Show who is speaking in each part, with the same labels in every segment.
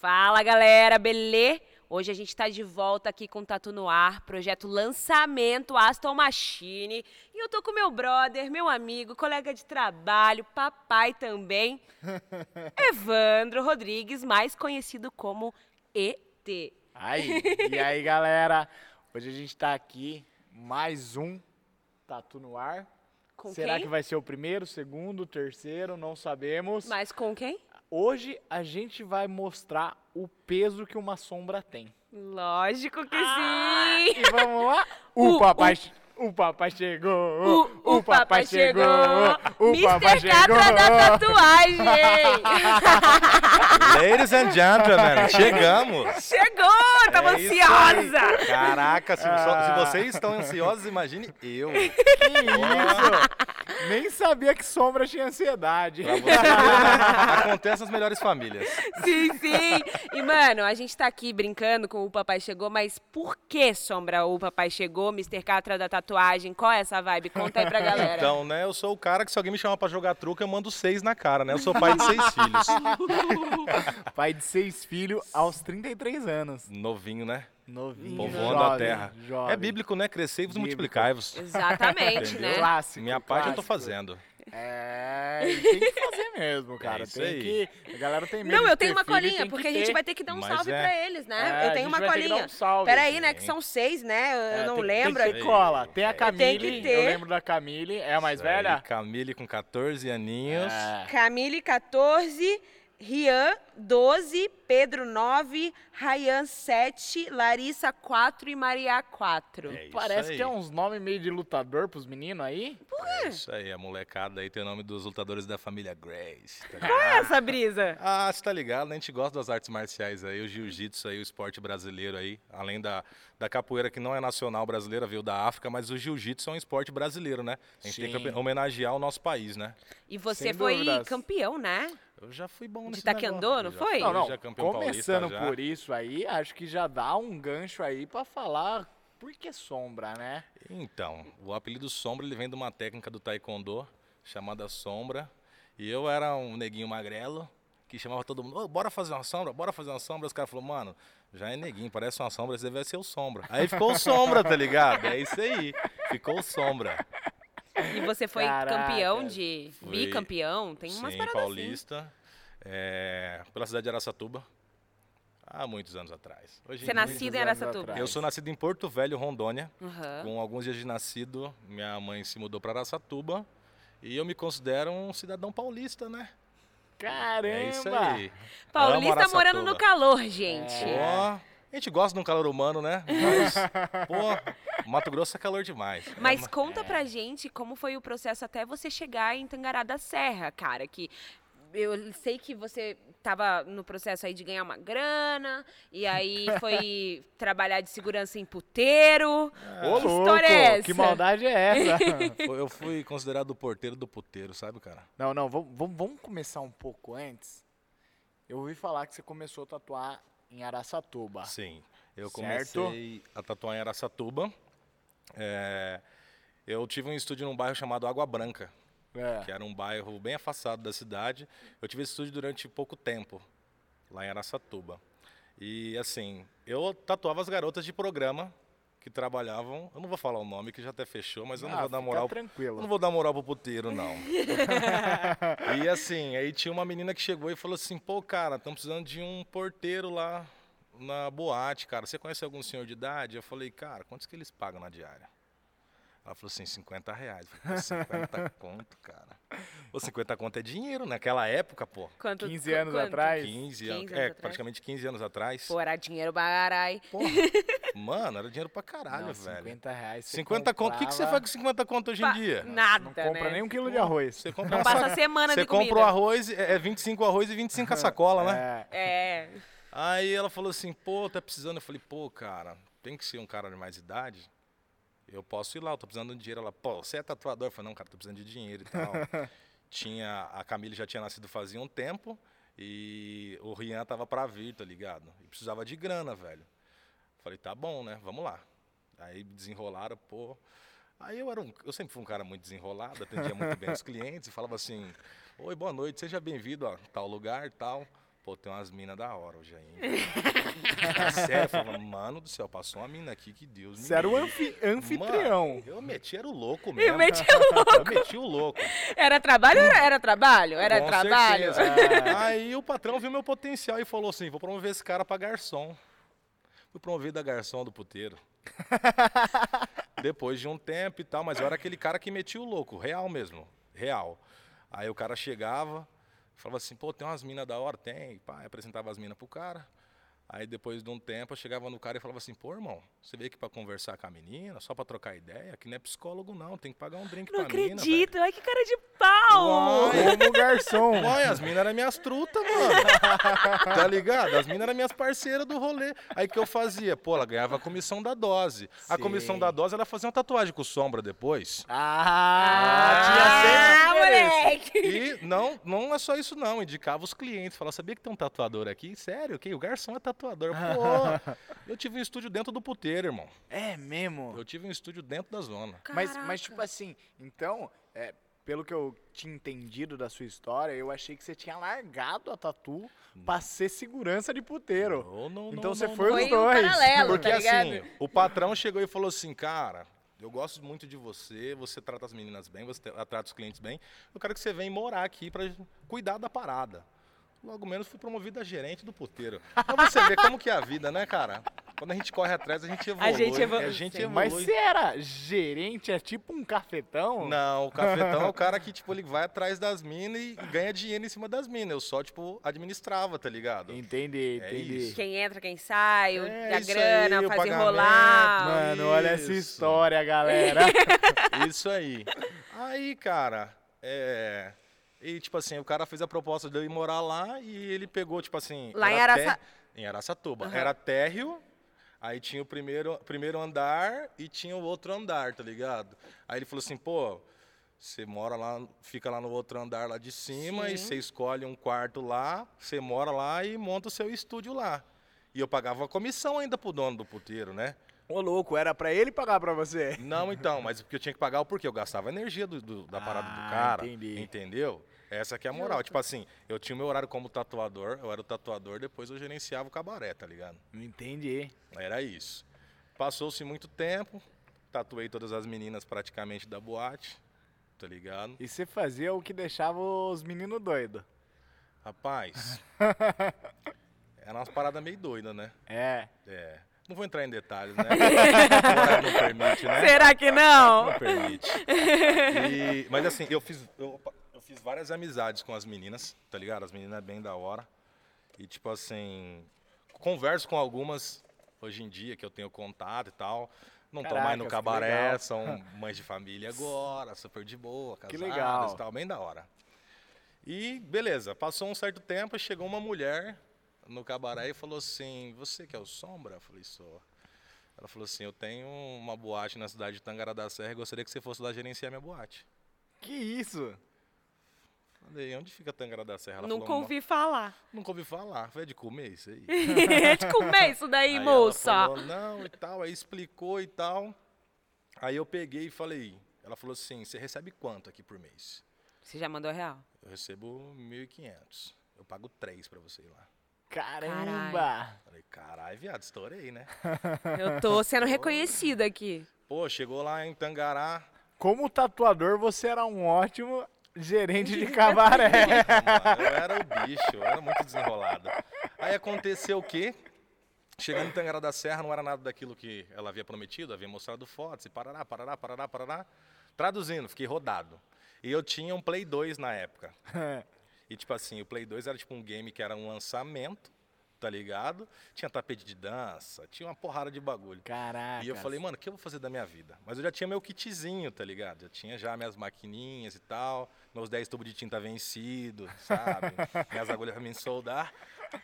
Speaker 1: Fala galera, belê? Hoje a gente está de volta aqui com Tatu no Ar, projeto lançamento Aston Machine. E eu tô com meu brother, meu amigo, colega de trabalho, papai também, Evandro Rodrigues, mais conhecido como ET.
Speaker 2: Aí, e aí galera, hoje a gente tá aqui, mais um Tatu no Ar.
Speaker 1: Com
Speaker 2: Será
Speaker 1: quem?
Speaker 2: que vai ser o primeiro, o segundo, o terceiro? Não sabemos.
Speaker 1: Mas com quem?
Speaker 2: Hoje a gente vai mostrar o peso que uma sombra tem.
Speaker 1: Lógico que sim!
Speaker 2: E vamos lá?
Speaker 1: O-
Speaker 2: O papai, che- o papai chegou,
Speaker 1: O, o papai chegou! Mr. Catra da tatuagem!
Speaker 3: Ladies and gentlemen, chegamos!
Speaker 1: Chegou! Tava
Speaker 3: É isso aí.
Speaker 1: ansiosa!
Speaker 3: Caraca, se, só- se
Speaker 2: Ah.
Speaker 3: vocês estão ansiosos, imagine eu.
Speaker 2: Que isso? Nem sabia que sombra tinha ansiedade.
Speaker 3: Pra você ver, Acontece nas melhores famílias.
Speaker 1: Sim, sim. E, mano, a gente tá aqui brincando com o Papai Chegou, mas por que Sombra o Papai Chegou, Mr. Catra da tatuagem? Qual é essa vibe? Conta aí pra galera.
Speaker 3: Então, né, eu sou o cara que se alguém me chamar pra jogar truco, eu mando seis na cara, né? Eu sou pai de seis filhos.
Speaker 2: Pai de seis filhos aos 33 anos.
Speaker 3: Novinho, né?
Speaker 2: Novinho.
Speaker 3: Povoando a
Speaker 2: jovem,
Speaker 3: terra.
Speaker 2: jovem.
Speaker 3: É bíblico, né? Crescei-vos,
Speaker 2: Bíblico.
Speaker 3: multiplicai-vos.
Speaker 1: Exatamente, né?
Speaker 2: Clássico.
Speaker 3: Minha parte eu tô
Speaker 2: clássico.
Speaker 3: fazendo.
Speaker 2: É, e tem que fazer mesmo, cara.
Speaker 3: isso
Speaker 2: tem
Speaker 3: aí.
Speaker 2: que. A galera tem medo.
Speaker 1: Não,
Speaker 2: de
Speaker 1: eu tenho
Speaker 2: ter
Speaker 1: uma
Speaker 2: filho e
Speaker 1: colinha,
Speaker 2: tem que
Speaker 1: porque a
Speaker 2: ter.
Speaker 1: gente vai ter que dar um
Speaker 3: Mas
Speaker 1: salve
Speaker 3: é.
Speaker 1: pra eles, né?
Speaker 2: É,
Speaker 1: eu
Speaker 2: a
Speaker 1: tenho
Speaker 2: gente
Speaker 1: uma
Speaker 2: vai ter que dar um
Speaker 1: colinha.
Speaker 2: salve.
Speaker 1: Peraí, né? Que
Speaker 3: Sim.
Speaker 1: são seis, né? Eu
Speaker 2: É,
Speaker 1: eu não
Speaker 2: tem-
Speaker 1: lembro.
Speaker 2: Tem que ter cola. Tem a
Speaker 1: tem que
Speaker 2: Camille.
Speaker 1: ter.
Speaker 2: Eu lembro da Camille. É a mais
Speaker 3: Isso aí,
Speaker 2: velha?
Speaker 3: Camille com 14 aninhos.
Speaker 2: É.
Speaker 1: Camille, 14. Rian, 12. Pedro, 9. Rayan, 7. Larissa, 4. E Maria, 4.
Speaker 3: É isso
Speaker 2: Parece
Speaker 3: aí.
Speaker 2: que é uns nomes meio de lutador pros meninos aí.
Speaker 3: É isso aí, a molecada aí tem o nome dos lutadores da família Grace. tá ligado?
Speaker 1: Qual é essa brisa?
Speaker 3: Ah, você tá ligado, né? A gente gosta das artes marciais aí, o jiu-jitsu aí, o esporte brasileiro aí. Além da, da capoeira, que não é nacional brasileira, veio da África, mas o jiu-jitsu é um esporte brasileiro, né? A gente tem
Speaker 2: Sim.
Speaker 3: que homenagear o nosso país, né?
Speaker 1: E você
Speaker 2: Sem
Speaker 1: foi
Speaker 2: dúvidas.
Speaker 1: campeão, né?
Speaker 3: Eu já fui bom
Speaker 1: De
Speaker 3: nesse
Speaker 1: taekwondo,
Speaker 3: negócio,
Speaker 1: não
Speaker 3: já
Speaker 1: foi?
Speaker 3: fui,
Speaker 1: Não,
Speaker 2: Não, não.
Speaker 3: já campeão
Speaker 2: Começando
Speaker 3: paulista, já.
Speaker 2: por isso aí, acho que já dá um gancho aí pra falar por que sombra, né?
Speaker 3: Então, o apelido Sombra ele vem de uma técnica do Taekwondo chamada Sombra. E eu era um neguinho magrelo que chamava todo mundo: "Ô, bora fazer uma sombra, bora fazer uma sombra. Os caras falaram: mano, já é neguinho, parece uma sombra, você deve ser o Sombra. Aí ficou o Sombra, tá ligado? É isso aí, ficou o Sombra.
Speaker 1: E você foi
Speaker 2: Caraca.
Speaker 1: campeão de.
Speaker 3: Fui.
Speaker 1: bicampeão? Tem umas
Speaker 3: Sim,
Speaker 1: paradas assim.
Speaker 3: paulista, é, pela cidade de Araçatuba, há muitos anos atrás. Hoje
Speaker 1: Você é
Speaker 3: em dia-
Speaker 1: nascido em
Speaker 2: anos
Speaker 1: Aracatuba?
Speaker 2: atrás.
Speaker 3: Eu sou nascido em Porto Velho, Rondônia.
Speaker 1: Aham.
Speaker 3: Com alguns dias de nascido, minha mãe se mudou para Araçatuba e eu me considero um cidadão paulista, né?
Speaker 2: Caramba!
Speaker 3: É isso aí.
Speaker 1: Paulista
Speaker 3: Amo
Speaker 1: morando no
Speaker 3: Araçatuba.
Speaker 1: calor, gente.
Speaker 2: É.
Speaker 3: Ó, a gente gosta de um calor humano, né? Mas, pô, Mato Grosso é calor demais.
Speaker 1: Mas
Speaker 3: É,
Speaker 1: conta pra gente como foi o processo até você chegar em Tangará da Serra, cara, que eu sei que você tava no processo aí de ganhar uma grana, e aí foi trabalhar de segurança em puteiro.
Speaker 2: Ô,
Speaker 1: Que
Speaker 2: louco!
Speaker 1: história é
Speaker 2: Ah. Que
Speaker 1: essa?
Speaker 2: maldade é essa?
Speaker 3: eu fui considerado o porteiro do puteiro, sabe, cara?
Speaker 2: não, não, vamos, vamos- vamos começar um pouco antes. Eu ouvi falar que você começou a tatuar em Araçatuba.
Speaker 3: Sim. Eu
Speaker 2: Ah, Certo.
Speaker 3: comecei a tatuar em Araçatuba. É, eu tive um estúdio num bairro chamado Água Branca.
Speaker 2: É.
Speaker 3: que era um bairro bem afastado da cidade. Eu tive esse estúdio durante pouco tempo, lá em Araçatuba. E assim, eu tatuava as garotas de programa que trabalhavam. Eu não vou falar o nome, que já até fechou, mas eu não
Speaker 2: Ah,
Speaker 3: vou dar
Speaker 2: fica
Speaker 3: moral. Eu
Speaker 2: tranquilo.
Speaker 3: não vou dar moral pro puteiro, não. e assim, aí tinha uma menina que chegou e falou assim: pô, cara, estamos precisando de um porteiro lá na boate, cara. Você conhece algum senhor de idade? Eu falei, cara, quantos que eles pagam na diária? Ela falou assim: 50 reais. Eu falei, pô, 50 conto, cara. Pô, 50 conto é dinheiro naquela época, pô.
Speaker 1: Quanto,
Speaker 2: 15 anos
Speaker 1: quanto?
Speaker 2: atrás.
Speaker 3: 15
Speaker 1: 15
Speaker 3: anos.
Speaker 1: anos
Speaker 3: É,
Speaker 1: atrás.
Speaker 3: praticamente 15 anos atrás.
Speaker 1: Pô, é. era dinheiro barai.
Speaker 3: Pô, mano, era dinheiro pra caralho,
Speaker 2: Não,
Speaker 3: velho.
Speaker 2: 50 reais. você
Speaker 3: 50 conto. O que, que você
Speaker 2: comprava,
Speaker 3: faz com 50 conto hoje em dia?
Speaker 1: Nada,
Speaker 2: Não compra
Speaker 1: né?
Speaker 2: nem um quilo de arroz.
Speaker 3: Você compra
Speaker 1: Não
Speaker 3: uma
Speaker 1: passa semana
Speaker 3: Você
Speaker 1: de comida.
Speaker 3: compra o arroz, é é 25 arroz e 25 a sacola, né?
Speaker 2: É.
Speaker 1: É.
Speaker 3: Aí ela falou assim, pô, tá precisando. Eu falei, pô, cara, tem que ser um cara de mais idade. Eu posso ir lá, eu tô precisando de dinheiro. Ela, pô, você é tatuador? Eu falei, não, cara, tô precisando de dinheiro e tal. tinha, a Camille já tinha nascido fazia um tempo e o Rian tava pra vir, tá ligado? E precisava de grana, velho. Falei, tá bom, né? Vamos lá. Aí desenrolaram, pô. Aí eu era um, eu sempre fui um cara muito desenrolado, atendia muito bem os clientes e falava assim: "Oi, boa noite, seja bem-vindo a tal lugar, tal. Pô, tem umas minas da hora hoje aí. hein? Tá Sério, eu falava, mano do céu, passou uma mina aqui que Deus me
Speaker 2: Você era um o
Speaker 3: livre."
Speaker 2: anfi- anfitrião.
Speaker 3: Mano, eu meti, era o louco mesmo.
Speaker 1: Eu meti
Speaker 3: Eu meti o louco.
Speaker 1: Era trabalho, era, era trabalho, era
Speaker 3: com
Speaker 1: trabalho.
Speaker 3: certeza. Aí o patrão viu meu potencial e falou assim: vou promover esse cara pra garçom. Fui promovido a garçom do puteiro. Depois de um tempo e tal, mas eu era aquele cara que metia o louco, real mesmo, real. Aí o cara chegava, falava assim: pô, tem umas minas da hora? Tem, pá, eu apresentava as minas pro cara. Aí depois de um tempo eu chegava no cara e falava assim: pô, irmão, você veio aqui pra conversar com a menina, só pra trocar ideia? Que não é psicólogo não, tem que pagar um drink
Speaker 1: Não
Speaker 3: pra menina. velho."
Speaker 1: acredito, ai que cara de pau!
Speaker 2: Como um garçom.
Speaker 3: Uai, as minas eram minhas trutas, mano. tá ligado? As minas eram minhas parceiras do rolê. Aí que eu fazia? Pô, ela ganhava a comissão da dose. A
Speaker 2: Sim.
Speaker 3: comissão da dose, ela fazia uma tatuagem com sombra depois.
Speaker 2: Ah, tinha sempre. interesse.
Speaker 1: moleque!
Speaker 3: E não, não é só isso, não. Indicava os clientes. Falava, sabia que tem um tatuador aqui? Sério? Quem? O garçom é tatuador. Pô, eu tive um estúdio dentro do puteiro, irmão.
Speaker 2: É mesmo.
Speaker 3: Eu tive um estúdio dentro da zona.
Speaker 2: Mas,
Speaker 1: Caraca.
Speaker 2: mas, tipo assim, então, é, pelo que eu tinha entendido da sua história, eu achei que você tinha largado a tatu pra ser segurança de puteiro.
Speaker 3: Não, não,
Speaker 2: Então
Speaker 3: não,
Speaker 2: você
Speaker 3: não,
Speaker 2: foi
Speaker 1: Foi
Speaker 2: os
Speaker 1: um
Speaker 2: dois.
Speaker 1: paralelo,
Speaker 3: é Porque
Speaker 1: tá ligado?
Speaker 3: assim, o patrão chegou e falou assim, cara, eu gosto muito de você, você trata as meninas bem, você tra- trata os clientes bem, eu quero que você venha morar aqui pra cuidar da parada. Logo menos fui promovido a gerente do puteiro. Pra você ver como que é a vida, né, cara? Quando a gente corre atrás, a gente evolui.
Speaker 1: gente evolu-
Speaker 3: A gente
Speaker 1: Sim.
Speaker 3: evolui.
Speaker 2: Mas você era gerente, é tipo um cafetão?
Speaker 3: Não, o cafetão é o cara que, tipo, ele vai atrás das minas e ganha dinheiro em cima das minas. Eu só, tipo, administrava, tá ligado?
Speaker 2: Entendi,
Speaker 3: É
Speaker 2: entendi.
Speaker 3: isso.
Speaker 1: Quem entra, quem sai, o-
Speaker 3: É
Speaker 1: a
Speaker 3: isso
Speaker 1: grana,
Speaker 3: aí, o
Speaker 1: fazer
Speaker 3: pagamento,
Speaker 1: rolar.
Speaker 2: Mano, olha essa
Speaker 3: Isso.
Speaker 2: história, galera.
Speaker 3: Isso aí. Aí, cara, é. E, tipo assim, o cara fez a proposta de eu ir morar lá e ele pegou, tipo assim.
Speaker 1: Lá em
Speaker 3: era
Speaker 1: Araça-
Speaker 3: té- Em Araçatuba.
Speaker 1: Aham.
Speaker 3: Era térreo, aí tinha o primeiro, primeiro andar e tinha o outro andar, tá ligado? Aí ele falou assim, pô. Você mora lá, fica lá no outro andar lá de cima e
Speaker 1: Sim.
Speaker 3: você escolhe um quarto lá, você mora lá e monta o seu estúdio lá. E eu pagava a comissão ainda pro dono do puteiro, né?
Speaker 2: Ô, louco, era pra ele pagar pra você?
Speaker 3: Não, então, mas porque eu tinha que pagar o porquê. Eu gastava energia do- do- da parada
Speaker 2: Ah,
Speaker 3: do cara.
Speaker 2: entendi.
Speaker 3: Entendeu? Essa que é a moral. Tipo assim, eu tinha o meu horário como tatuador, eu era o tatuador, depois eu gerenciava o cabaré, tá ligado?
Speaker 2: Entendi.
Speaker 3: Era isso. Passou-se muito tempo, tatuei todas as meninas praticamente da boate, tá ligado?
Speaker 2: E você fazia o que deixava os meninos doidos.
Speaker 3: Rapaz, era umas paradas meio doidas, né?
Speaker 2: É.
Speaker 3: É. Não vou entrar em detalhes, né? O horário não permite, né?
Speaker 1: Será que não?
Speaker 3: Não permite. E- mas assim, eu fiz, eu, eu fiz várias amizades com as meninas, tá ligado? As meninas bem da hora. E tipo assim, converso com algumas hoje em dia que eu tenho contato e tal. Não estão mais
Speaker 2: Caracas,
Speaker 3: no
Speaker 2: que
Speaker 3: cabaré,
Speaker 2: legal.
Speaker 3: são mães de família agora, super de boa, casadas
Speaker 2: legal.
Speaker 3: e tal, bem da hora. E beleza, passou um certo tempo, chegou uma mulher no cabaré e falou assim: Você que é o Sombra? Eu falei: Sou. Ela falou assim: Eu tenho uma boate na cidade de Tangará da Serra e gostaria que você fosse lá gerenciar minha boate.
Speaker 2: Que isso?
Speaker 3: Falei: Onde fica Tangará da Serra? Ela
Speaker 1: Nunca
Speaker 3: falou,
Speaker 1: ouvi falar.
Speaker 3: "Não- Nunca ouvi falar. Falei: É de comer isso aí.
Speaker 1: De comer É tipo, isso daí,
Speaker 3: ela
Speaker 1: moça.
Speaker 3: falou, não, e tal. Aí explicou e tal. Aí eu peguei e falei: Ela falou assim: Você recebe quanto aqui por mês?
Speaker 1: Você já mandou real?
Speaker 3: Eu recebo 1.500. Eu pago 3 pra você ir lá.
Speaker 2: Caramba!
Speaker 3: Falei: Caralho, viado, estourei, né?
Speaker 1: Eu tô sendo reconhecida aqui.
Speaker 3: Pô, chegou lá em Tangará.
Speaker 2: Como tatuador, você era um ótimo gerente de cabaré.
Speaker 3: Mano, eu era o bicho, eu era muito desenrolado. Aí aconteceu o quê? Chegando em Tangará da Serra, não era nada daquilo que ela havia prometido, havia mostrado fotos e parará, parará, parará, parará. Traduzindo, fiquei rodado. E eu tinha um Play 2 na época. E tipo assim, o Play 2 era tipo um game que era um lançamento, tá ligado? Tinha tapete de dança, tinha uma porrada de bagulho.
Speaker 2: Caraca.
Speaker 3: E eu falei, mano, o que eu vou fazer da minha vida? Mas eu já tinha meu kitzinho, tá ligado? Eu tinha já minhas maquininhas e tal, meus 10 tubos de tinta vencido, sabe? minhas agulhas pra me soldar.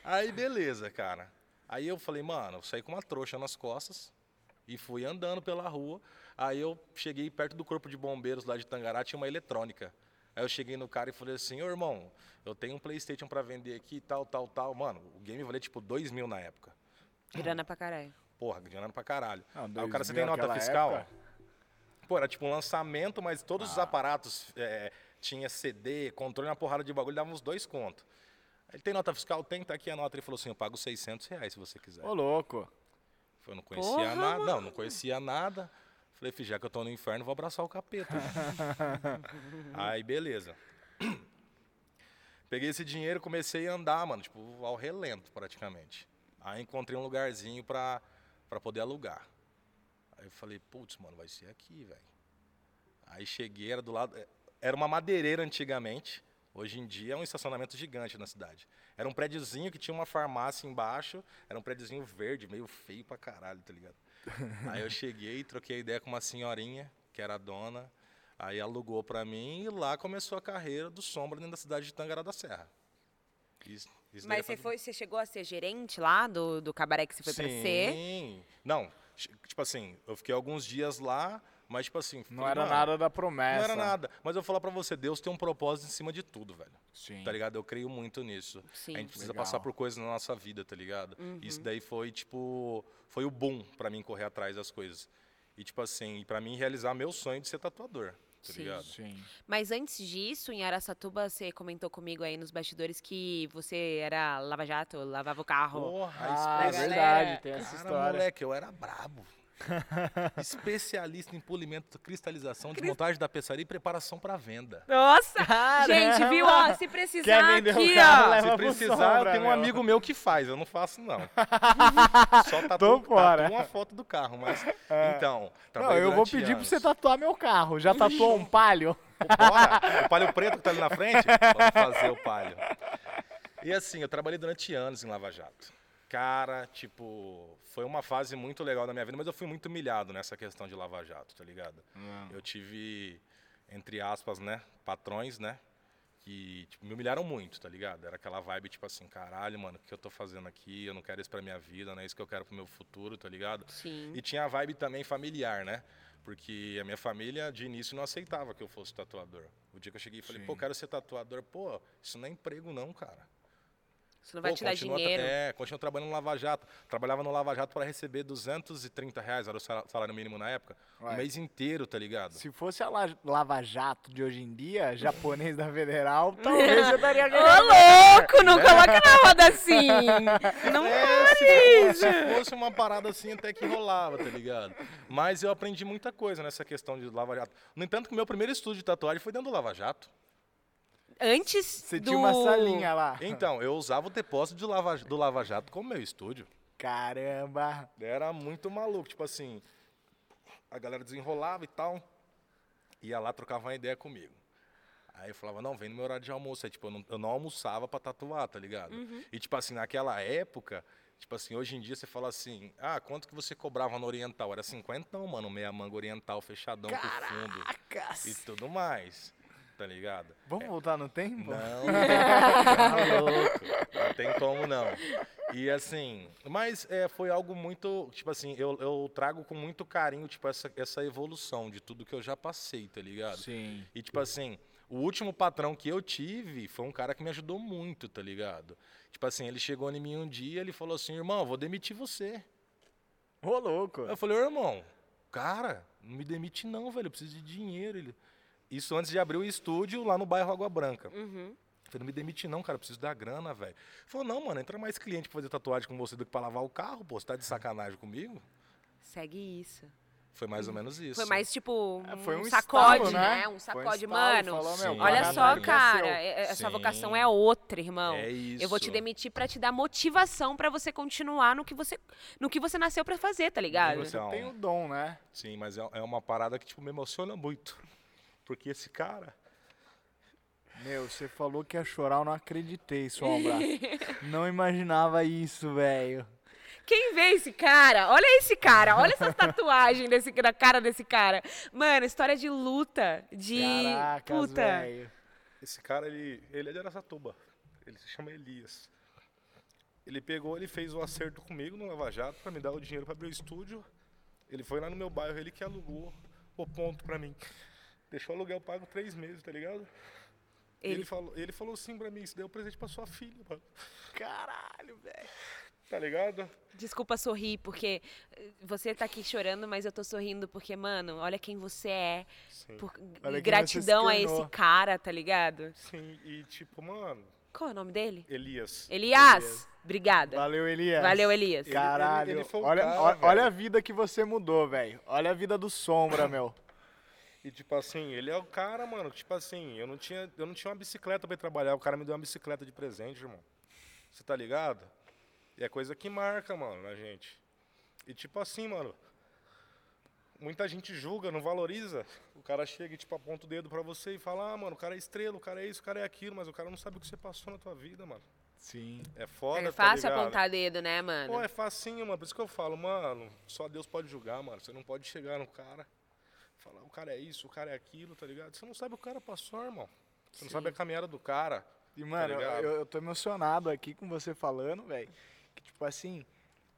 Speaker 3: Aí, beleza, cara. Aí eu falei, mano, eu saí com uma trouxa nas costas e fui andando pela rua. Aí eu cheguei perto do corpo de bombeiros lá de Tangará, tinha uma eletrônica. Aí eu cheguei no cara e falei assim, ô irmão, eu tenho um Playstation pra vender aqui, tal, tal, tal. Mano, o game valia tipo 2 mil na época.
Speaker 1: Grana pra caralho.
Speaker 3: Porra, ganhando pra caralho.
Speaker 2: Não,
Speaker 3: Aí o
Speaker 2: 2000
Speaker 3: cara, você tem é nota
Speaker 2: naquela
Speaker 3: fiscal?
Speaker 2: época?
Speaker 3: Pô, era tipo um lançamento, mas todos os
Speaker 2: Ah.
Speaker 3: aparatos é, tinha CD, controle na porrada de bagulho, dava uns dois contos. Ele tem nota fiscal? Tem, tá aqui a nota. Ele falou assim, eu pago 600 reais se você quiser.
Speaker 2: Ô, louco.
Speaker 3: Eu não conhecia
Speaker 1: Porra,
Speaker 3: nada. Não, não conhecia nada. Falei, "Fi, já que eu tô no inferno, vou abraçar o capeta. Aí, beleza. Peguei esse dinheiro, comecei a andar, mano, tipo, ao relento praticamente. Aí encontrei um lugarzinho pra, pra poder alugar. Aí eu falei, putz, mano, vai ser aqui, velho. Aí cheguei, era do lado. Era uma madeireira antigamente. Hoje em dia é um estacionamento gigante na cidade. Era um prédiozinho que tinha uma farmácia embaixo. Era um prédiozinho verde, meio feio pra caralho, tá ligado? Aí eu cheguei, troquei ideia com uma senhorinha, que era a dona. Aí alugou pra mim e lá começou a carreira do Sombra dentro da cidade de Tangará da Serra. Isso- isso daí é
Speaker 1: Mas você,
Speaker 3: faz-
Speaker 1: foi, você chegou a ser gerente lá do, do cabaré que você foi pra ser?
Speaker 3: Sim. Não, ch- tipo assim, eu fiquei alguns dias lá, mas tipo assim...
Speaker 2: Não
Speaker 3: falei,
Speaker 2: era
Speaker 3: "Mano,
Speaker 2: nada da promessa.
Speaker 3: Não era nada. Mas eu vou falar pra você, Deus tem um propósito em cima de tudo, velho.
Speaker 2: Sim.
Speaker 3: Tá ligado? Eu creio muito nisso.
Speaker 1: Sim.
Speaker 3: A gente precisa
Speaker 2: Legal.
Speaker 3: passar por coisas na nossa vida, tá ligado?
Speaker 2: Uhum.
Speaker 3: Isso daí foi, tipo, foi o boom pra mim correr atrás das coisas. E, tipo assim, e pra mim realizar meu sonho de ser tatuador, tá
Speaker 1: Sim.
Speaker 3: ligado?
Speaker 2: Sim.
Speaker 1: Mas antes disso, em Araçatuba, você comentou comigo aí nos bastidores que você era lava-jato, lavava o carro.
Speaker 3: Porra,
Speaker 2: Ah, é
Speaker 1: galera.
Speaker 2: verdade, tem essa
Speaker 3: Cara,
Speaker 2: história.
Speaker 3: moleque, eu era brabo. Especialista em polimento, cristalização, desmontagem da peçaria e preparação pra venda.
Speaker 1: Nossa! Gente,
Speaker 2: Caramba!
Speaker 1: viu? Ó, se
Speaker 2: Quer
Speaker 1: precisar
Speaker 2: vender o
Speaker 1: aqui,
Speaker 2: carro,
Speaker 1: ó.
Speaker 2: leva
Speaker 3: Se
Speaker 2: pro
Speaker 3: precisar,
Speaker 2: Sombra,
Speaker 3: tem um
Speaker 2: meu.
Speaker 3: amigo meu que faz, eu não faço, não. Só
Speaker 2: Tô
Speaker 3: tatu,
Speaker 2: fora. É.
Speaker 3: tatu uma foto do carro, mas. Então,
Speaker 2: Não,
Speaker 3: trabalhei
Speaker 2: eu vou
Speaker 3: durante
Speaker 2: pedir pra
Speaker 3: anos.
Speaker 2: você tatuar meu carro. Já tatuou um palio?
Speaker 3: Bora! O palho preto que tá ali na frente? Vamos fazer o palho. E assim, eu trabalhei durante anos em Lava Jato. Cara, tipo, foi uma fase muito legal da minha vida, mas eu fui muito humilhado nessa questão de Lava Jato, tá ligado? Eu tive, entre aspas, né, patrões, né, que tipo, me humilharam muito, tá ligado? Era aquela vibe, tipo assim, caralho, mano, o que eu tô fazendo aqui? Eu não quero isso pra minha vida, não é isso que eu quero pro meu futuro, tá ligado?
Speaker 1: Sim.
Speaker 3: E tinha a vibe também familiar, né? Porque a minha família, de início, não aceitava que eu fosse tatuador. O dia que eu cheguei e falei,
Speaker 2: Sim.
Speaker 3: pô, quero ser tatuador. Pô, isso não é emprego não, cara.
Speaker 1: Isso não vai
Speaker 3: Pô,
Speaker 1: te dar
Speaker 3: continua tra-
Speaker 1: dinheiro.
Speaker 3: É, continua trabalhando no Lava Jato. Trabalhava no Lava Jato para receber 230 reais, era o sal- salário mínimo na época.
Speaker 2: Ué.
Speaker 3: O mês inteiro, tá ligado?
Speaker 2: Se fosse a la- Lava Jato de hoje em dia, japonês da Federal, talvez eu daria ganhando.
Speaker 1: louco!
Speaker 2: Né?
Speaker 1: Não coloca na roda assim! Não
Speaker 3: É, se, se fosse uma parada assim, até que rolava, tá ligado? Mas eu aprendi muita coisa nessa questão de Lava Jato. No entanto, que o meu primeiro estudo de tatuagem foi dentro do Lava Jato.
Speaker 1: Antes
Speaker 2: Você
Speaker 1: do...
Speaker 2: tinha uma salinha lá.
Speaker 3: Então, eu usava o depósito de lava, do Lava Jato como meu estúdio.
Speaker 2: Caramba.
Speaker 3: Era muito maluco, tipo assim, a galera desenrolava e tal, ia lá, trocava uma ideia comigo. Aí eu falava, não, vem no meu horário de almoço. Aí, tipo, eu não, eu não almoçava pra tatuar, tá ligado? E, tipo assim, naquela época, tipo assim, hoje em dia você fala assim, ah, quanto que você cobrava no Oriental? Era 50, mano, meia manga oriental, fechadão pro fundo e
Speaker 2: Cacas.
Speaker 3: tudo mais, tá ligado?
Speaker 2: Vamos voltar no tempo?
Speaker 3: Não, tá louco. Não tem como não. E assim, mas é, foi algo muito, tipo assim, eu, eu trago com muito carinho, tipo, essa, essa evolução de tudo que eu já passei, tá ligado?
Speaker 2: Sim.
Speaker 3: E tipo assim, o último patrão que eu tive foi um cara que me ajudou muito, tá ligado? Tipo assim, ele chegou em mim um dia, ele falou assim, irmão, eu vou demitir você.
Speaker 2: Ô, louco.
Speaker 3: Eu falei, ô irmão, cara, não me demite não, velho, eu preciso de dinheiro. Ele... Isso antes de abrir o estúdio lá no bairro Água Branca.
Speaker 1: Uhum.
Speaker 3: Falei, não me demite não, cara, eu preciso da grana, velho. Ele Falou, não, mano, entra mais cliente pra fazer tatuagem com você do que pra lavar o carro, pô, você tá de sacanagem comigo?
Speaker 1: Segue isso.
Speaker 3: Foi mais ou menos isso.
Speaker 1: Hum, Foi mais tipo
Speaker 2: É,
Speaker 1: um,
Speaker 2: foi um
Speaker 1: sacode,
Speaker 2: estalo,
Speaker 1: né? Um
Speaker 2: né? Foi um
Speaker 1: sacode,
Speaker 2: estalo,
Speaker 1: mano.
Speaker 2: falou,
Speaker 3: meu,
Speaker 1: Olha
Speaker 3: caralho,
Speaker 1: só,
Speaker 2: nasceu.
Speaker 1: cara, é- é- essa
Speaker 3: Sim.
Speaker 1: vocação é outra, irmão.
Speaker 3: É isso.
Speaker 1: Eu vou te demitir pra te dar motivação pra você continuar no que você, no que você nasceu pra fazer, tá ligado?
Speaker 3: E você- Então.
Speaker 2: Tem o dom, né?
Speaker 3: Sim, mas é, é uma parada que, tipo, me emociona muito. Porque esse cara...
Speaker 2: Meu, você falou que ia chorar, eu não acreditei, Sombra. não imaginava isso, velho.
Speaker 1: Quem vê esse cara? Olha esse cara, olha essa tatuagem desse, na cara desse cara. Mano, história de luta, de
Speaker 2: Caracas,
Speaker 1: puta.
Speaker 2: velho.
Speaker 3: Esse cara, ele, ele é de Aracatuba. Ele se chama Elias. Ele pegou, ele fez o acerto comigo no Lava Jato pra me dar o dinheiro pra abrir o estúdio. Ele foi lá no meu bairro, ele que alugou o ponto pra mim. Deixou o aluguel pago três meses, tá ligado? Ele,
Speaker 1: Ele-
Speaker 3: falou, ele falou assim pra mim, isso daí é um presente pra sua filha, mano.
Speaker 2: Caralho, velho.
Speaker 3: Tá ligado?
Speaker 1: Desculpa sorrir, porque eh, você tá aqui chorando, mas eu tô sorrindo porque, mano, olha quem você é.
Speaker 3: Sim.
Speaker 1: Por
Speaker 2: Hum. Olha quem você se
Speaker 1: gratidão a esse
Speaker 2: tornou.
Speaker 1: cara, tá ligado?
Speaker 3: Sim, e tipo, mano,
Speaker 1: Qual é o nome dele?
Speaker 3: Elias.
Speaker 1: Elias. Obrigada.
Speaker 2: Valeu, Elias.
Speaker 1: Valeu, Elias.
Speaker 3: Ele-
Speaker 2: Caralho,
Speaker 3: ele- ele foi o
Speaker 2: olha,
Speaker 3: cara,
Speaker 2: ó-
Speaker 3: velho.
Speaker 2: olha a vida que você mudou, velho. Olha a vida do Sombra, meu.
Speaker 3: E tipo assim, ele é o cara, mano, que, tipo assim, eu não tinha, eu não tinha uma bicicleta pra ir trabalhar, o cara me deu uma bicicleta de presente, irmão. Você tá ligado? E é coisa que marca, mano, na gente. E tipo assim, mano, muita gente julga, não valoriza. O cara chega e tipo aponta o dedo pra você e fala: "Ah, mano, o cara é estrela, o cara é isso, o cara é aquilo", mas o cara não sabe o que você passou na tua vida, mano.
Speaker 2: Sim.
Speaker 3: É foda,
Speaker 1: É
Speaker 3: tá
Speaker 1: fácil
Speaker 3: ligado?
Speaker 1: apontar dedo, né, mano?
Speaker 3: Pô, é facinho, mano. Por isso que eu falo, mano, só Deus pode julgar, mano. Você não pode chegar no cara, falar, o cara é isso, o cara é aquilo, tá ligado? Você não sabe o que o cara passou, irmão. Você não sabe a caminhada do cara.
Speaker 2: E, mano,
Speaker 3: ligado?
Speaker 2: eu, eu tô emocionado aqui com você falando, velho. Que, tipo assim,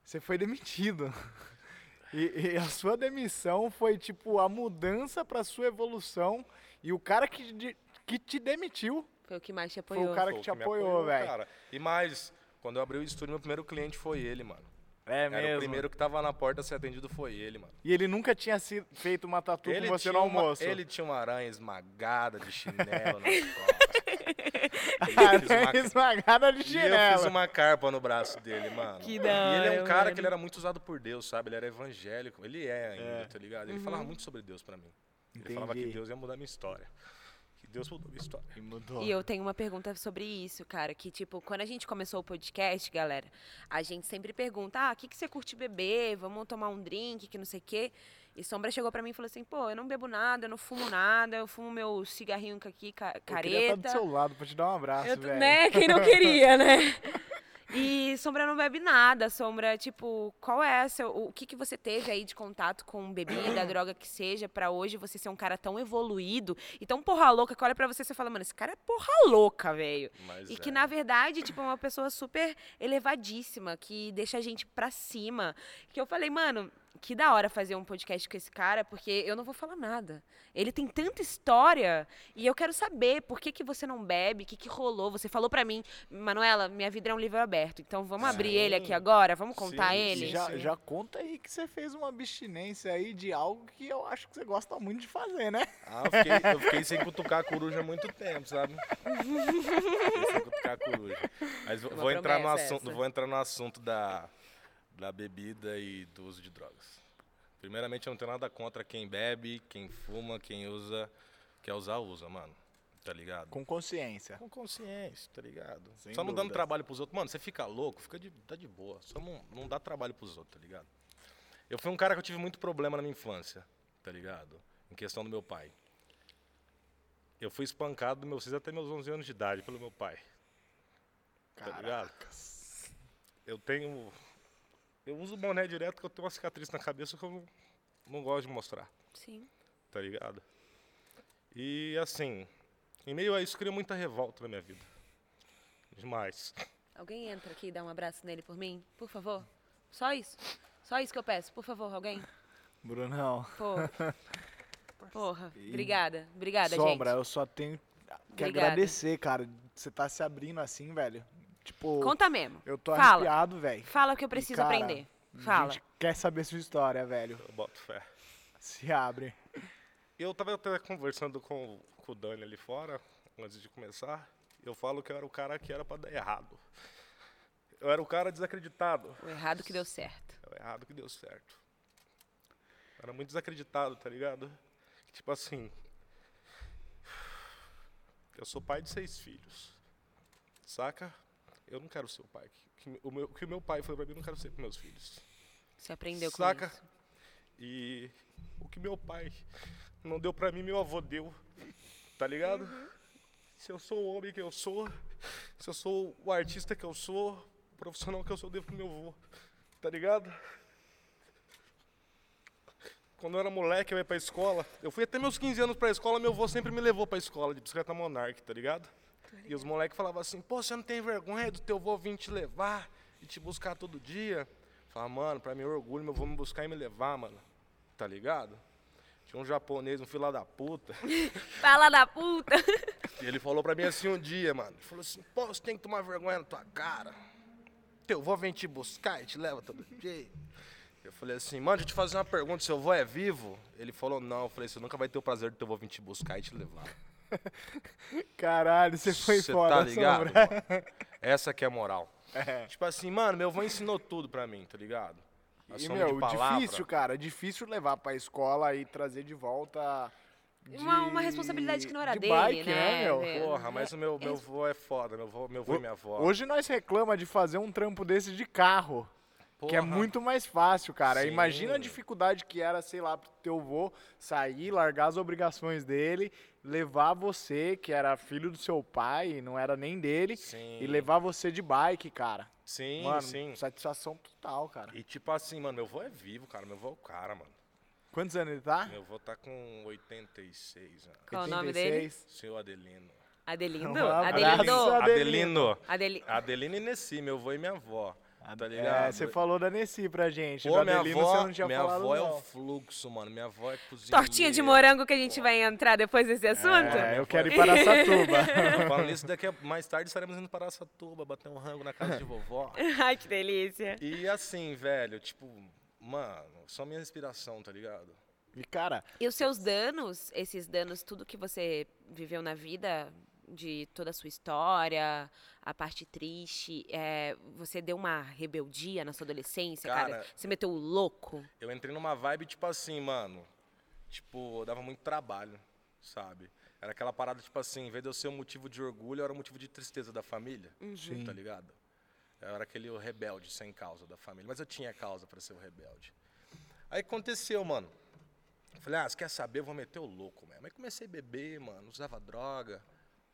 Speaker 2: você foi demitido. E, e a sua demissão foi, tipo, a mudança pra sua evolução. E o cara que, de- que te demitiu
Speaker 1: Foi o que mais te
Speaker 2: foi
Speaker 1: apoiou.
Speaker 2: o cara
Speaker 3: Pô,
Speaker 2: que te
Speaker 3: me
Speaker 2: apoiou, velho.
Speaker 3: cara. E mais, quando eu abri o estúdio, meu primeiro cliente foi ele, mano.
Speaker 2: É
Speaker 3: Era o primeiro que tava na porta a ser atendido foi ele, mano.
Speaker 2: E ele nunca tinha sido, feito uma tatu com você no
Speaker 3: tinha uma-
Speaker 2: almoço.
Speaker 3: ele tinha uma aranha esmagada de chinelo na costa.
Speaker 2: Aranha esmagada de
Speaker 3: E eu fiz
Speaker 2: chinelo.
Speaker 3: uma carpa no braço dele, mano.
Speaker 1: Que da
Speaker 3: E ele é
Speaker 1: hora,
Speaker 3: um cara
Speaker 1: mano.
Speaker 3: que ele era muito usado por Deus, sabe? Ele era evangélico. Ele é ainda, tá ligado? Ele
Speaker 1: Uhum.
Speaker 3: falava muito sobre Deus pra mim. Ele falava que
Speaker 2: Entendi.
Speaker 3: Deus ia mudar minha história. Que Deus mudou minha história.
Speaker 2: E mudou.
Speaker 1: E eu tenho uma pergunta sobre isso, cara. Que, tipo, quando a gente começou o podcast, galera, a gente sempre pergunta: ah, o que, que você curte beber? Vamos tomar um drink, que não sei o quê. E Sombra chegou pra mim e falou assim: pô, eu não bebo nada, eu não fumo nada, eu fumo meu cigarrinho aqui, ca-
Speaker 2: Eu queria estar do
Speaker 1: careta.
Speaker 2: seu lado pra te dar um abraço,
Speaker 1: Eu tô-
Speaker 2: velho.
Speaker 1: né? Quem não queria, né? E Sombra não bebe nada. Sombra, tipo, qual é seu, o que, que você teve aí de contato com bebida, droga que seja, pra hoje você ser um cara tão evoluído e tão porra louca que olha pra você e você fala, mano, esse cara é porra louca, velho.
Speaker 3: Mas
Speaker 1: E
Speaker 3: é.
Speaker 1: que, na verdade, tipo, é uma pessoa super elevadíssima, que deixa a gente pra cima. Que eu falei, mano, que da hora fazer um podcast com esse cara, porque eu não vou falar nada. Ele tem tanta história e eu quero saber por que, que você não bebe, o que, que rolou. Você falou pra mim, Manuela, minha vida é um livro aberto, então vamos abrir
Speaker 3: Sim.
Speaker 1: ele aqui agora, vamos contar
Speaker 3: Sim,
Speaker 1: ele.
Speaker 2: E já,
Speaker 3: sim.
Speaker 2: já conta aí que você fez uma abstinência aí de algo que eu acho que você gosta muito de fazer, né?
Speaker 3: Ah, eu fiquei, eu fiquei sem cutucar a coruja há muito tempo, sabe? Fiquei sem cutucar a coruja. Mas vou,
Speaker 1: Uma
Speaker 3: vou entrar no
Speaker 1: promessa
Speaker 3: assunto,
Speaker 1: essa.
Speaker 3: vou entrar no assunto da, da bebida e do uso de drogas. Primeiramente, eu não tenho nada contra quem bebe, quem fuma, quem usa, quer usar, usa, mano. Tá ligado?
Speaker 2: Com consciência.
Speaker 3: Com consciência, tá ligado?
Speaker 2: Sem
Speaker 3: só não dando
Speaker 2: dúvidas.
Speaker 3: trabalho pros outros. Mano, você fica louco, fica de, tá de boa. Só não, não dá trabalho pros outros, tá ligado? Eu fui um cara que eu tive muito problema na minha infância, tá ligado? Em questão do meu pai. Eu fui espancado dos meus 6 até meus 11 anos de idade pelo meu pai. Tá ligado? Eu tenho. Eu uso boné direto que eu tenho uma cicatriz na cabeça que eu não, não gosto de mostrar
Speaker 1: Sim.
Speaker 3: tá ligado? E assim, em meio a isso cria muita revolta na minha vida. Demais.
Speaker 1: Alguém entra aqui e dá um abraço nele por mim, por favor? Só isso? Só isso que eu peço, por favor, alguém?
Speaker 2: Brunão.
Speaker 1: Pô. Porra, obrigada, obrigada,
Speaker 2: Sombra,
Speaker 1: gente.
Speaker 2: eu só um tenho que
Speaker 1: Obrigada.
Speaker 2: agradecer, cara. Você tá se abrindo assim, velho. Tipo,
Speaker 1: Conta mesmo.
Speaker 2: eu tô
Speaker 1: Fala.
Speaker 2: arrepiado, velho.
Speaker 1: Fala o que eu preciso
Speaker 2: cara,
Speaker 1: aprender. Fala.
Speaker 2: A gente quer saber sua história, velho.
Speaker 3: Eu boto fé.
Speaker 2: Se abre.
Speaker 3: Eu tava até conversando com, com o Dani ali fora, antes de começar. Eu falo que eu era o cara que era pra dar errado. Eu era o cara desacreditado.
Speaker 1: O errado que deu certo.
Speaker 3: Era errado que deu certo. Era muito desacreditado, tá ligado? Tipo assim. Eu sou pai de seis filhos. Saca? Eu não quero ser o pai. que- que o, meu, o que o meu pai foi pra mim, eu não quero ser pros meus filhos.
Speaker 1: Você aprendeu com
Speaker 3: Saca?
Speaker 1: isso.
Speaker 3: E o que meu pai não deu pra mim, meu avô deu. Tá ligado? Se eu sou o homem que eu sou, se eu sou o artista que eu sou, o profissional que eu sou, eu devo pro meu avô. Tá ligado? Quando eu era moleque, eu ia pra escola. Eu fui até meus 15 anos pra escola, meu avô sempre me levou pra escola de bicicleta Monarch, tá ligado? E os moleques falavam assim, pô, você não tem vergonha do teu avô vir te levar e te buscar todo dia? Eu Falava, mano, pra meu orgulho, meu avô me buscar e me levar, mano. Tá ligado? Tinha um japonês, um filho da puta.
Speaker 1: Fala da puta!
Speaker 3: E ele falou pra mim assim um dia, mano. Ele falou assim, pô, você tem que tomar vergonha na tua cara. Teu avô vem te buscar e te leva todo dia. Eu falei assim, mano, deixa eu te fazer uma pergunta, seu avô é vivo? Ele falou, não. Eu falei, você nunca vai ter o prazer do teu avô vir te buscar e te levar.
Speaker 2: Caralho, você foi
Speaker 3: Cê
Speaker 2: fora.
Speaker 3: tá
Speaker 2: Sombra.
Speaker 3: ligado? mano? Essa que é a moral. Tipo assim, mano, meu avô ensinou tudo pra mim, tá ligado? A
Speaker 2: E,
Speaker 3: sombra
Speaker 2: meu,
Speaker 3: de palavra.
Speaker 2: difícil, cara. Difícil levar pra escola e trazer de volta. de-
Speaker 1: Uma- uma responsabilidade que não era
Speaker 2: de
Speaker 1: dele,
Speaker 2: bike,
Speaker 1: né,
Speaker 2: meu?
Speaker 1: velho?
Speaker 3: Porra, mas o meu, meu vô é foda, meu vô, meu vô e
Speaker 2: Ho-
Speaker 3: minha avó.
Speaker 2: Hoje nós reclama de fazer um trampo desse de carro, que é
Speaker 3: Porra.
Speaker 2: muito mais fácil, cara.
Speaker 3: Sim.
Speaker 2: Imagina a dificuldade que era, sei lá, pro teu vô sair, largar as obrigações dele, levar você, que era filho do seu pai, não era nem dele,
Speaker 3: Sim.
Speaker 2: e levar você de bike, cara.
Speaker 3: Sim,
Speaker 2: Mano,
Speaker 3: sim.
Speaker 2: satisfação total, cara.
Speaker 3: E tipo assim, mano, meu vô é vivo, cara. Meu vô é o cara, mano.
Speaker 2: Quantos anos ele tá?
Speaker 3: Meu vô tá com 86 anos.
Speaker 1: Qual o nome dele?
Speaker 2: 86.
Speaker 3: Seu Adelino.
Speaker 1: Adelindo?
Speaker 2: Um
Speaker 1: Adelindo.
Speaker 2: abraço.
Speaker 3: Adelino.
Speaker 1: Adeli...
Speaker 3: Adelino e Nessi, meu vô e minha avó. Tá ligado?
Speaker 2: É, você falou da Nessi pra gente.
Speaker 3: Pô,
Speaker 2: da
Speaker 3: minha
Speaker 2: Adelino
Speaker 3: avó,
Speaker 2: você não tinha
Speaker 3: minha
Speaker 2: falado,
Speaker 3: avó é
Speaker 2: não.
Speaker 3: o fluxo, mano. Minha avó é cozinha.
Speaker 1: Tortinha de morango que a gente vai entrar depois desse assunto?
Speaker 2: É, eu
Speaker 3: Minha
Speaker 2: quero
Speaker 3: avó
Speaker 2: ir para Satuba.
Speaker 3: Falando nisso, daqui a, mais tarde estaremos indo para Satuba, bater um rango na casa de vovó.
Speaker 1: Ai, que delícia.
Speaker 3: E assim, velho, tipo, mano, só minha inspiração, tá ligado?
Speaker 2: e, cara,
Speaker 1: E os seus danos, esses danos, tudo que você viveu na vida, de toda a sua história, a parte triste, é, você deu uma rebeldia na sua adolescência, cara?
Speaker 3: Cara,
Speaker 1: Você meteu o louco?
Speaker 3: Eu entrei numa vibe, tipo assim, mano. Tipo, eu dava muito trabalho, sabe? Era aquela parada, tipo assim, em vez de eu ser um motivo de orgulho, eu era um motivo de tristeza da família. Tá ligado? Eu era aquele rebelde sem causa da família. Mas eu tinha causa pra ser o rebelde. Aí aconteceu, mano. Eu Falei, ah, você quer saber? Eu vou meter o louco mesmo. Aí comecei a beber, mano. Usava droga,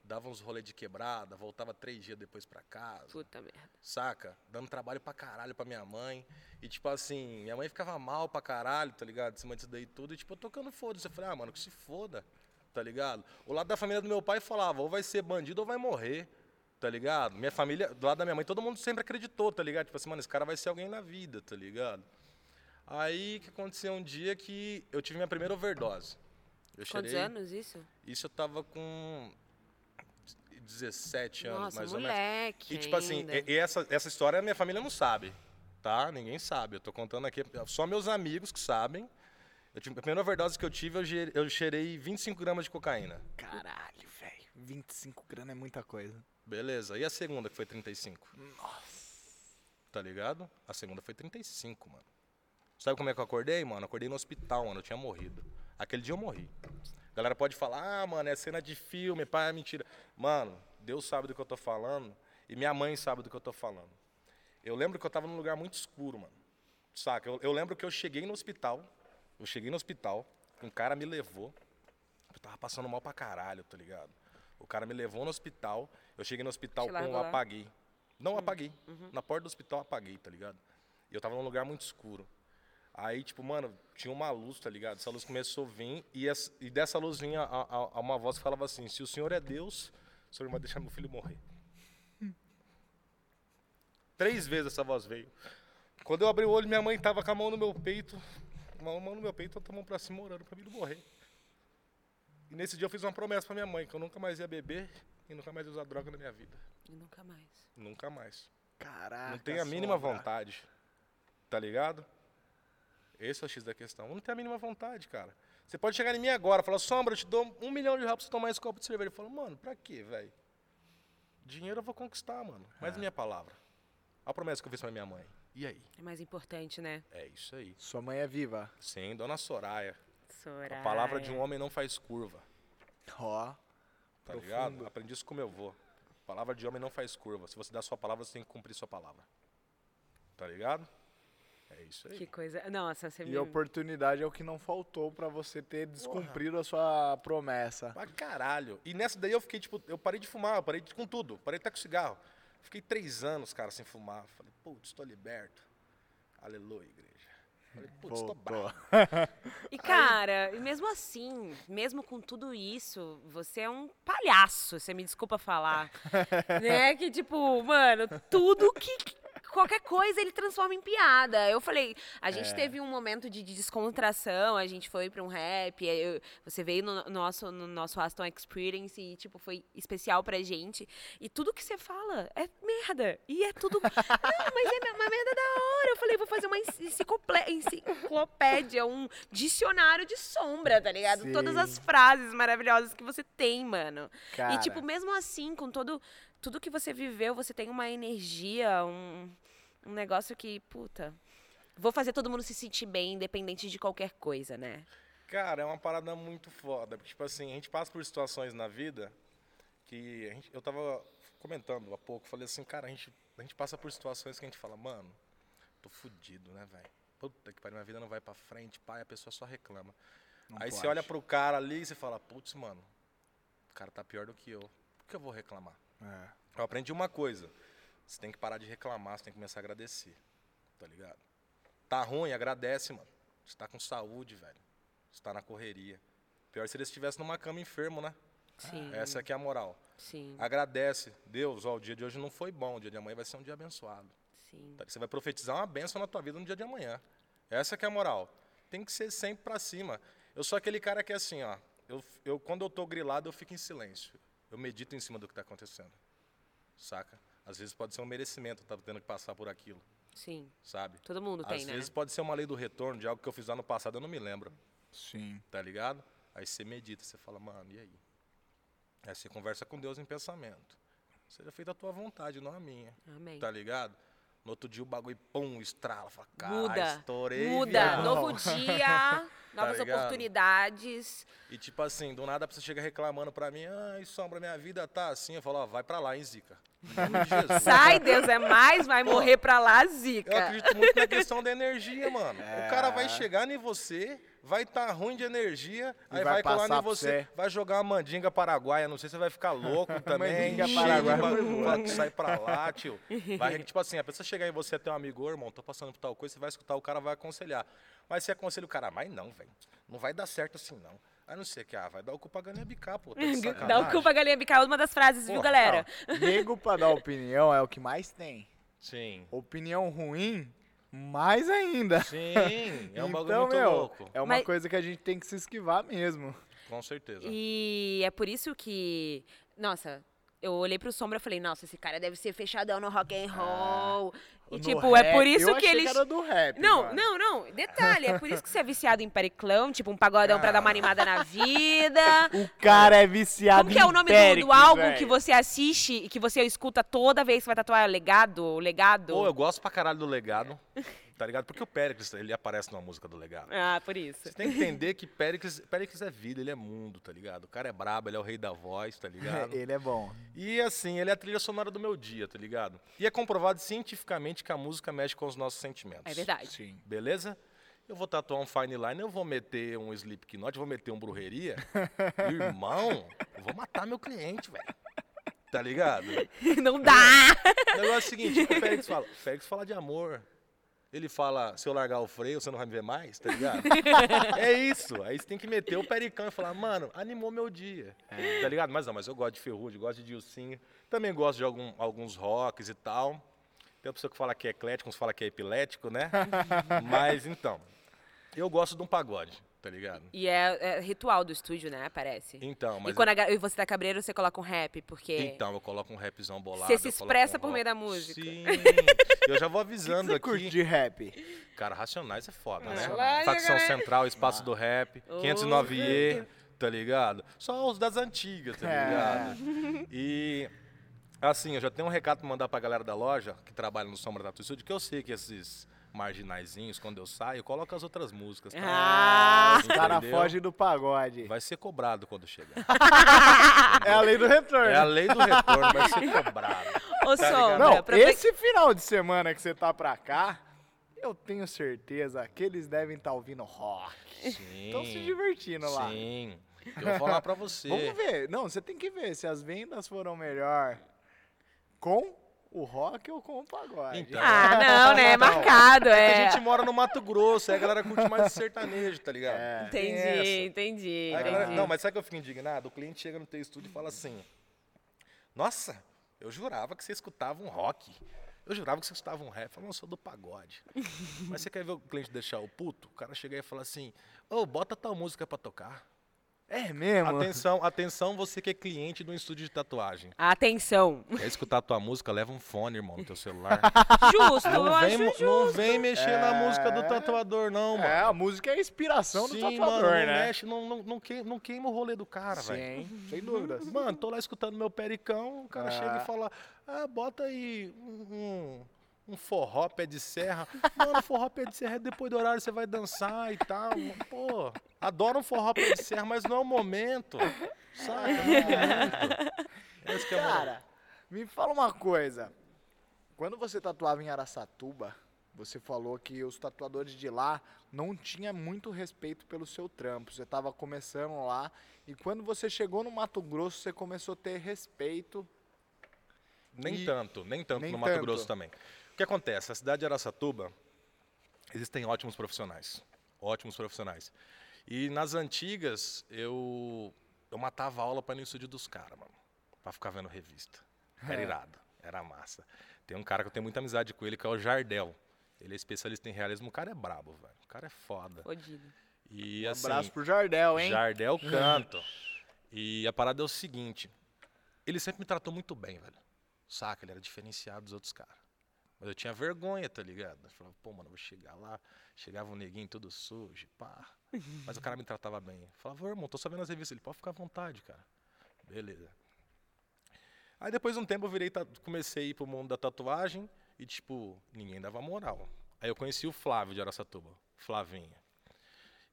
Speaker 3: dava uns rolê de quebrada, voltava três dias depois pra casa
Speaker 1: Puta merda.
Speaker 3: saca? Dando trabalho pra caralho pra minha mãe. E, tipo assim, minha mãe ficava mal pra caralho, tá ligado? Em cima disso daí tudo. E, tipo, eu tocando foda-se. Eu falei, ah, mano, que se foda, tá ligado? O lado da família do meu pai falava, ou vai ser bandido ou vai morrer, tá ligado? Minha família, do lado da minha mãe, todo mundo sempre acreditou, tá ligado? Tipo assim, mano, esse cara vai ser alguém na vida, tá ligado? Aí, que aconteceu um dia que eu tive minha primeira overdose. Eu
Speaker 1: Quantos
Speaker 3: cheirei-
Speaker 1: anos isso?
Speaker 3: Isso eu tava com 17 anos,
Speaker 1: Nossa,
Speaker 3: mais ou menos.
Speaker 1: moleque.
Speaker 3: E tipo assim,
Speaker 1: ainda.
Speaker 3: e- e essa, essa história a minha família não sabe, tá? Ninguém sabe. Eu tô contando aqui, só meus amigos que sabem. Eu tive, a primeira overdose que eu tive, eu, ge- eu cheirei 25 gramas de cocaína.
Speaker 2: caralho, velho. 25 grana é muita coisa.
Speaker 3: Beleza. E a segunda, que foi 35? Nossa. Tá ligado? A segunda foi 35, mano. Sabe como é que eu acordei, mano? Acordei no hospital, mano. Eu tinha morrido. Aquele dia eu morri. A galera pode falar, ah, mano, é cena de filme, pá, é mentira. Mano, Deus sabe do que eu tô falando e minha mãe sabe do que eu tô falando. Eu lembro que eu tava num lugar muito escuro, mano. Saca? Eu, eu lembro que eu cheguei no hospital. Eu cheguei no hospital, um cara me levou. Eu tava passando mal pra caralho, tá ligado? O cara me levou no hospital. Eu cheguei no hospital
Speaker 1: Te
Speaker 3: com
Speaker 1: largou
Speaker 3: um
Speaker 1: lá. Hum, uhum.
Speaker 3: apaguei. Não apaguei. Na porta do hospital apaguei, tá ligado? E eu tava num lugar muito escuro. Aí, tipo, mano, tinha uma luz, tá ligado? Essa luz começou a vir e, essa- e dessa luz vinha a, a- a uma voz que falava assim: Se o senhor é Deus, o senhor não vai deixar meu filho morrer. Três vezes essa voz veio. Quando eu abri o olho, minha mãe tava com a mão no meu peito, uma mão no meu peito, outra mão pra cima, orando pra mim não morrer. E nesse dia eu fiz uma promessa pra minha mãe, que eu nunca mais ia beber e nunca mais ia usar droga na minha vida.
Speaker 1: E nunca mais.
Speaker 3: Nunca mais.
Speaker 2: Caraca.
Speaker 3: Não tem a mínima
Speaker 2: Ah, tá Sombra.
Speaker 3: vontade. Tá ligado? Esse é o X da questão. Eu Não tem a mínima vontade, cara. Você pode chegar em mim agora e falar, Sombra, eu te dou um milhão de reais pra você tomar esse copo de cerveja. Eu falo, mano, pra quê, velho? Dinheiro eu vou conquistar, mano. Mas minha palavra. A promessa que eu fiz pra minha mãe. E aí?
Speaker 1: É mais importante, né?
Speaker 3: É isso aí.
Speaker 2: Sua mãe é viva.
Speaker 3: Sim, dona Soraya.
Speaker 1: Soraya.
Speaker 3: A palavra de um homem não faz curva.
Speaker 2: Ó.
Speaker 3: Tá
Speaker 2: Profundo.
Speaker 3: ligado? Aprendi isso com meu avô. Palavra de homem não faz curva. Se você dá sua palavra, você tem que cumprir sua palavra. Tá ligado? É isso aí.
Speaker 1: Que coisa. Nossa, você
Speaker 2: E
Speaker 1: me...
Speaker 2: oportunidade é o que não faltou pra você ter descumprido a sua promessa.
Speaker 3: Pra caralho. E nessa daí eu fiquei, tipo, eu parei de fumar, eu parei de, com tudo, parei de estar com cigarro. Fiquei três anos, cara, sem fumar. Falei, putz, tô liberto. Aleluia, igreja. Falei, putz, tô
Speaker 2: Voltou.
Speaker 3: bravo.
Speaker 1: E cara, e mesmo assim, mesmo com tudo isso, você é um palhaço, você me desculpa falar. né? Que tipo, mano, tudo que. qualquer coisa ele transforma em piada. Eu falei, a gente teve um momento de descontração, a gente foi pra um rap, eu- você veio no nosso, no nosso Aston Experience e, tipo, foi especial pra gente. E tudo que você fala é merda. E é tudo. Não, mas é uma merda da hora. Eu falei, vou fazer uma enciclople- enciclopédia, um dicionário de sombra, tá ligado?
Speaker 2: Sim.
Speaker 1: Todas as frases maravilhosas que você tem, mano.
Speaker 2: Cara,
Speaker 1: E, tipo, mesmo assim, com todo, tudo que você viveu, você tem uma energia, um, um negócio que, puta. Vou fazer todo mundo se sentir bem, independente de qualquer coisa, né?
Speaker 3: Cara, é uma parada muito foda. Porque, tipo assim, a gente passa por situações na vida que a gente- eu tava comentando há pouco, falei assim, cara, a gente, a gente passa por situações que a gente fala, mano, tô fudido, né, velho? Puta que pariu, minha vida não vai pra frente, pai, a pessoa só reclama.
Speaker 2: não
Speaker 3: Aí você
Speaker 2: pode.
Speaker 3: olha pro cara ali e você fala, putz, mano, o cara tá pior do que eu. Por que eu vou reclamar?
Speaker 2: É.
Speaker 3: Eu aprendi uma coisa. Você tem que parar de reclamar, você tem que começar a agradecer. Tá ligado? Tá ruim, agradece, mano. Você tá com saúde, velho. Você tá na correria. Pior se ele estivesse numa cama enfermo, né?
Speaker 1: Sim.
Speaker 3: Essa aqui é a moral.
Speaker 1: Sim,
Speaker 3: Agradece. Deus, ó, o dia de hoje não foi bom, o dia de amanhã vai ser um dia abençoado.
Speaker 1: sim.
Speaker 3: Tá? Você vai profetizar uma bênção na tua vida no dia de amanhã. Essa que é a moral. Tem que ser sempre pra cima. Eu sou aquele cara que é assim, ó. Eu, eu, quando eu tô grilado, eu fico em silêncio. Eu medito em cima do que tá acontecendo. Saca? Às vezes pode ser um merecimento, eu tava tendo que passar por aquilo,
Speaker 1: Sim.
Speaker 3: sabe?
Speaker 1: Todo mundo
Speaker 3: Às
Speaker 1: tem, né?
Speaker 3: vezes pode ser uma lei do retorno de algo que eu fiz lá no passado, eu não me lembro,
Speaker 2: Sim.
Speaker 3: tá ligado? Aí você medita, você fala, mano, e aí? Aí você conversa com Deus em pensamento. Seja feita a tua vontade, não a minha.
Speaker 1: Amém.
Speaker 3: Tá ligado? No outro dia o bagulho, pum, estrala. Fala, cara,
Speaker 1: Muda.
Speaker 3: estourei.
Speaker 1: Muda.
Speaker 3: viado."
Speaker 1: Novo dia, novas
Speaker 3: ligado?
Speaker 1: oportunidades.
Speaker 3: E tipo assim, do nada a pessoa chega reclamando pra mim, ai, sombra, minha vida tá assim. Eu falo, ó, vai pra lá, hein, Zica. Em nome de Jesus.
Speaker 1: Sai, Deus é mais, vai morrer pra lá,
Speaker 3: Eu
Speaker 1: zica.
Speaker 3: acredito muito na questão da energia, mano.
Speaker 2: É.
Speaker 3: O cara vai chegar em você, vai estar ruim de energia,
Speaker 2: E
Speaker 3: aí vai,
Speaker 2: vai
Speaker 3: colar
Speaker 2: passar
Speaker 3: em
Speaker 2: pra
Speaker 3: você,
Speaker 2: você.
Speaker 3: vai jogar uma mandinga paraguaia, não sei se você vai ficar louco também.
Speaker 2: Mandinga
Speaker 3: cheio de
Speaker 2: paraguaia
Speaker 3: ba-
Speaker 2: foi boa.
Speaker 3: ba- Sai pra lá, tio. Vai, tipo assim, a pessoa chegar em você, tem um amigo, "Ô, irmão, tô passando por tal coisa, você vai escutar, o cara vai aconselhar. Mas você aconselha o cara, mas não, velho, não vai dar certo assim, não. A não ser que, ah, vai dar o cu pra ganhar bicar, pô, tá de
Speaker 1: Dá
Speaker 3: sacanagem.
Speaker 1: o cu pra galinha bicar, é uma das frases, viu,
Speaker 3: Porra,
Speaker 1: galera?
Speaker 2: Nego pra dar opinião é o que mais tem.
Speaker 3: Sim,
Speaker 2: Opinião ruim, mais ainda.
Speaker 3: sim, é um bagulho
Speaker 2: então,
Speaker 3: muito
Speaker 2: meu,
Speaker 3: louco,
Speaker 2: é uma
Speaker 1: Mas-
Speaker 2: coisa que a gente tem que se esquivar mesmo.
Speaker 3: com certeza.
Speaker 1: E é por isso que, nossa, eu olhei pro Sombra e falei, nossa, esse cara deve ser fechadão no rock and roll. e
Speaker 2: Ah, No
Speaker 1: tipo, é por
Speaker 2: rap,
Speaker 1: isso
Speaker 2: eu
Speaker 1: que
Speaker 2: achei
Speaker 1: eles
Speaker 2: era do rap.
Speaker 1: Não,
Speaker 2: mano.
Speaker 1: não, não, detalhe, é por isso que você é viciado em periclão, tipo um pagodão pra dar uma animada na vida.
Speaker 2: O cara é Ah. viciado
Speaker 1: Como que é o
Speaker 2: em
Speaker 1: nome do,
Speaker 2: Péricles,
Speaker 1: do álbum
Speaker 2: velho.
Speaker 1: que você assiste e que você escuta toda vez que vai tatuar legado, o legado?
Speaker 3: Pô, eu gosto pra caralho do legado,
Speaker 1: É.
Speaker 3: tá ligado? Porque o Péricles, ele aparece numa música do legado.
Speaker 1: Ah, por isso.
Speaker 3: Você tem que entender que Péricles, Péricles é vida, ele é mundo, tá ligado? O cara é brabo, ele é o rei da voz, tá ligado?
Speaker 2: Ele é bom.
Speaker 3: E assim, ele é a trilha sonora do meu dia, tá ligado? E é comprovado cientificamente que a música mexe com os nossos sentimentos.
Speaker 1: É verdade.
Speaker 2: Sim.
Speaker 3: Beleza? Eu vou tatuar um fine line, eu vou meter um Slipknot, eu vou meter um Brujeria. Irmão, eu vou matar meu cliente, velho. Tá ligado?
Speaker 1: Não dá!
Speaker 3: O negócio é o seguinte, o que o Félix fala, o Félix fala de amor. Ele fala, se eu largar o freio, você não vai me ver mais, tá ligado? é isso. Aí você tem que meter o pericão e falar, mano, animou meu dia.
Speaker 1: É.
Speaker 3: Tá ligado? Mas não, mas eu gosto de ferrugem, gosto de Dilcinho. Também gosto de algum- alguns rocks e tal. Tem uma pessoa que fala que é eclético, uns fala que é epilético, né? mas então, eu gosto de um pagode, tá ligado?
Speaker 1: E é, é ritual do estúdio, né? Parece.
Speaker 3: Então, mas.
Speaker 1: e
Speaker 2: é
Speaker 1: quando a ga- e você tá cabreiro, você coloca um rap, porque.
Speaker 3: Então, eu coloco um rapzão bolado.
Speaker 1: Você se
Speaker 3: eu coloco
Speaker 1: expressa
Speaker 3: um
Speaker 1: por
Speaker 3: rock.
Speaker 1: meio da música.
Speaker 3: Sim. Eu já vou avisando
Speaker 2: Você
Speaker 3: aqui.
Speaker 2: curte de rap?
Speaker 3: Cara, Racionais é foda, né?
Speaker 1: Racionais,
Speaker 3: Facção
Speaker 1: né?
Speaker 3: Central, Espaço do Rap,
Speaker 1: Oh,
Speaker 3: 509E, tá ligado? Só os das antigas, tá
Speaker 2: É.
Speaker 3: ligado? E, assim, eu já tenho um recado pra mandar pra galera da loja, que trabalha no Sombra Tatu Studio, que eu sei que esses marginaizinhos, quando eu saio, coloca as outras músicas. também,
Speaker 1: Ah!
Speaker 2: Os caras
Speaker 3: entendeu?
Speaker 2: fogem do pagode.
Speaker 3: Vai ser cobrado quando chegar.
Speaker 2: É a lei do retorno.
Speaker 3: É a lei do retorno, vai ser cobrado.
Speaker 1: Ô, Sombra,
Speaker 2: Não,
Speaker 1: aprove-
Speaker 2: esse final de semana que você tá pra cá, eu tenho certeza que eles devem estar ouvindo rock.
Speaker 3: Sim.
Speaker 2: Estão se divertindo lá.
Speaker 3: Sim. Eu vou falar pra você.
Speaker 2: Vamos ver. Não, você tem que ver se as vendas foram melhor com o rock ou com o pagode.
Speaker 3: Então.
Speaker 1: Ah, não, né? É marcado,
Speaker 3: Porque
Speaker 1: é.
Speaker 3: a gente mora no Mato Grosso, aí a galera curte mais sertanejo, tá ligado?
Speaker 2: É.
Speaker 3: Tem
Speaker 1: Entendi,
Speaker 3: essa.
Speaker 1: entendi,
Speaker 3: Aí a galera-
Speaker 1: entendi.
Speaker 3: Não, mas sabe que eu fico indignado? O cliente chega no teu estúdio e fala assim: Nossa, eu jurava que você escutava um rock. Eu Eu jurava que você estava um rap. Eu falava, não, eu sou do pagode. Mas você quer ver o cliente deixar o puto? O cara chega aí e fala assim, ô, bota tal música pra tocar.
Speaker 2: É mesmo?
Speaker 3: Atenção, atenção, você que é cliente de um estúdio de tatuagem.
Speaker 1: Atenção.
Speaker 3: Quer escutar a tua música? Leva um fone, irmão, no teu celular.
Speaker 1: Justo, eu
Speaker 3: Não vem,
Speaker 1: acho
Speaker 3: mo-
Speaker 1: justo.
Speaker 3: não vem mexer na
Speaker 2: É.
Speaker 3: música do tatuador, não, mano.
Speaker 2: É, a música é a inspiração do
Speaker 3: Sim,
Speaker 2: tatuador,
Speaker 3: mano, não
Speaker 2: né?
Speaker 3: mexe, não, não, não queima, não queima o rolê do cara, velho.
Speaker 2: Sim, sem dúvidas.
Speaker 3: Mano, tô lá escutando meu pericão, o cara
Speaker 2: Ah.
Speaker 3: chega e fala, ah, bota aí um, um, um forró pé de serra. Mano, forró pé de serra é depois do horário, você vai dançar e tal. Pô, adoro um forró pé de serra, mas não é o momento, saca? Não é o momento. Esse que é o momento.
Speaker 2: Cara, me fala uma coisa. Quando você tatuava em Araçatuba, você falou que os tatuadores de lá não tinham muito respeito pelo seu trampo. Você estava começando lá e quando você chegou no Mato Grosso, você começou a ter respeito.
Speaker 3: Nem
Speaker 2: E-
Speaker 3: tanto, nem tanto
Speaker 2: nem
Speaker 3: no Mato
Speaker 2: tanto.
Speaker 3: Grosso também. O que acontece? A cidade de Araçatuba, existem ótimos profissionais. Ótimos profissionais. E nas antigas, eu, eu matava aula para ir no estúdio dos caras, mano. Pra ficar vendo revista.
Speaker 2: É.
Speaker 3: Era irado, era massa. Tem um cara que eu tenho muita amizade com ele, que é o Jardel. Ele é especialista em realismo. O cara é brabo, velho. O cara é foda.
Speaker 1: Fodido.
Speaker 3: E,
Speaker 2: Um
Speaker 3: assim,
Speaker 2: abraço pro Jardel, hein?
Speaker 3: Jardel canto. E a parada é o seguinte: ele sempre me tratou muito bem, velho. Saca? Ele era diferenciado dos outros caras. Mas eu tinha vergonha, tá ligado? Eu falava, pô, mano, eu vou chegar lá. Chegava um neguinho todo sujo, pá. Mas o cara me tratava bem. Eu falava, ô irmão, tô sabendo as revistas. Ele, pode ficar à vontade, cara. Beleza. Aí depois de um tempo eu virei, ta- comecei a ir pro mundo da tatuagem e, tipo, ninguém dava moral. Aí eu conheci o Flávio de Araçatuba, Flavinha.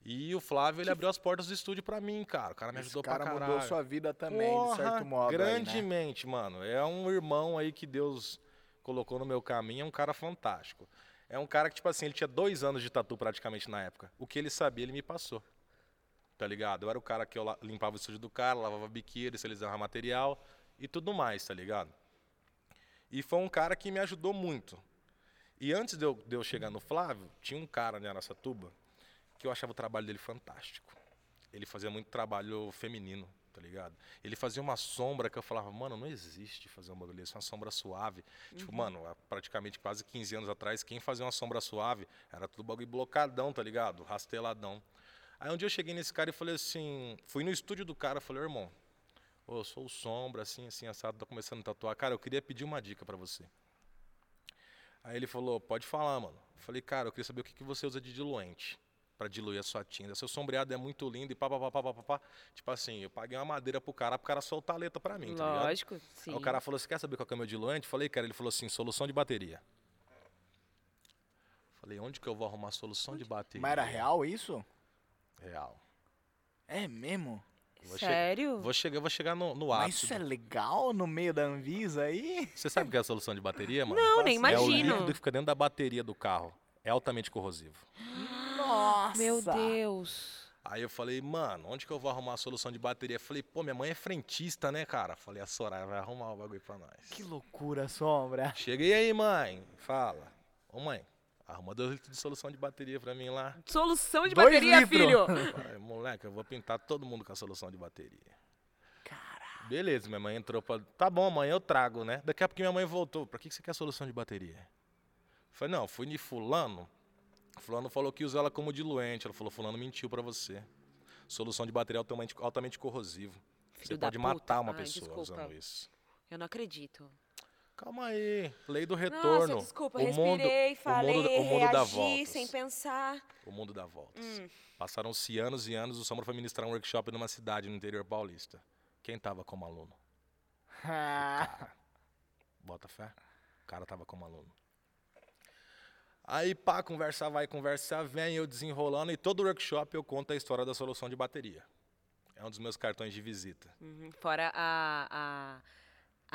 Speaker 3: E o Flávio, ele abriu as portas do estúdio pra mim, cara. O cara me
Speaker 2: Esse
Speaker 3: ajudou
Speaker 2: cara
Speaker 3: pra caralho.
Speaker 2: mudou sua vida também, de certo
Speaker 3: Porra,
Speaker 2: modo. aí, né?
Speaker 3: Grandemente, mano. É um irmão aí que Deus colocou no meu caminho, é um cara fantástico. É um cara que, tipo assim, ele tinha dois anos de tatu praticamente na época. O que ele sabia, ele me passou. Tá ligado? Eu era o cara que eu la- limpava o estúdio do cara, lavava biqueira, esterilizava material e tudo mais, tá ligado? E foi um cara que me ajudou muito. E antes de eu, de eu chegar no Flávio, tinha um cara na nossa tuba que eu achava o trabalho dele fantástico. Ele fazia muito trabalho feminino, tá ligado? Ele fazia uma sombra que eu falava, mano, não existe fazer um bagulho desse, uma sombra suave. Tipo, mano, há praticamente quase 15 anos atrás, quem fazia uma sombra suave era tudo bagulho blocadão, tá ligado? Rasteladão. Aí um dia eu cheguei nesse cara e falei assim, fui no estúdio do cara, falei, irmão, ô, eu sou o sombra, assim, assim, assado, tô começando a tatuar. Cara, eu queria pedir uma dica pra você. Aí ele falou, pode falar, mano. Eu falei, cara, eu queria saber o que, que você usa de diluente pra diluir a sua tinta. Seu sombreado é muito lindo e pá, pá, pá, pá, pá, pá, pá. Tipo assim, eu paguei uma madeira pro cara, pro cara soltar a letra pra mim, tá ligado?
Speaker 1: Lógico, sim.
Speaker 3: Aí o cara falou, você quer saber qual que é o meu diluente? Eu Falei, cara, ele falou assim, solução de bateria. Eu Falei, onde que eu vou arrumar solução de bateria?
Speaker 2: Mas era real isso?
Speaker 3: Real.
Speaker 2: É mesmo?
Speaker 3: Vou chegar-
Speaker 1: Sério?
Speaker 3: Vou chegar, vou chegar no, no
Speaker 2: Mas
Speaker 3: ápice.
Speaker 2: isso é legal no meio da Anvisa aí?
Speaker 3: Você sabe o que é a solução de bateria, mano?
Speaker 1: Não, nem
Speaker 3: É o
Speaker 1: imagino.
Speaker 3: líquido que fica dentro da bateria do carro. É altamente corrosivo.
Speaker 2: Nossa!
Speaker 1: Meu Deus.
Speaker 3: Aí eu falei, mano, onde que eu vou arrumar a solução de bateria? Falei, pô, minha mãe é frentista, né, cara? Falei, a Soraya vai arrumar o bagulho pra nós.
Speaker 2: Que loucura, Sombra.
Speaker 3: Cheguei aí, mãe. Fala. Ô, mãe, arruma dois litros de solução de bateria pra mim lá.
Speaker 1: Solução de
Speaker 2: Dois
Speaker 1: bateria,
Speaker 2: litros.
Speaker 1: filho.
Speaker 3: Falei, moleque, eu vou pintar todo mundo com a solução de bateria. Caralho. Beleza, minha mãe entrou pra. Tá bom, mãe, eu trago, né? Daqui a pouco minha mãe voltou. Pra que que você quer a solução de bateria? Eu Falei, não, fui de fulano. Fulano falou que usa ela como diluente. Ela falou, fulano mentiu pra você. Solução de bateria é altamente, altamente corrosivo.
Speaker 1: Filho
Speaker 3: você
Speaker 1: da
Speaker 3: pode
Speaker 1: puta.
Speaker 3: matar uma
Speaker 1: Ai,
Speaker 3: pessoa
Speaker 1: desculpa.
Speaker 3: usando isso.
Speaker 1: Eu não acredito.
Speaker 3: Calma aí, lei do retorno.
Speaker 1: Nossa, desculpa,
Speaker 3: o mundo,
Speaker 1: respirei, falei,
Speaker 3: o mundo, o mundo
Speaker 1: reagi
Speaker 3: dá voltas.
Speaker 1: sem pensar.
Speaker 3: O mundo dá voltas.
Speaker 1: Hum.
Speaker 3: Passaram-se anos e anos, o Sombra foi ministrar um workshop numa cidade no interior paulista. Quem tava como aluno? Cara. Bota fé. O cara tava como aluno. Aí, pá, conversa vai, conversa vem, eu desenrolando, e todo workshop eu conto a história da solução de bateria. É um dos meus cartões de visita.
Speaker 1: Uhum, Fora a, a-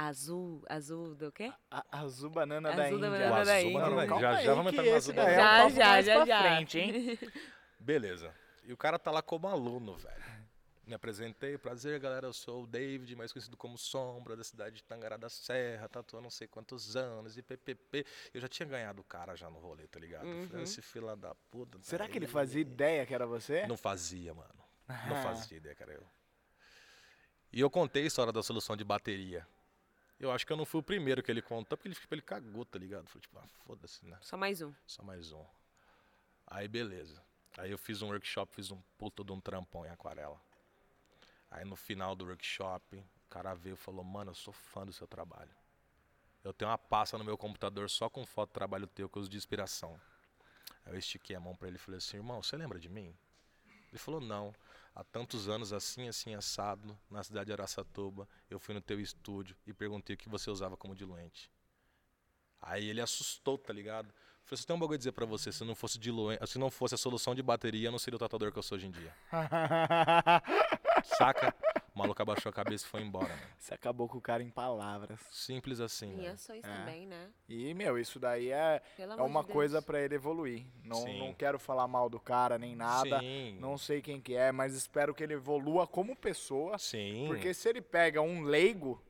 Speaker 1: a azul, azul do quê?
Speaker 3: É,
Speaker 2: A- Azul banana da
Speaker 1: Azul
Speaker 2: Índia.
Speaker 1: banana
Speaker 3: O da azul Índia. banana da Índia.
Speaker 2: Calma
Speaker 3: Já-
Speaker 2: aí
Speaker 3: já vamos
Speaker 2: que
Speaker 3: entrar no
Speaker 2: esse
Speaker 3: azul
Speaker 2: daí é
Speaker 1: banana.
Speaker 2: um
Speaker 1: Já,
Speaker 2: papo
Speaker 1: já,
Speaker 2: mais
Speaker 1: já,
Speaker 2: pra
Speaker 1: já.
Speaker 2: frente, hein?
Speaker 3: Beleza. E o cara tá lá como aluno, velho. Me apresentei, prazer galera, eu sou o David, mais conhecido como Sombra, da cidade de Tangará da Serra, tatuando não sei quantos anos, e ppp. Eu já tinha ganhado o cara já no rolê, tá ligado? Eu falei, esse fila da puta. tá
Speaker 2: Uhum. Será que ele
Speaker 3: aí."
Speaker 2: fazia ideia que era você?
Speaker 3: Não fazia, mano. Não
Speaker 2: Ah.
Speaker 3: fazia ideia, cara. Eu. E eu contei a história da solução de bateria. Eu acho que eu não fui o primeiro que ele contou, porque ele, tipo, ele cagou, tá ligado? Falei, tipo, ah, foda-se, né?
Speaker 1: Só mais um.
Speaker 3: Só mais um. Aí, beleza. Aí eu fiz um workshop, fiz um puto de um trampão em aquarela. Aí no final do workshop, o cara veio e falou, mano, eu sou fã do seu trabalho. Eu tenho uma pasta no meu computador só com foto do trabalho teu que eu uso de inspiração. Aí eu estiquei a mão pra ele e falei assim, irmão, você lembra de mim? Ele falou, não. Há tantos anos, assim, assim, assado, na cidade de Araçatuba, eu fui no teu estúdio e perguntei o que você usava como diluente. Aí ele assustou, tá ligado? Eu Falei, você tem um bagulho a dizer pra você, se não fosse diluente, se não fosse a solução de bateria, eu não seria o tatuador que eu sou hoje em dia. Saca? O maluco abaixou a cabeça e foi embora. mano.
Speaker 2: Você acabou com o cara em palavras.
Speaker 3: Simples assim,
Speaker 1: Tem
Speaker 3: mano.
Speaker 1: ações
Speaker 2: É.
Speaker 1: também, né?
Speaker 2: E, meu, isso daí é,
Speaker 1: Pelo
Speaker 2: é
Speaker 1: amor de
Speaker 2: uma
Speaker 1: Deus.
Speaker 2: coisa pra ele evoluir. Não,
Speaker 3: Sim.
Speaker 2: não quero falar mal do cara nem nada.
Speaker 3: Sim.
Speaker 2: Não sei quem que é, mas espero que ele evolua como pessoa.
Speaker 3: Sim.
Speaker 2: Porque se ele pega um leigo,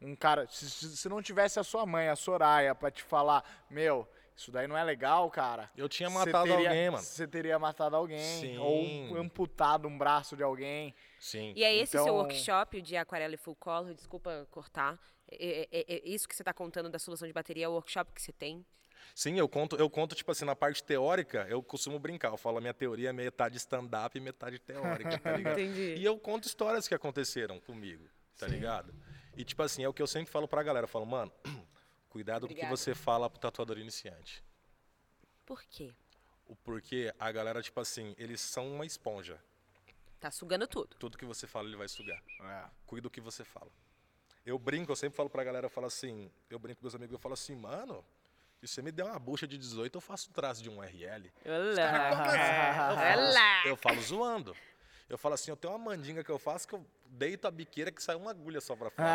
Speaker 2: um cara. Se, se se não tivesse a sua mãe, a Soraya, pra te falar, meu, isso daí não é legal, cara.
Speaker 3: Eu tinha
Speaker 2: Você
Speaker 3: matado
Speaker 2: teria-
Speaker 3: alguém, mano.
Speaker 2: Você teria matado alguém.
Speaker 3: Sim.
Speaker 2: Ou amputado um braço de alguém.
Speaker 3: Sim.
Speaker 1: E é esse seu
Speaker 2: Então-
Speaker 1: workshop, o de aquarela e full color, desculpa cortar. É, é- é- é isso que você tá contando da solução de bateria, é o workshop que você tem.
Speaker 3: Sim, eu conto, eu conto, tipo assim, na parte teórica, eu costumo brincar. Eu falo, a minha teoria é metade stand-up e metade teórica, tá ligado?
Speaker 1: Entendi.
Speaker 3: E eu conto histórias que aconteceram comigo, tá ligado? E, tipo assim, é o que eu sempre falo pra galera. Eu falo, mano, cuidado com o que
Speaker 1: Obrigada.
Speaker 3: você fala pro tatuador iniciante.
Speaker 1: Por quê?
Speaker 3: O porquê a galera, tipo assim, eles são uma esponja.
Speaker 1: Tá sugando tudo.
Speaker 3: Tudo que você fala, ele vai sugar.
Speaker 2: É.
Speaker 3: Cuida do que você fala. Eu brinco, eu sempre falo pra galera, eu falo assim, eu brinco com meus amigos, eu falo assim, mano, se você me der uma bucha de 18, eu faço um traço de um RL.
Speaker 1: Ah. Olá!
Speaker 3: Eu falo zoando. Eu falo assim, eu tenho uma mandinga que eu faço que eu deito a biqueira que sai uma agulha só pra fora.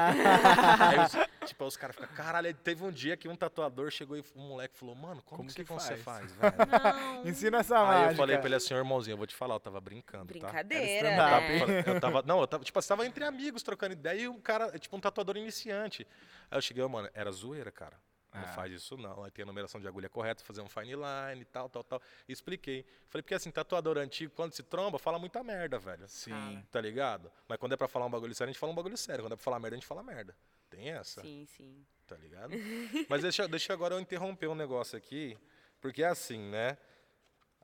Speaker 3: Aí, os, tipo, os caras ficam, caralho, aí teve um dia que um tatuador chegou e um moleque falou, mano, como,
Speaker 2: Como
Speaker 3: que,
Speaker 2: que
Speaker 3: você
Speaker 2: faz?"
Speaker 3: faz, velho?
Speaker 2: Ensina essa mágica.
Speaker 3: Aí eu falei pra ele assim, irmãozinho, eu vou te falar, eu tava brincando, tá?
Speaker 1: Brincadeira,
Speaker 2: Era stand-up,
Speaker 1: né?
Speaker 2: hein?
Speaker 3: Eu tava, não, eu tava, tipo, assim, tava entre amigos trocando ideia e um cara, tipo, um tatuador iniciante. Aí eu cheguei, mano, era zoeira, cara. Não
Speaker 2: Ah.
Speaker 3: faz isso não. Aí tem a numeração de agulha correta, fazer um fine line e tal, tal, tal. Expliquei. Falei, porque assim, tatuador antigo, quando se tromba, fala muita merda, velho.
Speaker 2: Sim.
Speaker 3: Tá ligado? Mas quando é pra falar um bagulho sério, a gente fala um bagulho sério. Quando é pra falar merda, a gente fala merda. Tem essa,
Speaker 1: Sim, sim.
Speaker 3: tá ligado? Mas deixa, deixa agora eu interromper um negócio aqui, porque é assim, né?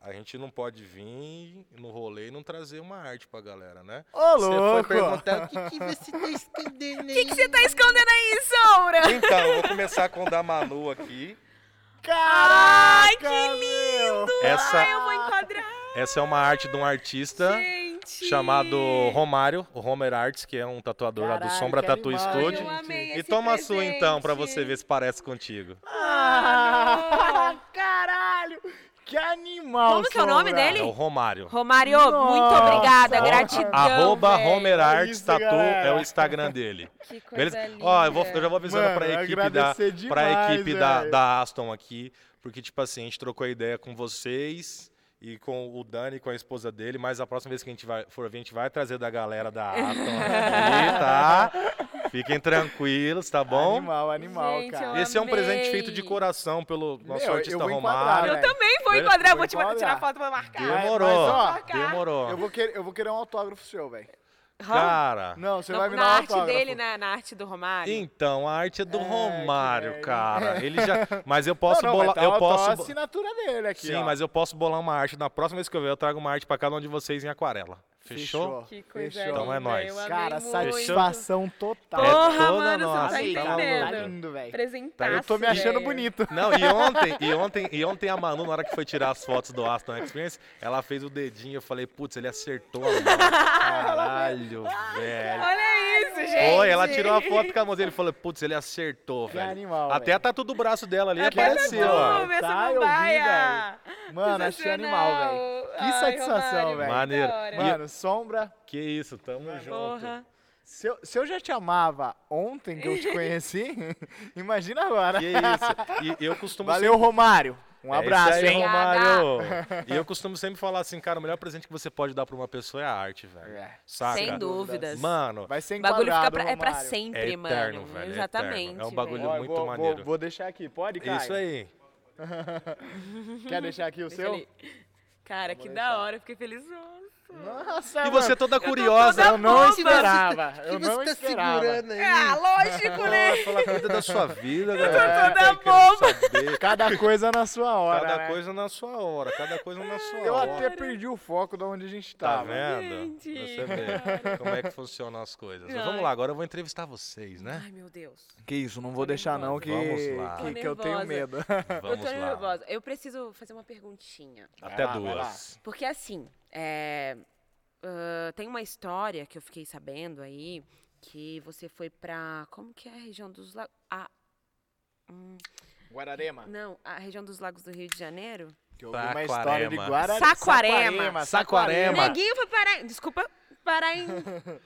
Speaker 3: A gente não pode vir no rolê e não trazer uma arte pra galera, né?
Speaker 2: Ô,
Speaker 3: Você
Speaker 2: louco!
Speaker 3: foi perguntar o que, que você tá escondendo aí.
Speaker 1: Você tá escondendo aí, Sombra?
Speaker 3: Então, eu vou começar com o da Manu aqui.
Speaker 1: Ai,
Speaker 2: Caraca,
Speaker 1: que
Speaker 2: meu!
Speaker 1: lindo!
Speaker 3: Essa-
Speaker 1: Ai, eu vou enquadrar,
Speaker 3: Essa é uma arte de um artista
Speaker 1: gente!
Speaker 3: chamado Romário, o Homer Arts, que é um tatuador lá do
Speaker 2: Caralho,
Speaker 3: Sombra
Speaker 2: que
Speaker 3: Tattoo
Speaker 2: animal,
Speaker 1: Ai,
Speaker 3: Studio.
Speaker 1: eu amei
Speaker 3: E
Speaker 1: esse
Speaker 3: toma a sua
Speaker 1: presente.
Speaker 3: então, pra você ver se parece contigo.
Speaker 2: Ah, caralho! Que animal!
Speaker 1: Como que é o nome
Speaker 2: Sombra.
Speaker 3: É
Speaker 1: dele?
Speaker 3: o Romário.
Speaker 1: Romário,
Speaker 2: Nossa.
Speaker 1: muito obrigada,
Speaker 2: A-
Speaker 1: gratidão.
Speaker 3: Arroba
Speaker 1: véi.
Speaker 3: Homer Arts
Speaker 2: É isso,
Speaker 3: Tattoo
Speaker 2: galera.
Speaker 3: é o Instagram dele.
Speaker 1: Que coisa
Speaker 3: Beleza?
Speaker 1: linda.
Speaker 3: Ó, eu, vou- eu já vou avisando
Speaker 2: Mano,
Speaker 3: pra equipe, da,
Speaker 2: agradecer
Speaker 3: pra
Speaker 2: demais,
Speaker 3: equipe da,
Speaker 2: velho.
Speaker 3: da Aston aqui, porque, tipo assim, a gente trocou ideia com vocês e com o Dani, com a esposa dele, mas a próxima vez que a gente vai, for vir, a gente vai trazer da galera da Aston aqui, tá? Fiquem tranquilos, tá bom?
Speaker 2: Animal, animal,
Speaker 1: Gente,
Speaker 2: cara.
Speaker 1: eu
Speaker 3: Esse é um presente
Speaker 1: Amei.
Speaker 3: feito de coração pelo nosso
Speaker 2: Meu, eu
Speaker 3: artista
Speaker 2: vou enquadrar,
Speaker 3: Romário.
Speaker 1: Eu
Speaker 2: velho.
Speaker 1: também vou
Speaker 3: Beleza?
Speaker 1: enquadrar,
Speaker 2: Vou
Speaker 1: vou te mandar
Speaker 2: enquadrar.
Speaker 1: tirar foto pra marcar.
Speaker 2: Mas,
Speaker 3: Demorou,
Speaker 1: ó,
Speaker 3: demorou.
Speaker 2: Eu vou, querer, eu vou querer um autógrafo seu, velho.
Speaker 3: Cara,
Speaker 2: Não, você
Speaker 1: Na-
Speaker 2: vai me
Speaker 1: na
Speaker 2: dar um
Speaker 1: arte
Speaker 2: autógrafo.
Speaker 1: dele, né? na, na arte do Romário.
Speaker 3: então, a arte é do
Speaker 2: É, que
Speaker 3: Romário,
Speaker 2: velho.
Speaker 3: cara. Ele já, mas eu posso
Speaker 2: não, não,
Speaker 3: bolar,
Speaker 2: vai tá
Speaker 3: eu
Speaker 2: auto-
Speaker 3: posso,
Speaker 2: a assinatura dele aqui,
Speaker 3: Sim,
Speaker 2: ó.
Speaker 3: mas eu posso bolar uma arte. Na próxima vez que eu vier, eu trago uma arte pra cada um de vocês em aquarela. Fechou?
Speaker 1: Que coisa
Speaker 2: Fechou.
Speaker 3: Então é
Speaker 1: linda,
Speaker 3: nóis.
Speaker 1: eu amei
Speaker 2: Cara,
Speaker 1: muito.
Speaker 2: satisfação total.
Speaker 3: É
Speaker 1: Tá Porra,
Speaker 3: toda
Speaker 1: mano,
Speaker 3: nossa,
Speaker 1: você não
Speaker 2: Tá
Speaker 1: tá
Speaker 3: louco.
Speaker 2: lindo, Tá
Speaker 1: entendendo.
Speaker 2: lindo, velho.
Speaker 1: Apresentaço,
Speaker 2: Eu tô me achando
Speaker 1: velho.
Speaker 2: bonito.
Speaker 3: Não, e ontem, e ontem, e ontem a Manu, na hora que foi tirar as fotos do Aston Experience, ela fez o dedinho, eu falei, putz, ele acertou a mão. Caralho, velho.
Speaker 1: Olha isso, gente.
Speaker 3: Foi, ela tirou a foto com a mão dele e falou, putz, ele acertou,
Speaker 2: Que
Speaker 3: velho.
Speaker 2: animal,
Speaker 3: Até
Speaker 2: velho.
Speaker 3: a tatu do braço dela ali
Speaker 1: Até
Speaker 3: apareceu,
Speaker 1: tatu,
Speaker 3: ó.
Speaker 2: tatu.
Speaker 1: minha
Speaker 2: Tá, eu vi,
Speaker 1: samambaia.
Speaker 2: Mano, achei animal,
Speaker 1: Sensacional.
Speaker 2: velho. Que
Speaker 1: Ai,
Speaker 2: satisfação,
Speaker 1: Romário,
Speaker 2: velho.
Speaker 3: Maneiro.
Speaker 1: da hora.
Speaker 2: Mano, Sombra,
Speaker 3: Que isso, tamo junto.
Speaker 1: Porra.
Speaker 2: se eu, se eu já te amava ontem que eu te conheci, imagina agora.
Speaker 3: Que isso. E eu costumo
Speaker 2: Valeu, Romário. Um
Speaker 3: É isso
Speaker 2: abraço,
Speaker 3: aí,
Speaker 2: hein?
Speaker 3: Romário. E eu costumo sempre falar assim, cara, o melhor presente que você pode dar pra uma pessoa é a arte, velho.
Speaker 2: É.
Speaker 3: Saca?
Speaker 1: Sem dúvidas.
Speaker 3: Mano,
Speaker 2: Vai ser
Speaker 1: O bagulho fica
Speaker 2: enquadrado,
Speaker 1: pra, é pra
Speaker 2: Romário.
Speaker 1: sempre,
Speaker 3: É eterno,
Speaker 1: mano.
Speaker 3: velho, é eterno.
Speaker 1: Exatamente.
Speaker 3: É um bagulho
Speaker 1: velho.
Speaker 2: Ó, eu
Speaker 3: muito
Speaker 2: vou,
Speaker 3: maneiro.
Speaker 2: Vou, vou deixar aqui, pode,
Speaker 3: é
Speaker 2: cara?
Speaker 3: isso aí.
Speaker 2: Quer deixar aqui o
Speaker 1: Deixa
Speaker 2: seu?
Speaker 1: ali. Cara, que
Speaker 2: deixar.
Speaker 1: da hora, eu fiquei felizona.
Speaker 2: Nossa,
Speaker 3: E
Speaker 2: É, mano,
Speaker 3: você tá toda
Speaker 1: tô
Speaker 3: curiosa.
Speaker 1: toda
Speaker 2: eu não
Speaker 1: boba.
Speaker 2: esperava.
Speaker 4: O
Speaker 2: Eu
Speaker 4: que você
Speaker 2: não
Speaker 4: tá
Speaker 2: esperava. É,
Speaker 4: segurando aí?
Speaker 1: Ah, lógico, né?
Speaker 3: Ela fala, cuida da sua vida,
Speaker 1: tô
Speaker 3: galera.
Speaker 1: toda
Speaker 3: Tá
Speaker 2: né?
Speaker 3: querendo saber.
Speaker 2: é, Cada coisa na sua hora.
Speaker 3: Cada
Speaker 2: né?
Speaker 3: coisa na sua hora, cada coisa na sua
Speaker 2: Eu
Speaker 3: hora.
Speaker 2: até perdi o foco de onde a gente
Speaker 3: Tá
Speaker 2: tava.
Speaker 3: vendo?
Speaker 1: Gente,
Speaker 3: Você vê como é que funcionam as coisas. Mas
Speaker 1: Ai.
Speaker 3: vamos lá, agora eu vou entrevistar vocês, né?
Speaker 1: Ai, meu Deus.
Speaker 2: que isso, não vou deixar não que,
Speaker 3: Vamos lá.
Speaker 2: que,
Speaker 1: Tô
Speaker 2: que eu
Speaker 1: nervosa.
Speaker 2: tenho medo.
Speaker 1: Eu
Speaker 3: Vamos
Speaker 1: tô
Speaker 3: lá.
Speaker 1: nervosa. Eu preciso fazer uma perguntinha.
Speaker 3: Até
Speaker 2: Vai lá, vai
Speaker 3: duas.
Speaker 1: Porque assim, é, ah, tem uma história que eu fiquei sabendo aí que você foi pra. Como que é a região dos lagos?
Speaker 2: Guararema.
Speaker 1: não, a região dos lagos do Rio de Janeiro?
Speaker 2: Que eu ouvi uma história
Speaker 3: Saquarema.
Speaker 2: de Guara...
Speaker 1: Saquarema.
Speaker 2: Saquarema.
Speaker 3: Saquarema. Ema.
Speaker 1: Neguinho foi parar. Desculpa, parar em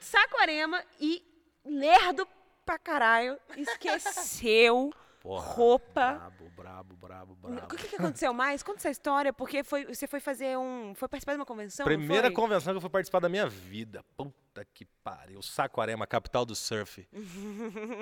Speaker 1: Saquarema e lerdo pra caralho. Esqueceu
Speaker 3: Porra,
Speaker 1: roupa.
Speaker 3: Brabo, brabo, brabo,
Speaker 1: O
Speaker 3: brabo.
Speaker 1: que, que aconteceu mais? Conta essa história, porque foi, você foi fazer um. Foi participar de uma convenção? não
Speaker 3: Primeira
Speaker 1: foi?
Speaker 3: convenção que eu fui participar da minha vida. Puta que pariu. Saquarema, capital do surf.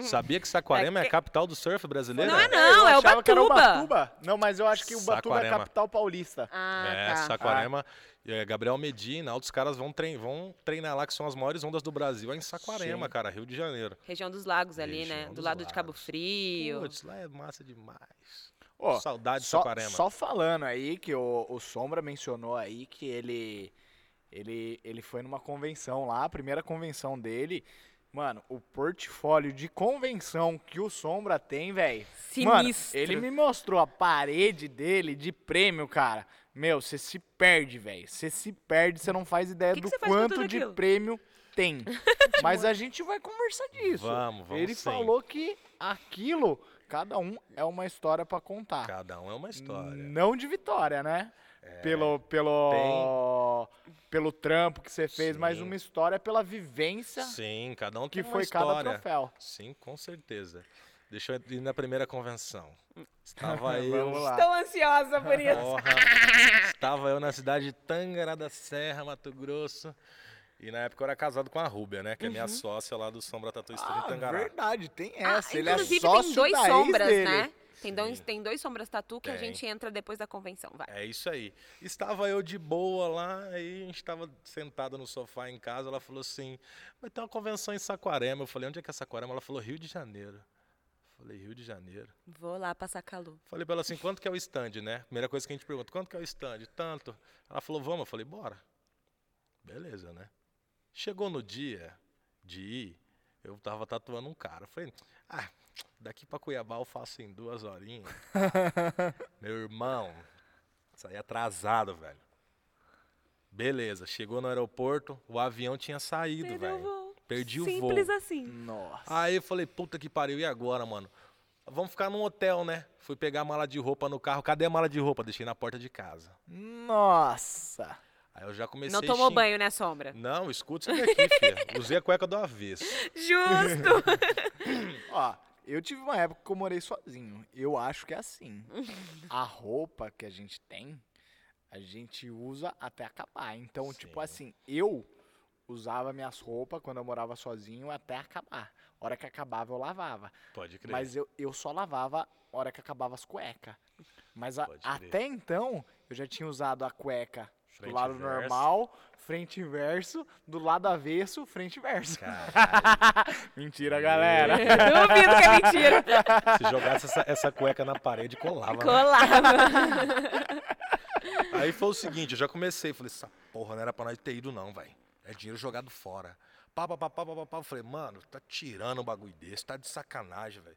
Speaker 3: Sabia que Saquarema é a capital do surf brasileiro?
Speaker 1: Não é não,
Speaker 2: Eu
Speaker 1: é
Speaker 2: achava que era
Speaker 1: Ubatuba.
Speaker 2: Ubatuba. Não, mas eu acho que Ubatuba é
Speaker 3: Saquarema.
Speaker 2: a capital paulista.
Speaker 1: Ah,
Speaker 3: É,
Speaker 1: tá.
Speaker 3: Saquarema. é, Gabriel Medina, outros caras vão, trein- vão treinar lá, que são as maiores ondas do Brasil. É em Saquarema,
Speaker 2: Sim.
Speaker 3: cara, Rio de Janeiro.
Speaker 1: Região dos lagos ali,
Speaker 3: Região
Speaker 1: né? Do
Speaker 3: dos
Speaker 1: lado de Cabo
Speaker 3: Lagos.
Speaker 1: Frio.
Speaker 3: Putz, lá é massa demais.
Speaker 2: Ó,
Speaker 3: Saudade de
Speaker 2: só,
Speaker 3: Saquarema.
Speaker 2: só falando aí que o, o Sombra mencionou aí que ele, ele ele foi numa convenção lá, a primeira convenção dele. Mano, o portfólio de convenção que o Sombra tem, velho. Mano,
Speaker 1: Sinistro.
Speaker 2: ele me mostrou a parede dele de prêmio, cara. Meu, você se perde, velho. Você se perde, você não faz ideia
Speaker 1: Que que
Speaker 2: do
Speaker 1: você faz com
Speaker 2: quanto
Speaker 1: tudo
Speaker 2: de
Speaker 1: aquilo?
Speaker 2: prêmio tem. Mas a gente vai conversar disso.
Speaker 3: Vamos, vamos
Speaker 2: Ele
Speaker 3: sim.
Speaker 2: falou que aquilo, cada um é uma história pra contar.
Speaker 3: Cada um é uma história. É.
Speaker 2: Não de vitória, né? Pelo, pelo, pelo trampo que você fez, mas
Speaker 3: Sim.
Speaker 2: uma história é pela vivência
Speaker 3: Sim, cada um
Speaker 2: que
Speaker 3: tem uma
Speaker 2: foi cada
Speaker 3: história.
Speaker 2: troféu.
Speaker 3: Sim, com certeza. Deixa eu ir na primeira convenção. Estava eu,
Speaker 2: Vamos lá.
Speaker 1: Estou ansiosa por isso.
Speaker 3: Porra. Estava eu na cidade de Tangará da Serra, Mato Grosso. E na época eu era casado com a Rúbia, né? Que é minha sócia lá do Sombra Tatu Estúdio em
Speaker 2: Ah,
Speaker 3: Tangará.
Speaker 2: verdade, tem
Speaker 1: Ah,
Speaker 2: essa. ele é
Speaker 1: inclusive,
Speaker 2: sócio
Speaker 1: tem dois
Speaker 2: da ex
Speaker 1: sombras,
Speaker 2: dele.
Speaker 1: né? Tem dois,
Speaker 3: Sim.
Speaker 1: tem dois sombras tatu que a
Speaker 3: Tem.
Speaker 1: gente entra depois da convenção. Vai.
Speaker 3: É isso aí. Estava eu de boa lá, aí a gente estava sentado no sofá em casa, ela falou assim, vai ter uma convenção em Saquarema. Eu falei, onde é que é Saquarema? Ela falou, Rio de Janeiro. Eu falei, Rio de Janeiro.
Speaker 1: Vou lá passar calor.
Speaker 3: Falei pra ela assim, quanto que é o stand, né? Primeira coisa que a gente pergunta, quanto que é o stand? Tanto. Ela falou, vamos. Eu falei, bora. Beleza, né? Chegou no dia de ir, eu tava tatuando um cara. Eu falei, ah, daqui pra Cuiabá eu faço em duas horinhas. Meu irmão, saí atrasado, velho. Beleza, chegou no aeroporto, o avião tinha saído, velho.
Speaker 1: voo.
Speaker 3: Perdi o voo.
Speaker 1: Simples assim.
Speaker 2: Nossa.
Speaker 3: Aí eu falei, puta que pariu, e agora, mano? Vamos ficar num hotel, né? Fui pegar a mala de roupa no carro. Cadê a mala de roupa? Deixei na porta de casa.
Speaker 2: Nossa.
Speaker 3: Aí eu já comecei
Speaker 1: Não
Speaker 3: a
Speaker 1: tomou
Speaker 3: xing-
Speaker 1: banho, né, sombra?
Speaker 3: Não, escuta isso daqui, filha. Usei a cueca do avesso.
Speaker 1: Justo.
Speaker 2: Ó, eu tive uma época que eu morei sozinho. Eu acho que é assim. a roupa que a gente tem, a gente usa até acabar. Então, tipo
Speaker 3: Sim.
Speaker 2: assim, eu usava minhas roupas quando eu morava sozinho até acabar. Hora que acabava, eu lavava.
Speaker 3: Pode crer.
Speaker 2: Mas eu, eu só lavava a hora que acabava as cuecas. Mas a-
Speaker 3: Pode crer.
Speaker 2: até então, eu já tinha usado a cueca
Speaker 3: Frente
Speaker 2: do lado
Speaker 3: e verso.
Speaker 2: normal, frente e verso, do lado avesso, frente e verso.
Speaker 3: Caralho,
Speaker 2: Mentira, galera.
Speaker 1: Duvido que é mentira.
Speaker 3: se jogasse essa, essa cueca na parede, colava. né?
Speaker 1: Colava.
Speaker 3: Aí foi o seguinte, eu já comecei, falei, essa porra não era pra nós ter ido não, velho. É dinheiro jogado fora. Pá, pá, pá, pá, pá, pá, pá. Eu falei, mano, tá tirando um bagulho desse, tá de sacanagem, velho.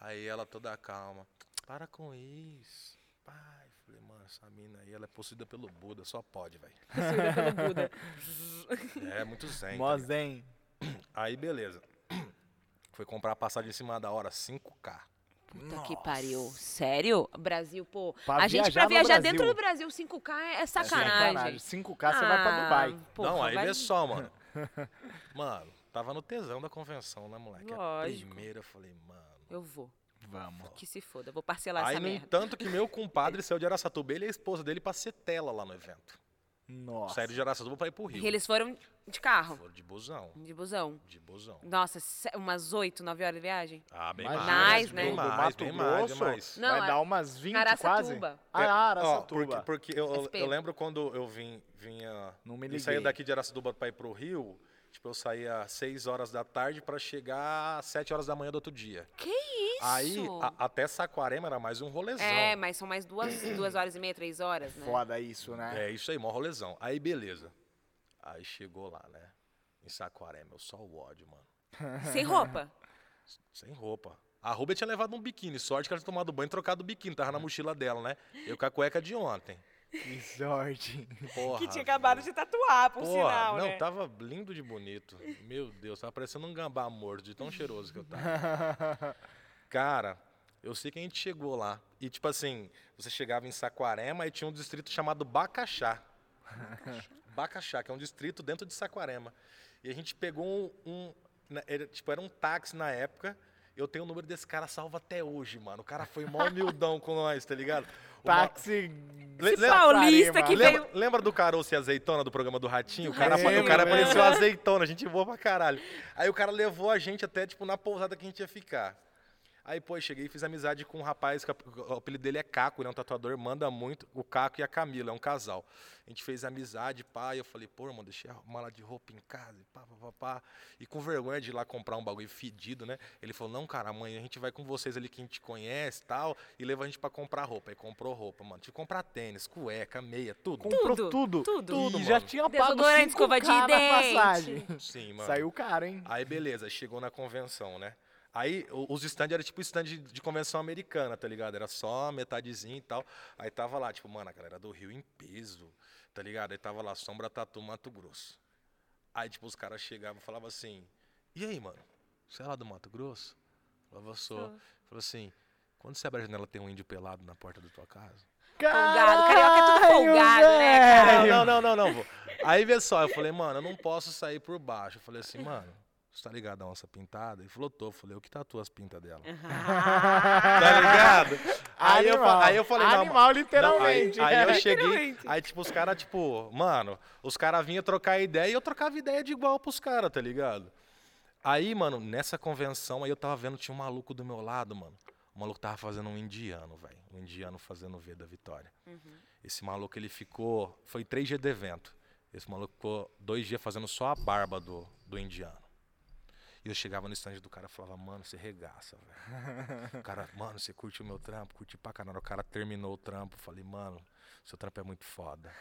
Speaker 3: Aí ela toda calma, para com isso. Pai, Eu falei, mano, essa mina aí, ela é possuída pelo Buda, só pode, velho.
Speaker 1: Juro pelo Buda.
Speaker 3: É, muito zen. tá ligado?
Speaker 2: Mozen.
Speaker 3: Aí, beleza. Foi comprar a passagem em cima da hora, 5K.
Speaker 1: Puta que pariu. Sério? Brasil, pô.
Speaker 2: Pra
Speaker 1: a gente,
Speaker 2: viajar
Speaker 1: pra
Speaker 2: no
Speaker 1: viajar
Speaker 2: Brasil.
Speaker 1: dentro do Brasil, 5K é, é
Speaker 2: né?
Speaker 1: sacanagem.
Speaker 2: 5K você vai pra Dubai.
Speaker 1: Ah, porra,
Speaker 3: não, aí
Speaker 1: vai-
Speaker 3: vê só, mano. Mano, tava no tesão da convenção, né, moleque?
Speaker 1: Lógico.
Speaker 3: A primeira, eu falei, mano...
Speaker 1: Eu vou.
Speaker 2: Vamos.
Speaker 1: Que se foda. Eu vou parcelar
Speaker 3: Aí,
Speaker 1: essa
Speaker 3: no
Speaker 1: merda.
Speaker 3: entanto, que meu compadre saiu de Araçatuba, ele e a esposa dele pra ser tela lá no evento.
Speaker 2: Nossa.
Speaker 3: Saíram de Araçatuba pra ir pro Rio.
Speaker 1: E eles foram de carro,
Speaker 3: Foram de busão.
Speaker 1: de busão.
Speaker 3: De busão.
Speaker 1: Nossa, se- umas 8, 9 horas de viagem?
Speaker 3: Ah, bem
Speaker 1: Imagina,
Speaker 3: mais.
Speaker 1: Nice, né?
Speaker 3: bem
Speaker 2: Do
Speaker 3: mais,
Speaker 2: Mato
Speaker 3: bem mais, bem
Speaker 2: Grosso?
Speaker 3: mais. É,
Speaker 1: Não,
Speaker 2: vai
Speaker 1: é-
Speaker 2: dar umas 20 quase?
Speaker 1: Araçatuba.
Speaker 2: Ah,
Speaker 3: Ó,
Speaker 2: Araçatuba.
Speaker 3: porque porque eu- eu,
Speaker 1: SP.
Speaker 3: eu lembro quando eu vim, vinha.
Speaker 2: Não me
Speaker 3: eu saía
Speaker 2: liguei.
Speaker 3: daqui de Araçatuba pra ir pro Rio. Tipo, eu saía às 6 horas da tarde pra chegar às 7 horas da manhã do outro dia.
Speaker 1: Que isso?
Speaker 3: Aí, a- até Saquarema era mais um rolezão.
Speaker 1: É, mas são mais duas, duas horas e meia, três horas, né?
Speaker 2: Foda isso, né?
Speaker 3: É isso aí, mó rolezão. Aí, beleza. Aí chegou lá, né? Em Saquarema, eu só o ódio, mano.
Speaker 1: Sem roupa.
Speaker 3: Sem roupa. A Rubia tinha levado um biquíni. Sorte que ela tinha tomado banho e trocado o biquíni. Tava na mochila dela, né? Eu com a cueca de ontem.
Speaker 2: Que sorte.
Speaker 3: Porra, velho.
Speaker 1: de um tatuar, por
Speaker 3: Porra, não,
Speaker 1: né?
Speaker 3: tá- tava lindo de bonito. Meu Deus, tava parecendo um gambá morto de tão cheiroso que eu tava. Cara, eu sei que a gente chegou lá. E, tipo assim, você chegava em Saquarema e tinha um distrito chamado Bacaxá. Bacaxá, que é um distrito dentro de Saquarema. E a gente pegou um. um- na- era, tipo, era um táxi na época. Eu tenho o número desse cara salvo até hoje, mano. O cara foi mó humildão com nós, tá ligado? O ma-
Speaker 2: Táxi.
Speaker 3: Le- le-
Speaker 1: Paulista que
Speaker 2: Saquarema.
Speaker 3: Lembra, lembra do caroço e azeitona do programa do Ratinho? O cara, apa-
Speaker 2: Ratinho,
Speaker 3: o cara
Speaker 2: um lembro.
Speaker 3: apareceu azeitona, a gente voa pra caralho. Aí o cara levou a gente até, tipo, na pousada que a gente ia ficar. Aí, pô, eu cheguei e fiz amizade com um rapaz, que a- o apelido dele é Caco, ele é um tatuador, manda muito. O Caco e a Camila, é um casal. A gente fez amizade, pá, e eu falei, pô, mano, deixei a mala de roupa em casa, e pá, pá, pá, pá. E com vergonha de ir lá comprar um bagulho fedido, né? Ele falou, não, cara, amanhã a gente vai com vocês ali que a gente conhece e tal, e leva a gente pra comprar roupa. Aí comprou roupa, mano. Tive que comprar tênis, cueca, meia, tudo.
Speaker 2: Comprou
Speaker 1: Tudo,
Speaker 2: tudo.
Speaker 1: tudo.
Speaker 2: E
Speaker 3: Tudo,
Speaker 2: já
Speaker 3: mano.
Speaker 2: tinha pago
Speaker 1: Desodorante,
Speaker 2: 5
Speaker 1: escova de
Speaker 2: na
Speaker 1: dente.
Speaker 2: passagem.
Speaker 3: Sim, mano.
Speaker 2: Saiu caro, hein?
Speaker 3: Aí beleza, chegou na convenção, né? Aí o- os stands eram tipo stand de- de convenção americana, tá ligado? Era só metadezinho e tal. Aí tava lá, tipo, mano, a galera do Rio em peso, tá ligado? Aí tava lá, Sombra Tatu Mato Grosso. Aí, tipo, os caras chegavam e falavam assim, e aí, mano? Você é lá do Mato Grosso? Falava, sou. Falou assim, quando você abre a janela tem um índio pelado na porta da tua casa?
Speaker 1: Folgado, carioca é tudo folgado, né,
Speaker 3: Ah,
Speaker 1: cara?
Speaker 3: não, não, não, não, vô. Aí vê só, eu falei, mano, eu não posso sair por baixo. Eu falei assim, mano, você tá ligado a onça pintada? Ele falou, tô. Eu falei, eu que tatuo as pintas dela.
Speaker 1: Ah.
Speaker 3: Tá ligado? Aí eu, fa- aí eu falei, não,
Speaker 2: Animal,
Speaker 3: não, aí-
Speaker 2: literalmente.
Speaker 3: aí, eu cheguei, aí tipo, os caras, tipo, mano, os caras vinham trocar ideia e eu trocava ideia de igual pros caras, tá ligado? Aí, mano, nessa convenção aí eu tava vendo, tinha um maluco do meu lado, mano. O maluco tava fazendo um indiano, velho. Um indiano fazendo o V da Vitória.
Speaker 2: Uhum.
Speaker 3: Esse maluco, ele ficou. Foi três dias de evento. Esse maluco ficou dois dias fazendo só a barba do, do indiano. E eu chegava no estande do cara e falava, mano, você regaça, velho. O cara, mano, você curte o meu trampo? Curti pra caralho. O cara terminou o trampo. Falei, mano, seu trampo é muito foda.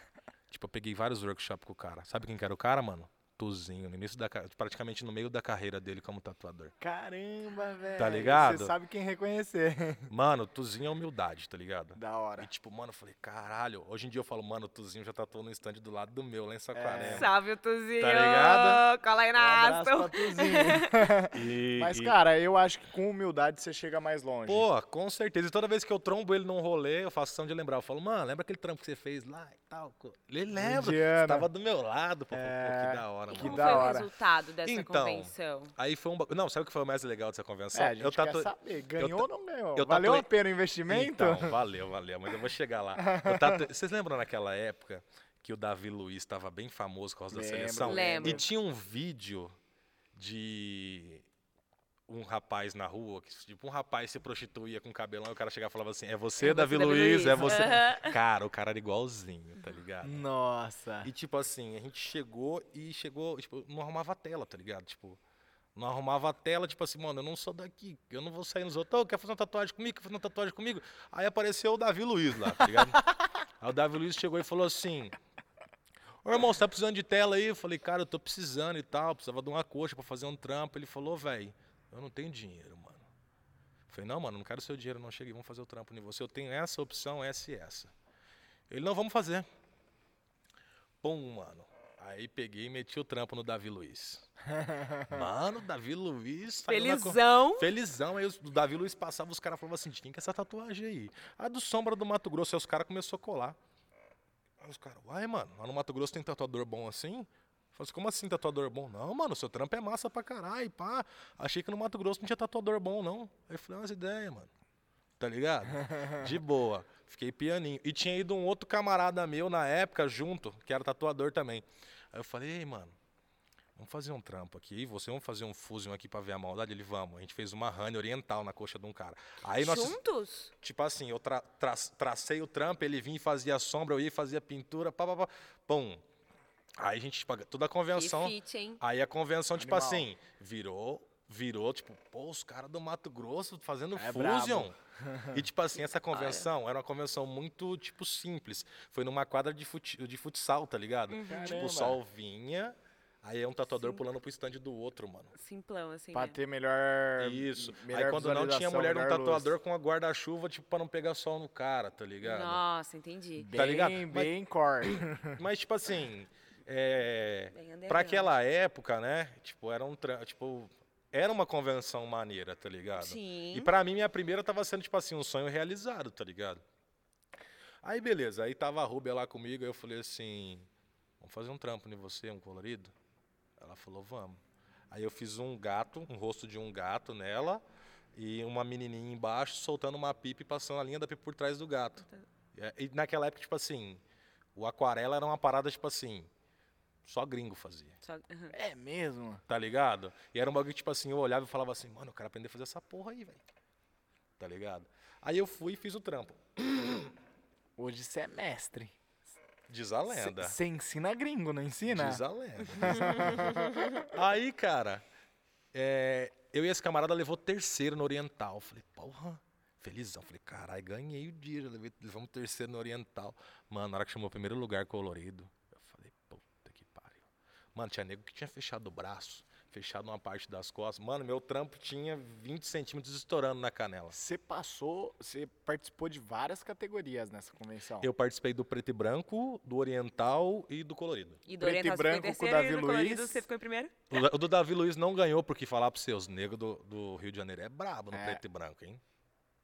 Speaker 3: Tipo, eu peguei vários workshops com o cara. Sabe quem que era o cara, mano? Tuzinho, no início da ca- praticamente no meio da carreira dele como tatuador.
Speaker 2: Caramba, velho.
Speaker 3: Tá ligado?
Speaker 2: Você sabe quem reconhecer.
Speaker 3: Mano, Tuzinho é humildade, tá ligado?
Speaker 2: da hora.
Speaker 3: E tipo, mano, eu falei, caralho. Hoje em dia eu falo, mano, o Tuzinho já tatuou no stand do lado do meu, lá em Saquarema.
Speaker 2: É.
Speaker 1: Salve o Tuzinho.
Speaker 3: Tá ligado?
Speaker 1: Cola aí
Speaker 2: Um
Speaker 1: na
Speaker 2: abraço
Speaker 1: Aston.
Speaker 2: pra Tuzinho.
Speaker 3: E-
Speaker 2: Mas,
Speaker 3: e-
Speaker 2: cara, eu acho que com humildade você chega mais longe. É,
Speaker 3: Pô, com certeza. E toda vez que eu trombo ele num rolê, eu faço ação de lembrar. Eu falo, mano, lembra aquele trampo que você fez lá e tal? co-" Ele lembra, você
Speaker 2: Indiana. É.
Speaker 3: tava do meu lado. Pô, Eu falei, pô, que da hora,
Speaker 1: E
Speaker 3: mano.
Speaker 1: como
Speaker 2: da
Speaker 1: foi
Speaker 2: hora.
Speaker 1: o resultado dessa
Speaker 3: Então,
Speaker 1: convenção?
Speaker 3: Aí foi um... ba- Não, sabe o que foi o mais legal dessa convenção?
Speaker 2: é, a gente
Speaker 3: eu tatu...
Speaker 2: quer saber, ganhou
Speaker 3: ta-
Speaker 2: ou não ganhou?
Speaker 3: eu
Speaker 2: Valeu
Speaker 3: tatuei-
Speaker 2: a pena o investimento?
Speaker 3: Então, valeu, valeu, mas eu vou chegar lá. Eu tatu- Vocês lembram naquela época que o Davi Luiz estava bem famoso por causa da
Speaker 2: Lembro,
Speaker 3: seleção?
Speaker 1: lembro.
Speaker 3: E tinha um vídeo de um rapaz na rua, que tipo, um rapaz se prostituía com cabelão e o cara chegava e falava assim: É você,
Speaker 1: É
Speaker 3: Davi,
Speaker 1: você, Davi
Speaker 3: Luiz, é
Speaker 1: Luiz."
Speaker 3: você.
Speaker 1: Aham.
Speaker 3: Cara, o cara era igualzinho, tá ligado?
Speaker 2: Nossa.
Speaker 3: E tipo assim, a gente chegou e chegou, tipo, não arrumava a tela, tá ligado? Tipo, não arrumava a tela, tipo assim, mano, eu não sou daqui, eu não vou sair nos outros, "Ô, quer fazer uma tatuagem comigo? Quer fazer uma tatuagem comigo? Aí apareceu o Davi Luiz lá, tá ligado? aí o Davi Luiz chegou e falou assim: Ô irmão, você tá precisando de tela aí? Eu falei, cara, eu tô precisando e tal, precisava de uma coxa pra fazer um trampo. Ele falou, velho, eu não tenho dinheiro, mano. Eu falei, não, mano, não quero seu dinheiro, não. Cheguei, vamos fazer o trampo em você. Eu tenho essa opção, essa e essa. Ele, não, vamos fazer. Pum, mano. Aí peguei e meti o trampo no Davi Luiz. Mano, o Davi Luiz. tá saiu na co-
Speaker 1: Felizão.
Speaker 3: Felizão. Aí os- o Davi Luiz passava, os caras falavam assim: de quem que é essa tatuagem aí? A do Sombra do Mato Grosso. Aí os caras começaram a colar. Aí os caras, uai, mano, lá no Mato Grosso tem tatuador bom assim? Eu Falei assim, como assim tatuador bom? Não, mano, seu trampo é massa pra caralho, pá. Achei que no Mato Grosso não tinha tatuador bom, não. Aí eu falei, umas "Ah, ideias, mano. tá ligado? De boa. Fiquei pianinho. E tinha ido um outro camarada meu na época junto, que era tatuador também. Aí eu falei, ei, mano, vamos fazer um trampo aqui. Você vamos fazer um fusion aqui pra ver a maldade? Ele, vamos. A gente fez uma rane oriental na coxa de um cara. Aí nós,
Speaker 1: Juntos?
Speaker 3: tipo assim, eu tra- tra- tracei o trampo, ele vinha e fazia sombra, eu ia e fazia pintura, pá, pá, pá. Pum. Aí a gente, tipo, toda a convenção.
Speaker 1: Que fit, hein?
Speaker 3: Aí a convenção, tipo
Speaker 2: Animal.
Speaker 3: assim, virou, virou, tipo, pô, os caras do Mato Grosso fazendo
Speaker 2: É Ah,
Speaker 3: fusion. E, tipo assim, essa convenção era uma convenção muito, tipo, simples. Foi numa quadra de, fut- de futsal, tá ligado? Tipo,
Speaker 2: Uhum. Caramba.
Speaker 3: o sol vinha, aí é um tatuador pulando pro stand do outro, mano.
Speaker 1: Simplão, assim.
Speaker 2: Pra
Speaker 1: né?
Speaker 2: ter melhor.
Speaker 3: Isso.
Speaker 2: É, melhor
Speaker 3: Aí quando não tinha
Speaker 2: visualização,
Speaker 3: mulher no
Speaker 2: melhor
Speaker 3: tatuador
Speaker 2: luz.
Speaker 3: com a guarda-chuva, tipo, pra não pegar sol no cara, tá ligado?
Speaker 1: Nossa, entendi.
Speaker 2: Bem,
Speaker 3: tá ligado?
Speaker 2: Bem,
Speaker 3: Mas-
Speaker 2: core.
Speaker 3: Mas, tipo assim, é...
Speaker 1: Bem underground.
Speaker 3: Pra aquela época, né? Tipo, era um tran- tipo, era uma convenção maneira, tá ligado?
Speaker 1: Sim.
Speaker 3: E pra mim minha primeira tava sendo tipo assim, um sonho realizado, tá ligado? Aí beleza, aí tava a Rubia lá comigo, aí eu falei assim, vamos fazer um trampo em você, um colorido? Ela falou, vamos. Aí eu fiz um gato, um rosto de um gato nela e uma menininha embaixo soltando uma pipa e passando a linha da pipa por trás do gato. E, e naquela época, tipo assim, o aquarela era uma parada, tipo assim, só gringo fazia.
Speaker 1: Só- aham.
Speaker 2: É mesmo?
Speaker 3: Tá ligado? E era um bagulho, tipo assim, eu olhava e falava assim, mano, eu quero aprender a fazer essa porra aí, velho. Tá ligado? Aí eu fui e fiz o trampo.
Speaker 2: Hoje você é mestre.
Speaker 3: Diz a lenda.
Speaker 2: Você ensina gringo, não ensina?
Speaker 3: Diz a lenda. aí, cara, é, eu e esse camarada levou terceiro no Oriental. Falei, porra, felizão. Falei, caralho, ganhei o dia, já levei, levamos terceiro no Oriental. Mano, na hora que chamou o primeiro lugar colorido, eu falei, puta que pariu. Mano, tinha nego que tinha fechado o braço, fechado uma parte das costas. Mano, meu trampo tinha 20 centímetros estourando na canela.
Speaker 2: Você passou, você participou de várias categorias nessa convenção.
Speaker 3: Eu participei do preto e branco, do oriental e do colorido.
Speaker 1: E do
Speaker 2: Preto e
Speaker 1: oriental você ficou em
Speaker 2: branco com o
Speaker 1: terceiro
Speaker 2: Davi
Speaker 1: e do colorido
Speaker 2: Luiz.
Speaker 1: você ficou em primeiro?
Speaker 3: O da- O do Davi Luiz não ganhou, porque falar pros seus, negros do, do Rio de Janeiro é brabo no
Speaker 2: É.
Speaker 3: preto e branco, hein?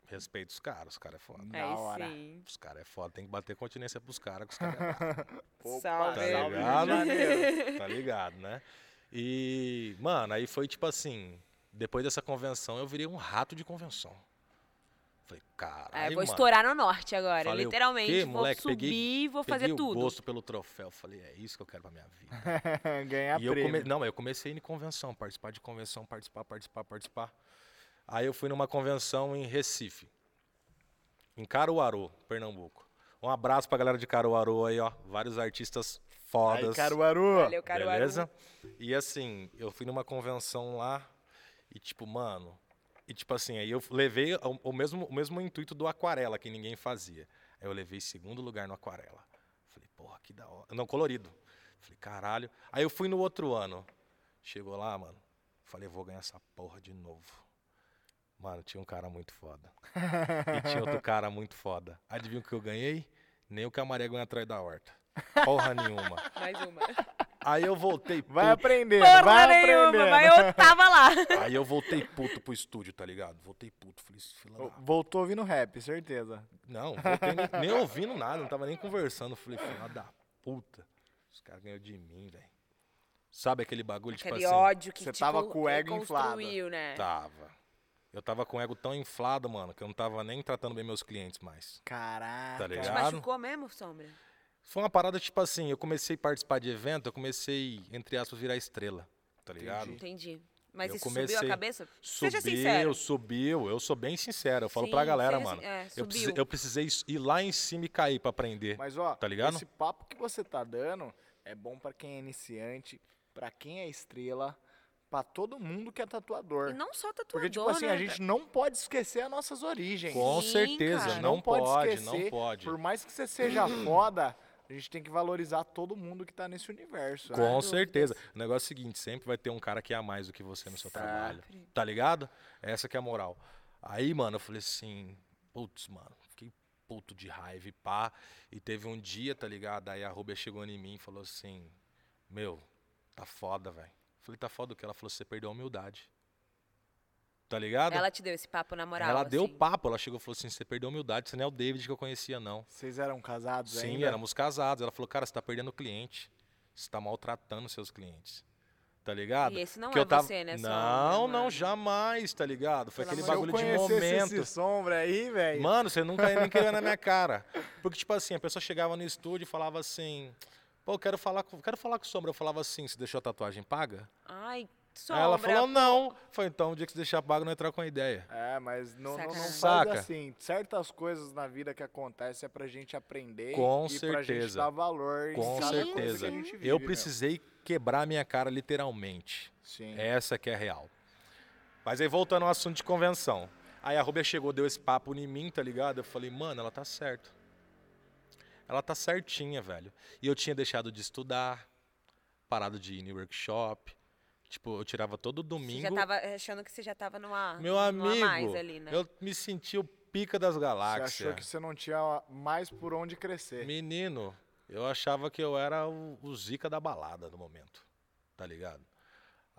Speaker 3: Respeito os caras, os caras é foda.
Speaker 2: Da
Speaker 1: Aí
Speaker 2: hora.
Speaker 1: sim.
Speaker 3: Os caras é foda, tem que bater continência pros caras, que os caras é brabo,
Speaker 2: Opa,
Speaker 1: Salve.
Speaker 3: Tá
Speaker 2: salve,
Speaker 3: ligado?
Speaker 2: Rio de Janeiro.
Speaker 3: tá ligado, né? E, mano, aí foi tipo assim, depois dessa convenção eu virei um rato de convenção. Falei, caralho,
Speaker 1: Ah, eu vou
Speaker 3: mano.
Speaker 1: estourar no norte agora,
Speaker 3: Falei, o
Speaker 1: literalmente.
Speaker 3: quê,
Speaker 1: vou
Speaker 3: moleque?
Speaker 1: subir
Speaker 3: Peguei-
Speaker 1: e vou fazer
Speaker 3: Peguei
Speaker 1: tudo.
Speaker 3: o gosto pelo troféu, falei, é isso que eu quero pra minha vida.
Speaker 2: Ganhar
Speaker 3: E eu come...
Speaker 2: prêmio.
Speaker 3: Não, eu comecei em convenção, participar de convenção, participar, participar, participar. Aí eu fui numa convenção em Recife, em Caruaru, Pernambuco. Um abraço pra galera de Caruaru aí, ó. Vários artistas fodas.
Speaker 2: Aí, Caruaru.
Speaker 1: Valeu, Caruaru.
Speaker 3: Beleza? E assim, eu fui numa convenção lá e tipo, mano, e tipo assim, aí eu levei o, o mesmo, o mesmo intuito do aquarela que ninguém fazia. Aí eu levei segundo lugar no aquarela. Falei, porra, que da hora. Não, colorido. Falei, caralho. Aí eu fui no outro ano. Chegou lá, mano. Falei, vou ganhar essa porra de novo. Mano, tinha um cara muito foda. E tinha outro cara muito foda. Adivinha o que eu ganhei? Nem o camaré ganha atrás da horta. Porra nenhuma.
Speaker 1: Mais uma.
Speaker 3: Aí eu voltei.
Speaker 2: Vai
Speaker 3: puto.
Speaker 2: aprendendo, vai
Speaker 1: Porra
Speaker 2: aprendendo.
Speaker 1: nenhuma, mas eu tava lá.
Speaker 3: Aí eu voltei puto pro estúdio, tá ligado? Voltei puto. Falei, "Esse fila da...
Speaker 2: Voltou ouvindo rap, certeza.
Speaker 3: Não, voltei nem, nem ouvindo nada, não tava nem conversando. Falei, fila da puta. Os caras ganham de mim, velho. Sabe aquele bagulho, tipo
Speaker 1: Aquele
Speaker 3: assim?
Speaker 1: ódio que
Speaker 2: você
Speaker 1: tipo,
Speaker 2: tava com o ego
Speaker 1: construiu, né?
Speaker 3: Tá Tava. Eu tava com o ego tão inflado, mano, que eu não tava nem tratando bem meus clientes mais.
Speaker 2: Caraca.
Speaker 3: Tá
Speaker 1: Te
Speaker 3: ligado?
Speaker 1: machucou mesmo, Sombra?
Speaker 3: Foi uma parada, tipo assim, eu comecei a participar de evento, eu comecei, entre aspas, virar estrela, tá ligado?
Speaker 2: Entendi.
Speaker 1: Entendi. Mas
Speaker 3: Eu
Speaker 1: isso
Speaker 3: comecei-
Speaker 1: subiu a cabeça? Seja sincero.
Speaker 3: Subiu, subiu. Eu sou bem sincero. Eu falo
Speaker 1: Sim,
Speaker 3: pra galera,
Speaker 1: seja sin-
Speaker 3: mano.
Speaker 1: é,
Speaker 3: eu, precisei,
Speaker 1: subiu.
Speaker 3: eu precisei ir lá em cima e cair pra aprender.
Speaker 2: Mas ó,
Speaker 3: Tá ligado?
Speaker 2: esse papo que você tá dando é bom pra quem é iniciante, pra quem é estrela, pra todo mundo que é tatuador.
Speaker 1: E não só tatuador,
Speaker 2: Porque tipo assim,
Speaker 1: né?
Speaker 2: a gente não pode esquecer as nossas origens.
Speaker 3: Com
Speaker 1: Sim,
Speaker 3: certeza,
Speaker 1: cara.
Speaker 3: não,
Speaker 2: Não pode
Speaker 3: pode, não
Speaker 2: esquecer,
Speaker 3: pode.
Speaker 2: Por mais que você seja foda, a gente tem que valorizar todo mundo que tá nesse universo. né?
Speaker 3: Com
Speaker 1: dúvidas.
Speaker 3: certeza. O negócio é o seguinte, sempre vai ter um cara que é a mais do que você no seu trabalho. Tá ligado? Essa que é a moral. Aí, mano, eu falei assim, putz, mano, fiquei puto de raiva e pá. E teve um dia, tá ligado? Aí a Rubia chegou em mim e falou assim, meu, tá foda, velho. Falei, tá foda o quê? Ela falou, você perdeu a humildade. Tá ligado?
Speaker 1: Ela te deu esse papo na moral,
Speaker 3: Ela deu
Speaker 1: assim.
Speaker 3: papo, ela chegou e falou assim: você perdeu a humildade, você não é o David que eu conhecia, não.
Speaker 2: Vocês eram casados
Speaker 3: Sim,
Speaker 2: ainda?
Speaker 3: éramos casados. Ela falou, cara, você tá perdendo cliente. Você tá maltratando seus clientes. Tá ligado?
Speaker 1: E esse não
Speaker 3: que
Speaker 1: é
Speaker 3: eu tava...
Speaker 1: você, né? só, né,
Speaker 3: Não, não,
Speaker 1: mano?
Speaker 3: jamais, tá ligado? Foi
Speaker 1: Pelo
Speaker 3: aquele
Speaker 1: amor
Speaker 3: bagulho
Speaker 2: Se
Speaker 3: de
Speaker 2: eu conhecesse
Speaker 3: momento.
Speaker 2: esse sombra aí, velho.
Speaker 3: Mano, você nunca ia nem queria na minha cara. Porque, tipo assim, a pessoa chegava no estúdio e falava assim. Pô, eu quero falar com, quero falar com o Sombra. Eu falava assim, se deixou a tatuagem paga?
Speaker 1: Ai,
Speaker 3: Aí
Speaker 1: sombra.
Speaker 3: ela falou, não. Foi então, o dia que você deixar paga, não entrar com a ideia.
Speaker 2: É, mas não, não, não faz
Speaker 3: Saca.
Speaker 2: assim. Certas coisas na vida que acontecem é pra gente aprender
Speaker 3: Com
Speaker 2: e pra gente
Speaker 3: certeza.
Speaker 2: dar valor. em
Speaker 3: Com
Speaker 2: cada coisa que a
Speaker 3: certeza.
Speaker 2: gente vive,
Speaker 3: Eu
Speaker 2: meu.
Speaker 3: precisei quebrar minha cara literalmente.
Speaker 2: Sim.
Speaker 3: Essa que é a real. Mas aí voltando ao assunto de convenção. Aí a Rubia chegou, deu esse papo em mim, tá ligado? Eu falei, mano, ela tá certo. Ela tá certinha, velho. E eu tinha deixado de estudar, parado de ir em workshop. Tipo, eu tirava todo
Speaker 1: Você
Speaker 3: domingo.
Speaker 1: já tava achando que você já tava numa.
Speaker 3: Meu
Speaker 1: numa
Speaker 3: amigo,
Speaker 1: mais ali, né?
Speaker 3: eu me senti o pica das
Speaker 2: Você
Speaker 3: galáxias.
Speaker 2: achou que você não tinha mais por onde crescer.
Speaker 3: Menino, eu achava que eu era o, o zica da balada no momento, tá ligado?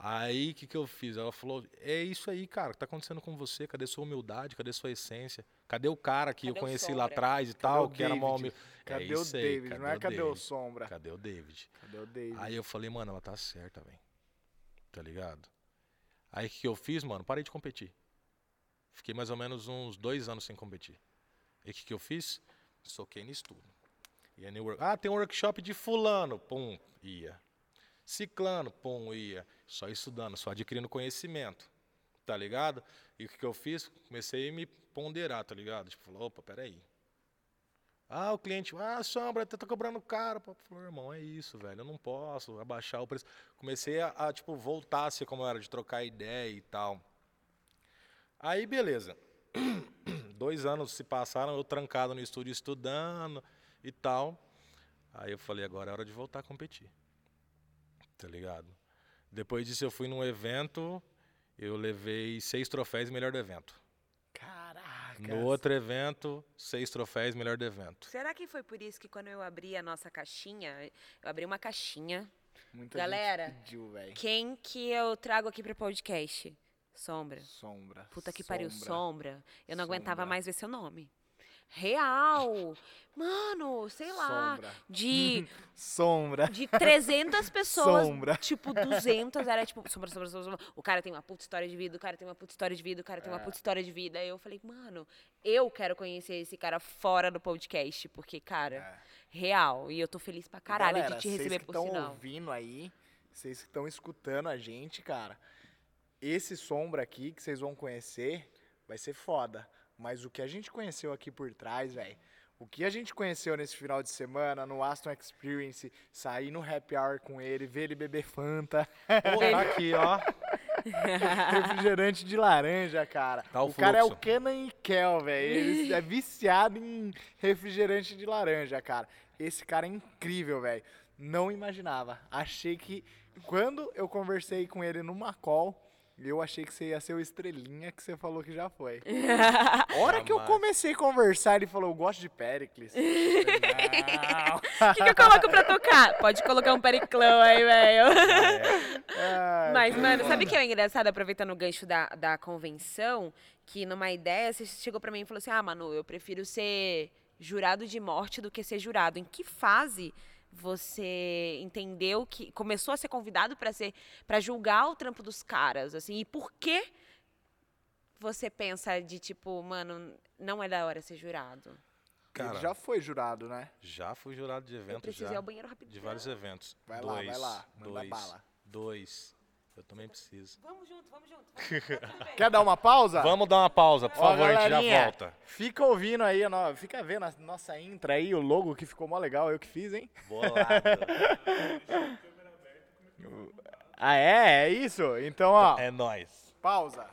Speaker 3: Aí, o que, que eu fiz? Ela falou, é isso aí, cara, que tá acontecendo com você? Cadê sua humildade? Cadê sua essência? Cadê o cara que
Speaker 1: Cadê
Speaker 3: eu
Speaker 1: o
Speaker 3: conheci
Speaker 1: Sombra?
Speaker 3: lá atrás e tal,
Speaker 2: o
Speaker 3: que era mal
Speaker 2: David?
Speaker 3: humilde?
Speaker 2: Cadê
Speaker 3: é
Speaker 2: o
Speaker 3: isso aí,
Speaker 2: David? Não é cadê o
Speaker 3: David?
Speaker 2: Sombra?
Speaker 3: Cadê o David?
Speaker 2: Cadê o David?
Speaker 3: Aí eu falei, mano, ela tá certa, velho. Tá ligado? Aí o que que eu fiz, mano? Parei de competir. Fiquei mais ou menos uns dois anos sem competir. E o que, que eu fiz? Soquei no estudo. Ia no work... Ah, tem um workshop de fulano. Pum, ia. Ciclano, pum, ia. Só estudando, só adquirindo conhecimento. Tá ligado? E o que, que eu fiz? Comecei a me ponderar, tá ligado? Tipo, falou, opa, peraí. Ah, o cliente, ah, sombra, tá tá cobrando caro. Pô, Falou, irmão, é isso, velho, eu não posso abaixar o preço. Comecei a, a, tipo, voltar a ser como eu era, de trocar ideia e tal. Aí, beleza. Dois anos se passaram, eu trancado no estúdio estudando e tal. Aí eu falei, agora é hora de voltar a competir. Tá ligado? Depois disso, eu fui num evento, eu levei seis troféus melhor do evento.
Speaker 2: Caraca.
Speaker 3: No outro evento, seis troféus melhor do evento.
Speaker 1: Será que foi por isso que quando eu abri a nossa caixinha, eu abri uma caixinha.
Speaker 2: Muita
Speaker 1: Galera.
Speaker 2: Gente pediu, velho.
Speaker 1: Quem que eu trago aqui pro podcast? Sombra.
Speaker 2: Sombra.
Speaker 1: Puta que pariu,
Speaker 2: sombra.
Speaker 1: Sombra. Eu não aguentava
Speaker 2: Sombra.
Speaker 1: mais ver seu nome. Real. Mano, sei lá.
Speaker 2: Sombra.
Speaker 1: De,
Speaker 2: Sombra.
Speaker 1: de 300 pessoas,
Speaker 2: Sombra.
Speaker 1: tipo, 200 era tipo, sombra, sombra, sombra, sombra. O cara tem uma puta história de vida, o cara tem uma puta história de vida, o cara tem uma
Speaker 2: É.
Speaker 1: puta história de vida. Aí eu falei, mano, eu quero conhecer esse cara fora do podcast, porque, cara,
Speaker 2: É.
Speaker 1: real. E eu tô feliz pra caralho
Speaker 2: Galera,
Speaker 1: de te
Speaker 2: vocês
Speaker 1: receber
Speaker 2: que
Speaker 1: por
Speaker 2: tão
Speaker 1: sinal.
Speaker 2: ouvindo aí, vocês que estão escutando a gente, cara, esse sombra aqui que vocês vão conhecer vai ser foda. Mas o que a gente conheceu aqui por trás, velho, o que a gente conheceu nesse final de semana no Aston Experience, sair no happy hour com ele, ver ele beber Fanta,
Speaker 3: Pô, tá aqui, ó.
Speaker 2: refrigerante de laranja, cara.
Speaker 3: Tá o
Speaker 2: cara é o
Speaker 3: fluxo.
Speaker 2: Kenan e Kel, velho. Ele é viciado em refrigerante de laranja, cara. Esse cara é incrível, velho. Não imaginava. Achei que quando eu conversei com ele numa call, eu achei que você ia ser o estrelinha que você falou que já foi. A hora que eu
Speaker 3: Jamais.
Speaker 2: comecei a conversar, ele falou: Eu gosto de Pericles. Eu falei, Não.
Speaker 1: O que, que eu coloco pra tocar? Pode colocar um periclão aí, velho.
Speaker 2: Ah,
Speaker 1: Mas, mano, sabe o que é engraçado, aproveitando o gancho da, da convenção, que numa ideia você chegou pra mim e falou assim: ah, Manu, eu prefiro ser jurado de morte do que ser jurado. Em que fase você entendeu que começou a ser convidado pra ser para julgar o trampo dos caras, assim? E por que você pensa de tipo, mano, não é da hora ser jurado?
Speaker 3: Cara,
Speaker 2: Ele
Speaker 3: já...
Speaker 2: já foi jurado, né?
Speaker 3: fui jurado de
Speaker 1: Eu
Speaker 3: evento
Speaker 1: preciso
Speaker 3: já.
Speaker 1: ir ao banheiro rapidinho.
Speaker 3: De vários eventos.
Speaker 2: Vai lá,
Speaker 3: dois,
Speaker 2: vai lá, manda
Speaker 3: dois,
Speaker 2: bala.
Speaker 3: Dois. Eu também preciso.
Speaker 1: Vamos junto, vamos junto. Vamos, tá tudo bem.
Speaker 2: Quer dar uma pausa?
Speaker 3: Vamos dar uma pausa, por
Speaker 2: Tá. Ó,
Speaker 3: favor, a gente
Speaker 2: galerinha,
Speaker 3: já volta.
Speaker 2: Fica ouvindo aí, a no- fica vendo a nossa intra aí, o logo que ficou mó legal, eu que fiz, hein?
Speaker 3: Bolada.
Speaker 2: Ah, é? É isso? Então, ó,
Speaker 3: é nóis.
Speaker 2: pausa.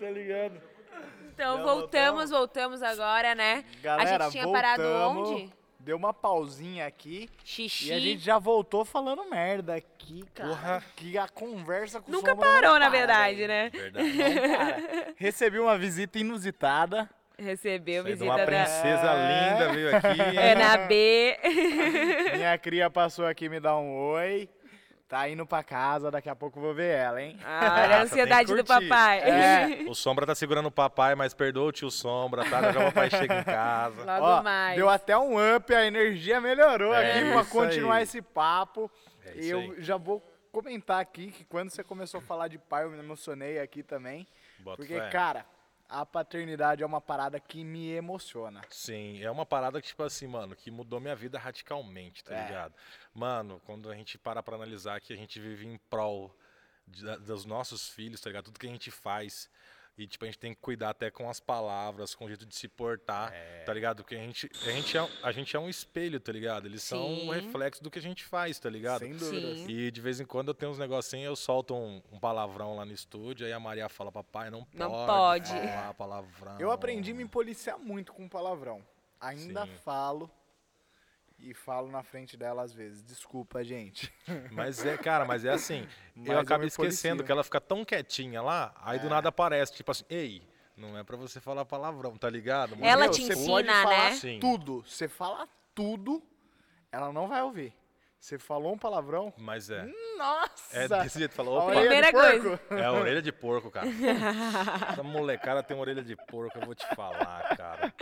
Speaker 2: Tá ligado?
Speaker 1: Então voltamos, voltamos agora, né?
Speaker 2: Galera,
Speaker 1: a gente tinha
Speaker 2: voltamos,
Speaker 1: parado onde?
Speaker 2: Deu uma pausinha aqui
Speaker 1: Xixi.
Speaker 2: e a gente já voltou falando merda aqui, cara.
Speaker 3: Porra.
Speaker 2: Que a conversa com o
Speaker 1: Nunca
Speaker 2: Sombra não
Speaker 1: parou, na
Speaker 2: para,
Speaker 1: verdade,
Speaker 2: velho.
Speaker 1: né?
Speaker 3: Verdade.
Speaker 2: Cara, recebi uma visita inusitada.
Speaker 1: Recebeu
Speaker 3: Saí de
Speaker 1: visita
Speaker 3: uma
Speaker 1: da
Speaker 3: princesa
Speaker 2: É.
Speaker 3: linda, veio aqui.
Speaker 1: Ana B.
Speaker 2: Minha cria passou aqui me dar um oi. Tá indo pra casa, daqui a pouco eu vou ver ela, hein?
Speaker 1: Ah, olha a
Speaker 3: Nossa, tem que
Speaker 1: ansiedade do
Speaker 3: curtir.
Speaker 1: papai.
Speaker 2: É.
Speaker 3: O Sombra tá segurando o papai, mas perdoa o tio Sombra, tá? Já já o papai chega em casa.
Speaker 1: Logo
Speaker 2: Ó,
Speaker 1: mais.
Speaker 2: Deu até um up, a energia melhorou
Speaker 3: É
Speaker 2: aqui pra
Speaker 3: isso
Speaker 2: continuar
Speaker 3: aí.
Speaker 2: esse papo.
Speaker 3: É isso
Speaker 2: eu
Speaker 3: aí.
Speaker 2: já vou comentar aqui que quando você começou a falar de pai, eu me emocionei aqui também.
Speaker 3: Bota
Speaker 2: Porque,
Speaker 3: fé.
Speaker 2: cara, a paternidade é uma parada que me emociona.
Speaker 3: Sim, é uma parada que, tipo assim, mano, que mudou minha vida radicalmente, tá
Speaker 2: É.
Speaker 3: ligado? Mano, quando a gente para pra analisar que a gente vive em prol de- da- dos nossos filhos, tá ligado? Tudo que a gente faz. E, tipo, a gente tem que cuidar até com as palavras, com o jeito de se portar,
Speaker 1: É.
Speaker 3: tá ligado? Porque a gente, a, gente é, a gente é um espelho, tá ligado? Eles são
Speaker 1: Sim.
Speaker 3: um reflexo do que a gente faz, tá ligado?
Speaker 2: Sem dúvidas.
Speaker 1: Sim.
Speaker 3: E de vez em quando eu tenho uns negocinhos, eu solto um, um palavrão lá no estúdio, aí a Maria fala, papai, não pode,
Speaker 1: Não pode."
Speaker 3: falar palavrão.
Speaker 2: Eu aprendi a me policiar muito com palavrão. Ainda
Speaker 3: Sim.
Speaker 2: falo e falo na frente dela às vezes. Desculpa, gente.
Speaker 3: Mas é, cara, mas é assim.
Speaker 2: Mas
Speaker 3: eu
Speaker 2: eu
Speaker 3: acabo
Speaker 2: me
Speaker 3: esquecendo
Speaker 2: policio.
Speaker 3: que ela fica tão quietinha lá, aí
Speaker 2: É.
Speaker 3: do nada aparece, tipo assim, ei, não é pra você falar palavrão, tá ligado? Mas,
Speaker 1: Ela
Speaker 3: meu,
Speaker 1: te
Speaker 3: você
Speaker 1: ensina,
Speaker 2: pode falar
Speaker 3: né? Sim.
Speaker 2: tudo. Você fala tudo, ela não vai ouvir. Você falou um palavrão?
Speaker 3: Mas é.
Speaker 2: Nossa!
Speaker 3: É desse jeito, falou,
Speaker 2: A
Speaker 3: opa,
Speaker 2: orelha
Speaker 1: Primeira
Speaker 2: do porco.
Speaker 3: é a orelha de porco, cara. Putz, Essa molecada tem orelha de porco, eu vou te falar, cara.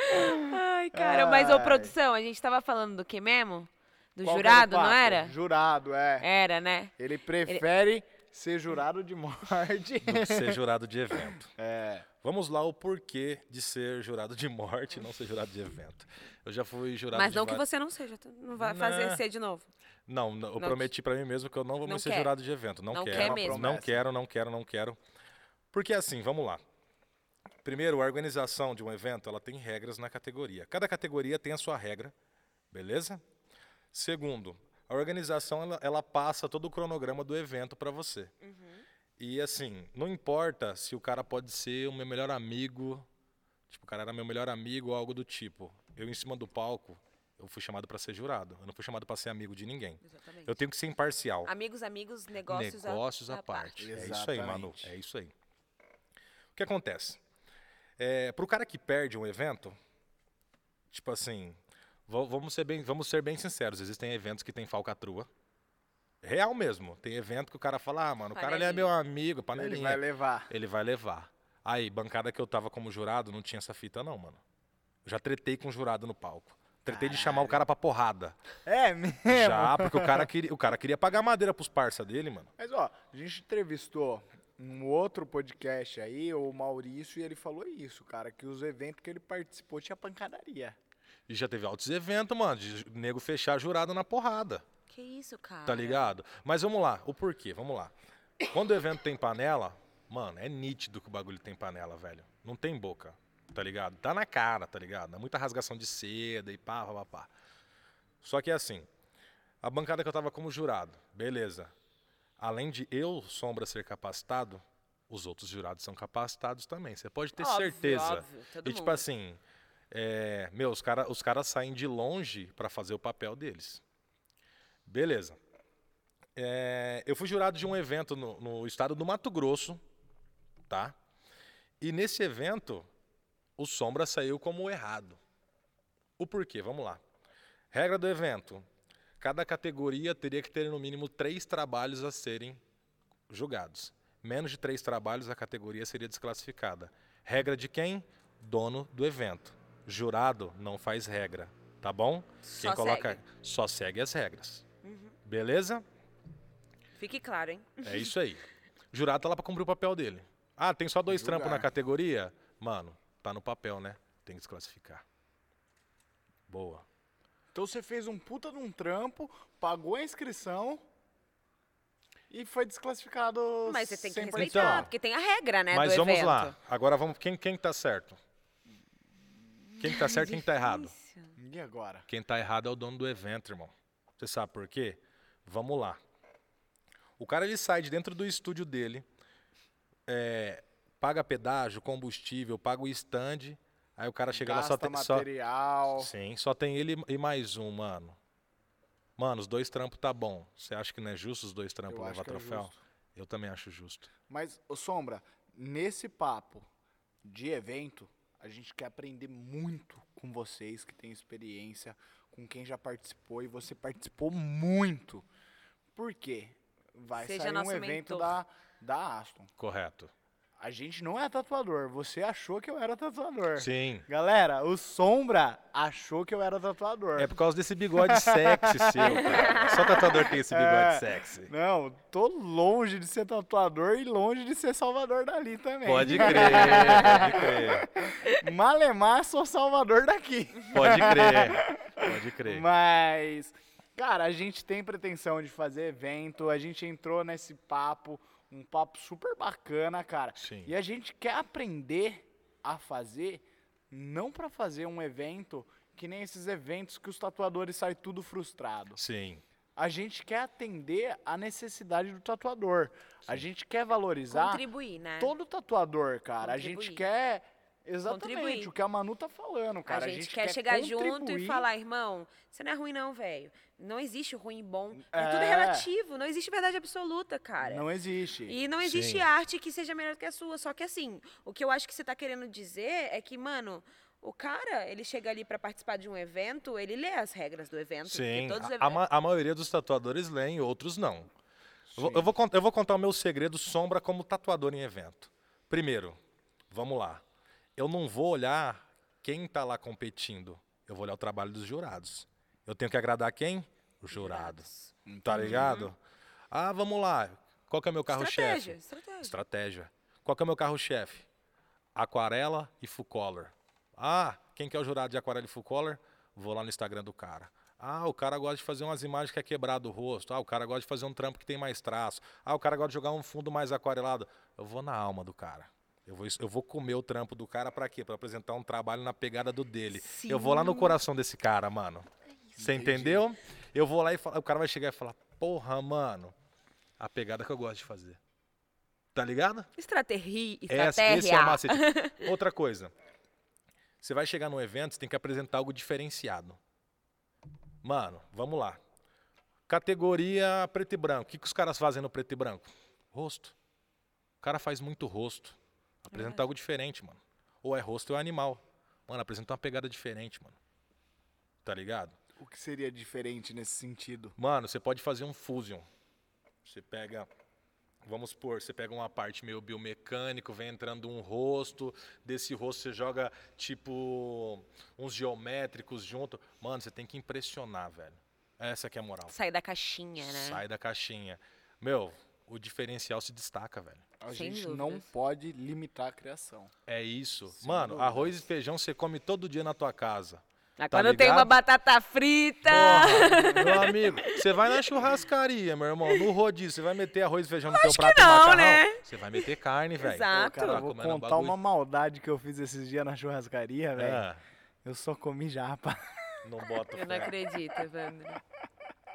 Speaker 1: Ai, cara, mas ô
Speaker 2: Ai.
Speaker 1: produção, a gente tava falando do que mesmo? Do
Speaker 2: Qual que era o
Speaker 1: jurado, não
Speaker 2: é papo?
Speaker 1: era?
Speaker 2: Jurado, é.
Speaker 1: Era, né?
Speaker 2: Ele prefere ser jurado de morte.
Speaker 3: Do que ser jurado de evento.
Speaker 2: É.
Speaker 3: Vamos lá, o porquê de ser jurado de morte e não ser jurado de evento. Eu já fui jurado
Speaker 1: Mas
Speaker 3: de
Speaker 1: não que
Speaker 3: va-
Speaker 1: você não seja, tu não vai
Speaker 3: Né?
Speaker 1: fazer ser de novo.
Speaker 3: Não, não, eu
Speaker 1: Não
Speaker 3: prometi pra mim mesmo que eu não vou
Speaker 1: Não
Speaker 3: mais ser
Speaker 1: quer.
Speaker 3: jurado de evento. Não,
Speaker 1: Não
Speaker 3: quero.
Speaker 1: quer
Speaker 2: mesmo.
Speaker 3: Não
Speaker 2: Promessa.
Speaker 3: quero, não quero, não quero. Porque assim, vamos lá. Primeiro, a organização de um evento, ela tem regras na categoria. Cada categoria tem a sua regra, beleza? Segundo, a organização, ela, ela passa todo o cronograma do evento pra você. E assim, não importa se o cara pode ser o meu melhor amigo, tipo, o cara era meu melhor amigo ou algo do tipo. Eu, em cima do palco, eu fui chamado pra ser jurado. Eu não fui chamado pra ser amigo de ninguém.
Speaker 1: Exatamente.
Speaker 3: Eu tenho que ser imparcial.
Speaker 1: Amigos, amigos, negócios, a-
Speaker 3: Negócios
Speaker 1: a
Speaker 3: à parte. É isso aí,
Speaker 2: Exatamente.
Speaker 3: Manu. É isso aí. O que acontece? É, Para o cara que perde um evento, tipo assim, va- vamos ser, bem, vamos ser bem sinceros, existem eventos que tem falcatrua. Real mesmo. Tem evento que o cara fala, ah, mano, o cara ele é
Speaker 1: Panelinha.
Speaker 3: meu amigo,
Speaker 2: Ele
Speaker 3: panelinha.
Speaker 2: vai levar.
Speaker 3: Ele vai levar. Aí, bancada que eu tava como jurado, não tinha essa fita não, mano. Eu já tretei com jurado no palco. Tretei de chamar o cara pra porrada.
Speaker 2: É mesmo.
Speaker 3: Já, porque o cara queria, o cara queria pagar madeira pros parça dele, mano.
Speaker 2: Mas ó, a gente entrevistou um outro podcast aí, o Maurício, e ele falou isso, cara, que os eventos que ele participou tinha pancadaria.
Speaker 3: E já teve altos eventos, mano, de ju- nego fechar jurado na porrada,
Speaker 1: Que isso, cara?
Speaker 3: tá ligado? Mas vamos lá, o porquê, vamos lá. Quando o evento tem panela, mano, é nítido que o bagulho tem panela, velho. Não tem boca, tá ligado? Tá na cara, tá ligado? É muita rasgação de seda e pá, pá, pá, pá. Só que é assim, a bancada que eu tava como jurado, beleza. Além de eu, Sombra, ser capacitado, os outros jurados são capacitados também. Você pode ter
Speaker 1: Óbvio,
Speaker 3: certeza.
Speaker 1: óbvio, todo
Speaker 3: E tipo
Speaker 1: mundo.
Speaker 3: assim, é, meu, os caras os cara saem de longe pra fazer o papel deles. Beleza. É, eu fui jurado de um evento no, no estado do Mato Grosso, tá? E nesse evento, o Sombra saiu como errado. O porquê? Vamos lá. Regra do evento: cada categoria teria que ter no mínimo três trabalhos a serem julgados. Menos de três trabalhos, a categoria seria desclassificada. Regra de quem? Dono do evento. Jurado não faz regra, tá bom?
Speaker 1: Só
Speaker 3: quem coloca
Speaker 1: segue. Uhum.
Speaker 3: só segue as regras. Beleza?
Speaker 1: Fique claro, hein?
Speaker 3: É isso aí. O jurado tá lá pra cumprir o papel dele. Ah, tem só dois
Speaker 2: Julgar.
Speaker 3: trampos na categoria? Mano, tá no papel, né? Tem que desclassificar. Boa.
Speaker 2: Então você fez um puta de um trampo, pagou a inscrição e foi desclassificado.
Speaker 1: Mas você tem que
Speaker 2: sem
Speaker 1: respeitar,
Speaker 2: participar.
Speaker 1: porque tem a regra, né,
Speaker 3: Mas
Speaker 1: do
Speaker 3: vamos
Speaker 1: evento.
Speaker 3: lá. Agora vamos. Quem, quem tá certo? Quem que tá certo, quem que tá errado?
Speaker 1: Difícil.
Speaker 2: E agora?
Speaker 3: Quem tá errado é o dono do evento, irmão. Você sabe por quê? Vamos lá. O cara ele sai de dentro do estúdio dele, é, paga pedágio, combustível, paga o stand. Aí o cara chega lá só
Speaker 2: Gasta
Speaker 3: tem, só,
Speaker 2: material.
Speaker 3: Sim, só tem ele e mais um, mano. Mano, os dois trampos tá bom. Você acha que não é justo os dois trampos
Speaker 2: Eu acho
Speaker 3: levar
Speaker 2: que é
Speaker 3: troféu?
Speaker 2: justo.
Speaker 3: Eu também acho justo.
Speaker 2: Mas, ô Sombra, nesse papo de evento, a gente quer aprender muito com vocês que têm experiência, com quem já participou e você participou muito. Por quê? vai
Speaker 1: Seja
Speaker 2: sair um
Speaker 1: nosso
Speaker 2: evento
Speaker 1: mentor.
Speaker 2: da, da Aston.
Speaker 3: Correto.
Speaker 2: A gente não é tatuador. Você achou que eu era tatuador.
Speaker 3: Sim.
Speaker 2: Galera, o Sombra achou que eu era tatuador.
Speaker 3: É por causa desse bigode sexy seu, cara. Só tatuador tem esse bigode
Speaker 2: É.
Speaker 3: sexy.
Speaker 2: Não, tô longe de ser tatuador e longe de ser Salvador dali também.
Speaker 3: Pode crer, pode crer.
Speaker 2: Malemar, sou Salvador daqui.
Speaker 3: Pode crer. Pode crer.
Speaker 2: Mas, cara, a gente tem pretensão de fazer evento, a gente entrou nesse papo, um papo super bacana, cara.
Speaker 3: Sim.
Speaker 2: E é a gente quer aprender a fazer, não pra fazer um evento que nem esses eventos que os tatuadores saem tudo frustrado.
Speaker 3: Sim.
Speaker 2: A gente quer atender a necessidade do tatuador. A gente quer valorizar
Speaker 1: Contribuir, né?
Speaker 2: todo tatuador, cara. A gente
Speaker 1: Contribuir.
Speaker 2: quer exatamente
Speaker 1: Contribuir.
Speaker 2: o que a Manu tá falando, cara.
Speaker 1: a, gente quer, chegar junto e
Speaker 2: contribuir.
Speaker 1: falar, irmão, você não é ruim não, velho. Não existe o ruim e bom. É,
Speaker 2: É.
Speaker 1: tudo relativo, não existe verdade absoluta, cara.
Speaker 2: Não existe.
Speaker 1: E não existe
Speaker 3: Sim.
Speaker 1: arte que seja melhor que a sua. Só que assim, o que eu acho que você tá querendo dizer é que, mano, o cara, ele chega ali pra participar de um evento, ele lê as regras do evento. porque
Speaker 3: Sim.
Speaker 1: Todos os
Speaker 3: A, a
Speaker 1: eventos-
Speaker 3: ma- a maioria dos tatuadores leem, outros não. Eu vou-
Speaker 2: Sim.
Speaker 3: Eu vou, con- eu vou contar o meu segredo sombra como tatuador em evento. Primeiro, vamos lá. Eu não vou olhar quem está lá competindo. Eu vou olhar o trabalho dos jurados. Eu tenho que agradar quem? O jurado.
Speaker 1: Jurados.
Speaker 3: Tá ligado? Ah, vamos lá. Qual que é o meu
Speaker 1: Estratégia,
Speaker 3: carro-chefe?
Speaker 1: estratégia.
Speaker 3: Estratégia. Qual que é o meu carro-chefe? Aquarela e full color. Ah, quem que é o jurado de aquarela e full color? Vou lá no Instagram do cara. Ah, o cara gosta de fazer umas imagens que é quebrado o rosto. Ah, o cara gosta de fazer um trampo que tem mais traço. Ah, o cara gosta de jogar um fundo mais aquarelado. Eu vou na alma do cara. Eu vou, eu vou comer o trampo do cara pra quê? Pra apresentar um trabalho na pegada do dele. Eu vou lá no coração desse cara, mano. Você entendeu? Eu vou lá e falo, o cara vai chegar e falar: "Porra, mano, a pegada que eu gosto de fazer". Tá ligado?
Speaker 1: Estratégia.
Speaker 3: Essa-
Speaker 1: Estratégia.
Speaker 3: esse é o macete. Outra coisa. Você vai chegar num evento, você tem que apresentar algo diferenciado. Mano, vamos lá. Categoria preto e branco. O que, que os caras fazem no preto e branco? Rosto. O cara faz muito rosto. Apresenta algo diferente, mano. Ou é rosto ou é animal. Mano, apresenta uma pegada diferente, mano. Tá ligado?
Speaker 2: O que seria diferente nesse sentido?
Speaker 3: Mano, você pode fazer um fusion. Você pega, vamos supor, você pega uma parte meio biomecânico, vem entrando um rosto, desse rosto você joga tipo uns geométricos junto. Mano, você tem que impressionar, velho. Essa que é a moral.
Speaker 1: Sair da caixinha, né?
Speaker 3: Sai da caixinha. Meu, o diferencial se destaca, velho.
Speaker 2: A
Speaker 1: Sem
Speaker 2: gente
Speaker 1: dúvidas.
Speaker 2: não pode limitar a criação.
Speaker 3: É isso.
Speaker 2: Sem
Speaker 3: Mano,
Speaker 2: dúvidas.
Speaker 3: arroz e feijão você come todo dia na tua casa.
Speaker 1: Ah,
Speaker 3: Tá
Speaker 1: Quando tem uma
Speaker 3: ligado?
Speaker 1: batata frita.
Speaker 3: Porra, meu amigo, você vai na churrascaria, meu irmão, no rodízio, você vai meter arroz e feijão no teu prato e
Speaker 1: não,
Speaker 3: macarrão?
Speaker 1: né?
Speaker 3: Você vai meter carne, velho.
Speaker 1: Exato. Ah,
Speaker 2: Pô, cara,
Speaker 3: tá
Speaker 2: eu vou
Speaker 3: comendo um
Speaker 2: contar
Speaker 3: bagulho.
Speaker 2: uma maldade que eu fiz esses dias na churrascaria, velho.
Speaker 3: Ah,
Speaker 2: Eu só comi japa.
Speaker 3: É, não bota
Speaker 1: Eu não
Speaker 3: fé.
Speaker 1: acredito, Evandro.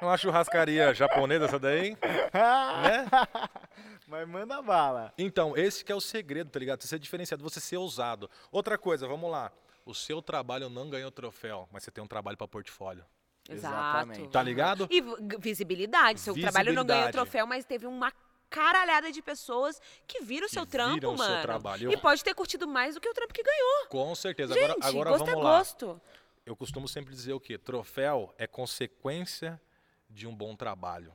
Speaker 3: Uma churrascaria japonesa essa daí, né?
Speaker 2: Mas manda bala.
Speaker 3: Então, esse que é o segredo, tá ligado? Você ser diferenciado, você ser ousado. Outra coisa, vamos lá. O seu trabalho não ganhou troféu, mas você tem um trabalho pra portfólio.
Speaker 1: Exato.
Speaker 2: Exatamente.
Speaker 3: Tá ligado?
Speaker 1: E v- g- visibilidade. Seu trabalho não ganhou
Speaker 3: Visibilidade.
Speaker 1: troféu, mas teve uma caralhada de pessoas que viram o seu trampo,
Speaker 3: viram o seu
Speaker 1: mano.
Speaker 3: trabalho.
Speaker 1: E pode ter curtido mais do que o trampo que ganhou.
Speaker 3: Com certeza.
Speaker 1: Gente,
Speaker 3: agora agora
Speaker 1: gosto
Speaker 3: vamos
Speaker 1: é
Speaker 3: lá.
Speaker 1: gosto.
Speaker 3: Eu costumo sempre dizer o quê? Troféu é consequência de um bom trabalho.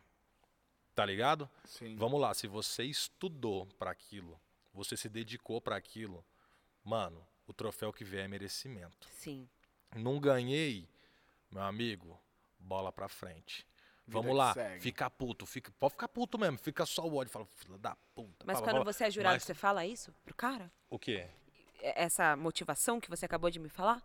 Speaker 3: Tá ligado?
Speaker 2: Sim.
Speaker 3: Vamos lá, se você estudou pra aquilo, você se dedicou pra aquilo, mano, o troféu que vier é merecimento.
Speaker 1: Sim.
Speaker 3: Não ganhei, meu amigo, bola pra frente.
Speaker 2: Vida
Speaker 3: Vamos
Speaker 2: que
Speaker 3: lá,
Speaker 2: segue.
Speaker 3: fica puto, fica, pode ficar puto mesmo, fica só o ódio, fala, filha da puta.
Speaker 1: Mas
Speaker 3: blá, blá,
Speaker 1: quando
Speaker 3: blá.
Speaker 1: você é jurado,
Speaker 3: Tá, Mas-
Speaker 1: você fala isso pro cara?
Speaker 3: O quê?
Speaker 1: E- Essa motivação que você acabou de me falar?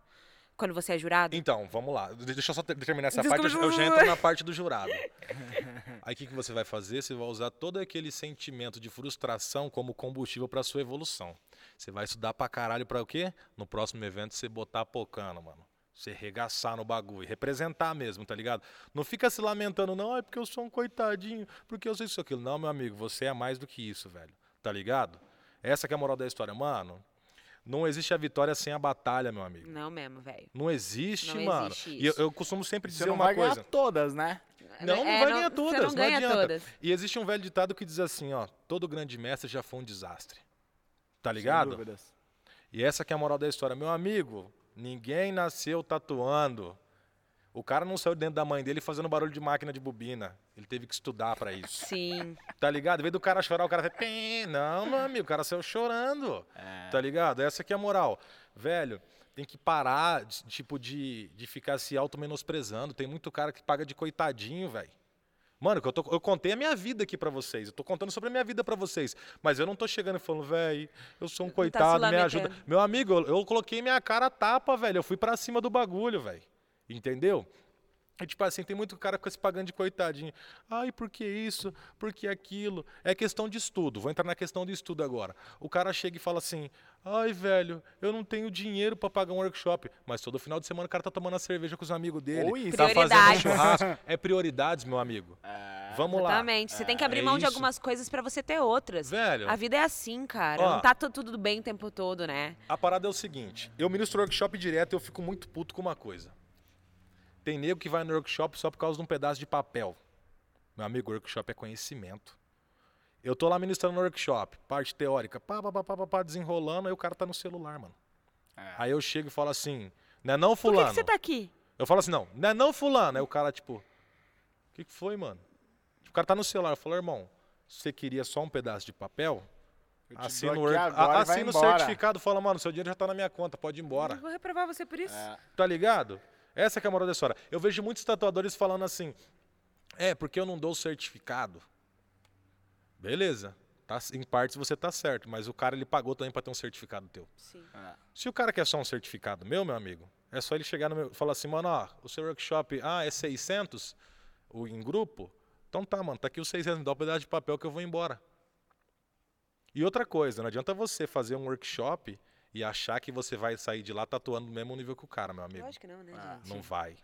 Speaker 1: Quando você é jurado?
Speaker 3: Então, vamos lá. De- Deixa eu só ter- terminar essa
Speaker 1: Desculpa,
Speaker 3: parte, eu, eu já
Speaker 1: desculpa.
Speaker 3: entro na parte do jurado. Aí o que, que você vai fazer? Você vai usar todo aquele sentimento de frustração como combustível para sua evolução. Você vai estudar pra caralho pra o quê? No próximo evento você botar pocano, mano. Você regaçar no bagulho, representar mesmo, tá ligado? Não fica se lamentando, não, é porque eu sou um coitadinho, porque eu sei isso aquilo. Não, meu amigo, você é mais do que isso, velho. Tá ligado? Essa que é a moral da história, mano. Não existe a vitória sem a batalha, meu amigo.
Speaker 1: Não mesmo, velho.
Speaker 3: Não existe,
Speaker 1: Não
Speaker 3: mano.
Speaker 1: existe
Speaker 3: E eu,
Speaker 1: isso.
Speaker 3: eu costumo sempre
Speaker 2: Você
Speaker 3: dizer
Speaker 2: não
Speaker 3: uma
Speaker 2: vai
Speaker 3: coisa. Tá
Speaker 2: ganhar todas, né?
Speaker 3: Não, não
Speaker 1: É,
Speaker 3: vai ganhar
Speaker 1: Você
Speaker 3: todas,
Speaker 1: não
Speaker 3: não,
Speaker 1: ganha
Speaker 3: adianta.
Speaker 1: todas.
Speaker 3: E existe um velho ditado que diz assim, ó, todo grande mestre já foi um desastre. Tá
Speaker 2: Sem
Speaker 3: ligado?
Speaker 2: dúvidas.
Speaker 3: E essa que é a moral da história. Meu amigo, ninguém nasceu tatuando. O O cara não saiu dentro da mãe dele fazendo barulho de máquina de bobina. Ele teve que estudar pra isso.
Speaker 1: Sim.
Speaker 3: Tá ligado? Em vez do cara chorar, o cara vai. "Pim". Não, meu amigo, o cara saiu chorando. Tá ligado? Essa aqui é a moral. Velho, tem que parar, de- tipo, de, de ficar se auto-menosprezando. Tem muito cara que paga de coitadinho, velho. Mano, que eu, tô- eu contei a minha vida aqui pra vocês. Eu tô contando sobre a minha vida pra vocês. Mas eu não tô chegando e falando, velho, eu sou um
Speaker 1: tá se
Speaker 3: coitado, me ajuda.
Speaker 1: lamentando.
Speaker 3: Meu amigo, eu, eu coloquei minha cara a tapa, velho. Eu fui pra cima do bagulho, velho. Entendeu? E, tipo assim, tem muito cara que fica se pagando de coitadinho. Ai, por que isso? Por que aquilo? É questão de estudo. Vou entrar na questão de estudo agora. O cara chega e fala assim: Ai, velho, eu não tenho dinheiro pra pagar um workshop. Mas todo final de semana o cara tá tomando a cerveja com os amigos dele.
Speaker 2: Ou isso.
Speaker 3: Tá fazendo um
Speaker 1: Prioridades.
Speaker 3: churrasco. É prioridades, meu amigo.
Speaker 1: É,
Speaker 3: Vamos lá.
Speaker 1: Exatamente. Você tem que abrir
Speaker 3: é
Speaker 1: mão de
Speaker 3: isso.
Speaker 1: algumas coisas pra você ter outras.
Speaker 3: Velho.
Speaker 1: A vida é assim, cara.
Speaker 3: Ó.
Speaker 1: Não tá tu- tudo bem o tempo todo, né?
Speaker 3: A parada é o seguinte: eu ministro workshop direto e eu fico muito puto com uma coisa. Tem nego que vai no workshop só por causa de um pedaço de papel. Meu amigo, workshop é conhecimento. Eu tô lá ministrando no workshop, parte teórica, pá, pá, pá, pá, pá, pá, desenrolando, aí o cara tá no celular, mano. Aí eu chego e falo assim, não é não,
Speaker 1: Por que,
Speaker 3: fulano?
Speaker 1: que você tá aqui?
Speaker 3: Eu falo assim, não, não é não, fulano. Aí o cara, tipo, o que, que foi, mano? O cara tá no celular, eu falo, irmão, você queria só um pedaço de papel?
Speaker 2: Eu te
Speaker 3: Assina o,
Speaker 2: dou aqui
Speaker 3: work-
Speaker 2: agora
Speaker 3: a-
Speaker 2: e vai
Speaker 3: assina o
Speaker 2: embora.
Speaker 3: certificado, fala, mano, seu dinheiro já tá na minha conta, pode ir embora.
Speaker 1: vou reprovar você por isso.
Speaker 3: Tá ligado? Essa que é a moral da história. Eu vejo muitos tatuadores falando assim: é, porque eu não dou certificado. Beleza. Tá, em partes você tá certo, mas o cara ele pagou também pra ter um certificado teu.
Speaker 1: Sim.
Speaker 3: Se o cara quer só um certificado meu, meu amigo, é só ele chegar no meu e falar assim, mano, ó, o seu workshop, ah, é 600 o, em grupo? Então tá, mano, tá aqui os 600, me dá um pedaço de papel que eu vou embora. E outra coisa, não adianta você fazer um workshop e achar que você vai sair de lá tatuando no mesmo nível que o cara, meu amigo.
Speaker 1: Lógico que não, né,
Speaker 2: Ah.
Speaker 1: gente?
Speaker 3: Não vai.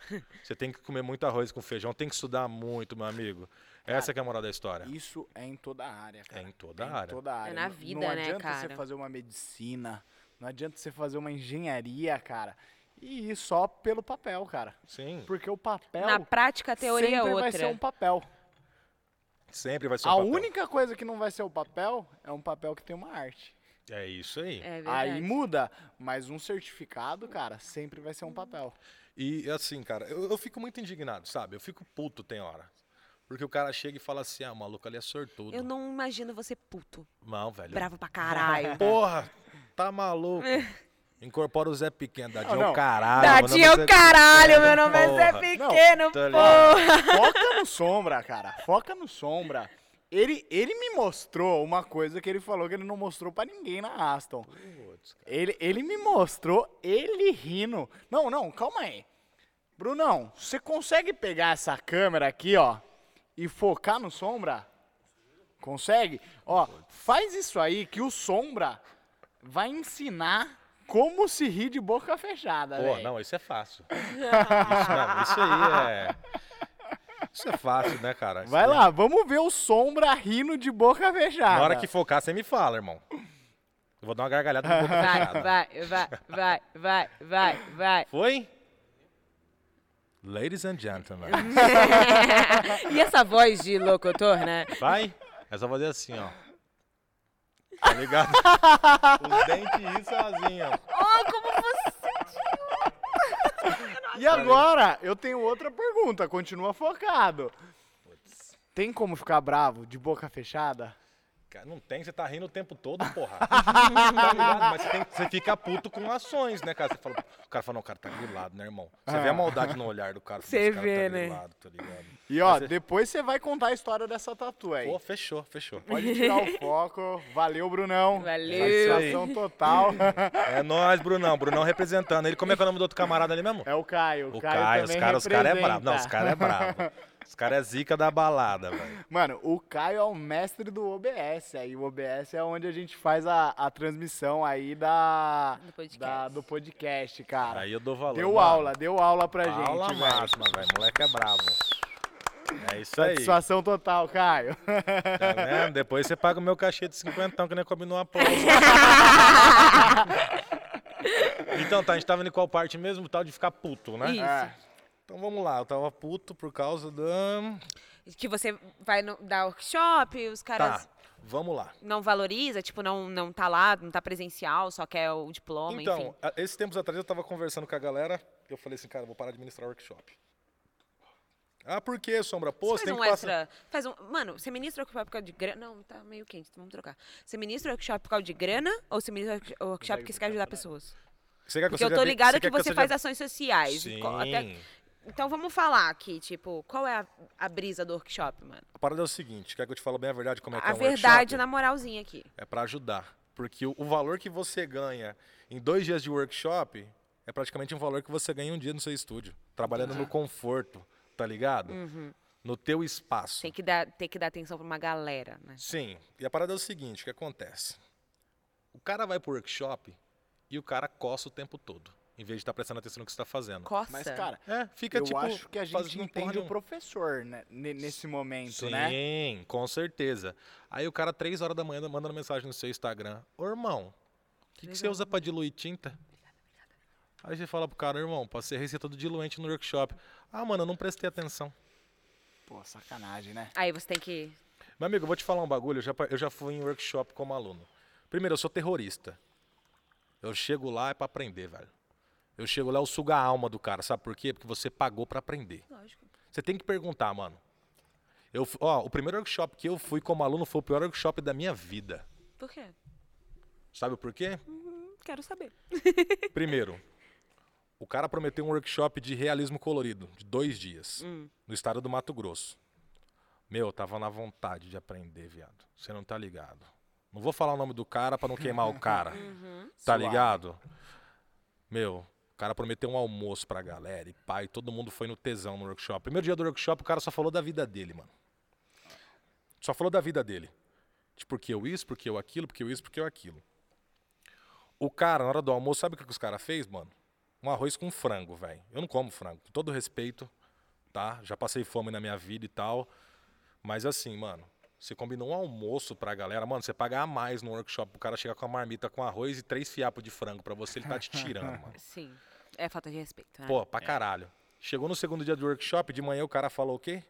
Speaker 3: Você tem que comer muito arroz com feijão, tem que estudar muito, meu amigo. Essa que é a moral da história.
Speaker 2: Isso é em toda a área, cara.
Speaker 3: É em toda
Speaker 2: É
Speaker 3: a área.
Speaker 2: toda a área.
Speaker 1: É na
Speaker 2: Não-
Speaker 1: vida,
Speaker 2: não
Speaker 1: né,
Speaker 2: adianta
Speaker 1: cara?
Speaker 2: você fazer uma medicina, não adianta você fazer uma engenharia, cara. E ir só pelo papel, cara.
Speaker 3: Sim,
Speaker 2: Porque o papel
Speaker 1: Na prática, a teoria é
Speaker 2: sempre
Speaker 1: outra.
Speaker 2: vai ser um papel.
Speaker 3: sempre vai ser um
Speaker 2: a
Speaker 3: papel.
Speaker 2: única coisa que não vai ser o papel é um papel que tem uma arte.
Speaker 3: É isso aí.
Speaker 1: É verdade.
Speaker 2: Aí muda, mas um certificado, cara, sempre vai ser um papel.
Speaker 3: E assim, cara, eu, eu fico muito indignado, sabe? Eu fico puto tem hora. Porque o cara chega e fala assim, ah, o maluco ali é sortudo.
Speaker 1: Eu não imagino você puto.
Speaker 3: Não, velho.
Speaker 1: Bravo pra É. caralho.
Speaker 3: Porra, tá maluco. Incorpora o Zé Pequeno, Dadinho é
Speaker 2: não.
Speaker 3: o caralho. meu nome
Speaker 1: Tadinho,
Speaker 3: é
Speaker 1: é
Speaker 3: Zé
Speaker 1: o caralho,
Speaker 3: Pequeno,
Speaker 1: meu nome é Zé
Speaker 3: porra.
Speaker 1: Pequeno,
Speaker 3: tá
Speaker 1: porra.
Speaker 2: Foca no Sombra, cara. Foca no Sombra. Ele, ele me mostrou uma coisa que ele falou que ele não mostrou pra ninguém na Aston.
Speaker 3: Putz, cara.
Speaker 2: Ele, ele me mostrou ele rindo. Não, não, calma aí. Brunão, você consegue pegar essa câmera aqui, ó, e focar no Sombra? Consegue? Ó, faz isso aí que o Sombra vai ensinar como se rir de boca fechada,
Speaker 3: Pô,
Speaker 2: velho.
Speaker 3: não, isso é fácil. Isso, não, isso aí é... Isso é fácil, né, cara? Isso
Speaker 2: Vai
Speaker 3: aí-
Speaker 2: lá, vamos ver o Sombra rindo de boca fechada.
Speaker 3: Na hora que focar, você me fala, irmão. Eu vou dar uma gargalhada no boca fechada.
Speaker 1: Vai, vai, vai, vai, vai, vai, vai.
Speaker 3: Foi? Ladies and gentlemen.
Speaker 1: E essa voz de locutor, né?
Speaker 3: Vai? É só fazer assim, ó. Tá ligado? Os dentes ir sozinho, ó.
Speaker 1: Oh, como você...
Speaker 2: E agora, eu tenho outra pergunta, continua focado. Tem como ficar bravo de boca fechada?
Speaker 3: Cara, não tem, você tá rindo o tempo todo, porra. tá ligado? Mas você, tem- você fica puto com ações, né, cara? Você fala, o cara fala, não, o cara tá grilado, né, irmão? Você
Speaker 2: Ah.
Speaker 3: vê a maldade no olhar do cara. fala,
Speaker 1: Você
Speaker 3: "Esse cara
Speaker 1: vê,
Speaker 3: tá
Speaker 1: né?
Speaker 3: Grilado, tá ligado?
Speaker 2: E ó, depois você vai contar a história dessa tatu aí.
Speaker 3: Pô, fechou, fechou.
Speaker 2: Pode tirar o foco. Valeu, Brunão.
Speaker 1: Valeu.
Speaker 2: Satisfação total.
Speaker 3: É nóis, Brunão. Brunão representando. Ele, como é que é o nome do outro camarada ali mesmo?
Speaker 2: É o Caio.
Speaker 3: O
Speaker 2: Caio,
Speaker 3: Caio, os
Speaker 2: também
Speaker 3: caras os cara é
Speaker 2: representa.
Speaker 3: bravo. Não, os caras é bravo. Os caras é zica da balada, velho.
Speaker 2: Mano, o Caio é o mestre do OBS. Aí o OBS é onde a gente faz a, a transmissão aí da,
Speaker 1: Do podcast.
Speaker 2: da- do podcast, cara.
Speaker 3: Aí eu dou valor.
Speaker 2: deu
Speaker 3: mano.
Speaker 2: aula, deu aula pra
Speaker 3: Aula
Speaker 2: gente. velho.
Speaker 3: máxima, velho. Moleque é brabo. É isso aí.
Speaker 2: Satisfação total, Caio.
Speaker 3: Tá vendo? Depois você paga o meu cachê de 50, que nem combinou a porra. então tá, a gente tava em qual parte mesmo? Tal de ficar puto, né?
Speaker 1: Isso.
Speaker 3: Então vamos lá, eu tava puto por causa da.
Speaker 1: Que você vai no, dar workshop, os
Speaker 3: Tá,
Speaker 1: caras
Speaker 3: vamos lá.
Speaker 1: não valoriza, tipo, não, não tá lá, não tá presencial, só quer o diploma,
Speaker 3: Então,
Speaker 1: enfim.
Speaker 3: a- esses tempos atrás eu tava conversando com a galera, eu falei assim, cara, eu vou parar de ministrar workshop. Ah, por que, Sombra? Pô,
Speaker 1: faz
Speaker 3: você tem
Speaker 1: um
Speaker 3: que passar.
Speaker 1: extra. Faz um. Mano, você ministra workshop por causa de grana. Não, tá meio quente, vamos trocar. Você ministra workshop por causa de grana ou você ministra work- workshop porque você quer ajudar pessoas?
Speaker 3: Você quer que
Speaker 1: Porque
Speaker 3: eu
Speaker 1: eu
Speaker 3: seja
Speaker 1: tô
Speaker 3: bem-
Speaker 1: ligada que
Speaker 3: quer
Speaker 1: você
Speaker 3: eu
Speaker 1: faz
Speaker 3: seja-
Speaker 1: ações sociais.
Speaker 3: Sim.
Speaker 1: Co- até- Então vamos falar aqui, tipo, qual é a, a brisa do workshop, mano?
Speaker 3: A parada é o seguinte, quer que eu te fale bem a verdade como é que
Speaker 1: a
Speaker 3: é um
Speaker 1: verdade
Speaker 3: workshop?
Speaker 1: na moralzinha aqui.
Speaker 3: É pra ajudar. Porque o, o valor que você ganha em dois dias de workshop é praticamente um valor que você ganha em um dia no seu estúdio. Trabalhando no conforto, tá ligado?
Speaker 1: Uhum.
Speaker 3: No teu espaço.
Speaker 1: Tem que dar, tem que dar atenção pra uma galera, né?
Speaker 3: Sim. E a parada é o seguinte, o que acontece? O cara vai pro workshop e o cara coça o tempo todo, em vez de estar prestando atenção no que você tá fazendo.
Speaker 1: Coça.
Speaker 2: Mas, cara,
Speaker 3: É, fica
Speaker 2: eu
Speaker 3: tipo
Speaker 2: acho que a gente
Speaker 3: fazendo porra
Speaker 2: entende o
Speaker 3: nenhuma.
Speaker 2: professor né, ne- nesse momento,
Speaker 3: Sim,
Speaker 2: né?
Speaker 3: com certeza. Aí o cara, três horas da manhã, mandando mensagem no seu Instagram. Ô, irmão, o que, que você
Speaker 1: Legal.
Speaker 3: usa pra diluir tinta? Aí você fala pro cara, irmão, passei a receita do diluente no workshop. Ah, mano, eu não prestei atenção.
Speaker 2: Pô, sacanagem, né?
Speaker 1: Aí você tem que.
Speaker 3: Meu amigo, eu vou te falar um bagulho. Eu já, pa- eu já fui em workshop como aluno. Primeiro, eu sou terrorista. Eu chego lá é pra aprender, velho. Eu chego lá, eu sugo a alma do cara. Sabe por quê? Porque você pagou pra aprender.
Speaker 1: Lógico.
Speaker 3: Você tem que perguntar, mano. Eu, fu- ó, o primeiro workshop que eu fui como aluno foi o pior workshop da minha vida.
Speaker 1: Por quê?
Speaker 3: Sabe por quê?
Speaker 1: Hum, Quero saber.
Speaker 3: Primeiro, o cara prometeu um workshop de realismo colorido, de dois dias, no estado do Mato Grosso. Meu, eu tava na vontade de aprender, viado. Você não tá ligado. Não vou falar o nome do cara pra não queimar o cara. Tá
Speaker 2: Suave.
Speaker 3: ligado? Meu, o cara prometeu um almoço pra galera e pai, todo mundo foi no tesão no workshop. Primeiro dia do workshop, o cara só falou da vida dele, mano. Só falou da vida dele. Tipo, porque eu isso, porque eu aquilo, porque eu isso, porque eu aquilo. O cara, na hora do almoço, sabe o que que os caras fez, mano? Um arroz com frango, velho. Eu não como frango, com todo respeito, tá? Já passei fome na minha vida e tal. Mas assim, mano, você combinou um almoço pra galera, mano, você pagar a mais no workshop pro cara chegar com a marmita com arroz e três fiapos de frango pra você, ele tá te tirando, mano.
Speaker 1: Sim. É falta de respeito, né?
Speaker 2: É.
Speaker 3: Pô, pra caralho. Chegou no segundo dia do workshop, de manhã o cara falou o quê?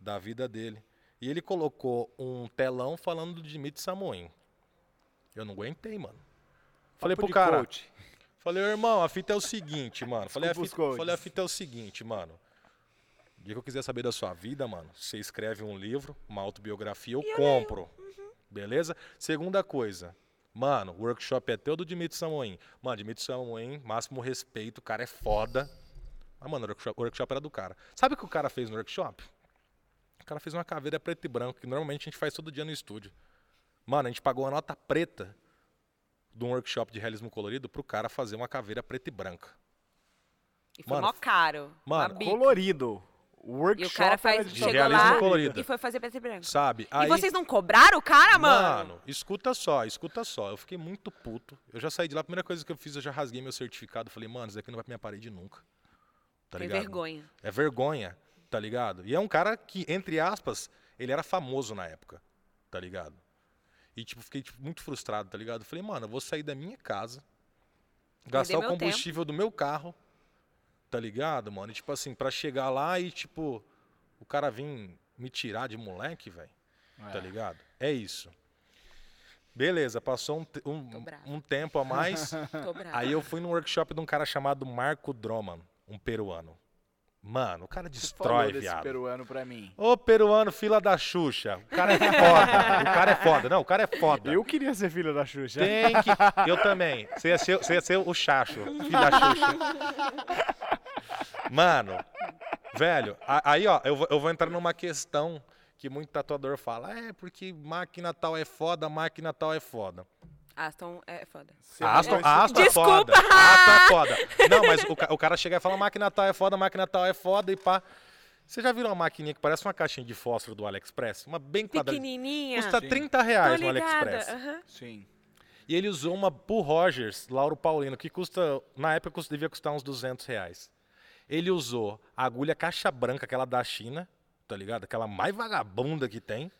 Speaker 3: Da vida dele. E ele colocou um telão falando do Dimitri Samoinho. Eu não aguentei, mano. Falei
Speaker 2: Papo
Speaker 3: pro
Speaker 2: de
Speaker 3: cara,
Speaker 2: coach.
Speaker 3: Falei, irmão, a fita é o seguinte, mano. Falei, a
Speaker 2: Desculpa os
Speaker 3: fita,
Speaker 2: codes.
Speaker 3: falei, a fita é o seguinte, mano. O dia que eu quiser saber da sua vida, mano, você escreve um livro, uma autobiografia, eu, compro. Beleza? Segunda coisa. Mano, o workshop é teu do Dimitri Samoim. Mano, Dimitri Samoim, máximo respeito, o cara é foda. Mas, mano, o workshop, o workshop era do cara. Sabe o que o cara fez no workshop? O cara fez uma caveira preto e branco, que normalmente a gente faz todo dia no estúdio. Mano, a gente pagou a nota preta de um workshop de realismo colorido pro cara fazer uma caveira preta e branca.
Speaker 1: E foi
Speaker 3: Mano,
Speaker 1: mó caro. uma
Speaker 3: mano,
Speaker 1: bica.
Speaker 2: Colorido. O workshop
Speaker 1: E o cara
Speaker 2: era
Speaker 1: faz,
Speaker 2: de
Speaker 3: chega
Speaker 1: chegou
Speaker 3: realismo
Speaker 1: lá
Speaker 3: colorido.
Speaker 1: e foi fazer preto e branco.
Speaker 3: Sabe? Aí,
Speaker 1: E vocês não cobraram o cara, mano?
Speaker 3: Mano, escuta só, escuta só. Eu fiquei muito puto. Eu já saí de lá, a primeira coisa que eu fiz, eu já rasguei meu certificado. Falei, mano, isso daqui não vai pra minha parede nunca. Tá
Speaker 1: Tem
Speaker 3: ligado?
Speaker 1: vergonha.
Speaker 3: É vergonha, tá ligado? E é um cara que, entre aspas, ele era famoso na época, tá ligado? E, tipo, fiquei tipo, muito frustrado, tá ligado? Falei, mano, eu vou sair da minha casa, gastar o
Speaker 1: meu tempo.
Speaker 3: combustível do meu carro, tá ligado, mano? E, tipo assim, pra chegar lá e, tipo, o cara vir me tirar de moleque, velho, tá ligado? É isso. Beleza, passou um, te- um-
Speaker 1: Tô brava.
Speaker 3: um tempo a mais.
Speaker 1: Tô brava.
Speaker 3: Aí eu fui num workshop de um cara chamado Marco Droman, um peruano. Mano, o cara destrói,
Speaker 2: desse
Speaker 3: viado.
Speaker 2: peruano pra mim.
Speaker 3: Ô peruano, fila da Xuxa. O cara é foda. o cara é foda. Não, o cara é foda.
Speaker 2: Eu queria ser filho da Xuxa.
Speaker 3: Tem que. Eu também. Você ia ser, você ia ser o Chacho, filho da Xuxa. Mano, velho, a- aí ó, eu vou, eu vou entrar numa questão que muito tatuador fala: é, porque máquina tal é foda, máquina tal é foda.
Speaker 1: Aston é foda.
Speaker 2: Você não
Speaker 3: A Aston,
Speaker 2: conhece-
Speaker 3: a Aston é
Speaker 1: Desculpa!
Speaker 3: foda. A Aston é foda. Não, mas o, ca- o cara chega e fala, máquina tal é foda, máquina tal é foda e pá. Você já viram uma maquininha que parece uma caixinha de fósforo do AliExpress? Uma bem quadrada.
Speaker 1: Pequenininha.
Speaker 3: Custa
Speaker 2: Sim.
Speaker 3: 30
Speaker 1: Tô
Speaker 3: reais no
Speaker 1: ligada.
Speaker 3: AliExpress. Uhum.
Speaker 1: aham.
Speaker 2: Sim.
Speaker 3: E ele usou uma Bull Rogers, Lauro Paulino, que custa, na época custa- devia custar uns 200 reais. Ele usou a agulha caixa branca, aquela da China, tá ligado? Aquela mais vagabunda que tem.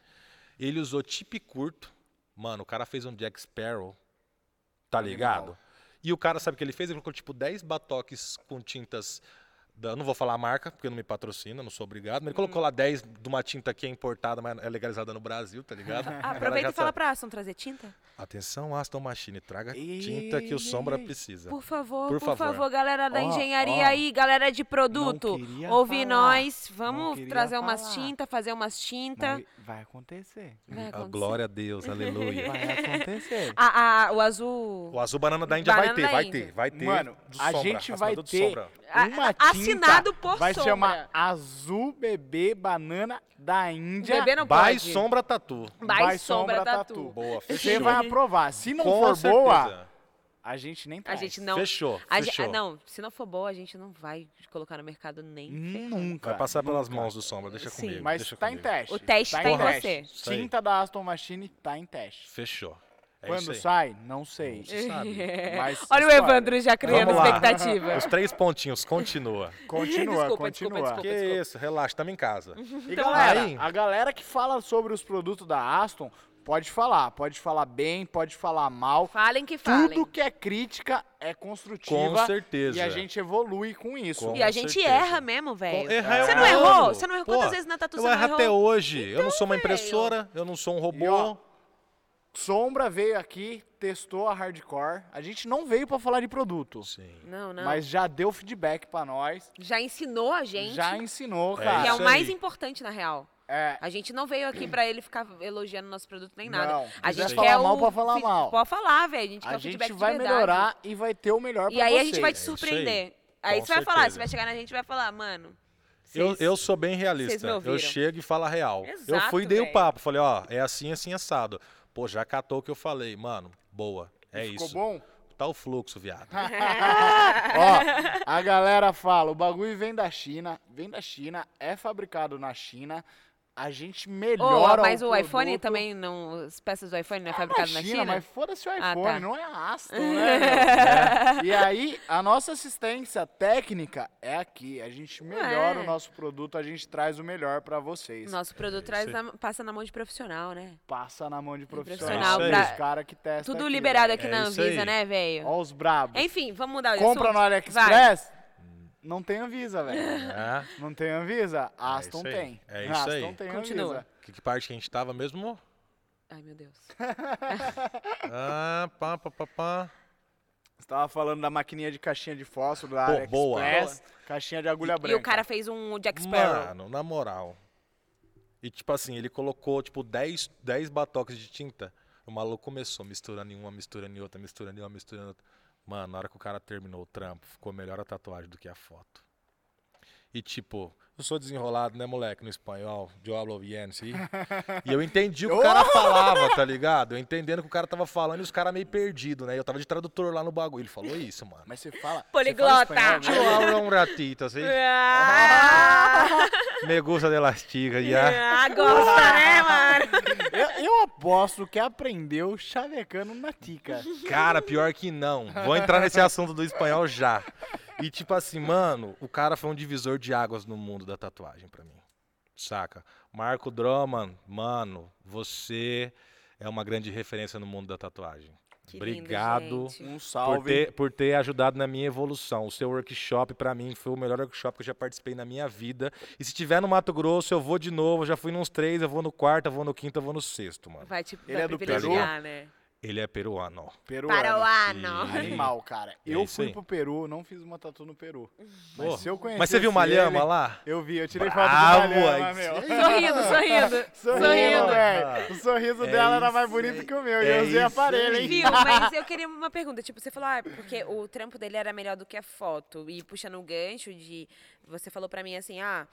Speaker 3: Ele usou tip curto. Mano, o cara fez um Jack Sparrow, tá
Speaker 2: Animal.
Speaker 3: ligado? E o cara, sabe o que ele fez? Ele colocou tipo 10 batoques com tintas da- não vou falar a marca, porque não me patrocina, não sou obrigado. Mas ele colocou
Speaker 1: Hum.
Speaker 3: lá 10 de uma tinta que é importada, mas é legalizada no Brasil, tá ligado? O
Speaker 1: Ah,
Speaker 3: cara
Speaker 1: aproveita
Speaker 3: já
Speaker 1: e fala
Speaker 3: sabe.
Speaker 1: pra Aston trazer tinta.
Speaker 3: Tá. Atenção, Aston Machine, traga tinta que o Sombra
Speaker 2: Ei.
Speaker 3: precisa.
Speaker 1: Por favor, por,
Speaker 3: Por
Speaker 1: favor.
Speaker 3: favor.
Speaker 1: galera da
Speaker 2: Ó,
Speaker 1: engenharia
Speaker 2: ó.
Speaker 1: aí, galera de produto.
Speaker 2: Não queria
Speaker 1: Ouve
Speaker 2: falar.
Speaker 1: nós,
Speaker 2: Não
Speaker 1: vamos
Speaker 2: queria
Speaker 1: trazer umas
Speaker 2: falar.
Speaker 1: tintas, fazer umas tintas.
Speaker 2: Mas vai acontecer.
Speaker 1: Vai
Speaker 3: Ah,
Speaker 1: acontecer.
Speaker 3: glória a Deus, aleluia.
Speaker 2: Vai acontecer.
Speaker 1: Ah, ah, o azul.
Speaker 3: O azul banana da Índia
Speaker 1: Banana
Speaker 3: vai ter,
Speaker 1: da
Speaker 3: vai
Speaker 1: Índia.
Speaker 3: ter, vai ter.
Speaker 2: Mano,
Speaker 3: do
Speaker 2: a
Speaker 3: Sombra,
Speaker 2: gente
Speaker 3: acima
Speaker 2: vai
Speaker 3: do
Speaker 2: ter
Speaker 3: Sombra.
Speaker 1: A-
Speaker 2: uma tinta.
Speaker 1: assinado por
Speaker 2: Vai
Speaker 1: Sombra.
Speaker 2: chamar Azul Bebê Banana da Índia.
Speaker 1: Bebê não
Speaker 3: Vai
Speaker 1: pode.
Speaker 3: Sombra Tatu.
Speaker 1: Vai Sombra Tatu.
Speaker 3: Boa,
Speaker 2: Você
Speaker 3: fechou.
Speaker 2: vai aprovar. Se não
Speaker 3: Com
Speaker 2: for
Speaker 3: certeza.
Speaker 2: boa, a gente nem
Speaker 1: A
Speaker 2: traz.
Speaker 1: gente não.
Speaker 3: Fechou,
Speaker 1: a ge-
Speaker 3: fechou.
Speaker 1: ah, não, se não for boa, a gente não vai colocar no mercado nem. ferrando.
Speaker 2: Nunca.
Speaker 3: Vai passar pelas
Speaker 2: nunca.
Speaker 3: mãos do Sombra, deixa
Speaker 1: Sim.
Speaker 3: comigo.
Speaker 2: Mas
Speaker 3: deixa
Speaker 2: tá em
Speaker 3: comigo.
Speaker 2: teste.
Speaker 1: O teste tá em
Speaker 2: teste.
Speaker 1: você.
Speaker 3: Isso aí.
Speaker 2: Tinta da Aston Machine tá em teste.
Speaker 3: Fechou. É
Speaker 2: Quando
Speaker 3: isso aí.
Speaker 2: sai, não sei.
Speaker 3: Não se sabe.
Speaker 2: Mas
Speaker 1: É. Olha o
Speaker 2: história.
Speaker 1: Evandro já criando
Speaker 3: Vamos lá.
Speaker 1: expectativa.
Speaker 3: Os três pontinhos, continua.
Speaker 2: Continua,
Speaker 1: Desculpa, desculpa,
Speaker 2: continua.
Speaker 1: desculpa. Então,
Speaker 3: Que isso, relaxa, tamo em casa.
Speaker 2: E galera,
Speaker 3: aí.
Speaker 2: a galera que fala sobre os produtos da Aston, pode falar. Pode falar bem, pode falar mal.
Speaker 1: Falem que falem.
Speaker 2: Tudo que é crítica é construtiva.
Speaker 3: Com certeza.
Speaker 2: E a gente evolui com isso.
Speaker 3: Com-
Speaker 1: E a gente
Speaker 3: certeza.
Speaker 1: erra mesmo, velho.
Speaker 3: erra, eu
Speaker 1: Você não
Speaker 3: erro.
Speaker 1: errou? Você não errou?
Speaker 3: Pô,
Speaker 1: Quantas vezes na Tatu
Speaker 3: Eu
Speaker 1: você não
Speaker 3: erro até
Speaker 1: errou? Então é
Speaker 3: hoje. eu não sou uma
Speaker 1: velho.
Speaker 3: impressora, eu não sou um
Speaker 2: E, ó,
Speaker 3: robô.
Speaker 2: Sombra veio aqui, testou a hardcore. A gente não veio pra falar de produto,
Speaker 3: Sim.
Speaker 1: Não, não.
Speaker 2: mas já deu feedback pra nós.
Speaker 1: Já ensinou a gente.
Speaker 2: Já ensinou,
Speaker 1: Que
Speaker 3: É
Speaker 1: é
Speaker 2: cara.
Speaker 1: o
Speaker 3: isso
Speaker 1: mais
Speaker 3: aí.
Speaker 1: importante, na real.
Speaker 2: É,
Speaker 1: A gente não veio aqui pra ele ficar elogiando nosso produto nem nada.
Speaker 2: Não,
Speaker 1: a
Speaker 2: quiser
Speaker 1: gente
Speaker 2: falar
Speaker 1: quer
Speaker 2: mal,
Speaker 1: o
Speaker 2: pode falar
Speaker 1: fe-
Speaker 2: mal.
Speaker 1: Pode falar, velho. A gente quer
Speaker 2: a
Speaker 1: o feedback
Speaker 2: gente
Speaker 1: de
Speaker 2: vai
Speaker 1: verdade.
Speaker 2: melhorar e vai ter o melhor pra
Speaker 1: E aí a gente vai te
Speaker 2: vocês.
Speaker 3: É isso aí.
Speaker 1: surpreender. Aí
Speaker 3: Com
Speaker 1: você vai falar,
Speaker 3: certeza.
Speaker 1: você vai chegar na gente e vai falar, mano.
Speaker 3: Eu,
Speaker 1: vocês-
Speaker 3: eu sou bem
Speaker 1: vocês me
Speaker 3: realista.
Speaker 1: ouviram.
Speaker 3: Eu chego e falo a real. eu
Speaker 1: Exato,
Speaker 3: fui e dei
Speaker 1: velho.
Speaker 3: o papo. Falei, ó, é assim, assim, assado. Pô, já catou o que eu falei. Mano, boa. É
Speaker 2: Ficou
Speaker 3: isso.
Speaker 2: bom?
Speaker 3: Tá o fluxo, viado.
Speaker 2: Ó, a galera fala, o bagulho vem da China, vem da China, é fabricado na China, a gente melhora
Speaker 1: Ô, mas o,
Speaker 2: o,
Speaker 1: iPhone
Speaker 2: produto.
Speaker 1: também não. As peças do iPhone não é
Speaker 2: na
Speaker 1: fabricado
Speaker 2: China,
Speaker 1: na China?
Speaker 2: mas foda-se o
Speaker 1: Ah,
Speaker 2: iPhone,
Speaker 1: tá.
Speaker 2: não é a Aston, né? meu? E aí, a nossa assistência técnica é aqui. A gente melhora
Speaker 1: É.
Speaker 2: o nosso produto, a gente traz o melhor pra vocês.
Speaker 1: Nosso produto traz
Speaker 3: isso
Speaker 1: na- passa na mão de profissional, né?
Speaker 2: Passa na mão de
Speaker 1: Profissional,
Speaker 2: profissional,
Speaker 3: pra-
Speaker 2: os caras que testam
Speaker 1: Tudo liberado aqui
Speaker 3: É
Speaker 1: na
Speaker 3: isso aí.
Speaker 1: Anvisa, né, velho?
Speaker 2: Ó os brabos.
Speaker 1: Enfim, vamos mudar de
Speaker 2: Compra no
Speaker 1: assunto? Vai.
Speaker 2: AliExpress, não tem Anvisa, velho.
Speaker 3: É.
Speaker 2: Não tem Anvisa? Aston
Speaker 3: isso aí.
Speaker 2: tem.
Speaker 3: É isso
Speaker 2: Aston
Speaker 3: aí.
Speaker 2: tem
Speaker 1: Continua.
Speaker 2: Anvisa.
Speaker 3: Que, que parte que a gente tava mesmo?
Speaker 1: Ai, meu Deus.
Speaker 3: Ah, pá, pá, pá, pá.
Speaker 2: Você tava falando da maquininha de caixinha de fósforo da
Speaker 3: Pô, boa.
Speaker 2: AliExpress, caixinha de agulha branca.
Speaker 1: E o cara fez um Jack Sparrow.
Speaker 3: Mano, na moral. E tipo assim, ele colocou tipo 10, 10 batoques de tinta. O maluco começou misturando em uma, misturando em outra, misturando em uma, misturando em outra. Mano, na hora que o cara terminou o trampo, ficou melhor a tatuagem do que a foto. E tipo, eu sou desenrolado, né, moleque, no espanhol, de hablo bien, sí? E eu entendi o que o cara falava, tá ligado? Eu entendendo o que o cara tava falando e os caras meio perdido, né? Eu tava de tradutor lá no bagulho. Ele falou isso, mano.
Speaker 2: Mas você fala.
Speaker 1: Poliglota.
Speaker 2: Você fala espanhol,
Speaker 3: Eu
Speaker 2: né?
Speaker 3: hablo um ratito, assim.
Speaker 1: É. Ah,
Speaker 3: Me gusta de las chicas, ya.
Speaker 1: ah, gosta, né, mano?
Speaker 2: eu, eu aposto que aprendeu chavecando na tica.
Speaker 3: Cara, pior que não. Vou entrar nesse assunto do espanhol já. E tipo assim, mano, o cara foi um divisor de águas no mundo da tatuagem pra mim. Saca? Marco Droman, mano, você é uma grande referência no mundo da tatuagem.
Speaker 1: Que lindo,
Speaker 3: Obrigado
Speaker 1: gente.
Speaker 2: Um
Speaker 3: por
Speaker 2: salve.
Speaker 3: ter, por ter ajudado na minha evolução. O seu workshop pra mim foi o melhor workshop que eu já participei na minha vida. E se tiver no Mato Grosso, eu vou de novo. Eu já fui nos três, eu vou no quarto, eu vou no quinto, eu vou no sexto, mano.
Speaker 1: Vai, tipo,
Speaker 2: Ele
Speaker 1: vai
Speaker 2: é do
Speaker 1: privilegiar, né?
Speaker 3: Ele é peruano.
Speaker 2: Peruano.
Speaker 1: Para o ano.
Speaker 3: E-
Speaker 2: Animal, cara.
Speaker 3: É
Speaker 2: eu
Speaker 3: isso
Speaker 2: fui
Speaker 3: aí.
Speaker 2: pro Peru, não fiz uma tatu no Peru.
Speaker 1: Uhum.
Speaker 2: Mas
Speaker 3: Pô,
Speaker 2: se eu
Speaker 1: É,
Speaker 2: conhecesse
Speaker 3: Mas você viu uma lhama
Speaker 2: ele-
Speaker 3: lá?
Speaker 2: Eu vi, eu tirei foto
Speaker 3: Bravo,
Speaker 2: de uma lhama,
Speaker 3: aí
Speaker 2: meu.
Speaker 1: Sorrindo, sorrindo.
Speaker 2: Sorrindo,
Speaker 1: sorrindo.
Speaker 2: velho. O sorriso
Speaker 3: É
Speaker 2: dela era
Speaker 3: isso
Speaker 2: mais bonito que o meu. e
Speaker 3: É
Speaker 2: eu usei
Speaker 3: isso
Speaker 2: aparelho, hein?
Speaker 3: aí.
Speaker 1: Viu, mas eu queria uma pergunta. Tipo, você falou, ah, porque o trampo dele era melhor do que a foto. E puxando o gancho de. Você falou pra mim assim, ah.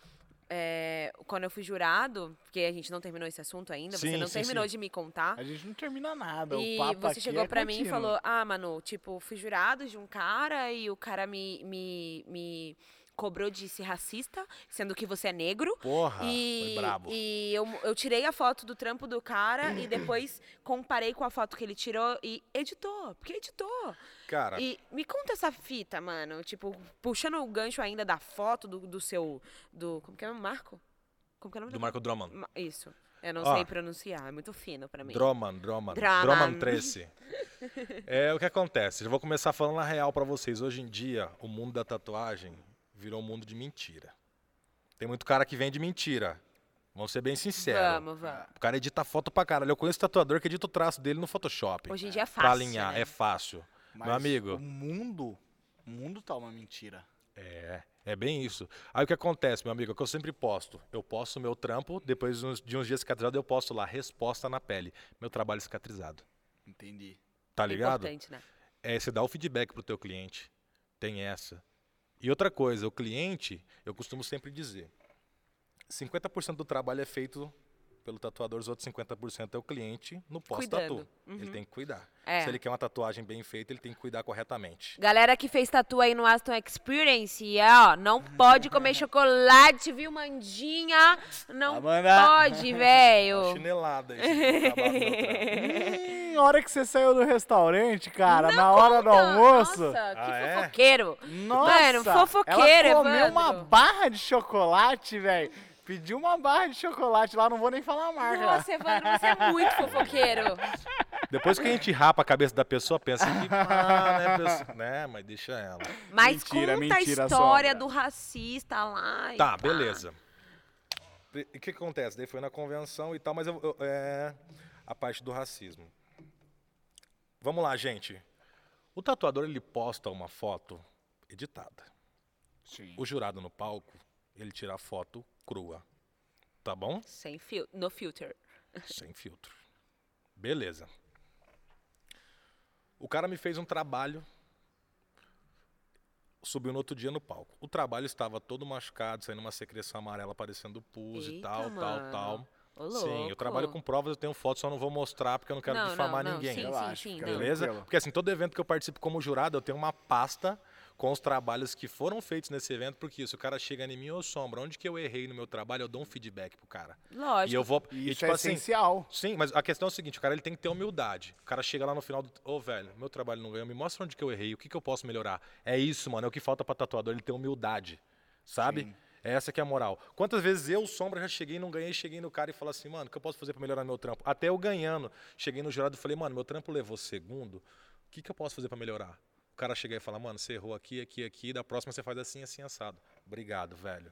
Speaker 1: é, quando eu fui jurado, porque a gente não terminou esse assunto ainda, você
Speaker 3: Sim,
Speaker 1: não
Speaker 3: sim,
Speaker 1: terminou
Speaker 3: sim.
Speaker 1: de me contar.
Speaker 2: A gente não termina nada.
Speaker 1: E
Speaker 2: o papo
Speaker 1: você
Speaker 2: aqui
Speaker 1: chegou
Speaker 2: é
Speaker 1: pra mim e
Speaker 2: contínuo.
Speaker 1: falou: Ah, Manu, tipo, fui jurado de um cara e o cara me, me, me cobrou de ser racista, sendo que você é negro.
Speaker 3: Porra,
Speaker 1: e
Speaker 3: foi brabo.
Speaker 1: e eu, eu tirei a foto do trampo do cara e depois comparei com a foto que ele tirou e editou, porque editou.
Speaker 3: Cara,
Speaker 1: E me conta essa fita, mano. Tipo, puxando o gancho ainda da foto do, do seu. Do, como que é o nome? Marco? Como que é o nome
Speaker 3: do Marco Droman.
Speaker 1: Ma- Isso. Eu não
Speaker 3: Ó.
Speaker 1: sei pronunciar, é muito fino pra mim.
Speaker 3: Droman, Droman.
Speaker 1: Droman.
Speaker 3: Droman 13. É o que acontece. Eu vou começar falando a real pra vocês. Hoje em dia, o mundo da tatuagem virou um mundo de mentira. Tem muito cara que vende mentira. Vamos ser bem sinceros.
Speaker 1: Vamos, vamos.
Speaker 3: O cara edita foto pra caralho. Eu conheço tatuador que edita o traço dele no Photoshop.
Speaker 1: Hoje em dia é fácil.
Speaker 3: pra alinhar,
Speaker 1: né?
Speaker 3: é fácil.
Speaker 2: Mas
Speaker 3: Meu amigo.
Speaker 2: O mundo, o mundo tá uma mentira.
Speaker 3: É, é bem isso. Aí o que acontece, meu amigo, é o que eu sempre posto. Eu posto o meu trampo, depois de uns- de uns dias cicatrizado, eu posto lá, resposta na pele. Meu trabalho cicatrizado.
Speaker 2: Entendi.
Speaker 3: Tá ligado?
Speaker 1: Importante, né?
Speaker 3: É, você dá o feedback pro teu cliente. Tem essa. E outra coisa, o cliente, eu costumo sempre dizer, 50% do trabalho é feito pelo tatuador, os outros 50% é o cliente no pós-tatu.
Speaker 1: Cuidando.
Speaker 3: Ele tem que cuidar.
Speaker 1: É.
Speaker 3: Se ele quer uma tatuagem bem feita, ele tem que cuidar corretamente.
Speaker 1: Galera que fez tatu aí no Aston Experience, e, ó, não pode comer chocolate, viu, Mandinha? Não
Speaker 2: Amanda.
Speaker 1: pode, velho.
Speaker 3: Uma Chinelada. isso aqui, acaba com o meu trampo.
Speaker 2: Hum, hora que você saiu do restaurante, cara, na
Speaker 3: tá.
Speaker 2: hora do
Speaker 1: Puta,
Speaker 2: almoço.
Speaker 1: Nossa, que
Speaker 3: Ah, é?
Speaker 1: fofoqueiro. Mano, um
Speaker 2: Nossa,
Speaker 1: fofoqueiro,
Speaker 2: ela comeu
Speaker 1: Evandro.
Speaker 2: uma barra de chocolate, velho. Pediu uma barra de chocolate lá, não vou nem falar a marca.
Speaker 1: Nossa, Evandro, você é muito fofoqueiro.
Speaker 3: Depois que a gente rapa a cabeça da pessoa, pensa que. Ah, né, pessoa- né, mas deixa ela.
Speaker 1: Mas
Speaker 2: Mentira,
Speaker 1: conta
Speaker 2: mentira,
Speaker 1: a história
Speaker 2: sogra.
Speaker 1: do racista lá. e pá.
Speaker 3: Tá, beleza. E o que acontece? Daí foi na convenção e tal, mas eu- eu- é a parte do racismo. Vamos lá, gente. O tatuador ele posta uma foto editada.
Speaker 2: Sim.
Speaker 3: O jurado no palco, ele tira a foto crua. Tá bom?
Speaker 1: Sem fil no filter.
Speaker 3: Sem filtro. Beleza. O cara me fez um trabalho. Subiu no outro dia no palco. O trabalho estava todo machucado, saindo uma secreção amarela parecendo pus e
Speaker 1: Eita,
Speaker 3: tal,
Speaker 1: mano.
Speaker 3: tal, tal.
Speaker 1: Ô,
Speaker 3: Sim, eu trabalho com
Speaker 1: louco.
Speaker 3: provas, eu tenho fotos, só não vou mostrar porque eu não quero
Speaker 1: Não, não,
Speaker 3: difamar
Speaker 1: não,
Speaker 3: ninguém.
Speaker 1: sim,
Speaker 2: Relaxa,
Speaker 1: sim,
Speaker 2: fica
Speaker 1: não.
Speaker 3: Beleza?
Speaker 2: tranquilo.
Speaker 3: Porque assim, todo evento que eu participo como jurado, eu tenho uma pasta com os trabalhos que foram feitos nesse evento, porque se o cara chega em mim, ô sombra, onde que eu errei no meu trabalho, eu dou um feedback pro cara. E
Speaker 1: Lógico.
Speaker 3: eu vou.
Speaker 2: E
Speaker 3: E,
Speaker 2: Isso
Speaker 3: tipo
Speaker 2: é
Speaker 3: assim,
Speaker 2: essencial.
Speaker 3: Sim, mas a questão é o seguinte, o cara ele tem que ter humildade. O cara chega lá no final do, ô velho, meu trabalho não ganhou, me mostra onde que eu errei, o que que eu posso melhorar. É isso, mano, é o que falta pra tatuador, ele ter humildade, sabe?
Speaker 2: Sim.
Speaker 3: É essa que é a moral. Quantas vezes eu, Sombra, já cheguei, não ganhei, cheguei no cara e falei assim, mano, o que eu posso fazer pra melhorar meu trampo? Até eu ganhando, cheguei no jurado e falei, mano, meu trampo levou segundo, o que que eu posso fazer pra melhorar? O cara chega e fala, mano, você errou aqui, aqui, aqui, da próxima você faz assim, assim, assado. Obrigado, velho.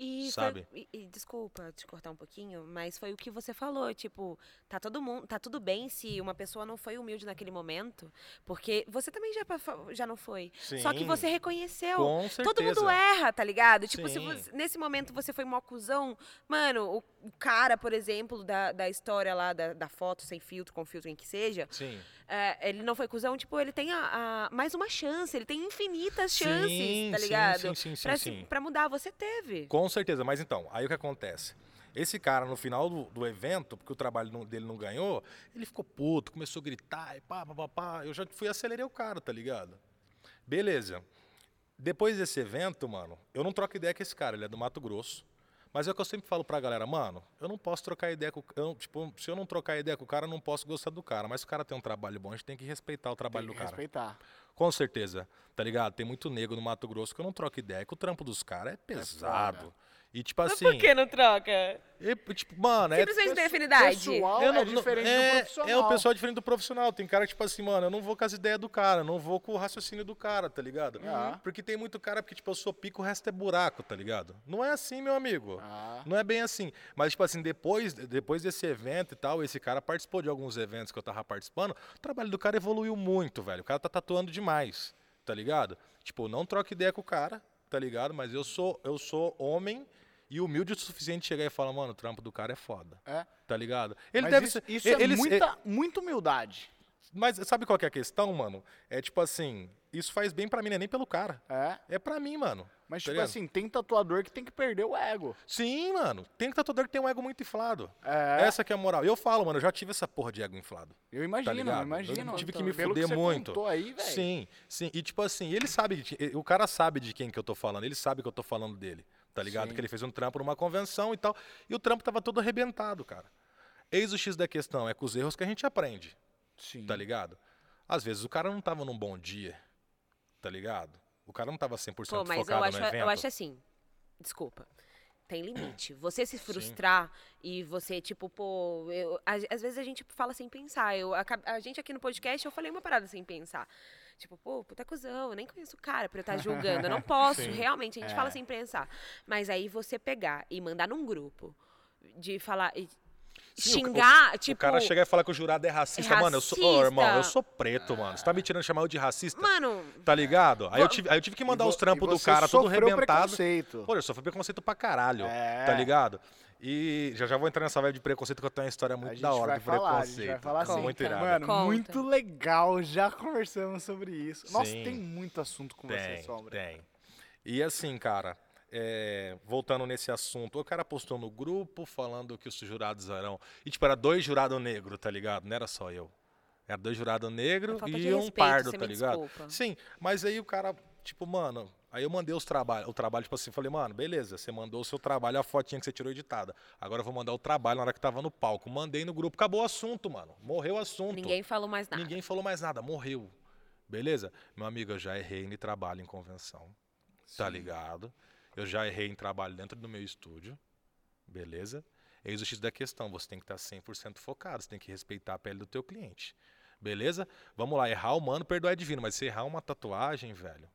Speaker 1: E, foi-
Speaker 3: Sabe?
Speaker 1: e- e desculpa te cortar um pouquinho, mas foi o que você falou, tipo, tá todo mundo, tá tudo bem se uma pessoa não foi humilde naquele momento, porque você também já pa- fa- já não foi. Só que
Speaker 3: Sim,
Speaker 1: você reconheceu.
Speaker 3: Com certeza.
Speaker 1: Então, Todo mundo erra, tá ligado? Tipo, se
Speaker 3: Sim.
Speaker 1: você- nesse momento você foi mó cuzão, mano, o, o cara, por exemplo, da, da história lá da, da foto sem filtro, com filtro, em que seja,
Speaker 3: Sim.
Speaker 1: é, ele não foi cuzão, tipo, ele tem a, a- mais uma chance, ele tem infinitas chances,
Speaker 3: Sim,
Speaker 1: tá
Speaker 3: sim,
Speaker 1: ligado?
Speaker 3: Sim, sim, sim,
Speaker 1: pra, se-
Speaker 3: sim.
Speaker 1: pra mudar, você teve.
Speaker 3: Com certeza, mas então, aí o que acontece? Esse cara, no final do, do evento, porque o trabalho não- dele não ganhou, ele ficou puto, começou a gritar, e pá, pá, pá, pá. Eu já fui e acelerei o cara, tá ligado? Beleza. Depois desse evento, mano, eu não troco ideia com esse cara, ele é do Mato Grosso. Mas é o que eu sempre falo pra galera, mano, eu não posso trocar ideia com eu não- tipo, se eu não trocar ideia com o cara, eu não posso gostar do cara. Mas se o cara tem um trabalho bom, a gente tem que respeitar o trabalho
Speaker 2: Tem que
Speaker 3: do cara.
Speaker 2: respeitar.
Speaker 3: Com certeza, tá ligado? Tem muito negro no Mato Grosso que eu não troco ideia, que o trampo dos caras é pesado. e tipo assim.
Speaker 1: não troca?
Speaker 3: e, tipo, mano, é.
Speaker 1: Simplesmente tem
Speaker 2: Pesso-
Speaker 1: afinidade.
Speaker 2: Pessoal
Speaker 3: eu não-
Speaker 2: é diferente
Speaker 3: é,
Speaker 2: do profissional.
Speaker 3: é o pessoal diferente do profissional. Tem cara que, tipo assim, mano, eu não vou com as ideias do cara, eu não vou com o raciocínio do cara, tá ligado?
Speaker 2: Ah.
Speaker 3: Porque tem muito cara que, tipo, eu sou pico, o resto é buraco, tá ligado? Não é assim, meu amigo.
Speaker 2: Ah,
Speaker 3: Não é bem assim. Mas, tipo assim, depois, depois desse evento e tal, esse cara participou de alguns eventos que eu tava participando. O trabalho do cara evoluiu muito, velho. O cara tá tatuando demais, tá ligado? Tipo, não troca ideia com o cara, tá ligado? Mas eu sou, eu sou homem e humilde o suficiente de chegar e falar, mano, o trampo do cara é foda.
Speaker 2: É.
Speaker 3: Tá ligado? Ele
Speaker 2: mas
Speaker 3: deve
Speaker 2: isso,
Speaker 3: ser.
Speaker 2: Isso
Speaker 3: ele-
Speaker 2: é
Speaker 3: eles-
Speaker 2: muita, muita humildade.
Speaker 3: Mas sabe qual que é a questão, mano? É tipo assim, isso faz bem pra mim, não é nem pelo cara.
Speaker 2: É.
Speaker 3: É pra mim, mano.
Speaker 2: Mas,
Speaker 3: Tá
Speaker 2: tipo
Speaker 3: ligado?
Speaker 2: assim, tem tatuador que tem que perder o ego.
Speaker 3: Sim, mano. Tem tatuador que tem um ego muito inflado.
Speaker 2: É.
Speaker 3: Essa que é a moral. Eu falo, mano, eu já tive essa porra de ego inflado.
Speaker 2: Eu imagino,
Speaker 3: ligado?
Speaker 2: eu imagino.
Speaker 3: Eu tive que me
Speaker 2: Pelo que
Speaker 3: fuder
Speaker 2: você
Speaker 3: muito.
Speaker 2: contou aí, velho.
Speaker 3: Sim, sim. E tipo assim, ele sabe, que- o cara sabe de quem que eu tô falando, ele sabe que eu tô falando dele, tá ligado?
Speaker 2: Sim.
Speaker 3: Que ele fez um trampo numa convenção e tal, e o trampo tava todo arrebentado, cara. Eis o X da questão, é com os erros que a gente aprende,
Speaker 2: Sim.
Speaker 3: tá ligado? Às vezes o cara não tava num bom dia, tá ligado? O cara não tava 100%
Speaker 1: Pô, mas eu
Speaker 3: focado
Speaker 1: acho,
Speaker 3: no evento.
Speaker 1: eu acho assim. Desculpa. Tem limite. Você se frustrar e você, tipo, pô. eu- a- às vezes a gente fala sem pensar. Eu, acab- a, gente aqui no podcast, eu falei uma parada sem pensar. Tipo, pô, puta cuzão, eu nem conheço o cara pra eu estar julgando. Eu não posso,
Speaker 3: Sim.
Speaker 1: realmente, a gente
Speaker 2: É.
Speaker 1: fala sem pensar. Mas aí você pegar e mandar num grupo de falar. e
Speaker 3: Sim, o-
Speaker 1: xingar, tipo.
Speaker 3: O cara chegar e falar que o jurado é racista. Mano, eu sou. Ô, irmão, eu
Speaker 1: racista.
Speaker 3: sou preto, mano. Você tá me tirando chamar eu de racista?
Speaker 1: Mano,
Speaker 3: Tá ligado? Aí eu
Speaker 1: Vo-
Speaker 3: tive, aí eu tive que mandar
Speaker 2: E vo-
Speaker 3: os trampos
Speaker 2: e
Speaker 3: do
Speaker 2: você
Speaker 3: cara todo
Speaker 2: sofreu
Speaker 3: arrebentado.
Speaker 2: preconceito.
Speaker 3: Pô, eu sofri preconceito pra caralho.
Speaker 2: É.
Speaker 3: Tá ligado? E já já vou entrar nessa vibe de preconceito que eu tenho uma história
Speaker 2: A
Speaker 3: muito
Speaker 2: gente
Speaker 3: da hora
Speaker 2: vai
Speaker 3: de
Speaker 2: falar, a
Speaker 3: preconceito. Tá
Speaker 2: gente vai falar assim.
Speaker 3: Muito
Speaker 1: Conta.
Speaker 3: irado.
Speaker 2: Mano,
Speaker 1: Conta.
Speaker 2: muito legal. Já conversamos sobre isso. Nossa,
Speaker 3: Sim.
Speaker 2: tem muito assunto com você, é Sombra.
Speaker 3: Tem. E assim, cara, é, voltando nesse assunto, o cara postou no grupo falando que os jurados eram. E tipo, era dois jurados negros, tá ligado? Não era só eu. Era dois jurados negros
Speaker 1: falta de
Speaker 3: e um
Speaker 1: respeito,
Speaker 3: pardo,
Speaker 1: você
Speaker 3: tá
Speaker 1: me
Speaker 3: ligado?
Speaker 1: desculpa.
Speaker 3: Sim, mas aí o cara, tipo, mano. Aí eu mandei os trabalhos, o trabalho, tipo assim, falei, mano, beleza, você mandou o seu trabalho, a fotinha que você tirou editada. Agora eu vou mandar o trabalho na hora que tava no palco. Mandei no grupo, acabou o assunto, mano. Morreu o assunto.
Speaker 1: ninguém falou mais nada.
Speaker 3: Ninguém falou mais nada, morreu. Beleza? Meu amigo, eu já errei em trabalho em convenção. Tá ligado? Eu já errei em trabalho dentro do meu estúdio. Beleza? Eis o X da questão. Você tem que tá estar 100% focado. Você tem que respeitar a pele do teu cliente. Beleza? Vamos lá. Errar humano, perdoar é divino. Mas se errar uma tatuagem, velho...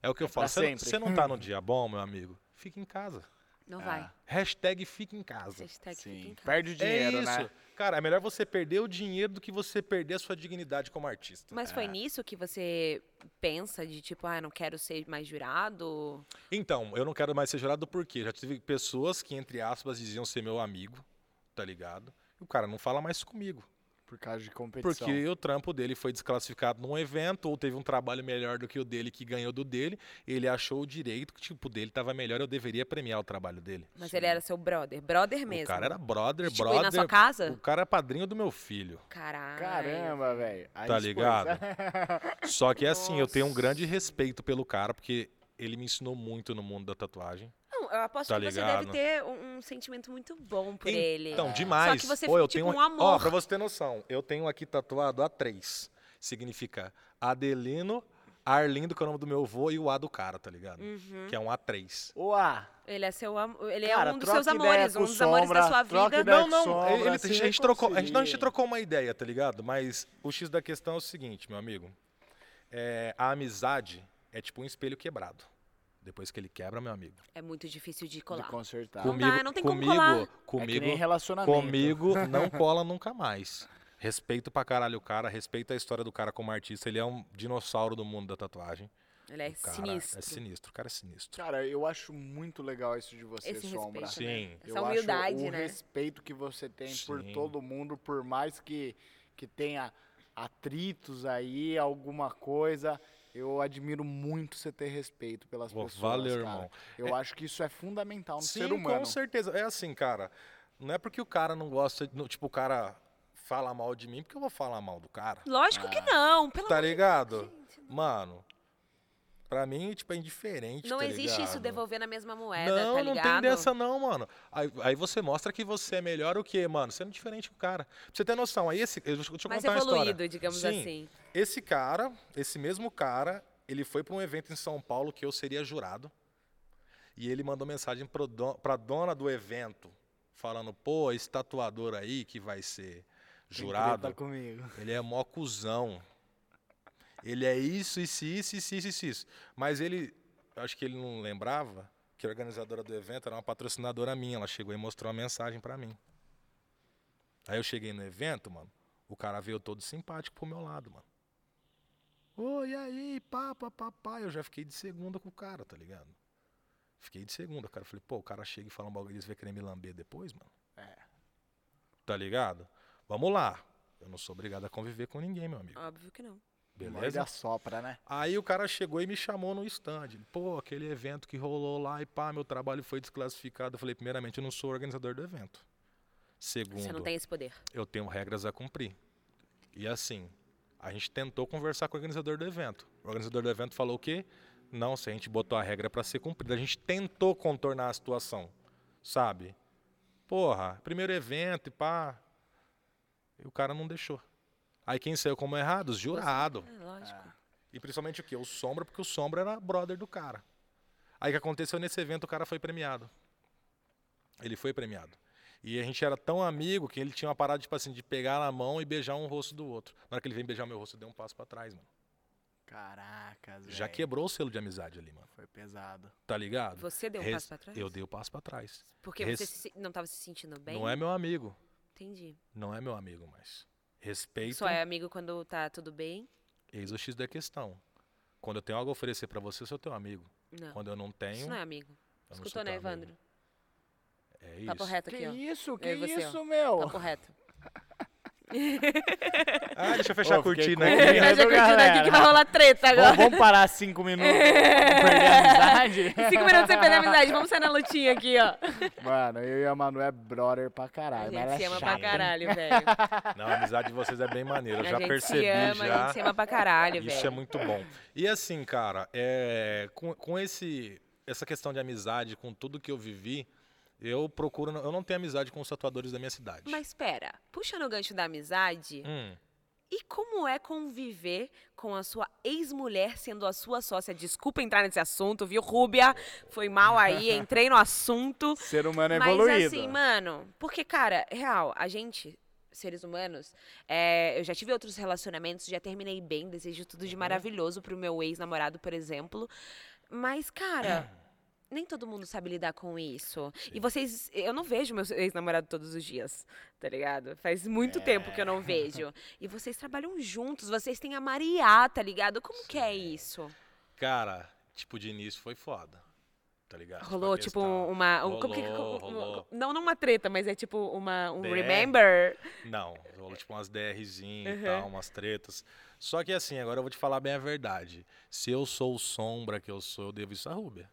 Speaker 3: É o que eu falo.
Speaker 2: pra
Speaker 3: Você não-
Speaker 2: sempre.
Speaker 3: você não tá num dia bom, meu amigo? Fica em casa.
Speaker 1: Não Então vai.
Speaker 3: Hashtag fica em casa.
Speaker 1: Hashtag fica em
Speaker 2: Ah, Sim.
Speaker 1: casa.
Speaker 2: Perde o dinheiro,
Speaker 3: Ah, é isso.
Speaker 2: né?
Speaker 3: Cara, é melhor você perder o dinheiro do que você perder a sua dignidade como artista.
Speaker 1: Mas foi nisso que você pensa de tipo, ah, eu não quero ser mais jurado?
Speaker 3: Então, eu não quero mais ser jurado porque já tive pessoas que, entre aspas, diziam ser meu amigo, tá ligado? E o cara não fala mais comigo.
Speaker 2: Por causa de competição.
Speaker 3: Porque o trampo dele foi desclassificado num evento, ou teve um trabalho melhor do que o dele, que ganhou do dele. Ele achou o direito que, tipo, o dele tava melhor, eu deveria premiar o trabalho dele.
Speaker 1: Mas ele era seu brother, brother É mesmo.
Speaker 3: O cara era brother,
Speaker 1: Tipo, ir
Speaker 3: brother.
Speaker 1: na sua casa?
Speaker 3: O cara é padrinho do meu filho.
Speaker 1: Caralho.
Speaker 2: Caramba, velho. Aí
Speaker 3: Tá
Speaker 2: expôs.
Speaker 3: ligado? Só que é assim, eu tenho um grande respeito pelo cara, porque ele me ensinou muito no mundo da tatuagem.
Speaker 1: Não, eu aposto
Speaker 3: Tá
Speaker 1: que
Speaker 3: ligado?
Speaker 1: você deve ter um, um sentimento muito bom por
Speaker 3: Então,
Speaker 1: ele.
Speaker 3: demais.
Speaker 1: Só que você
Speaker 3: Pô,
Speaker 1: fica
Speaker 3: eu
Speaker 1: tipo
Speaker 3: tenho...
Speaker 1: um amor.
Speaker 3: Ó, pra você ter noção, eu tenho aqui tatuado A3. Significa Adelino, Arlindo, que é o nome do meu avô, e o A do cara, tá ligado?
Speaker 1: Hum.
Speaker 3: Que é um A3.
Speaker 2: Uá.
Speaker 1: Uhum. Ele é seu am- ele
Speaker 2: Cara,
Speaker 1: é um dos
Speaker 2: troca
Speaker 1: seus
Speaker 2: ideia
Speaker 1: amores,
Speaker 2: com
Speaker 1: um dos
Speaker 2: Sombra,
Speaker 1: amores da sua
Speaker 2: troca
Speaker 1: vida.
Speaker 2: ideia
Speaker 3: Não, não,
Speaker 2: Sombra,
Speaker 3: ele- ele- a,
Speaker 2: se
Speaker 3: gente trocou, a gente- não, a gente
Speaker 2: reconcilia.
Speaker 3: trocou uma ideia, tá ligado? Mas o X da questão é o seguinte, meu amigo. É, a amizade é tipo um espelho quebrado. Depois que ele quebra, meu amigo.
Speaker 1: É muito difícil de
Speaker 2: De
Speaker 1: colar.
Speaker 2: consertar.
Speaker 1: Com- dá, não tem como
Speaker 3: comigo,
Speaker 1: colar.
Speaker 3: comigo,
Speaker 2: é que nem relacionamento.
Speaker 3: Comigo não cola nunca mais. Respeito pra caralho o cara, respeito a história do cara como artista. Ele é um dinossauro do mundo da tatuagem.
Speaker 1: Ele é
Speaker 3: O cara
Speaker 1: sinistro.
Speaker 3: é sinistro, o cara é sinistro.
Speaker 2: Cara, eu acho muito legal isso de você,
Speaker 1: Esse
Speaker 2: Sombra.
Speaker 1: respeito.
Speaker 3: Sim.
Speaker 1: Né?
Speaker 2: Eu
Speaker 1: Essa humildade,
Speaker 2: acho o
Speaker 1: né?
Speaker 2: respeito que você tem por
Speaker 3: Sim.
Speaker 2: todo mundo, por mais que, que tenha atritos aí, alguma coisa, eu admiro muito você ter respeito pelas
Speaker 3: Pô,
Speaker 2: pessoas.
Speaker 3: valeu,
Speaker 2: cara.
Speaker 3: irmão.
Speaker 2: Eu acho que isso é fundamental
Speaker 1: um
Speaker 2: no
Speaker 3: Sim,
Speaker 2: ser humano.
Speaker 3: com certeza. É assim, cara. Não é porque o cara não gosta, não- tipo, o cara fala mal de mim, porque eu vou falar mal do cara.
Speaker 1: Lógico que não. Pelo
Speaker 3: Tá
Speaker 1: amor de-
Speaker 3: ligado? Mano, pra mim, tipo, é indiferente,
Speaker 1: Não
Speaker 3: tá
Speaker 1: existe isso
Speaker 3: ligado?
Speaker 1: devolver na mesma moeda,
Speaker 3: Não,
Speaker 1: tá
Speaker 3: não
Speaker 1: ligado?
Speaker 3: tem dessa não, mano. Aí, aí você mostra que você é melhor o quê, mano? Sendo diferente com o cara. Pra você ter noção, aí esse... eu- Deixa eu contar
Speaker 1: Mais
Speaker 3: uma história.
Speaker 1: evoluído, digamos
Speaker 3: Sim,
Speaker 1: assim.
Speaker 3: Esse cara, esse mesmo cara, ele foi pra um evento em São Paulo que eu seria jurado. E ele mandou mensagem pro don, pra dona do evento, falando, pô, esse tatuador aí que vai ser
Speaker 2: Tem
Speaker 3: jurado,
Speaker 2: treta comigo.
Speaker 3: ele é mó cuzão. Ele é isso, isso, isso, isso, isso, isso, isso. Mas ele, eu acho que ele não lembrava que a organizadora do evento era uma patrocinadora minha. Ela chegou e mostrou uma mensagem pra mim. Aí eu cheguei no evento, mano. O cara veio todo simpático pro meu lado, mano. Ô, e aí, pá, pá, pá, pá. Eu já fiquei de segunda com o cara, tá ligado? Fiquei de segunda, cara. Falei, pô, o cara chega e fala um bagulho desse, vai querer me lamber depois, mano? Tá ligado? Vamos lá. Eu não sou obrigado a conviver com ninguém, meu amigo.
Speaker 1: Óbvio que não.
Speaker 2: Morde
Speaker 3: Beleza?
Speaker 2: a sopra, né?
Speaker 3: Aí o cara chegou e me chamou no stand. Ele, Pô, aquele evento que rolou lá e pá, meu trabalho foi desclassificado. Eu falei, primeiramente, eu não sou organizador do evento.
Speaker 1: Você
Speaker 3: Segundo,
Speaker 1: não tem esse poder.
Speaker 3: eu tenho regras a cumprir. E assim, a gente tentou conversar com o organizador do evento. O organizador do evento falou o quê? Não, se a gente botou a regra para ser cumprida. A gente tentou contornar a situação, sabe? Porra, primeiro evento e pá. E o cara não deixou. Aí quem saiu como errado? Os Jurado.
Speaker 1: É, lógico.
Speaker 3: E principalmente o quê? O Sombra, porque o Sombra era brother do cara. Aí o que aconteceu nesse evento, o cara foi premiado. Ele foi premiado. E a gente era tão amigo que ele tinha uma parada, tipo assim, de pegar na mão e beijar um rosto do outro. Na hora que ele vem beijar meu rosto, eu dei um passo pra trás, mano.
Speaker 2: Ah, Caracas,
Speaker 3: Já
Speaker 1: É.
Speaker 2: velho.
Speaker 3: quebrou o selo de amizade ali, mano.
Speaker 2: Foi pesado.
Speaker 3: Tá ligado?
Speaker 1: Você deu um
Speaker 3: Res-
Speaker 1: passo pra trás?
Speaker 3: Eu dei o passo pra trás.
Speaker 1: Porque
Speaker 3: Res-
Speaker 1: você se- não tava se sentindo bem?
Speaker 3: Não é meu amigo.
Speaker 1: Entendi.
Speaker 3: Não é meu amigo mais. Respeito.
Speaker 1: Só é amigo quando tá tudo bem?
Speaker 3: Eis o X da questão. Quando eu tenho algo a oferecer pra você, eu sou teu amigo.
Speaker 1: Não.
Speaker 3: Quando eu não tenho,
Speaker 1: Isso não é amigo.
Speaker 3: eu não sou
Speaker 1: Escutou,
Speaker 3: teu
Speaker 1: né,
Speaker 3: amigo.
Speaker 1: Evandro?
Speaker 3: É isso.
Speaker 1: Papo reto
Speaker 2: Que
Speaker 1: Tá aqui, ó. Tá
Speaker 2: isso, que
Speaker 1: e você, ó.
Speaker 2: isso, meu?
Speaker 1: Papo reto.
Speaker 3: Ah, deixa eu fechar
Speaker 2: Ô,
Speaker 3: a
Speaker 2: fiquei
Speaker 3: cortina
Speaker 2: com-
Speaker 3: aqui.
Speaker 2: Medo,
Speaker 1: Fecha a cortina aqui
Speaker 2: galera.
Speaker 1: que vai rolar treta
Speaker 2: Vamos,
Speaker 1: agora.
Speaker 2: vamos parar cinco minutos pra perder a amizade?
Speaker 1: Cinco minutos é sem perder a amizade. Vamos sair na lutinha aqui, ó.
Speaker 2: Mano, eu e a Manu é brother pra
Speaker 1: A
Speaker 2: caralho. mas
Speaker 1: gente se ama
Speaker 2: ela é
Speaker 1: pra
Speaker 2: chata, hein?
Speaker 1: caralho, velho.
Speaker 3: Não, a amizade de vocês é bem maneira. Eu
Speaker 1: a
Speaker 3: já
Speaker 1: gente
Speaker 3: percebi
Speaker 1: se ama,
Speaker 3: já.
Speaker 1: a gente se ama pra caralho,
Speaker 3: Isso é
Speaker 1: velho.
Speaker 3: muito bom. E assim, cara, é, com, com esse, essa questão de amizade, com tudo que eu vivi, eu procuro. não- Eu não tenho amizade com os tatuadores da minha cidade.
Speaker 1: Mas espera, puxa no gancho da amizade.
Speaker 3: Hum,
Speaker 1: E como é conviver com a sua ex-mulher sendo a sua sócia? Desculpa entrar nesse assunto, viu, Rúbia? Foi mal aí, entrei no assunto.
Speaker 2: Ser humano
Speaker 3: é
Speaker 2: é
Speaker 1: Mas
Speaker 2: evoluído.
Speaker 1: assim, mano, porque, cara, real, a gente, seres humanos, é, eu já tive outros relacionamentos, já terminei bem, desejo tudo
Speaker 2: Uhum.
Speaker 1: de maravilhoso pro meu ex-namorado, por exemplo. Mas, cara.
Speaker 2: É.
Speaker 1: Nem todo mundo sabe lidar com isso. E vocês. Eu não vejo meu ex-namorado todos os dias, tá ligado? Faz muito tempo que eu
Speaker 2: É.
Speaker 1: não vejo. E vocês trabalham juntos, vocês têm a Maria, tá ligado? Como que é isso?
Speaker 3: cara, tipo, de início foi foda. Tá ligado?
Speaker 1: Rolou,
Speaker 3: a
Speaker 1: tipo,
Speaker 3: questão-
Speaker 1: uma. um- como que-
Speaker 3: Rolou,
Speaker 1: como-
Speaker 3: rolou. Né?
Speaker 1: Não, não uma treta, mas é tipo uma, um
Speaker 3: DR.
Speaker 1: remember.
Speaker 3: Não, rolou tipo umas DRzinhas
Speaker 1: Uhum.
Speaker 3: e tal, umas tretas. Só que assim, agora eu vou te falar bem a verdade. Se eu sou o sombra que eu sou, eu devo isso a Rúbia.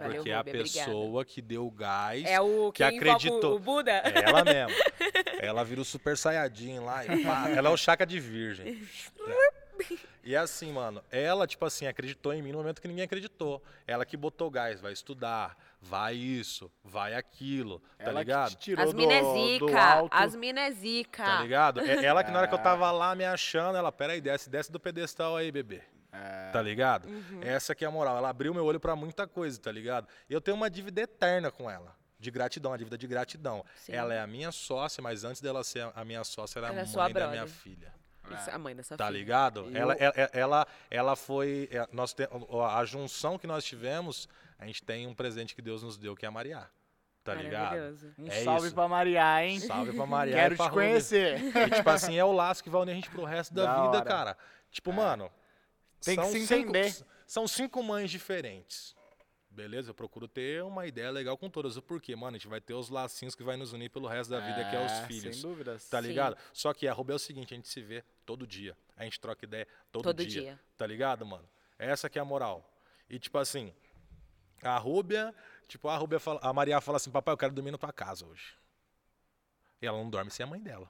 Speaker 1: Valeu,
Speaker 3: porque é a
Speaker 1: Rúbia, obrigada.
Speaker 3: pessoa que deu o gás.
Speaker 1: É o que,
Speaker 3: que
Speaker 1: invoca
Speaker 3: acreditou.
Speaker 1: O, o Buda?
Speaker 3: É ela mesmo. Ela vira o super saiyajin lá e pá. Ela é o chakra de virgem. É. E assim, mano, ela, tipo assim, acreditou em mim no momento que ninguém acreditou. Ela que botou gás, vai estudar, vai isso, vai aquilo, tá
Speaker 2: Ela
Speaker 3: ligado?
Speaker 2: que te tirou
Speaker 1: As
Speaker 2: do-
Speaker 1: minas
Speaker 2: do,
Speaker 1: zica,
Speaker 2: alto.
Speaker 1: as minas zica.
Speaker 3: Tá ligado? É ela que na hora
Speaker 1: Ah.
Speaker 3: que eu
Speaker 2: Caralho.
Speaker 3: tava lá me achando, ela, peraí, desce, desce do pedestal aí, bebê.
Speaker 1: Ah.
Speaker 3: Tá ligado?
Speaker 1: Uhum.
Speaker 3: Essa que é a moral. Ela abriu meu olho pra muita coisa, tá ligado? Eu tenho uma dívida eterna com ela. De gratidão, uma dívida de gratidão.
Speaker 1: Sim.
Speaker 3: Ela é a minha sócia, mas antes dela ser a minha sócia, ela é a
Speaker 1: Ela é
Speaker 3: mãe
Speaker 1: sua
Speaker 3: da
Speaker 1: brother.
Speaker 3: minha filha.
Speaker 1: Isso, a mãe da sua
Speaker 3: Tá
Speaker 1: filha.
Speaker 3: ligado?
Speaker 2: E
Speaker 3: Ela,
Speaker 2: o-
Speaker 3: ela, ela, ela foi. é, Nós te- a a junção que nós tivemos, a gente tem um presente que Deus nos deu, que é a Mariá. Tá ligado?
Speaker 1: Maravilhoso.
Speaker 2: Um
Speaker 3: É
Speaker 2: salve
Speaker 3: isso.
Speaker 2: pra Mariá, hein?
Speaker 3: Salve pra Mariá. e
Speaker 2: Quero
Speaker 3: pra
Speaker 2: te
Speaker 3: Rubia.
Speaker 2: conhecer.
Speaker 3: E, tipo assim, é o laço que vai unir a gente pro resto da,
Speaker 2: Da hora.
Speaker 3: vida,
Speaker 2: É.
Speaker 3: cara. Tipo, mano.
Speaker 2: Tem que
Speaker 3: são
Speaker 2: se
Speaker 3: cinco-
Speaker 2: entender.
Speaker 3: são cinco mães diferentes. Beleza? Eu procuro ter uma ideia legal com todas. Porque, mano, a gente vai ter os lacinhos que vai nos unir pelo resto da vida, que é os
Speaker 2: Ah,
Speaker 3: filhos.
Speaker 2: Sem dúvidas.
Speaker 3: Tá
Speaker 1: Sim.
Speaker 3: ligado? Só que a Rubel é o seguinte, a gente se vê todo dia. A gente troca ideia todo,
Speaker 1: Todo
Speaker 3: dia,
Speaker 1: dia.
Speaker 3: Tá ligado, mano? Essa que é a moral. E tipo assim, a Rúbia, tipo, a Rúbia fala, a Maria fala assim, papai, eu quero dormir na tua casa hoje. E ela não dorme sem a mãe dela.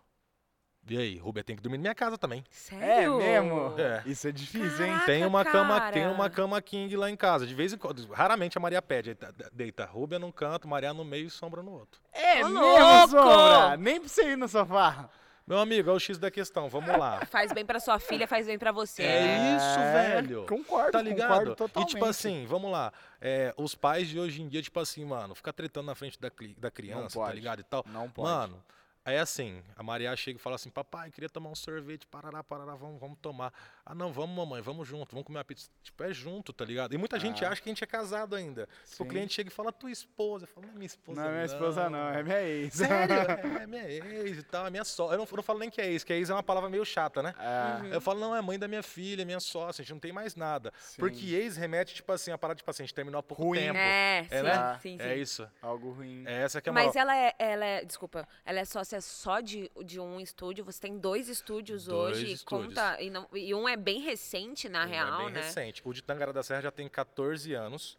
Speaker 3: E aí, Rúbia tem que dormir na minha casa também.
Speaker 2: É
Speaker 1: Sério?
Speaker 2: mesmo?
Speaker 3: É.
Speaker 2: Isso é difícil, hein?
Speaker 1: Caraca,
Speaker 3: tem uma cama,
Speaker 1: cara.
Speaker 3: tem uma cama king lá em casa. De vez em quando, raramente a Maria pede, aí tá- deita Rúbia num canto, Maria no meio e sombra no outro.
Speaker 2: É
Speaker 1: Ô,
Speaker 2: mesmo,
Speaker 1: louco!
Speaker 2: Sombra! Nem pra você ir no sofá.
Speaker 3: Meu amigo, é o X da questão, vamos lá.
Speaker 1: Faz bem pra sua filha, faz bem pra você. né?
Speaker 3: É isso,
Speaker 2: É,
Speaker 3: velho.
Speaker 2: concordo,
Speaker 3: tá
Speaker 2: concordo
Speaker 3: ligado?
Speaker 2: totalmente.
Speaker 3: E tipo assim, vamos lá. é, os pais de hoje em dia, tipo assim, mano, ficar tretando na frente da, cli- da criança, tá
Speaker 2: pode.
Speaker 3: ligado? E tal.
Speaker 2: Não pode.
Speaker 3: Mano, é assim, a Maria chega e fala assim, papai, queria tomar um sorvete, parará, parará, vamos, vamos tomar. Ah, não, vamos, mamãe, vamos junto, vamos comer uma pizza. Tipo, é junto, tá ligado? E muita gente
Speaker 2: Ah.
Speaker 3: acha que a gente é casado ainda.
Speaker 2: Sim.
Speaker 3: O cliente chega e fala, tua esposa. Eu falo, não é minha esposa
Speaker 2: Não, é minha esposa não, é minha ex.
Speaker 3: Sério? é minha ex e tal, é minha só. Eu não, eu não falo nem que é ex, que ex é uma palavra meio chata, né?
Speaker 2: Ah,
Speaker 1: Uhum.
Speaker 3: Eu falo, não, é mãe da minha filha, é minha sócia, a gente não tem mais nada.
Speaker 2: Sim.
Speaker 3: Porque ex remete, tipo assim, a parada, tipo assim, a gente terminou há pouco
Speaker 2: Ruim.
Speaker 3: tempo.
Speaker 1: É, sim,
Speaker 3: É, né?
Speaker 1: sim, sim.
Speaker 3: É isso.
Speaker 2: algo ruim.
Speaker 3: É essa que é a
Speaker 1: Mas
Speaker 3: moral.
Speaker 1: ela é, ela é, desculpa, ela é sócia só de, de um estúdio, você tem dois estúdios
Speaker 3: Dois
Speaker 1: hoje,
Speaker 3: estúdios.
Speaker 1: conta, e, não- e um é bem recente, na
Speaker 3: Um
Speaker 1: real,
Speaker 3: é bem
Speaker 1: né?
Speaker 3: recente. O de Tangará da Serra já tem 14 anos,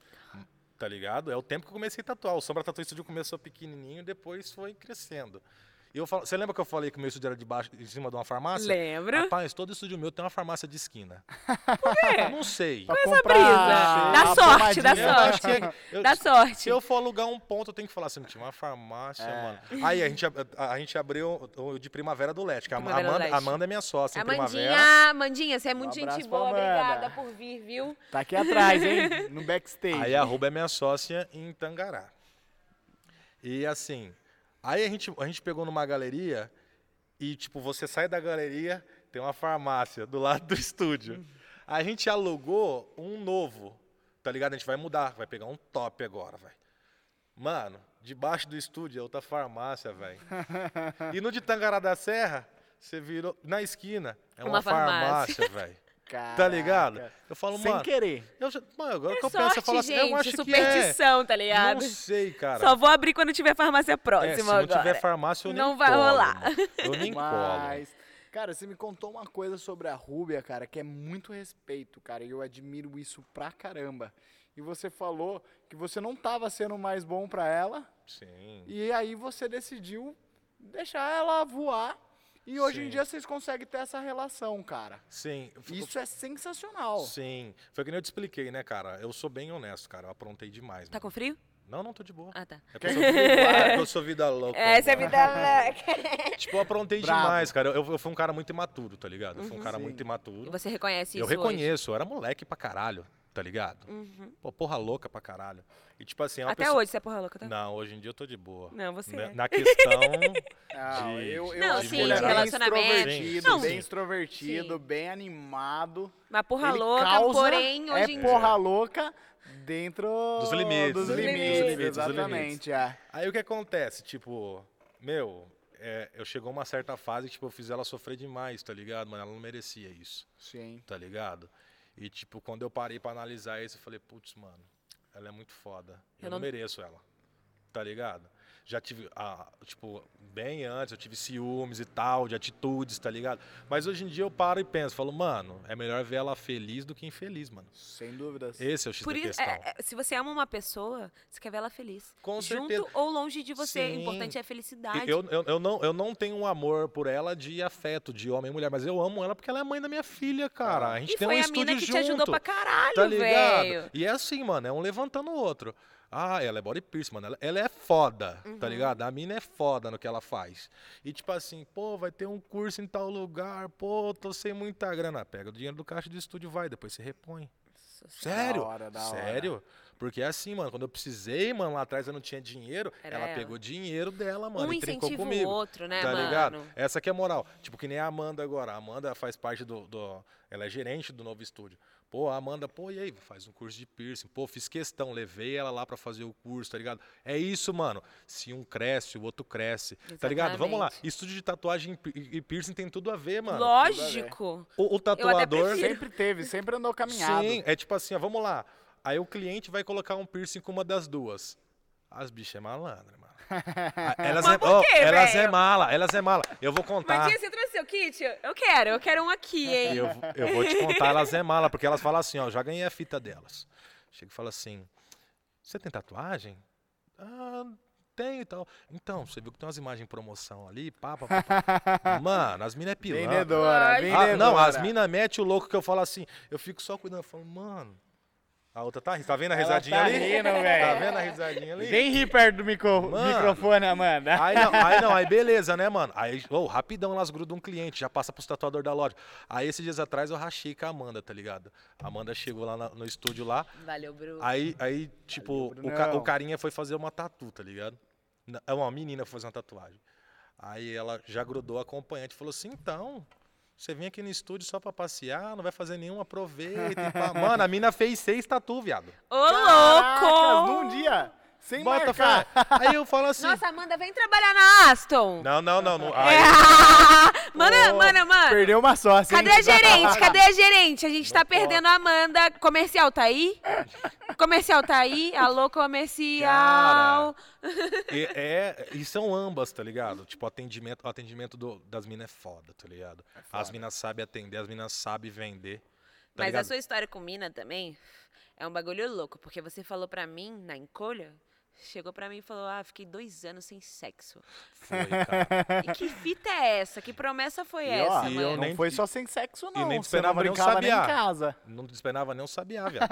Speaker 3: tá ligado? É o tempo que eu comecei a tatuar. O Sombra Tatu Studio começou pequenininho e depois foi crescendo. E eu falo, você lembra que eu falei que o meu estúdio era de baixo, em cima de uma farmácia?
Speaker 1: Lembro.
Speaker 3: Rapaz, todo estúdio meu tem uma farmácia de esquina. Não sei.
Speaker 2: Pra
Speaker 1: brisa? Dá
Speaker 2: uma
Speaker 1: sorte, dá
Speaker 2: pomadinha.
Speaker 3: Eu acho que
Speaker 1: sorte.
Speaker 3: é- eu-
Speaker 1: Dá sorte.
Speaker 3: Se eu for alugar um ponto, eu tenho que falar assim, tinha uma farmácia, mano. Aí a gente, ab- a, a gente abriu o o de Primavera do Leste, que a Ma-
Speaker 1: Primavera do
Speaker 3: Amanda,
Speaker 1: Leste.
Speaker 3: Amanda é minha sócia em Primavera. Um
Speaker 1: Amandinha, Amandinha, você é muito gente
Speaker 2: abraço pra
Speaker 1: boa,
Speaker 2: Amanda.
Speaker 1: obrigada por vir, viu?
Speaker 2: Tá aqui atrás, hein? No backstage.
Speaker 3: Aí a Ruba é minha sócia em Tangará. E assim, aí a gente, a gente pegou numa galeria e, tipo, você sai da galeria, tem uma farmácia do lado do estúdio. A gente alugou um novo, tá ligado? A gente vai mudar, vai pegar um top agora, velho. Mano, debaixo do estúdio é outra farmácia, velho. E no de Tangará da Serra, você virou na esquina, é uma,
Speaker 1: Uma farmácia.
Speaker 3: farmácia, velho. Tá ligado?
Speaker 2: Caraca.
Speaker 3: Eu falo,
Speaker 2: Sem
Speaker 3: mano,
Speaker 2: querer.
Speaker 3: eu já- mano, agora
Speaker 1: É
Speaker 3: que eu
Speaker 1: sorte,
Speaker 3: penso, eu falo assim,
Speaker 1: gente,
Speaker 3: eu acho que é.
Speaker 1: superstição, tá ligado?
Speaker 3: Não sei, cara.
Speaker 1: Só vou abrir quando tiver farmácia próxima
Speaker 3: É, se não
Speaker 1: agora.
Speaker 3: tiver farmácia, eu nem
Speaker 1: Não vai
Speaker 3: colo,
Speaker 1: rolar.
Speaker 3: mano. Eu nem colo.
Speaker 2: Mas, cara, você me contou uma coisa sobre a Rúbia, cara, que é muito respeito, cara, e eu admiro isso pra caramba. E você falou que você não tava sendo mais bom pra ela,
Speaker 3: Sim.
Speaker 2: e aí você decidiu deixar ela voar, e hoje em
Speaker 3: Sim.
Speaker 2: dia vocês conseguem ter essa relação, cara.
Speaker 3: Sim.
Speaker 2: Isso é sensacional.
Speaker 3: Sim. Foi que nem eu te expliquei, né, cara? Eu sou bem honesto, cara. Eu aprontei demais.
Speaker 1: Tá
Speaker 3: mano.
Speaker 1: com frio?
Speaker 3: Não, não, tô de boa.
Speaker 1: Ah, tá.
Speaker 3: É que eu sou vida, é que eu sou vida louca.
Speaker 1: Essa é a
Speaker 3: mano.
Speaker 1: vida louca.
Speaker 3: Tipo, eu aprontei
Speaker 2: Bravo.
Speaker 3: demais, cara. Eu, eu fui um cara muito imaturo, tá ligado? Eu fui um cara
Speaker 2: Uhum. Sim.
Speaker 3: muito imaturo.
Speaker 1: E você reconhece
Speaker 3: Eu
Speaker 1: isso hoje? Uhum.
Speaker 3: reconheço, eu era moleque pra caralho, tá ligado? Pô, porra louca pra caralho. E tipo assim, é uma
Speaker 1: Até
Speaker 3: pessoa...
Speaker 1: hoje você é porra louca, tá?
Speaker 3: Não, hoje em dia eu tô de boa.
Speaker 1: Não, você
Speaker 3: Na-
Speaker 1: é.
Speaker 3: Na questão.
Speaker 2: Não,
Speaker 3: De-
Speaker 2: eu, eu
Speaker 1: Não,
Speaker 2: acho
Speaker 1: sim,
Speaker 2: que
Speaker 1: de
Speaker 2: ele é bem
Speaker 1: relacionamento.
Speaker 2: extrovertido,
Speaker 1: Não,
Speaker 2: bem
Speaker 1: sim.
Speaker 2: extrovertido, bem animado.
Speaker 1: Mas porra
Speaker 2: Ele
Speaker 1: louca,
Speaker 2: causa-
Speaker 1: porém, hoje em
Speaker 2: é
Speaker 1: dia.
Speaker 2: porra louca dentro
Speaker 3: Dos limites,
Speaker 2: dos
Speaker 1: dos
Speaker 2: limites,
Speaker 1: limites,
Speaker 3: dos
Speaker 2: exatamente, é.
Speaker 3: Aí o que acontece? Tipo, meu, é, eu chegou uma certa fase que tipo, eu fiz ela sofrer demais, tá ligado? Mano, ela não merecia isso,
Speaker 2: Sim.
Speaker 3: tá ligado? E tipo, quando eu parei pra analisar isso, eu falei, putz, mano, ela é muito foda. Eu,
Speaker 1: Eu
Speaker 3: não...
Speaker 1: não-
Speaker 3: mereço ela, tá ligado? Já tive, ah, tipo, bem antes, eu tive ciúmes e tal, de atitudes, tá ligado? Mas hoje em dia eu paro e penso, falo, mano, é melhor ver ela feliz do que infeliz, mano.
Speaker 2: Sem dúvidas.
Speaker 3: Esse é o X
Speaker 1: Por
Speaker 3: da
Speaker 1: isso,
Speaker 3: questão.
Speaker 1: é- é- se você ama uma pessoa, você quer ver ela feliz.
Speaker 3: Com
Speaker 1: Junto
Speaker 3: certeza.
Speaker 1: ou longe de você.
Speaker 3: Sim.
Speaker 1: O importante é a felicidade.
Speaker 3: Eu, eu, eu não, eu não tenho um amor por ela de afeto, de homem e mulher, mas eu amo ela porque ela é mãe da minha filha, cara. A gente
Speaker 1: Ah. E
Speaker 3: tem
Speaker 1: foi
Speaker 3: um
Speaker 1: a mina
Speaker 3: estúdio
Speaker 1: que
Speaker 3: junto.
Speaker 1: te ajudou pra caralho,
Speaker 3: tá ligado?
Speaker 1: velho.
Speaker 3: E é assim, mano, é um levantando o outro. Ah, ela é body piercing, mano. Ela, ela é foda, tá
Speaker 1: Uhum.
Speaker 3: ligado? A mina é foda no que ela faz. E tipo assim, pô, vai ter um curso em tal lugar, pô, tô sem muita grana. Pega o dinheiro do caixa do estúdio, vai, depois se repõe. Sério?
Speaker 2: Da
Speaker 1: É
Speaker 2: hora, da hora.
Speaker 3: Sério? Porque é assim, mano, quando eu precisei, mano, lá atrás eu não tinha dinheiro,
Speaker 1: Era
Speaker 3: ela,
Speaker 1: ela.
Speaker 3: pegou dinheiro dela, é, mano,
Speaker 1: um
Speaker 3: e trincou
Speaker 1: incentiva
Speaker 3: comigo
Speaker 1: o outro, né,
Speaker 3: tá
Speaker 1: mano?
Speaker 3: ligado? Essa que é a moral. Tipo, que nem a Amanda agora. A Amanda faz parte do, do- Ela é gerente do novo estúdio. Pô, a Amanda, pô, e aí? Faz um curso de piercing. Pô, fiz questão, levei ela lá pra fazer o curso, tá ligado? É isso, mano. Se um cresce, o outro cresce. Tá ligado? Vamos lá.
Speaker 1: Exatamente.
Speaker 3: Estúdio de tatuagem e e piercing tem tudo a ver, mano.
Speaker 1: Lógico.
Speaker 3: O, o tatuador.
Speaker 1: prefiro.
Speaker 2: Sempre teve, sempre andou caminhado.
Speaker 3: Sim, é tipo assim, ó, vamos lá. Aí o cliente vai colocar um piercing com uma das duas. As bichas é malandra, mano. Ah, Elas
Speaker 1: Mas
Speaker 3: é,
Speaker 1: por
Speaker 3: ó,
Speaker 1: quê,
Speaker 3: elas é
Speaker 1: velho?
Speaker 3: mala, elas é mala. Eu vou contar.
Speaker 1: Marquinhos, você trouxe seu kit? Eu quero, eu quero um aqui, hein?
Speaker 3: Tá. Eu, eu vou te contar, elas é mala, porque elas falam assim, ó, já ganhei a fita delas. Chega e fala assim, você tem tatuagem? Ah, tenho e tal. Então, você viu que tem umas imagens em promoção ali, pá, pá, pá, pá. Mano, as minas é pilantra.
Speaker 2: Vendedora,
Speaker 1: Ah,
Speaker 2: vendedora.
Speaker 3: Ah, não, as minas mete o louco que eu falo assim, eu fico só cuidando, eu falo, mano... A outra tá rindo, tá vendo a
Speaker 2: Ela
Speaker 3: risadinha
Speaker 2: tá
Speaker 3: ali?
Speaker 2: rindo,
Speaker 3: tá
Speaker 2: velho.
Speaker 3: vendo a risadinha ali?
Speaker 2: Vem rir perto do micro-
Speaker 3: Mano.
Speaker 2: microfone, Amanda.
Speaker 3: Aí não, aí não, aí beleza, né, mano? Aí, ô, rapidão elas grudam um cliente, já passa pros tatuador da loja. Aí esses dias atrás eu rachei com a Amanda, tá ligado? A Amanda chegou lá na- no estúdio lá,
Speaker 1: Valeu, Bruno.
Speaker 3: aí, aí tipo, o,
Speaker 2: Brunão.
Speaker 3: ca- o carinha foi fazer uma tatu, tá ligado? Na- É uma menina foi fazer uma tatuagem. Aí ela já grudou a acompanhante e falou assim, então... Você vem aqui no estúdio só pra passear, não vai fazer nenhum, aproveita. e pá." Mano, a mina fez seis tatu, viado.
Speaker 1: Ô,
Speaker 2: Caracas,
Speaker 1: louco!
Speaker 2: num dia, sem
Speaker 3: Bota
Speaker 2: marcar.
Speaker 3: fé. Aí eu falo assim.
Speaker 1: Nossa, Amanda, vem trabalhar na Aston.
Speaker 3: Não, não, não. não. Aí,
Speaker 1: É. Mana,
Speaker 3: Ô,
Speaker 1: mana, mana.
Speaker 2: Perdeu uma sócia, hein?
Speaker 1: Cadê a gerente? Cadê a gerente? A gente tá
Speaker 3: Não pode.
Speaker 1: perdendo a Amanda. Comercial tá aí? Comercial tá aí? Alô, comercial.
Speaker 3: tá E, é, e são ambas, tá ligado? Tipo, atendimento, o atendimento do- das minas é foda, tá ligado? As minas sabem atender, as minas sabem vender. Tá
Speaker 1: Mas
Speaker 3: ligado?
Speaker 1: a sua história com Mina também é um bagulho louco, porque você falou pra mim, na encolha, chegou pra mim e falou, ah, fiquei dois anos sem sexo.
Speaker 3: Foi, cara.
Speaker 1: E que fita é essa? Que promessa foi
Speaker 2: E, ó,
Speaker 1: essa,
Speaker 3: e
Speaker 1: mano?
Speaker 3: eu
Speaker 2: Não
Speaker 3: nem-
Speaker 2: foi só sem sexo, não.
Speaker 3: nem
Speaker 2: Você não
Speaker 3: esperava nem o
Speaker 2: brincava nem em
Speaker 3: sabiá.
Speaker 2: casa.
Speaker 3: Não despenava nem o sabiá, viado.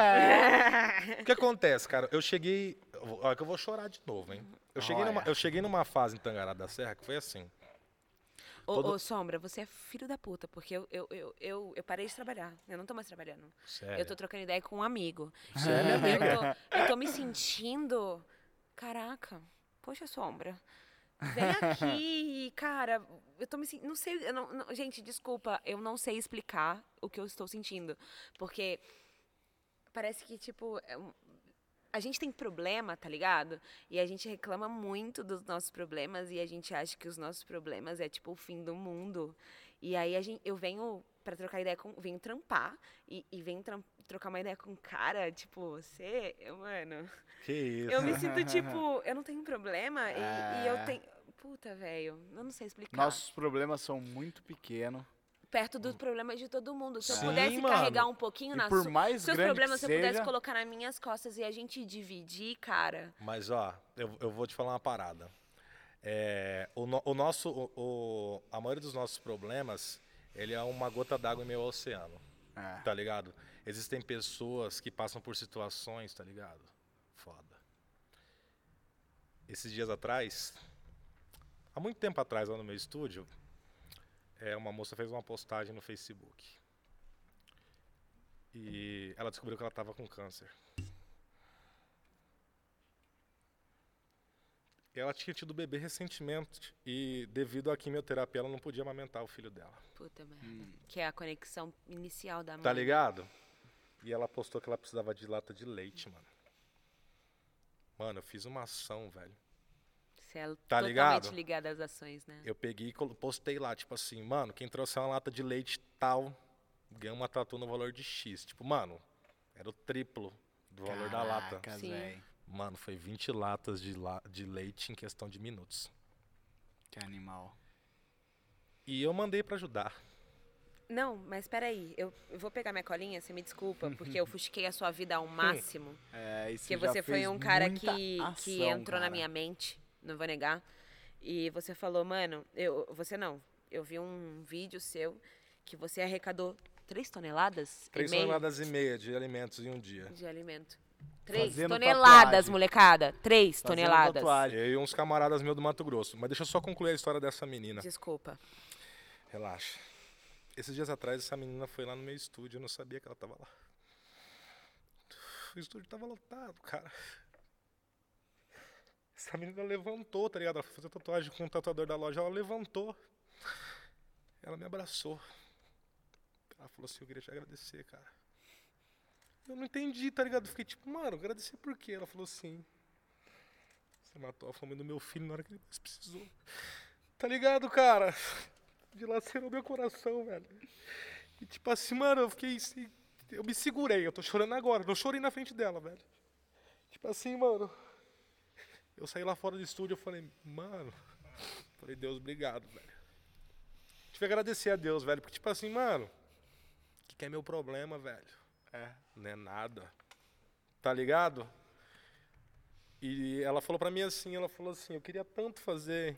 Speaker 3: O que acontece, cara? Eu cheguei. Olha, que eu vou chorar de novo, hein? Eu cheguei, numa,
Speaker 2: Olha.
Speaker 3: eu cheguei numa fase em Tangará da Serra que foi assim.
Speaker 1: Ô,
Speaker 3: todo-
Speaker 1: ô, Sombra, você é filho da puta, porque eu, eu, eu, eu, eu parei de trabalhar. Eu não tô mais trabalhando.
Speaker 3: Sério.
Speaker 1: Eu tô trocando ideia com um amigo.
Speaker 3: Sério,
Speaker 1: Eu tô, eu tô me sentindo. Caraca, poxa, Sombra. Vem aqui, e, cara, eu tô me sentindo. Não sei, eu não- não- gente, desculpa, eu não sei explicar o que eu estou sentindo. Porque parece que, tipo, é um- a gente tem problema, tá ligado? E a gente reclama muito dos nossos problemas e a gente acha que os nossos problemas é, tipo, o fim do mundo. E aí a gente, eu venho pra trocar ideia com. Venho trampar e, e venho tram- trocar uma ideia com um cara, tipo, você, mano.
Speaker 3: Que isso.
Speaker 1: Eu me sinto tipo, eu não tenho problema e, e eu
Speaker 2: É.
Speaker 1: tenho. Puta, velho, eu não sei explicar.
Speaker 2: Nossos problemas são muito pequenos.
Speaker 1: Perto dos problemas de todo mundo. Se eu
Speaker 3: Sim,
Speaker 1: pudesse
Speaker 3: mano.
Speaker 1: carregar um pouquinho
Speaker 2: E
Speaker 1: na
Speaker 2: por
Speaker 1: su-
Speaker 2: mais
Speaker 1: seus
Speaker 2: grande
Speaker 1: problemas,
Speaker 2: que
Speaker 1: se eu pudesse
Speaker 2: seja,
Speaker 1: colocar nas minhas costas e a gente dividir, cara.
Speaker 3: Mas, ó, eu, eu vou te falar uma parada. É, o, no- o nosso, o- o- a maioria dos nossos problemas, ele é uma gota d'água em meio ao oceano,
Speaker 2: é.
Speaker 3: tá ligado? Existem pessoas que passam por situações, tá ligado? Foda. Esses dias atrás, há muito tempo atrás, lá no meu estúdio, é, uma moça fez uma postagem no Facebook. E ela descobriu que ela tava com câncer. Ela tinha tido bebê recentemente e devido à quimioterapia ela não podia amamentar o filho dela.
Speaker 1: Puta merda.
Speaker 2: Hum.
Speaker 1: Que é a conexão inicial da mãe.
Speaker 3: Tá ligado? E ela postou que ela precisava de lata de leite, mano. Mano, eu fiz uma ação, velho.
Speaker 1: Você
Speaker 2: Tá
Speaker 1: é totalmente
Speaker 3: ligado?
Speaker 1: ligada às ações, né?
Speaker 3: Eu peguei e colo- postei lá, tipo assim, mano, quem trouxer uma lata de leite tal, ganha uma tatu no valor de X. Tipo, mano, era o triplo do valor da lata.
Speaker 2: Caraca,
Speaker 1: Sim.
Speaker 2: véi,
Speaker 3: Mano, foi 20 latas de, la- de leite em questão de minutos.
Speaker 2: Que animal.
Speaker 3: E eu mandei pra ajudar.
Speaker 1: Não, mas peraí, eu eu vou pegar minha colinha, você me desculpa, porque eu fusquei a sua vida ao máximo.
Speaker 2: É, isso
Speaker 1: Porque
Speaker 2: já
Speaker 1: você foi
Speaker 2: fez
Speaker 1: um cara
Speaker 2: muita
Speaker 1: que, que
Speaker 2: ação,
Speaker 1: entrou na
Speaker 2: cara.
Speaker 1: minha mente, não vou negar. E você falou, mano, eu, você não. Eu vi um vídeo seu que você arrecadou 3 toneladas? e
Speaker 3: Três
Speaker 1: meio
Speaker 3: toneladas e meia de alimentos em um dia.
Speaker 1: de alimento. 3
Speaker 2: Fazendo
Speaker 1: toneladas,
Speaker 2: tatuagem.
Speaker 1: molecada. 3
Speaker 2: Fazendo
Speaker 1: toneladas.
Speaker 2: tatuagem.
Speaker 3: Eu e uns camaradas meus do Mato Grosso. Mas deixa eu só concluir a história dessa menina.
Speaker 1: Desculpa.
Speaker 3: Relaxa. Esses dias atrás, essa menina foi lá no meu estúdio, eu não sabia que ela tava lá. O estúdio tava lotado, cara. Essa menina levantou, tá ligado? Ela foi fazer tatuagem com o tatuador da loja, ela levantou. Ela me abraçou. Ela falou assim, eu queria te agradecer, cara. Eu não entendi, tá ligado? Eu Fiquei tipo, mano, agradecer por quê? Ela falou assim, você matou a fome do meu filho na hora que ele mais precisou. Tá ligado, cara? dilacerou meu coração, velho. E tipo assim, mano, eu fiquei. assim, Eu me segurei, eu tô chorando agora. Não chorei na frente dela, velho. Tipo assim, mano. Eu saí lá fora do estúdio, eu falei, mano. Falei, Deus, obrigado, velho. Tive que agradecer a Deus, velho, porque tipo assim, mano. O que, que é meu problema, velho?
Speaker 2: É.
Speaker 3: Não é nada. Tá ligado? E ela falou pra mim assim, ela falou assim, eu queria tanto fazer.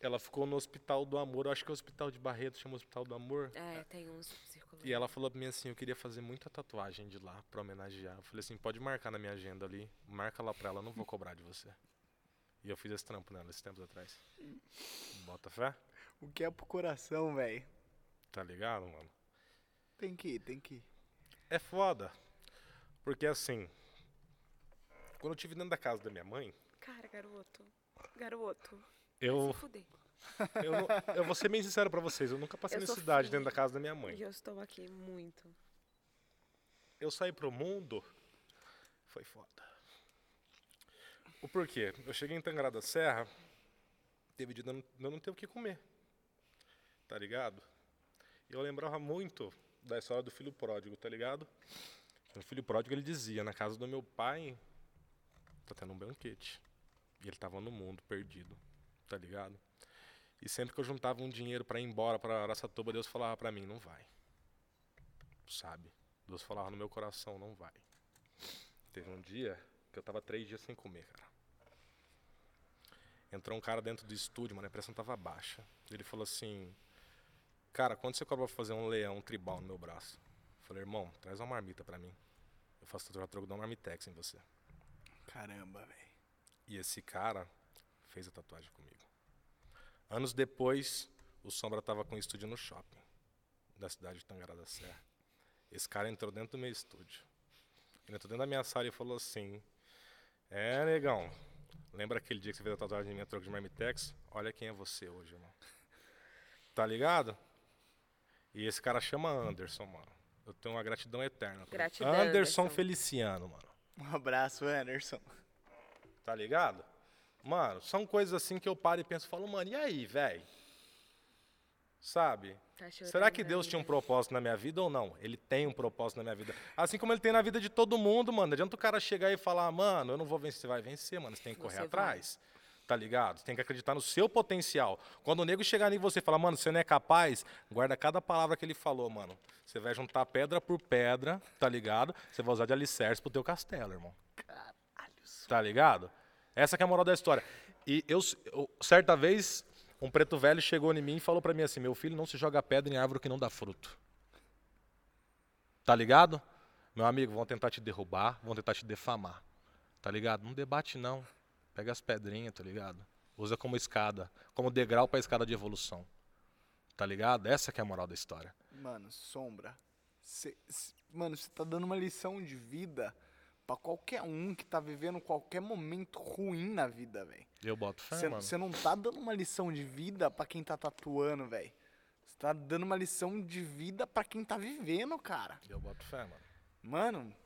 Speaker 3: Ela ficou no Hospital do Amor, eu acho que é o Hospital de Barreto, chama Hospital do Amor.
Speaker 1: É, tem uns círculos.
Speaker 3: E ela falou pra mim assim, eu queria fazer muita tatuagem de lá pra homenagear. Eu falei assim, pode marcar na minha agenda ali, marca lá pra ela, eu não vou cobrar de você. E eu fiz esse trampo nela, esses tempos atrás. Bota fé?
Speaker 2: O que é pro coração, velho?
Speaker 3: Tá ligado, mano?
Speaker 2: Tem que ir, tem que ir.
Speaker 3: É foda. Porque assim, quando eu tive dentro da casa da minha mãe,
Speaker 1: Cara, garoto. Garoto.
Speaker 3: eu...
Speaker 1: Se fuder.
Speaker 3: Eu, não- eu vou ser bem sincero pra vocês, eu nunca passei
Speaker 1: Eu sou
Speaker 3: necessidade
Speaker 1: filha.
Speaker 3: dentro da casa da minha mãe.
Speaker 1: E eu estou aqui muito.
Speaker 3: Eu saí pro mundo, foi foda. O porquê? Eu cheguei em Tangará da Serra, teve dia de eu não- eu não ter o que comer, tá ligado? E eu lembrava muito da história do filho pródigo, tá ligado? O filho pródigo, ele dizia, na casa do meu pai, tá tendo um banquete. E ele tava no mundo, perdido, tá ligado? E sempre que eu juntava um dinheiro pra ir embora pra Araçatuba, Deus falava pra mim, não vai. Sabe? Deus falava no meu coração, não vai. Teve um dia que eu tava três dias sem comer, cara. Entrou um cara dentro do estúdio, mano, a pressão tava baixa. Ele falou assim, cara, quando você cobra pra fazer um leão tribal no meu braço? Eu falei, irmão, traz uma marmita pra mim. Eu faço tatuagem troco de uma marmitex em você.
Speaker 2: Caramba, velho.
Speaker 3: E esse cara fez a tatuagem comigo. Anos depois, o Sombra tava com um estúdio no shopping da cidade de Tangará da Serra. Esse cara entrou dentro do meu estúdio. Ele entrou dentro da minha sala e falou assim: É, negão, Lembra aquele dia que você fez a tatuagem de minha troca de Marmitex? Olha quem é você hoje, irmão. Tá ligado? E esse cara chama Anderson, mano. Eu tenho uma gratidão eterna. por ele.
Speaker 1: Gratidão,
Speaker 3: Anderson
Speaker 1: Anderson.
Speaker 3: Feliciano, mano.
Speaker 2: Um abraço, Anderson.
Speaker 3: Tá ligado? Mano, são coisas assim que eu paro e penso, falo, mano, e aí, velho? Sabe?
Speaker 1: Tá chorando
Speaker 3: Será que
Speaker 1: na
Speaker 3: Deus
Speaker 1: minha
Speaker 3: tinha um propósito na minha vida ou não? Ele tem um propósito na minha vida. Assim como ele tem na vida de todo mundo, mano. Não adianta o cara chegar e falar, mano, eu não vou vencer. Você vai vencer, mano. Você tem que correr
Speaker 1: Você vai.
Speaker 3: atrás. Tá ligado? Você tem que acreditar no seu potencial. Quando o nego chegar em você e falar, mano, você não é capaz, guarda cada palavra que ele falou, mano. Você vai juntar pedra por pedra, tá ligado? Você vai usar de alicerce pro teu castelo, irmão. Tá ligado? Essa que é a moral da história. E eu, eu- certa vez, um preto velho chegou em mim e falou pra mim assim: meu filho não se joga pedra em árvore que não dá fruto. Tá ligado? Meu amigo, vão tentar te derrubar, vão tentar te defamar. Tá ligado? Não debate, não. Pega as pedrinhas, tá ligado? Usa como escada, como degrau pra escada de evolução. Tá ligado? Essa que é a moral da história.
Speaker 2: Mano, sombra. Cê- cê- mano, você tá dando uma lição de vida pra qualquer um que tá vivendo qualquer momento ruim na vida, velho.
Speaker 3: Eu boto fé, mano.
Speaker 2: Você não tá dando uma lição de vida pra quem tá tatuando, velho. Você tá dando uma lição de vida pra quem tá vivendo, cara.
Speaker 3: Eu boto fé, mano.
Speaker 2: Mano,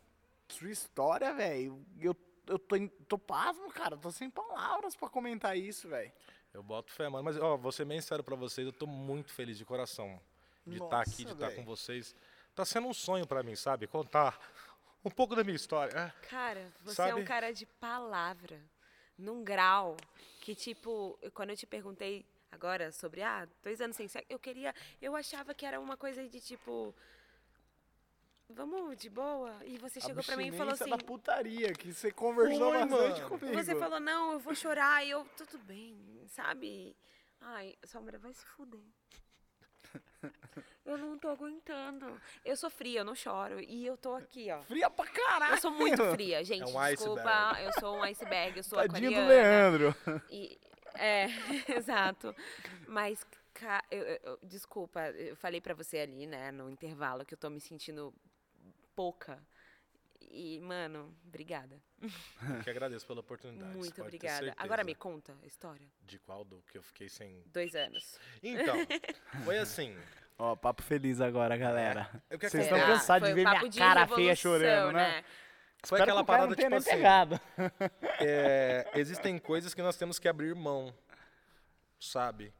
Speaker 2: sua história, velho. Eu, eu tô, em- tô pasmo, cara. Eu tô sem palavras pra comentar isso, velho.
Speaker 3: Eu boto fé, mano. Mas, ó, vou ser bem sério pra vocês, eu tô muito feliz de coração de estar aqui, de
Speaker 2: Nossa,
Speaker 3: estar
Speaker 2: véi.
Speaker 3: com vocês. Tá sendo um sonho pra mim, sabe? Contar um pouco da minha história. É.
Speaker 1: Cara, você é
Speaker 3: Sabe?
Speaker 1: um cara de palavra, num grau que, tipo, eu- quando eu te perguntei agora sobre, ah, dois anos sem sexo, eu queria, eu achava que era uma coisa de, tipo, vamos de boa? E você chegou pra mim e falou
Speaker 2: Abstinência
Speaker 1: assim,
Speaker 2: da putaria, que você conversou
Speaker 3: Foi,
Speaker 2: bastante
Speaker 3: mano.
Speaker 2: comigo.
Speaker 1: você falou, não, eu vou chorar, e eu, tudo bem, sabe? Ai, Sombra, vai se fuder. Eu não tô aguentando. Eu sou fria, eu não choro. E eu tô aqui, ó.
Speaker 2: Fria pra caralho.
Speaker 1: Eu sou muito fria, gente.
Speaker 3: É um
Speaker 1: desculpa,
Speaker 3: iceberg.
Speaker 1: eu sou um iceberg, eu sou
Speaker 2: Tadinho do
Speaker 1: aquariana.
Speaker 2: Leandro.
Speaker 1: E- é, exato. Mas, ca- eu- eu- eu- desculpa, eu falei pra você ali, né, no intervalo, que eu tô me sentindo pouca. E, mano, obrigada.
Speaker 3: É, Que agradeço pela oportunidade. Você
Speaker 1: Muito
Speaker 3: pode ter
Speaker 1: obrigada.
Speaker 3: certeza
Speaker 1: Agora me conta a história.
Speaker 3: De qual do que eu fiquei sem.
Speaker 1: Dois anos.
Speaker 3: Então, foi assim.
Speaker 2: Ó, papo feliz agora, galera.
Speaker 3: Eu quero
Speaker 2: Vocês
Speaker 1: Será?
Speaker 2: estão cansados
Speaker 1: Foi
Speaker 2: de
Speaker 1: um
Speaker 2: ver minha
Speaker 1: papo de
Speaker 2: cara feia
Speaker 1: revolução,
Speaker 2: chorando, né?
Speaker 3: Foi
Speaker 2: Espero
Speaker 3: aquela
Speaker 2: que o cara
Speaker 3: parada
Speaker 2: não tenha
Speaker 3: tipo
Speaker 2: nem
Speaker 3: assim.
Speaker 2: pegado.
Speaker 3: é, existem coisas que nós temos que abrir mão, sabe?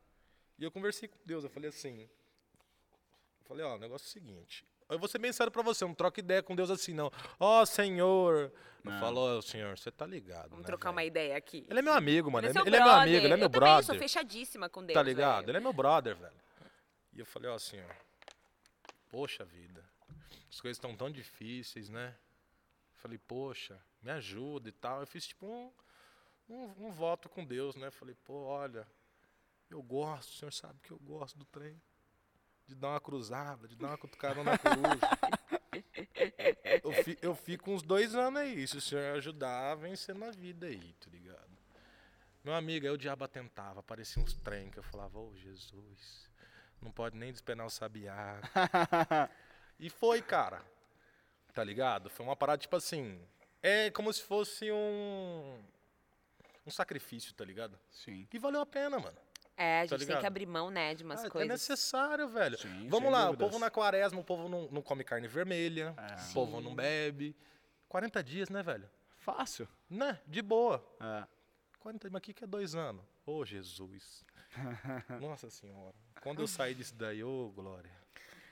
Speaker 3: E eu conversei com Deus, eu falei assim, eu falei, ó, o negócio é o seguinte, eu vou ser bem sério pra você, eu não troca ideia com Deus assim, não. Ó, Senhor, eu falo, ó, Senhor, você tá ligado,
Speaker 1: Vamos
Speaker 3: né,
Speaker 1: trocar uma
Speaker 3: velho?
Speaker 1: ideia aqui.
Speaker 3: Ele é meu amigo, mano,
Speaker 1: Ele é
Speaker 3: ele,
Speaker 1: seu
Speaker 3: ele é meu
Speaker 1: brother.
Speaker 3: amigo, ele é meu
Speaker 1: eu também
Speaker 3: brother,
Speaker 1: sou fechadíssima com Deus,
Speaker 3: tá ligado?
Speaker 1: velho.
Speaker 3: Ele é meu brother, velho. E eu falei, ó, Senhor, poxa vida, as coisas estão tão difíceis, né? Falei, poxa, me ajuda e tal. Eu fiz tipo um, um, um voto com Deus, né? Falei, pô, olha, eu gosto, o senhor sabe que eu gosto do trem. De dar uma cruzada, de dar uma cutucada na coruja. eu, fi- eu fico uns dois anos aí, se o senhor ajudar a vencer na vida aí, tá ligado? Meu amigo, aí o diabo atentava, aparecia uns trem que eu falava, ô Jesus, não pode nem despenar o sabiá. e foi, cara. Tá ligado? Foi uma parada tipo assim. É como se fosse um. Um sacrifício, tá ligado?
Speaker 2: Sim.
Speaker 3: E valeu a pena, mano.
Speaker 1: É, a gente tem
Speaker 3: Tá ligado?
Speaker 1: que abrir mão, né, de umas
Speaker 3: Ah, É
Speaker 1: coisas.
Speaker 3: necessário, velho.
Speaker 2: Sim,
Speaker 3: Vamos
Speaker 2: sem
Speaker 3: lá, o
Speaker 2: dúvidas. É.
Speaker 3: povo na quaresma, o povo não, não come carne vermelha, o povo não bebe. 40 dias, né, velho?
Speaker 2: Fácil.
Speaker 3: Né? De boa.
Speaker 2: É.
Speaker 3: 40, mas o que, que é dois anos? Ô, Jesus. Nossa Senhora. Quando eu sair disso daí, ô, Glória.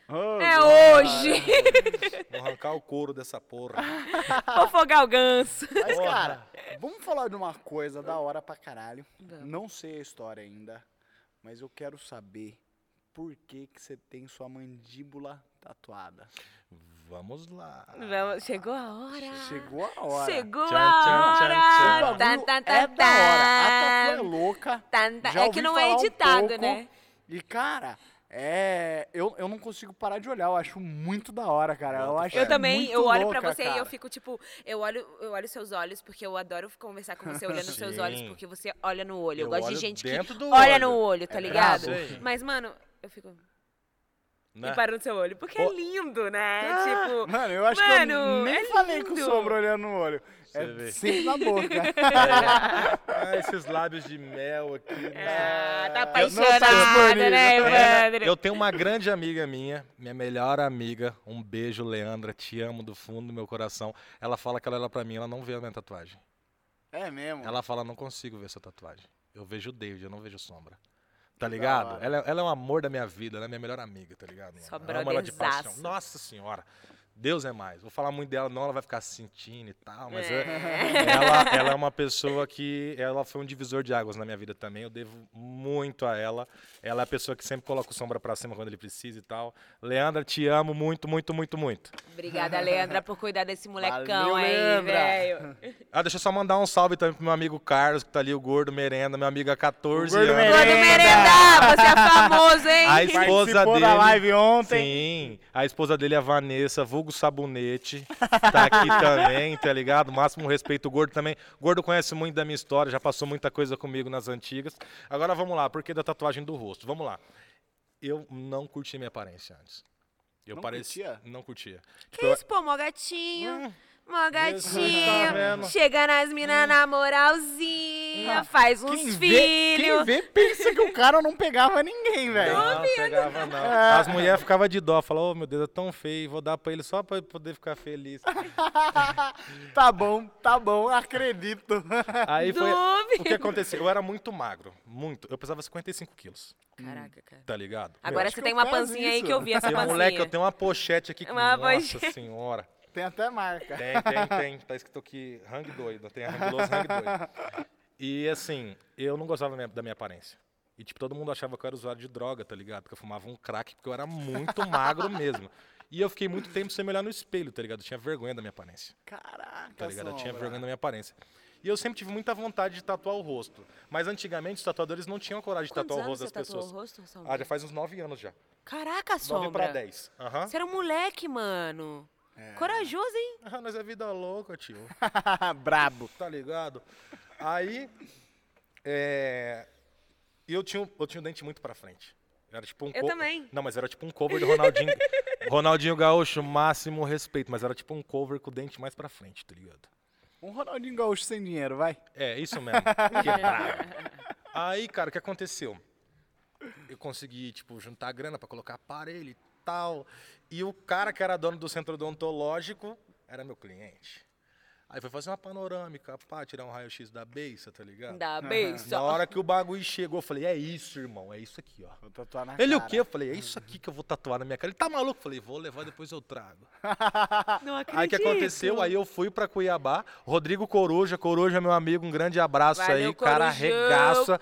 Speaker 2: Ô,
Speaker 1: É hoje!
Speaker 3: Vou arrancar o couro dessa porra.
Speaker 1: Vou fogar o ganso.
Speaker 2: Mas,
Speaker 3: Porra.
Speaker 2: cara, vamos falar de uma coisa da hora pra caralho.
Speaker 1: Vamos.
Speaker 2: Não sei a história ainda, mas eu quero saber por que que você tem sua mandíbula tatuada.
Speaker 3: Vamos lá.
Speaker 1: Vamos- Chegou a hora.
Speaker 2: Chegou a hora.
Speaker 1: Chegou
Speaker 3: Tchan,
Speaker 1: a
Speaker 3: tchan,
Speaker 1: hora. Tá,
Speaker 3: tchan,
Speaker 2: O bagulho
Speaker 1: Tan, tan,
Speaker 2: é
Speaker 1: tan,
Speaker 2: da hora. A
Speaker 1: tan.
Speaker 2: tatu é louca.
Speaker 1: Tan, tan.
Speaker 2: Já
Speaker 1: tá. É
Speaker 2: ouvi
Speaker 1: que não é
Speaker 2: falar um
Speaker 1: editado,
Speaker 2: pouco.
Speaker 1: né?
Speaker 2: E, cara, é. Eu, eu não consigo parar de olhar. Eu acho muito da hora, cara. Eu, acho
Speaker 1: Eu também,
Speaker 2: É muito
Speaker 1: eu olho pra
Speaker 2: louca,
Speaker 1: você e eu
Speaker 2: cara.
Speaker 1: fico tipo, eu olho, eu olho seus olhos porque eu adoro conversar com você olhando seus
Speaker 3: Sim.
Speaker 1: olhos porque você olha no olho. Eu,
Speaker 3: Eu
Speaker 1: gosto de
Speaker 3: olho
Speaker 1: gente que
Speaker 2: É
Speaker 3: dentro do
Speaker 1: olha
Speaker 3: olho.
Speaker 1: no olho, tá
Speaker 3: É
Speaker 1: ligado?
Speaker 3: brabo. Sei.
Speaker 1: Mas mano, eu fico
Speaker 3: né?
Speaker 1: e parou no seu olho. Porque
Speaker 3: Ó.
Speaker 1: é lindo, né?
Speaker 2: Ah,
Speaker 1: tipo,
Speaker 2: Mano, eu acho que eu
Speaker 1: mano,
Speaker 2: nem
Speaker 1: é
Speaker 2: falei com o
Speaker 1: lindo.
Speaker 2: sombro olhando no olho.
Speaker 3: Você
Speaker 2: é
Speaker 3: vê.
Speaker 2: sempre na boca.
Speaker 3: Ah, esses lábios de mel aqui. né?
Speaker 1: ah, tá
Speaker 2: Eu não É. tô
Speaker 1: apaixonada,
Speaker 2: disponível.
Speaker 1: né, Evandro?
Speaker 3: É. Eu tenho uma grande amiga minha, minha melhor amiga. Um beijo, Leandra. Te amo do fundo do meu coração. Ela fala que ela olha pra mim, ela não vê a minha tatuagem.
Speaker 2: É mesmo.
Speaker 3: Ela fala, não consigo ver sua tatuagem. Eu vejo o David, eu não vejo sombra. Tá ligado?
Speaker 2: hora.
Speaker 3: Ela, ela é um amor da minha vida, ela é minha melhor amiga, tá ligado?
Speaker 1: Sua
Speaker 3: mano? Eu amo ela de
Speaker 1: brotherzaça.
Speaker 3: paixão. Nossa senhora. Deus é mais. Vou falar muito dela, não, ela vai ficar se sentindo e tal, mas é- ela, ela é uma pessoa que ela foi um divisor de águas na minha vida também. Eu devo muito a ela. Ela é a pessoa que sempre coloca o sombra pra cima quando ele precisa e tal. Leandra, te amo muito, muito, muito, muito.
Speaker 1: Obrigada, Leandra, por cuidar desse molecão
Speaker 2: Valeu,
Speaker 1: aí,
Speaker 2: Leandra.
Speaker 1: velho.
Speaker 3: Ah, deixa eu só mandar um salve também pro meu amigo Carlos, que tá ali, o Gordo Merenda, meu amigo há 14
Speaker 2: O Gordo
Speaker 3: anos.
Speaker 1: Gordo
Speaker 2: Merenda.
Speaker 1: merendar, você é famoso, hein?
Speaker 3: A esposa
Speaker 2: Participou da
Speaker 3: dele-
Speaker 2: live ontem.
Speaker 3: Sim, a esposa dele é a Vanessa, vulgo sabonete, tá aqui também, tá ligado? Máximo respeito, o Gordo também. O Gordo conhece muito da minha história, já passou muita coisa comigo nas antigas. Agora vamos lá, por que da tatuagem do rosto? Vamos lá. Eu não curti minha aparência antes. Eu
Speaker 2: Não
Speaker 3: parecia,
Speaker 2: curtia?
Speaker 3: não curtia.
Speaker 1: Que é isso, pô, mó gatinho.
Speaker 3: Hum,
Speaker 1: Mó
Speaker 3: Jesus, tá
Speaker 1: gatinho.
Speaker 3: vendo? Hum.
Speaker 1: Chega nas minas na moralzinha,
Speaker 2: Ah,
Speaker 1: faz
Speaker 2: Quem
Speaker 1: uns
Speaker 2: vê, quem
Speaker 1: filhos.
Speaker 2: vê pensa que o cara não pegava ninguém, velho.
Speaker 3: não, pegava não. As mulheres ficavam de dó, falavam, oh, meu Deus, é tão feio, vou dar pra ele só pra ele poder ficar feliz.
Speaker 2: Tá bom, tá bom, acredito.
Speaker 3: Aí foi
Speaker 1: Duvido.
Speaker 3: o que aconteceu. Eu era muito magro, muito. Eu pesava 55 quilos,
Speaker 1: Caraca, cara.
Speaker 3: tá ligado?
Speaker 1: Agora
Speaker 2: acho
Speaker 1: você
Speaker 2: que
Speaker 1: tem
Speaker 2: eu
Speaker 1: uma
Speaker 2: quase
Speaker 1: panzinha aí
Speaker 2: isso.
Speaker 1: que eu vi essa
Speaker 3: Meu
Speaker 1: panzinha.
Speaker 3: um moleque, eu tenho uma pochete aqui. Que,
Speaker 1: Uma
Speaker 3: nossa
Speaker 1: pochete.
Speaker 3: senhora.
Speaker 2: Tem até marca.
Speaker 3: Tem, tem, tem. Tá escrito aqui, Hang Doido. Tem a Hang Doido, Hang Doido. E assim, eu não gostava da minha, da minha aparência. E tipo, todo mundo achava que eu era usuário de droga, tá ligado? Porque eu fumava um crack, porque eu era muito magro mesmo. E eu fiquei muito tempo sem me olhar no espelho, tá ligado? Eu tinha vergonha da minha aparência
Speaker 2: Caraca,
Speaker 3: tá ligado? Eu tinha
Speaker 2: Sombra.
Speaker 3: vergonha da minha aparência. E eu sempre tive muita vontade de tatuar o rosto. Mas antigamente os tatuadores não tinham coragem de
Speaker 1: Quantos
Speaker 3: tatuar o
Speaker 1: anos
Speaker 3: rosto
Speaker 1: você
Speaker 3: das
Speaker 1: tatuou o
Speaker 3: pessoas.
Speaker 1: rosto, Sombra?
Speaker 3: Ah, já faz uns 9 anos já.
Speaker 1: Caraca,
Speaker 3: 9 pra É.
Speaker 1: Sombra.
Speaker 3: 10. Aham.
Speaker 1: Você era um moleque, mano. Corajoso, hein?
Speaker 3: Ah, Nós é vida louca, tio.
Speaker 2: Brabo.
Speaker 3: tá ligado? Aí. É... Eu, tinha, um- eu tinha o dente muito pra frente. Era tipo um
Speaker 1: Eu
Speaker 3: co-
Speaker 1: também.
Speaker 3: Não, mas era tipo um cover do Ronaldinho. Ronaldinho Gaúcho, máximo respeito. Mas era tipo um cover com o dente mais pra frente, tá ligado?
Speaker 2: Um Ronaldinho Gaúcho sem dinheiro, vai.
Speaker 3: É, isso mesmo. Quebrado. Aí, cara, o que aconteceu? Eu consegui, tipo, juntar grana pra colocar aparelho e tal. E o cara que era dono do centro odontológico era meu cliente. Aí foi fazer uma panorâmica, pá, tirar um raio-x da beiça, tá ligado?
Speaker 1: Dá beijo.
Speaker 3: Na hora que o bagulho chegou, eu falei, é isso, irmão, é isso aqui, ó.
Speaker 2: Vou tatuar na
Speaker 3: Ele o
Speaker 2: cara.
Speaker 3: quê? Eu falei, é isso aqui que eu vou tatuar na minha cara. Ele tá maluco? Eu falei, vou levar, depois eu trago.
Speaker 1: Não acredito.
Speaker 3: Aí o que aconteceu? Aí eu fui pra Cuiabá. Rodrigo Coruja, Coruja, meu amigo, um grande abraço
Speaker 1: Valeu,
Speaker 3: aí. O cara
Speaker 1: Corujão.
Speaker 3: arregaça.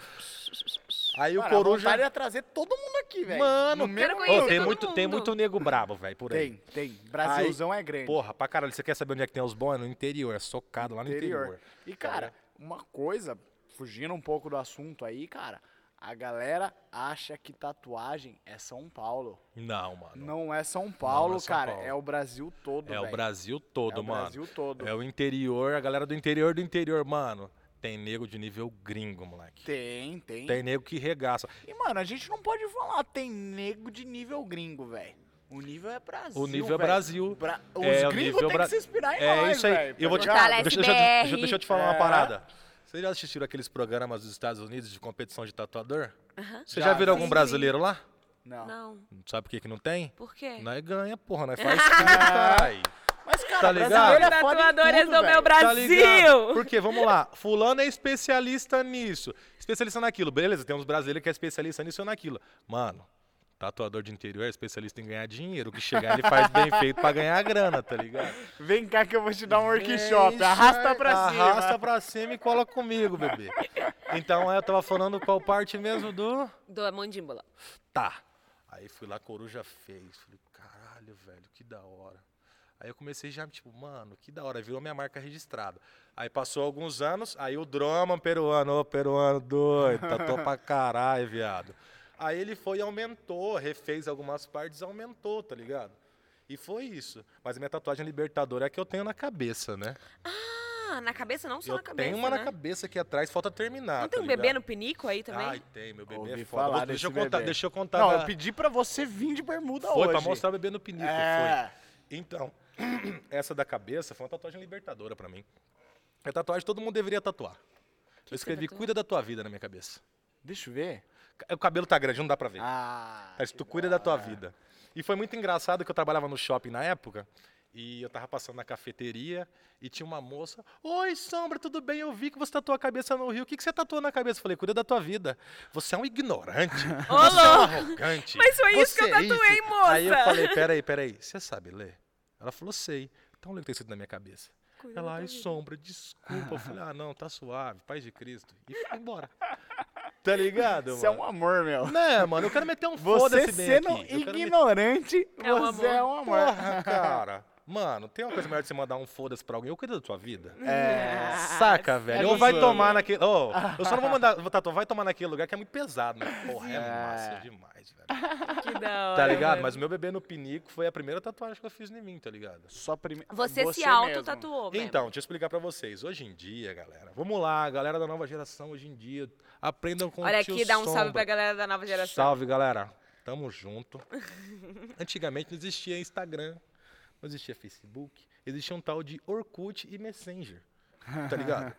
Speaker 3: Aí
Speaker 2: Cara,
Speaker 3: o Coruja.
Speaker 2: A vontade é trazer todo mundo aqui, velho.
Speaker 3: Mano,
Speaker 2: No
Speaker 1: Quero
Speaker 2: mesmo-
Speaker 1: conhecer
Speaker 3: Ô, tem,
Speaker 1: todo
Speaker 3: muito, tem
Speaker 1: mundo.
Speaker 3: muito nego brabo, velho, por aí.
Speaker 2: Tem, tem. Brasilzão é grande.
Speaker 3: Porra, pra caralho, você quer saber onde é que tem os bons? É no interior, é socado lá no interior. Tá
Speaker 2: interior. E, cara, uma coisa, fugindo um pouco do assunto aí, cara, a galera acha que tatuagem é São Paulo.
Speaker 3: Ah, Não, mano.
Speaker 2: Não é São Paulo,
Speaker 3: Não é São
Speaker 2: cara,
Speaker 3: Paulo.
Speaker 2: é o Brasil todo,
Speaker 3: é o
Speaker 2: velho.
Speaker 3: Brasil
Speaker 2: É
Speaker 3: todo,
Speaker 2: o
Speaker 3: mano.
Speaker 2: Brasil todo.
Speaker 3: É o interior, a galera do interior do interior, mano. Tem nego de nível gringo, moleque.
Speaker 2: Tem, tem,
Speaker 3: Tem nego que regaça.
Speaker 2: E, mano, a gente não pode falar, tem nego de nível gringo, velho. O nível é Brasil,
Speaker 3: O nível
Speaker 2: velho.
Speaker 3: é Brasil.
Speaker 2: Bra- Os
Speaker 3: É, o
Speaker 2: gringos
Speaker 3: nível
Speaker 2: têm
Speaker 3: Bra-
Speaker 2: que se inspirar em
Speaker 3: É
Speaker 2: nós,
Speaker 3: isso aí.
Speaker 2: velho,
Speaker 3: eu vou te
Speaker 2: tá
Speaker 1: Fala,
Speaker 3: deixa, deixa, eu te-
Speaker 1: SBR.
Speaker 3: deixa eu te falar uma
Speaker 2: É.
Speaker 3: parada. Vocês já assistiram aqueles programas dos Estados Unidos de competição de tatuador? Vocês
Speaker 2: Já
Speaker 3: já, viram
Speaker 2: vi.
Speaker 3: algum brasileiro lá?
Speaker 2: Não.
Speaker 1: Não.
Speaker 3: Sabe por que, que não tem?
Speaker 1: Por quê?
Speaker 3: Nós ganha, porra, nós faz tudo, caralho.
Speaker 2: Mas, cara,
Speaker 3: Tá ligado?
Speaker 2: brasileiro é foda em
Speaker 1: Tatuadores
Speaker 2: tudo,
Speaker 1: do meu
Speaker 2: velho.
Speaker 3: Tá ligado?
Speaker 1: Brasil.
Speaker 3: Porque, vamos lá, fulano é especialista nisso, especialista naquilo. Beleza, tem uns brasileiros que é especialista nisso ou naquilo. Mano, tatuador de interior é especialista em ganhar dinheiro. O que chegar, ele faz bem feito pra ganhar grana, tá ligado?
Speaker 2: Vem cá que eu vou te dar um
Speaker 3: É
Speaker 2: workshop.
Speaker 3: isso
Speaker 2: arrasta
Speaker 3: aí,
Speaker 2: pra cima.
Speaker 3: Arrasta pra cima e cola comigo, bebê. Então eu tava falando qual parte mesmo do.
Speaker 1: Do Mandíbula.
Speaker 3: Tá. Aí fui lá, coruja fez. Falei, caralho, velho, que da hora. Aí eu comecei já, tipo, mano, que da hora, virou minha marca registrada. Aí passou alguns anos, aí o drama peruano, ô peruano doido, tatuou pra caralho, viado. Aí ele foi e aumentou, refez algumas partes, aumentou, tá ligado? E foi isso. Mas a minha tatuagem libertadora é a que eu tenho na cabeça, né?
Speaker 1: Ah, uma na cabeça, não só
Speaker 3: eu
Speaker 1: na cabeça.
Speaker 3: tenho uma
Speaker 1: né?
Speaker 3: na cabeça aqui atrás, falta terminar.
Speaker 1: Não tem
Speaker 3: tá
Speaker 1: um bebê
Speaker 3: ligado?
Speaker 1: no pinico aí também?
Speaker 3: Ai, tem, meu bebê
Speaker 2: Ouvi
Speaker 3: é foda.
Speaker 2: falar
Speaker 3: deixa, eu
Speaker 2: desse
Speaker 3: contar,
Speaker 2: bebê.
Speaker 3: deixa eu contar.
Speaker 2: Não,
Speaker 3: da-
Speaker 2: eu pedi pra você vir de bermuda
Speaker 3: Foi,
Speaker 2: hoje.
Speaker 3: pra mostrar o bebê no pinico,
Speaker 2: É.
Speaker 3: foi. Então, essa da cabeça foi uma tatuagem libertadora pra mim. É tatuagem que todo mundo deveria tatuar. eu escrevi,
Speaker 1: tatuou?
Speaker 3: cuida da tua vida na minha cabeça.
Speaker 2: Deixa eu ver.
Speaker 3: Ca- O cabelo tá grande, não dá pra ver.
Speaker 2: Ah.
Speaker 3: Mas tu cuida da tua vida. E foi muito engraçado que eu trabalhava no shopping na época e eu tava passando na cafeteria e tinha uma moça. Oi, Sombra, tudo bem? Eu vi que você tatuou a cabeça no Rio. O que, que você tatuou na cabeça? Eu falei, cuida da tua vida. Você é um ignorante.
Speaker 1: Ô,
Speaker 3: você é um
Speaker 1: louco.
Speaker 3: arrogante.
Speaker 1: Mas foi isso que eu
Speaker 3: você é
Speaker 1: tatuei,
Speaker 3: isso."
Speaker 1: moça.
Speaker 3: Aí eu falei, peraí, peraí. Você sabe ler? Ela falou, sei. Então lê o que tem escrito na minha cabeça.
Speaker 1: Cuida
Speaker 3: Ela,
Speaker 1: da
Speaker 3: ai,
Speaker 1: vida.
Speaker 3: sombra, desculpa. Eu falei, ah, não, tá suave, paz de Cristo. E foi embora. Tá ligado, mano?
Speaker 2: Você é um amor, meu.
Speaker 3: Né, mano, eu quero meter um
Speaker 2: Você
Speaker 3: foda-se bem
Speaker 2: sendo
Speaker 3: aqui. Eu quero meter- um
Speaker 2: ignorante,
Speaker 1: É um
Speaker 2: você é um amor.
Speaker 3: Porra, cara. Mano, tem uma coisa melhor de você mandar um foda-se pra alguém. Eu cuido da tua vida.
Speaker 2: É.
Speaker 3: Saca, velho. Ou
Speaker 2: tô
Speaker 3: vai
Speaker 2: zoando.
Speaker 3: tomar naquele... Ô, eu só não vou mandar... Vou tatuar, vai tomar naquele lugar que é muito pesado, né? Porra, é, massa demais, velho.
Speaker 1: Que da hora.
Speaker 3: Tá ligado?
Speaker 1: mano.
Speaker 3: Mas o meu bebê no pinico foi a primeira tatuagem que eu fiz em mim, tá ligado?
Speaker 2: Só prime...
Speaker 1: Você, se
Speaker 2: mesmo.
Speaker 1: auto-tatuou, mesmo.
Speaker 3: Então, deixa eu expligar pra vocês. Hoje em dia, galera... Vamos lá, galera da nova geração hoje em dia. Aprendam com
Speaker 1: Olha
Speaker 3: o tio
Speaker 1: aqui, dá um salve
Speaker 3: Sombra.
Speaker 1: pra galera da nova geração.
Speaker 3: Salve, galera. Tamo junto. Antigamente não existia Instagram, não existia Facebook, existia um tal de Orkut e Messenger. Tá ligado?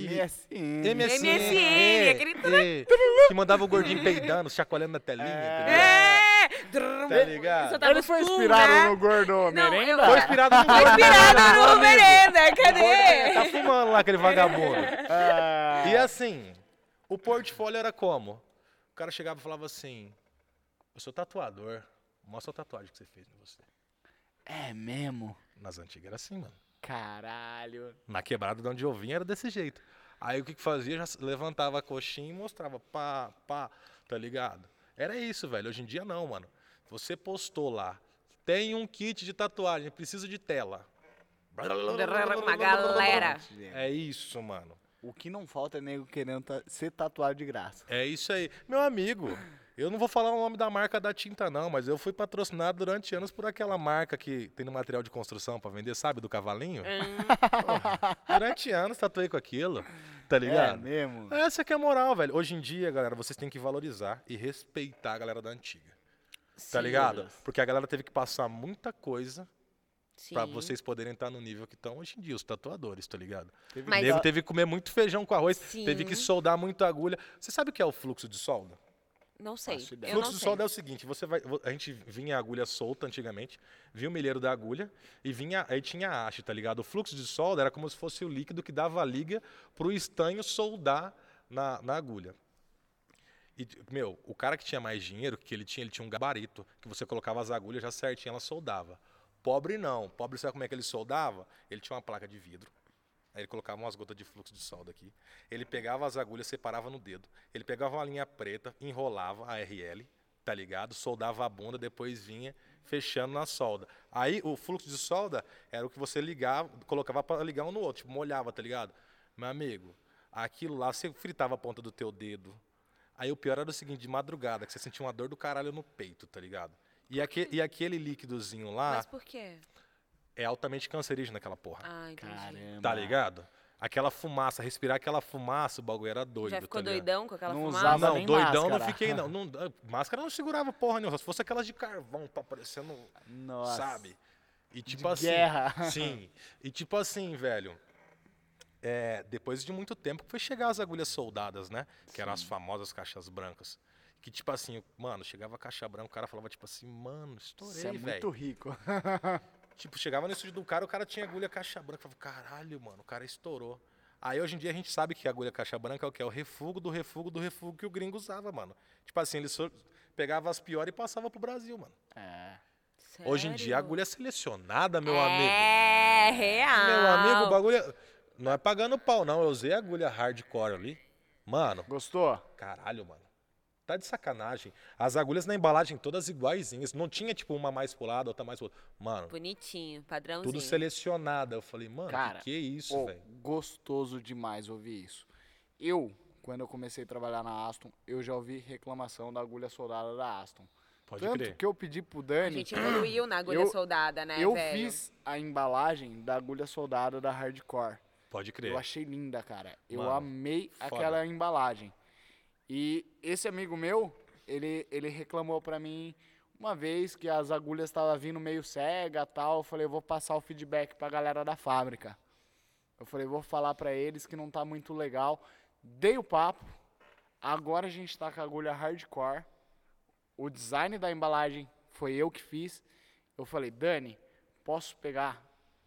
Speaker 2: MSN.
Speaker 3: MSN,
Speaker 1: MSN,
Speaker 3: é,
Speaker 1: aquele
Speaker 3: é, que mandava o gordinho peidando, chacoalhando na telinha. entendeu?
Speaker 1: É!
Speaker 3: Tá ligado?
Speaker 1: Só tava
Speaker 2: Ele foi
Speaker 1: cool,
Speaker 2: inspirado
Speaker 1: né?
Speaker 2: no Gordo
Speaker 1: Não, eu-
Speaker 2: Merenda?
Speaker 3: Foi inspirado no
Speaker 1: Foi
Speaker 3: gordo,
Speaker 1: inspirado
Speaker 3: meu
Speaker 1: no
Speaker 3: amigo.
Speaker 1: merenda,
Speaker 3: É,
Speaker 1: cadê?
Speaker 3: Tá fumando lá aquele vagabundo.
Speaker 2: Ah,
Speaker 3: E assim, o portfólio era como? O cara chegava e falava assim: Eu sou tatuador, mostra a tatuagem que você fez em você.
Speaker 2: É mesmo?
Speaker 3: Nas antigas era assim, mano.
Speaker 2: Caralho.
Speaker 3: Na quebrada de onde eu vinha era desse jeito. Aí o que que fazia? Já s- levantava a coxinha e mostrava pá, pá, tá ligado? Era isso, velho. Hoje em dia não, mano. Você postou lá. Tem um kit de tatuagem, preciso de tela.
Speaker 1: Uma
Speaker 2: Tá
Speaker 1: galera.
Speaker 3: É isso, mano.
Speaker 2: O que não falta é nego querendo ta- ser tatuado de graça.
Speaker 3: É isso aí. Meu amigo, eu não vou falar o nome da marca da tinta, não, mas eu fui patrocinado durante anos por aquela marca que tem no material de construção pra vender, sabe? Do cavalinho.
Speaker 1: Hum.
Speaker 3: Durante anos tatuei com aquilo, tá
Speaker 2: É
Speaker 3: ligado?
Speaker 2: mesmo?
Speaker 3: Essa que é a moral, velho. Hoje em dia, galera, vocês têm que valorizar e respeitar a galera da antiga. Tá ligado? Porque a galera teve que passar muita coisa pra vocês poderem estar no nível que estão hoje em dia, os tatuadores, tá ligado?
Speaker 2: Teve
Speaker 1: Mas-
Speaker 3: o nego teve que comer muito feijão com arroz,
Speaker 1: Sim.
Speaker 3: teve que soldar muita agulha. Você sabe o que é o fluxo de solda?
Speaker 1: Não sei.
Speaker 2: Faço
Speaker 1: Eu
Speaker 2: ideia.
Speaker 1: não
Speaker 3: fluxo de
Speaker 1: sei.
Speaker 3: solda é o seguinte, você vai, vo- a gente vinha a agulha solta antigamente, vinha o milheiro da agulha e vinha, aí tinha a haste, tá ligado? O fluxo de solda era como se fosse o líquido que dava a liga pro estanho soldar na, na agulha. E, meu, o cara que tinha mais dinheiro, que ele tinha, ele tinha um gabarito, que você colocava as agulhas já certinho, ela soldava. Pobre não. Pobre, sabe como é que ele soldava? Ele tinha uma placa de vidro. Aí ele colocava umas gotas de fluxo de solda aqui. Ele pegava as agulhas, separava no dedo. Ele pegava uma linha preta, enrolava a RL, tá ligado? Soldava a bunda, depois vinha fechando na solda. Aí o fluxo de solda era o que você ligava, colocava para ligar um no outro, tipo, molhava, tá ligado? Meu amigo, aquilo lá você fritava a ponta do teu dedo. Aí o pior era o seguinte, de madrugada, que você sentia uma dor do caralho no peito, tá ligado? E, aque- e aquele líquidozinho lá
Speaker 1: Mas por quê?
Speaker 3: é altamente cancerígeno aquela porra.
Speaker 1: Ah, entendi.
Speaker 2: Caramba.
Speaker 3: Tá ligado? Aquela fumaça, respirar aquela fumaça, o bagulho era doido.
Speaker 1: Já ficou
Speaker 3: tá ligado?
Speaker 1: doidão com aquela
Speaker 2: Não
Speaker 1: fumaça?
Speaker 2: usava
Speaker 3: Não,
Speaker 2: nem
Speaker 3: doidão não
Speaker 2: máscara.
Speaker 3: fiquei, não. não. ah, Máscara não segurava porra nenhuma, só se fosse aquelas de carvão, tá parecendo,
Speaker 2: Nossa.
Speaker 3: sabe? E tipo
Speaker 2: De
Speaker 3: assim.
Speaker 2: guerra.
Speaker 3: Sim. E tipo assim, velho. é, depois de muito tempo que foi chegar as agulhas soldadas, né? Que eram as famosas caixas brancas. Que tipo assim, mano, chegava a caixa branca, o cara falava tipo assim, mano, estourei,
Speaker 2: Você é
Speaker 3: velho.
Speaker 2: muito rico.
Speaker 3: Tipo, chegava no estúdio do cara, o cara tinha agulha caixa branca. Eu falava, caralho, mano, o cara estourou. Aí hoje em dia a gente sabe que a agulha caixa branca é o que? É o refugo do refugo do refugo que o gringo usava, mano. Tipo assim, ele só pegava as piores e passava pro Brasil, mano.
Speaker 2: É.
Speaker 3: Hoje em dia
Speaker 1: Sério?
Speaker 3: a agulha é selecionada, meu amigo.
Speaker 1: É, real.
Speaker 3: Meu amigo, o bagulho. é- Não é pagando pau, não. Eu usei a agulha hardcore ali. Mano,
Speaker 2: Gostou?
Speaker 3: Caralho, mano. Tá de sacanagem. As agulhas na embalagem todas iguaizinhas. Não tinha, tipo, uma mais pro lado, outra mais pro outro. Mano,
Speaker 1: Bonitinho, padrãozinho.
Speaker 3: tudo selecionada. Eu falei, mano,
Speaker 2: Cara,
Speaker 3: que que é isso,
Speaker 2: Pô,
Speaker 3: velho?
Speaker 2: gostoso demais ouvir isso. Eu, quando eu comecei a trabalhar na Aston, eu já ouvi reclamação da agulha soldada da Aston.
Speaker 3: Pode
Speaker 2: Tanto
Speaker 3: crer.
Speaker 2: que eu pedi pro
Speaker 1: A
Speaker 2: Dani,
Speaker 1: gente evoluiu na agulha
Speaker 2: Eu-
Speaker 1: soldada, né,
Speaker 2: eu
Speaker 1: velho?
Speaker 2: fiz a embalagem da agulha soldada da Hardcore.
Speaker 3: Pode crer.
Speaker 2: Eu achei linda, cara. Eu
Speaker 3: Mano,
Speaker 2: amei
Speaker 3: foda.
Speaker 2: aquela embalagem. E esse amigo meu, ele, ele reclamou pra mim uma vez que as agulhas estavam vindo meio cega tal. Eu falei, eu vou passar o feedback pra galera da fábrica. Eu falei, vou falar pra eles que não tá muito legal. Dei o papo. Agora a gente tá com a agulha hardcore. O design da embalagem foi eu que fiz. Eu falei, Dani, posso pegar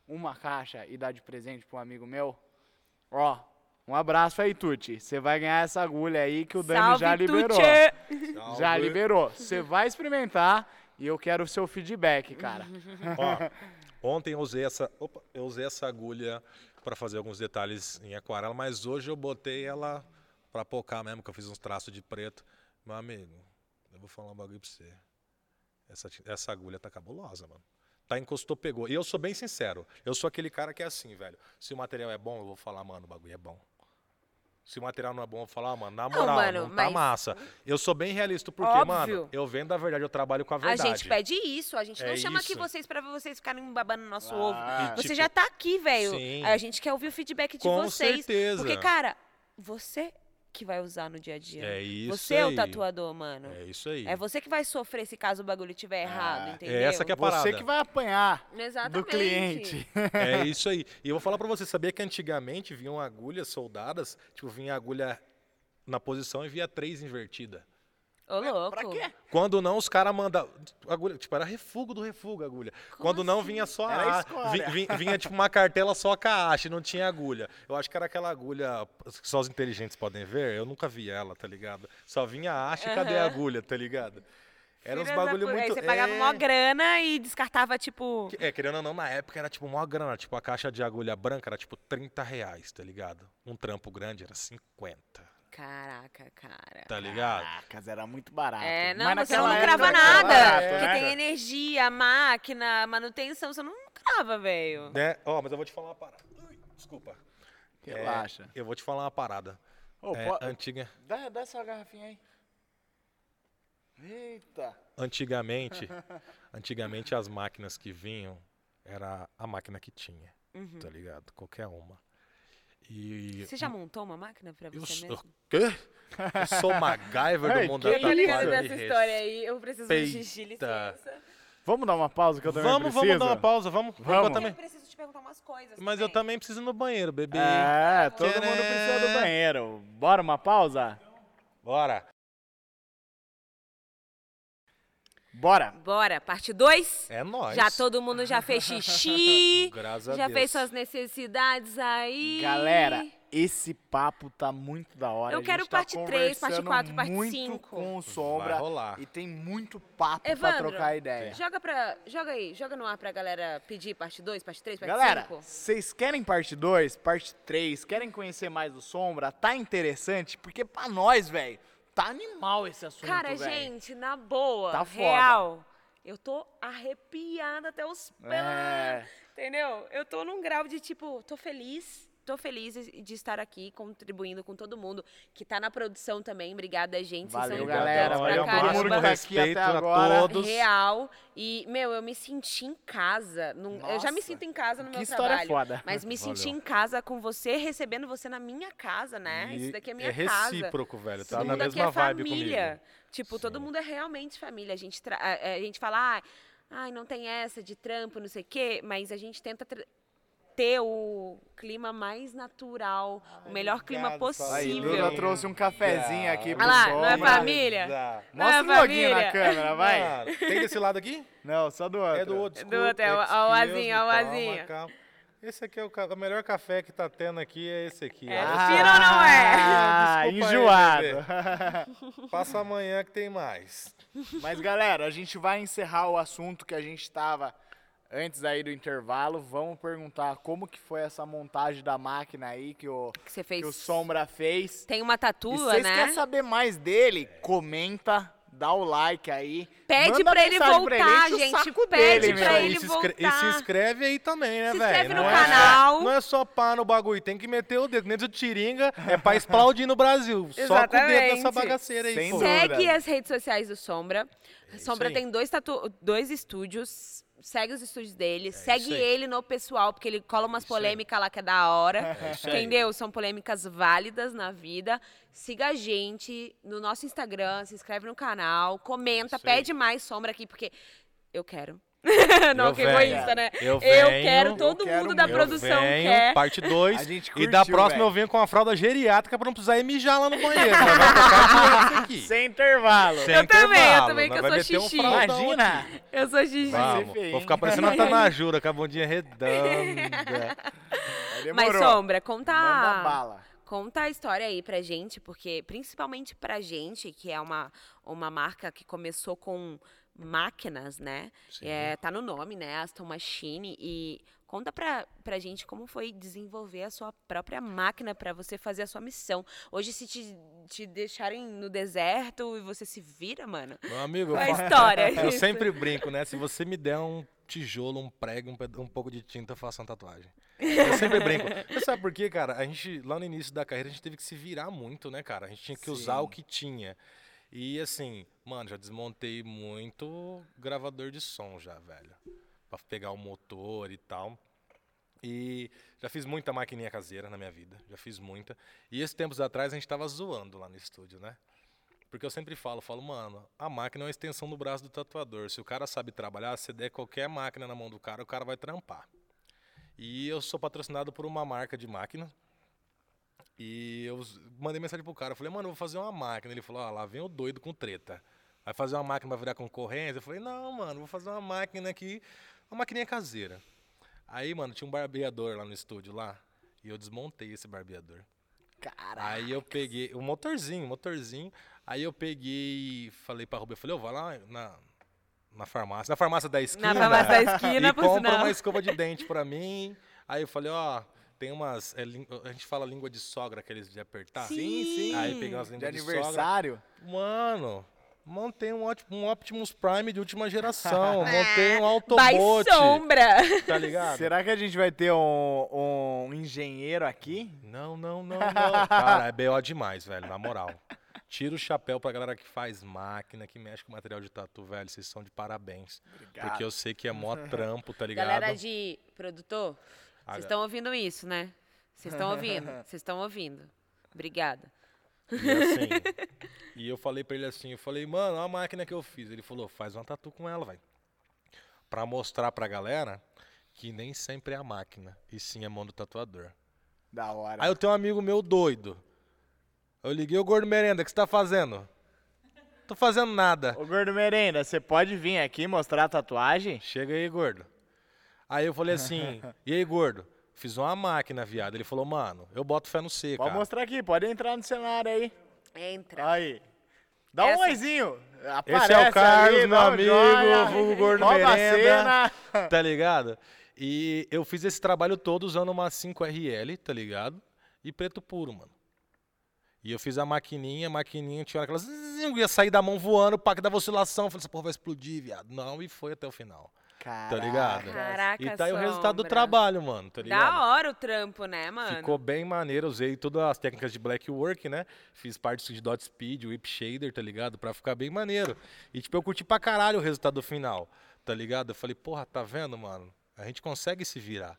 Speaker 2: uma caixa e dar de presente para um amigo meu? Ó, um abraço aí, Tuti. Você vai ganhar essa agulha aí que o Dani
Speaker 1: Salve,
Speaker 2: já liberou.
Speaker 1: Tuti!
Speaker 3: Salve.
Speaker 2: Já liberou. Você vai experimentar e eu quero o seu feedback, cara.
Speaker 3: Ó, ontem eu usei essa, opa, eu usei essa agulha para fazer alguns detalhes em aquarela, mas hoje eu botei ela para pocar mesmo, que eu fiz uns traços de preto. Meu amigo, eu vou falar um bagulho pra você. Essa, ti- essa agulha tá cabulosa, mano. Tá encostou, pegou. E eu sou bem sincero. Eu sou aquele cara que é assim, velho. Se o material é bom, eu vou falar, mano, o bagulho é bom. Se o material não é bom, eu vou falar, ah, mano, na moral, não,
Speaker 1: mano,
Speaker 3: tá
Speaker 1: mas-
Speaker 3: massa. Eu sou bem realista, porque,
Speaker 1: Óbvio.
Speaker 3: mano, eu vendo a verdade, eu trabalho com a
Speaker 1: A
Speaker 3: verdade.
Speaker 1: gente pede isso, a gente não
Speaker 3: É
Speaker 1: chama aqui
Speaker 3: isso.
Speaker 1: vocês pra vocês ficarem babando no nosso ovo.
Speaker 2: Ah,
Speaker 3: E,
Speaker 1: Você
Speaker 3: tipo,
Speaker 1: já tá aqui, velho.
Speaker 3: sim.
Speaker 1: A gente quer ouvir o feedback de
Speaker 3: Com
Speaker 1: vocês.
Speaker 3: certeza.
Speaker 1: Porque, cara, você que vai usar no dia a dia.
Speaker 3: É isso
Speaker 1: Você é o
Speaker 3: aí.
Speaker 1: tatuador, mano.
Speaker 3: É isso aí.
Speaker 1: É, você que vai sofrer se caso o bagulho estiver errado, entendeu?
Speaker 3: É essa que é a parada.
Speaker 2: Você que vai apanhar
Speaker 1: Exatamente.
Speaker 2: do cliente.
Speaker 3: É isso aí. E eu vou falar pra você, sabia que antigamente vinham agulhas soldadas, tipo, vinha a agulha na posição e via três invertida.
Speaker 1: Ô, louco.
Speaker 2: Pra quê?
Speaker 3: Quando não, os caras mandavam. Agulha, tipo, era refugo do refugo a agulha.
Speaker 1: Como
Speaker 3: Quando não,
Speaker 1: assim?
Speaker 3: vinha só
Speaker 2: Era
Speaker 3: a. vi-
Speaker 2: escória.
Speaker 3: vi- Vinha, tipo uma cartela só com a haste, não tinha agulha. Eu acho que era aquela agulha que só os inteligentes podem ver. Eu nunca vi ela, tá ligado? Só vinha a haste e cadê a
Speaker 1: Aham.
Speaker 3: agulha, tá ligado? Era uns
Speaker 1: Filhas da
Speaker 3: bagulho
Speaker 1: pu-
Speaker 3: muito.
Speaker 1: Aí você pagava
Speaker 3: É.
Speaker 1: mó grana e descartava, tipo...
Speaker 3: Que- É, querendo ou não, na época era tipo maior grana. Tipo, a caixa de agulha branca era tipo 30 reais, tá ligado? Um trampo grande era 50,
Speaker 1: Caraca, cara.
Speaker 3: tá ligado?
Speaker 2: Caracas, era muito barato.
Speaker 3: Ah,
Speaker 1: É, não,
Speaker 2: Mas
Speaker 1: você não
Speaker 2: naquela
Speaker 1: crava
Speaker 2: época era
Speaker 1: nada.
Speaker 2: barato,
Speaker 1: porque
Speaker 2: né?
Speaker 1: tem energia, máquina, manutenção, você não crava, velho.
Speaker 3: Né? Ó, mas eu vou te falar uma parada. Ui, desculpa. É,
Speaker 2: Relaxa.
Speaker 3: eu vou te falar uma parada.
Speaker 2: Ô,
Speaker 3: É,
Speaker 2: po-
Speaker 3: antiga,
Speaker 2: dá, dá essa garrafinha aí. Eita.
Speaker 3: antigamente, antigamente as máquinas que vinham era a máquina que tinha,
Speaker 1: Uhum.
Speaker 3: tá ligado? Qualquer uma. E
Speaker 1: Você já montou uma máquina pra
Speaker 3: eu,
Speaker 1: você
Speaker 3: sou-
Speaker 1: mesmo?
Speaker 3: quê? Eu sou o MacGyver
Speaker 2: Ai,
Speaker 3: do mundo
Speaker 2: que é
Speaker 3: da
Speaker 2: Eu tô ligada
Speaker 3: tatuagem.
Speaker 2: nessa
Speaker 3: Me
Speaker 1: aí, eu preciso
Speaker 3: de xixi, respeita.
Speaker 2: Vamos dar uma pausa que eu também
Speaker 3: Vamos,
Speaker 2: preciso?
Speaker 3: vamos dar uma pausa, vamos. porque
Speaker 2: Vamos.
Speaker 3: Eu também,
Speaker 1: preciso te perguntar umas coisas
Speaker 3: mas eu também preciso ir no banheiro, bebê.
Speaker 2: É, todo mundo
Speaker 3: Tcharam.
Speaker 2: precisa do banheiro. Bora uma pausa?
Speaker 3: Bora.
Speaker 2: Bora.
Speaker 1: Bora, parte 2.
Speaker 3: É nóis.
Speaker 1: Já todo mundo já fez xixi,
Speaker 3: Graças a
Speaker 1: já
Speaker 3: Deus.
Speaker 1: fez suas necessidades aí.
Speaker 2: Galera, esse papo tá muito da hora.
Speaker 1: Eu
Speaker 2: A gente
Speaker 1: quero
Speaker 2: tá
Speaker 1: parte três, parte
Speaker 2: conversando
Speaker 1: quatro, parte
Speaker 2: muito
Speaker 1: cinco.
Speaker 2: com o
Speaker 3: Vai
Speaker 2: Sombra
Speaker 3: rolar.
Speaker 2: e tem muito papo
Speaker 3: é
Speaker 2: pra
Speaker 1: Evandro,
Speaker 2: trocar ideia.
Speaker 1: Joga, pra, joga aí, joga no ar pra galera pedir parte 2, parte 3, parte 5.
Speaker 2: Galera, vocês querem parte 2, parte 3, querem conhecer mais do Sombra? Tá interessante? Porque pra nós, velho, tá animal esse assunto,
Speaker 1: Cara,
Speaker 2: velho.
Speaker 1: gente, na boa,
Speaker 2: Tá foda.
Speaker 1: real. Eu tô arrepiada até os pés.
Speaker 2: É.
Speaker 1: Entendeu? Eu tô num grau de tipo, tô feliz. Tô feliz de de estar aqui contribuindo com todo mundo que tá na produção também. Obrigada, gente. Vocês
Speaker 2: Valeu,
Speaker 1: são
Speaker 3: Obrigado,
Speaker 1: importantes
Speaker 2: galera.
Speaker 1: pra
Speaker 3: olha,
Speaker 2: Valeu,
Speaker 3: o máximo
Speaker 2: todo mundo
Speaker 1: caramba.
Speaker 2: que tá aqui
Speaker 3: respeito
Speaker 2: até
Speaker 3: a
Speaker 2: agora.
Speaker 3: todos.
Speaker 1: Real. E, meu, eu me senti em casa. Num- eu já me
Speaker 2: Nossa,
Speaker 1: sinto em casa no
Speaker 2: que
Speaker 1: meu
Speaker 2: história
Speaker 1: trabalho.
Speaker 2: foda.
Speaker 1: Mas me senti
Speaker 3: Valeu.
Speaker 1: em casa com você, recebendo você na minha casa, né?
Speaker 3: E
Speaker 1: Isso daqui é minha
Speaker 3: é
Speaker 1: casa.
Speaker 3: recíproco, velho. Tá
Speaker 1: Todo
Speaker 3: na
Speaker 1: mundo
Speaker 3: mesma
Speaker 1: aqui é
Speaker 3: vibe
Speaker 1: família.
Speaker 3: comigo.
Speaker 1: Tipo, todo
Speaker 3: Sim.
Speaker 1: mundo é realmente família. A gente, tra- a, a gente fala, ah, ai, não tem essa de trampo, não sei o quê, mas a gente tenta tra- ter o clima mais natural, o melhor clima
Speaker 3: obrigado, Fala.
Speaker 2: Aí,
Speaker 1: possível.
Speaker 2: Duda trouxe um
Speaker 3: Ah.
Speaker 2: cafezinho aqui pro
Speaker 1: Olha lá, não é
Speaker 2: Sombra.
Speaker 1: família?
Speaker 3: Dá.
Speaker 1: Não é
Speaker 2: Mostra o loguinho na
Speaker 1: família?
Speaker 2: câmera, vai.
Speaker 3: Mano, tem desse lado aqui?
Speaker 2: Não, só do outro.
Speaker 3: É do outro.
Speaker 1: É do
Speaker 3: desculpa,
Speaker 1: outro, é o-
Speaker 3: excuse
Speaker 1: ó, o asinho,
Speaker 3: me,
Speaker 1: ó, o
Speaker 3: calma,
Speaker 1: asinho.
Speaker 3: calma. Esse aqui é o, ca- o melhor café que tá tendo aqui, é esse aqui.
Speaker 1: É,
Speaker 3: ó.
Speaker 1: Ah, Tira ou não é?
Speaker 2: Ah,
Speaker 3: Desculpa aí,
Speaker 2: enjoado.
Speaker 3: Passa amanhã que tem mais.
Speaker 2: Mas galera, a gente vai encerrar o assunto que a gente estava antes aí do intervalo. Vamos perguntar como que foi essa montagem da máquina aí que o,
Speaker 1: que você
Speaker 2: que
Speaker 1: fez.
Speaker 2: o Sombra fez.
Speaker 1: Tem uma
Speaker 2: e
Speaker 1: tatua,
Speaker 2: vocês
Speaker 1: né?
Speaker 2: querem saber mais dele? Comenta, dá o like aí.
Speaker 1: Pede
Speaker 2: manda
Speaker 1: pra ele
Speaker 2: mensagem pra ele,
Speaker 1: voltar,
Speaker 2: enche o
Speaker 1: gente,
Speaker 2: saco
Speaker 1: pede
Speaker 2: dele,
Speaker 1: pra
Speaker 2: meu.
Speaker 1: ele
Speaker 3: e se, inscre- e
Speaker 1: voltar.
Speaker 3: se inscreve aí também, né,
Speaker 1: Se
Speaker 3: velho?
Speaker 1: inscreve no
Speaker 3: Não
Speaker 1: canal.
Speaker 3: É, não é só pá no bagulho, tem que meter o dedo. Nem do tiringa, é pra explodir no Brasil. Só com o dedo nessa
Speaker 1: Exatamente.
Speaker 3: bagaceira aí,
Speaker 2: Sem
Speaker 3: pô.
Speaker 2: dúvida.
Speaker 1: Segue as redes sociais do Sombra.
Speaker 3: É isso
Speaker 1: Sombra
Speaker 3: aí.
Speaker 1: tem dois, tatu- dois estúdios. segue os estúdios dele, segue
Speaker 3: É isso aí.
Speaker 1: ele no pessoal, porque ele cola umas
Speaker 3: Isso aí.
Speaker 1: polêmicas lá que é da hora.
Speaker 3: É isso aí.
Speaker 1: Entendeu? São polêmicas válidas na vida. Siga a gente no nosso Instagram, se inscreve no canal, comenta,
Speaker 3: É Isso aí.
Speaker 1: pede mais sombra aqui, porque eu quero. Não,
Speaker 3: Eu
Speaker 1: que
Speaker 3: venho.
Speaker 1: egoísta, né?
Speaker 3: Eu,
Speaker 1: Eu
Speaker 3: venho,
Speaker 1: quero, todo
Speaker 2: Eu quero
Speaker 1: mundo da
Speaker 2: muito.
Speaker 3: eu
Speaker 1: produção é.
Speaker 3: venho,
Speaker 1: quer.
Speaker 3: Parte
Speaker 2: A
Speaker 3: 2.
Speaker 2: gente
Speaker 3: E da
Speaker 2: curtiu,
Speaker 3: próxima eu
Speaker 2: velho.
Speaker 3: venho com a fralda geriátrica pra não precisar ir mijar lá no banheiro. Nós vai tocar direto aqui.
Speaker 4: Sem intervalo.
Speaker 3: Sem
Speaker 1: Eu também, eu
Speaker 3: intervalo,
Speaker 1: também, que
Speaker 3: nós
Speaker 1: eu
Speaker 3: vai
Speaker 1: sou
Speaker 3: meter um
Speaker 1: xixi.
Speaker 3: fraldão aqui.
Speaker 4: Imagina.
Speaker 1: Eu sou Gigi.
Speaker 2: Vai.
Speaker 3: Vamos,
Speaker 2: feio,
Speaker 3: vou
Speaker 2: hein?
Speaker 3: ficar parecendo uma tanajura com a bundinha
Speaker 1: É.
Speaker 3: redonda.
Speaker 2: Aí
Speaker 1: Mas, tá.
Speaker 2: demorou.
Speaker 1: Sombra, conta.
Speaker 2: Manda bala.
Speaker 1: Conta a história aí pra gente, porque principalmente pra gente, que é uma, uma marca que começou com máquinas, né? É, tá no nome, né? Aston Machine. E conta pra, pra gente como foi desenvolver a sua própria máquina pra você fazer a sua missão. Hoje, se te, te deixarem no deserto e você se vira, mano.
Speaker 3: Meu amigo, eu
Speaker 1: Qual é a
Speaker 3: falo-
Speaker 1: história?
Speaker 3: Eu
Speaker 1: Isso.
Speaker 3: sempre brinco, né? Se você me der um tijolo, um prego, um, peda- um pouco de tinta, eu faço uma tatuagem. Eu sempre brinco. Você sabe por quê, cara? A gente, lá no início da carreira, a gente teve que se virar muito, né, cara? A gente tinha que usar
Speaker 2: Sim.
Speaker 3: o que tinha. E assim, mano, já desmontei muito gravador de som já, velho. Pra pegar o motor e tal. E já fiz muita maquininha caseira na minha vida, já fiz muita. E esses tempos atrás a gente tava zoando lá no estúdio, né? Porque eu sempre falo, falo, mano, a máquina é uma extensão do braço do tatuador. Se o cara sabe trabalhar, se der qualquer máquina na mão do cara, o cara vai trampar. E eu sou patrocinado por uma marca de máquina. E eu s- mandei mensagem pro cara, eu falei, mano, eu vou fazer uma máquina. Ele falou, ó, lá vem o doido com treta. Vai fazer uma máquina pra virar concorrência? Eu falei, não, mano, vou fazer uma máquina aqui, uma maquininha caseira. Aí, mano, tinha um barbeador lá no estúdio lá. E eu desmontei esse barbeador.
Speaker 1: Cara.
Speaker 3: Aí eu peguei o motorzinho, motorzinho. Aí eu peguei e falei pra Rubem, eu falei, eu vou lá na, na farmácia, na farmácia da esquina.
Speaker 1: Na farmácia da esquina,
Speaker 3: e
Speaker 1: por
Speaker 3: compra
Speaker 1: sinal.
Speaker 3: uma escova de dente pra mim. Aí eu falei, ó, tem umas, é lin- a gente fala língua de sogra, aqueles de apertar.
Speaker 2: Sim, sim.
Speaker 3: Tá. Aí peguei umas
Speaker 2: De
Speaker 3: línguas de, sogra.
Speaker 2: aniversário.
Speaker 3: Mano, montei um, ótimo- um Optimus Prime de última geração,
Speaker 1: É.
Speaker 3: montei um
Speaker 1: Vai
Speaker 3: Autobot,
Speaker 1: sombra!
Speaker 3: tá ligado?
Speaker 2: Será que a gente vai ter um, um engenheiro aqui?
Speaker 3: Não, não, não, não. Cara, é BO demais, velho, na moral. Tira o chapéu pra galera que faz máquina, que mexe com material de tatu, velho. Vocês são de parabéns.
Speaker 2: Obrigado.
Speaker 3: Porque eu sei que é mó trampo, tá ligado?
Speaker 1: Galera de produtor,
Speaker 3: Ah,
Speaker 1: vocês estão ouvindo isso, né? Vocês estão ouvindo, vocês estão ouvindo. Obrigada.
Speaker 3: E, assim, e eu falei pra ele assim, eu falei, mano, olha a máquina que eu fiz. Ele falou, faz uma tatu com ela, velho. Pra mostrar pra galera que nem sempre é a máquina, e sim a mão do tatuador.
Speaker 2: Da hora.
Speaker 3: Aí eu tenho um amigo meu doido. Eu liguei o Gordo Merenda, o que você tá fazendo? Tô fazendo nada.
Speaker 2: Ô, Gordo Merenda, você pode vir aqui mostrar a tatuagem?
Speaker 3: Chega aí, gordo. Aí eu falei assim, e aí, gordo? Fiz uma máquina, viado. Ele falou, mano, eu boto fé no C,
Speaker 2: Pode
Speaker 3: cara.
Speaker 2: mostrar aqui, pode entrar no cenário aí.
Speaker 1: Entra.
Speaker 2: Aí. Dá
Speaker 1: Essa-
Speaker 2: um oizinho. Aparece
Speaker 3: Esse é o Carlos,
Speaker 2: ali,
Speaker 3: meu
Speaker 2: dá um
Speaker 3: amigo,
Speaker 2: joia,
Speaker 3: vulgo Gordo
Speaker 2: rouba a
Speaker 3: Merenda.
Speaker 2: cena.
Speaker 3: Tá ligado? E eu fiz esse trabalho todo usando uma 5RL, tá ligado? E preto puro, mano. E eu fiz a maquininha, a maquininha tinha hora que ela zzz, ia sair da mão voando, pá, que dava oscilação. Eu falei, essa porra vai explodir, viado. Não, e foi até o final. Tá ligado?
Speaker 1: Caraca,
Speaker 3: e tá aí o resultado do
Speaker 1: Sombra.
Speaker 3: trabalho, mano, tá ligado?
Speaker 1: Da hora o trampo, né, mano?
Speaker 3: Ficou bem maneiro, usei todas as técnicas de black work, né? Fiz parte de dot speed, whip shader, tá ligado? Pra ficar bem maneiro. E tipo, eu curti pra caralho o resultado final, tá ligado? Eu falei, porra, tá vendo, mano? A gente consegue se virar,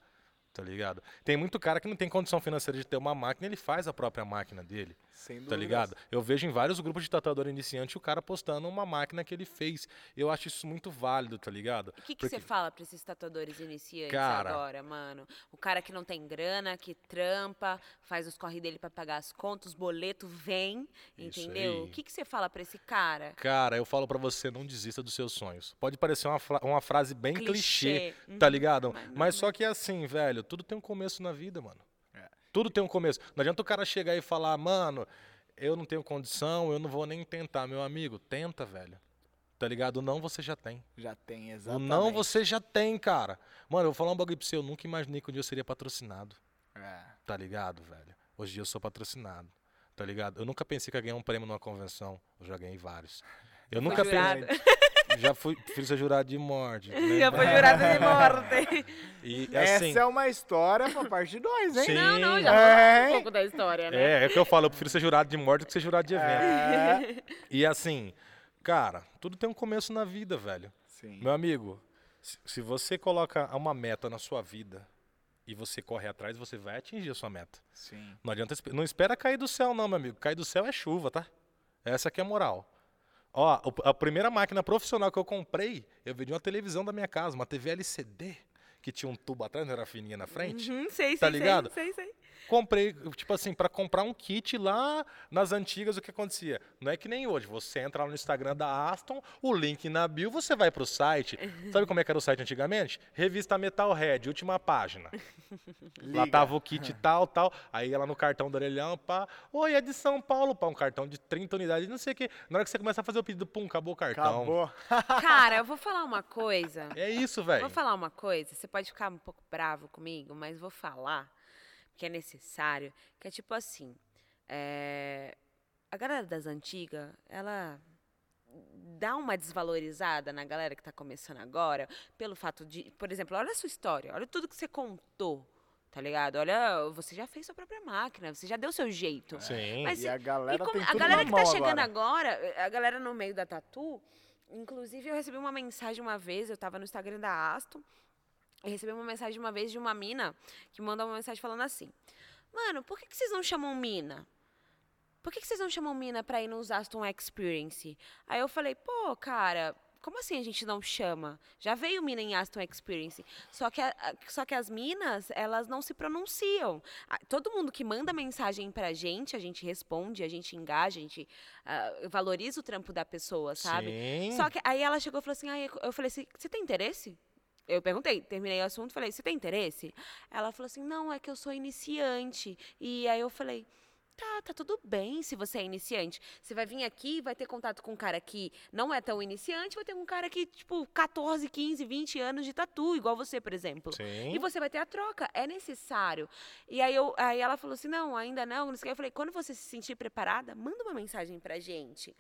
Speaker 3: tá ligado? Tem muito cara que não tem condição financeira de ter uma máquina, ele faz a própria máquina dele.
Speaker 2: Sem
Speaker 3: Tá
Speaker 2: dúvidas.
Speaker 3: ligado? Eu vejo em vários grupos de tatuador iniciante o cara postando uma máquina que ele fez. Eu acho isso muito válido, tá ligado?
Speaker 1: O que, que
Speaker 3: Porque-
Speaker 1: você fala pra esses tatuadores iniciantes
Speaker 3: Cara.
Speaker 1: agora, mano? O cara que não tem grana, que trampa, faz os corre dele pra pagar as contas, os boletos vem,
Speaker 3: Isso
Speaker 1: entendeu? O
Speaker 3: aí.
Speaker 1: que, que você fala pra esse cara?
Speaker 3: Cara, eu falo pra você, não desista dos seus sonhos. Pode parecer uma, fra- uma frase bem clichê, tá ligado?
Speaker 1: Uhum. mas
Speaker 3: Mas,
Speaker 1: não,
Speaker 3: só que é assim, velho, tudo tem um começo na vida, mano.
Speaker 2: É.
Speaker 3: Tudo tem um começo. Não adianta o cara chegar e falar, mano, eu não tenho condição, eu não vou nem tentar, meu amigo. Tenta, velho. Tá ligado? O não você já tem.
Speaker 2: Já tem,
Speaker 3: O
Speaker 2: exatamente.
Speaker 3: não você já tem, cara. Mano, eu vou falar um bagulho pra você, eu nunca imaginei que um dia eu seria patrocinado.
Speaker 2: É.
Speaker 3: Tá ligado, velho? Hoje em dia eu sou patrocinado. Tá ligado? Eu nunca pensei que ia ganhar um prêmio numa convenção. Eu já ganhei vários. Eu nunca
Speaker 1: jurado.
Speaker 3: pensei. Já fui, prefiro ser jurado de morte. né?
Speaker 1: Já foi jurado de morte.
Speaker 3: E assim.
Speaker 2: Essa é uma história pra parte 2, hein?
Speaker 3: Sim.
Speaker 1: Não, não, já
Speaker 2: É,
Speaker 1: falou um
Speaker 2: hein?
Speaker 1: pouco da história, né?
Speaker 3: É, é o que eu falo, eu prefiro ser jurado de morte do que ser jurado de
Speaker 2: É.
Speaker 3: evento.
Speaker 1: É.
Speaker 3: E assim, cara, tudo tem um começo na vida, velho.
Speaker 2: Sim.
Speaker 3: Meu amigo, Se- Se você coloca uma meta na sua vida e você corre atrás, você vai atingir a sua meta.
Speaker 2: Sim.
Speaker 3: Não adianta, espe- não espera cair do céu não, meu amigo. Cair do céu é chuva, tá? Essa aqui é a moral. Ó, o- a primeira máquina profissional que eu comprei, eu vendi uma televisão da minha casa, uma TV LCD, que tinha um tubo atrás, não era fininha na frente.
Speaker 1: Uhum, sei,
Speaker 3: Tá
Speaker 1: sei,
Speaker 3: ligado?
Speaker 1: Sei, sei, sei.
Speaker 3: Comprei, tipo assim, pra comprar um kit lá nas antigas, o que acontecia? Não é que nem hoje, você entra lá no Instagram da Aston, o link na bio, você vai pro site. Sabe como é que era o site antigamente? Revista Metalhead, última página. Lá
Speaker 2: Liga.
Speaker 3: tava o kit tal, tal. Aí ela no cartão do orelhão, pá. Oi, é de São Paulo, pá. Um cartão de 30 unidades, não sei o quê. Na hora que você começar a fazer o pedido, pum, acabou o cartão.
Speaker 2: Acabou.
Speaker 1: Cara, eu vou falar uma coisa.
Speaker 3: É isso, velho.
Speaker 1: Vou falar uma coisa, você pode ficar um pouco bravo comigo, mas vou falar, porque é necessário, que é tipo assim, é, a galera das antigas, ela dá uma desvalorizada na galera que tá começando agora, pelo fato de, por exemplo, olha a sua história, olha tudo que você contou, tá ligado? Olha, você já fez sua própria máquina, você já deu seu jeito.
Speaker 3: Sim.
Speaker 1: Mas
Speaker 2: E a galera
Speaker 1: E como-
Speaker 2: tem
Speaker 1: a
Speaker 2: tudo
Speaker 1: galera
Speaker 2: na
Speaker 1: que
Speaker 2: mão
Speaker 1: tá chegando
Speaker 2: agora.
Speaker 1: agora. eh, a galera no meio da tatu, inclusive eu recebi uma mensagem uma vez, eu tava no Instagram da Aston, e recebi uma mensagem uma vez de uma mina que mandou uma mensagem falando assim: Mano, por que, que vocês não chamam mina? Por que, que vocês não chamam mina pra ir nos Aston Experience? Aí eu falei, pô, cara. Como assim a gente não chama? Já veio mina em Aston Experience. Só que, a- a- só que as minas, elas não se pronunciam. A- Todo mundo que manda mensagem pra gente, a gente responde, a gente engaja, a gente ah, valoriza o trampo da pessoa, sabe?
Speaker 3: Sim.
Speaker 1: Só que aí ela chegou e falou assim: aí eu falei assim, você tem interesse? Eu perguntei, terminei o assunto, falei, você tem interesse? Ela falou assim, não, é que eu sou iniciante. E aí eu falei, tá, tá tudo bem se você é iniciante. Você vai vir aqui, vai ter contato com um cara que não é tão iniciante, vai ter um cara que, tipo, 14, 15, 20 anos de tatu, igual você, por exemplo.
Speaker 3: Sim.
Speaker 1: E você vai ter a troca, é necessário. E aí, eu, aí ela falou assim: não, ainda não, não sei o que. Eu falei: quando você se sentir preparada, manda uma mensagem pra gente.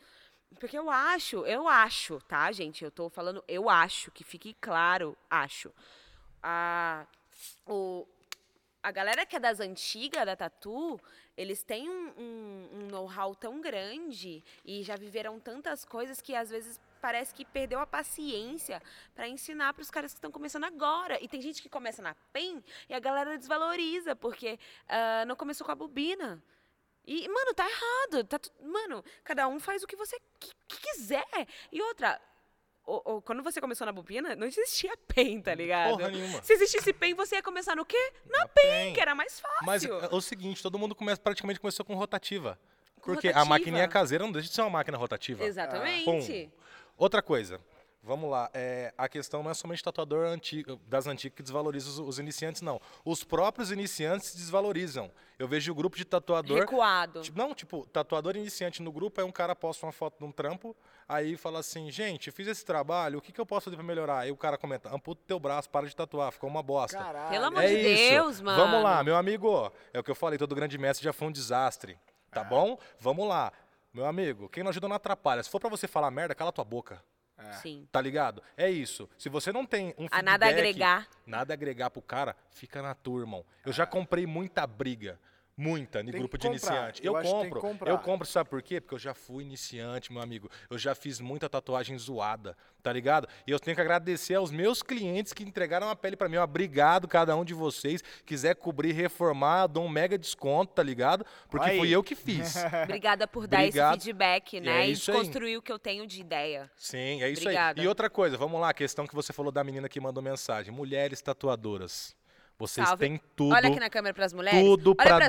Speaker 1: Porque eu acho, eu acho, tá, gente? Eu tô falando, eu acho, que fique claro, acho. A, o, a galera que é das antigas, da Tatu, eles têm um, um- um know-how tão grande e já viveram tantas coisas que às vezes parece que perdeu a paciência para ensinar para os caras que estão começando agora. E tem gente que começa na PEN e a galera desvaloriza porque ah, não começou com a bobina. E, mano, tá errado. Tá tu- Mano, cada um faz o que você qui- que quiser. E outra, o- o- quando você começou na bobina, não existia PEN, tá ligado?
Speaker 3: Porra nenhuma.
Speaker 1: Se existisse PEN, você ia começar no quê?
Speaker 3: Na PEN.
Speaker 1: Que era mais fácil.
Speaker 3: Mas é é o seguinte, todo mundo começa, praticamente começou com rotativa.
Speaker 1: Com
Speaker 3: porque a
Speaker 1: rotativa.
Speaker 3: maquininha é caseira não deixa de ser uma máquina rotativa.
Speaker 1: Exatamente.
Speaker 3: Pum. Outra coisa. Vamos lá, é, a questão não é somente tatuador antigo, das antigas que desvaloriza os, os iniciantes, não. Os próprios iniciantes se desvalorizam. Eu vejo o grupo de tatuador.
Speaker 1: Recuado.
Speaker 3: Tipo, não, tipo, tatuador iniciante no grupo, aí um cara posta uma foto de um trampo, aí fala assim, gente, fiz esse trabalho, o que, que eu posso fazer pra melhorar? Aí o cara comenta, amputa teu braço, para de tatuar, ficou uma bosta.
Speaker 2: Caralho.
Speaker 1: Pelo amor
Speaker 3: É
Speaker 1: de
Speaker 3: isso.
Speaker 1: Deus, mano.
Speaker 3: Vamos lá, meu amigo. É o que eu falei, todo grande mestre já foi um desastre. Tá bom? Vamos lá. Meu amigo, quem não ajuda não atrapalha. Se for pra você falar merda, cala tua boca.
Speaker 1: Sim.
Speaker 3: Tá ligado? É isso. Se você não tem um
Speaker 1: A nada
Speaker 3: feedback,
Speaker 1: agregar.
Speaker 3: Nada agregar pro cara, fica na tua, irmão. Eu já comprei muita briga. Muita, em
Speaker 2: Ah. Tem
Speaker 3: grupo
Speaker 2: que
Speaker 3: de
Speaker 2: comprar.
Speaker 3: iniciante. Eu,
Speaker 2: Eu acho que tem que
Speaker 3: compro.
Speaker 2: comprar.
Speaker 3: Eu compro, sabe por quê? Porque eu já fui iniciante, meu amigo. Eu já fiz muita tatuagem zoada, tá ligado? E eu tenho que agradecer aos meus clientes que entregaram a pele pra mim. Ó, obrigado cada um de vocês. Quiser cobrir, reformar, eu dou um mega desconto, tá ligado? Porque
Speaker 2: Aí.
Speaker 3: fui eu que fiz.
Speaker 1: Obrigada por dar
Speaker 3: Obrigado.
Speaker 1: esse feedback, né?
Speaker 3: É
Speaker 1: e
Speaker 3: isso aí.
Speaker 1: construir o que eu tenho de ideia.
Speaker 3: Sim, é isso
Speaker 1: Obrigada.
Speaker 3: aí. E outra coisa, vamos lá, a questão que você falou da menina que mandou mensagem. Mulheres tatuadoras. Vocês
Speaker 1: Salve.
Speaker 3: têm tudo.
Speaker 1: Olha aqui na câmera pras mulheres.
Speaker 3: tudo
Speaker 1: Olha
Speaker 3: pra
Speaker 1: pras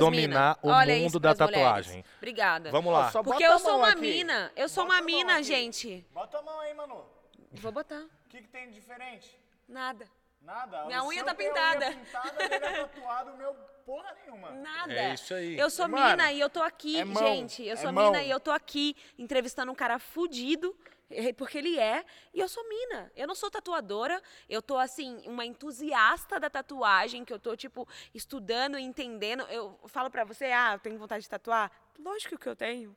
Speaker 1: mina.
Speaker 3: dominar o
Speaker 1: Olha
Speaker 3: mundo
Speaker 1: isso
Speaker 3: da
Speaker 1: pras mulheres.
Speaker 3: tatuagem.
Speaker 1: Obrigada.
Speaker 3: Vamos lá.
Speaker 2: Só
Speaker 1: Porque
Speaker 2: bota
Speaker 1: eu
Speaker 2: a
Speaker 1: sou
Speaker 2: mão
Speaker 1: uma
Speaker 2: aqui.
Speaker 1: mina. Eu sou
Speaker 2: Bota
Speaker 1: uma
Speaker 2: a mão
Speaker 1: mina,
Speaker 2: aqui.
Speaker 1: gente.
Speaker 2: Bota a mão aí, Manu.
Speaker 1: Vou botar.
Speaker 2: O que, que tem de diferente?
Speaker 1: Nada.
Speaker 2: Nada.
Speaker 1: Minha
Speaker 2: O
Speaker 1: unha
Speaker 2: seu
Speaker 1: tá
Speaker 2: tem a
Speaker 1: pintada.
Speaker 2: Unha pintada ele é tatuado, o meu porra nenhuma.
Speaker 1: Nada.
Speaker 3: É isso aí.
Speaker 1: Eu sou
Speaker 2: Mano,
Speaker 1: mina e eu tô aqui,
Speaker 2: é mão,
Speaker 1: gente. Eu
Speaker 2: é
Speaker 1: sou
Speaker 2: mão.
Speaker 1: mina e eu tô aqui entrevistando um cara fudido, eh, porque ele é, e eu sou mina. Eu não sou tatuadora, eu tô assim, uma entusiasta da tatuagem, que eu tô, tipo, estudando, e entendendo. Eu falo pra você, ah, eu tenho vontade de tatuar? Lógico que eu tenho.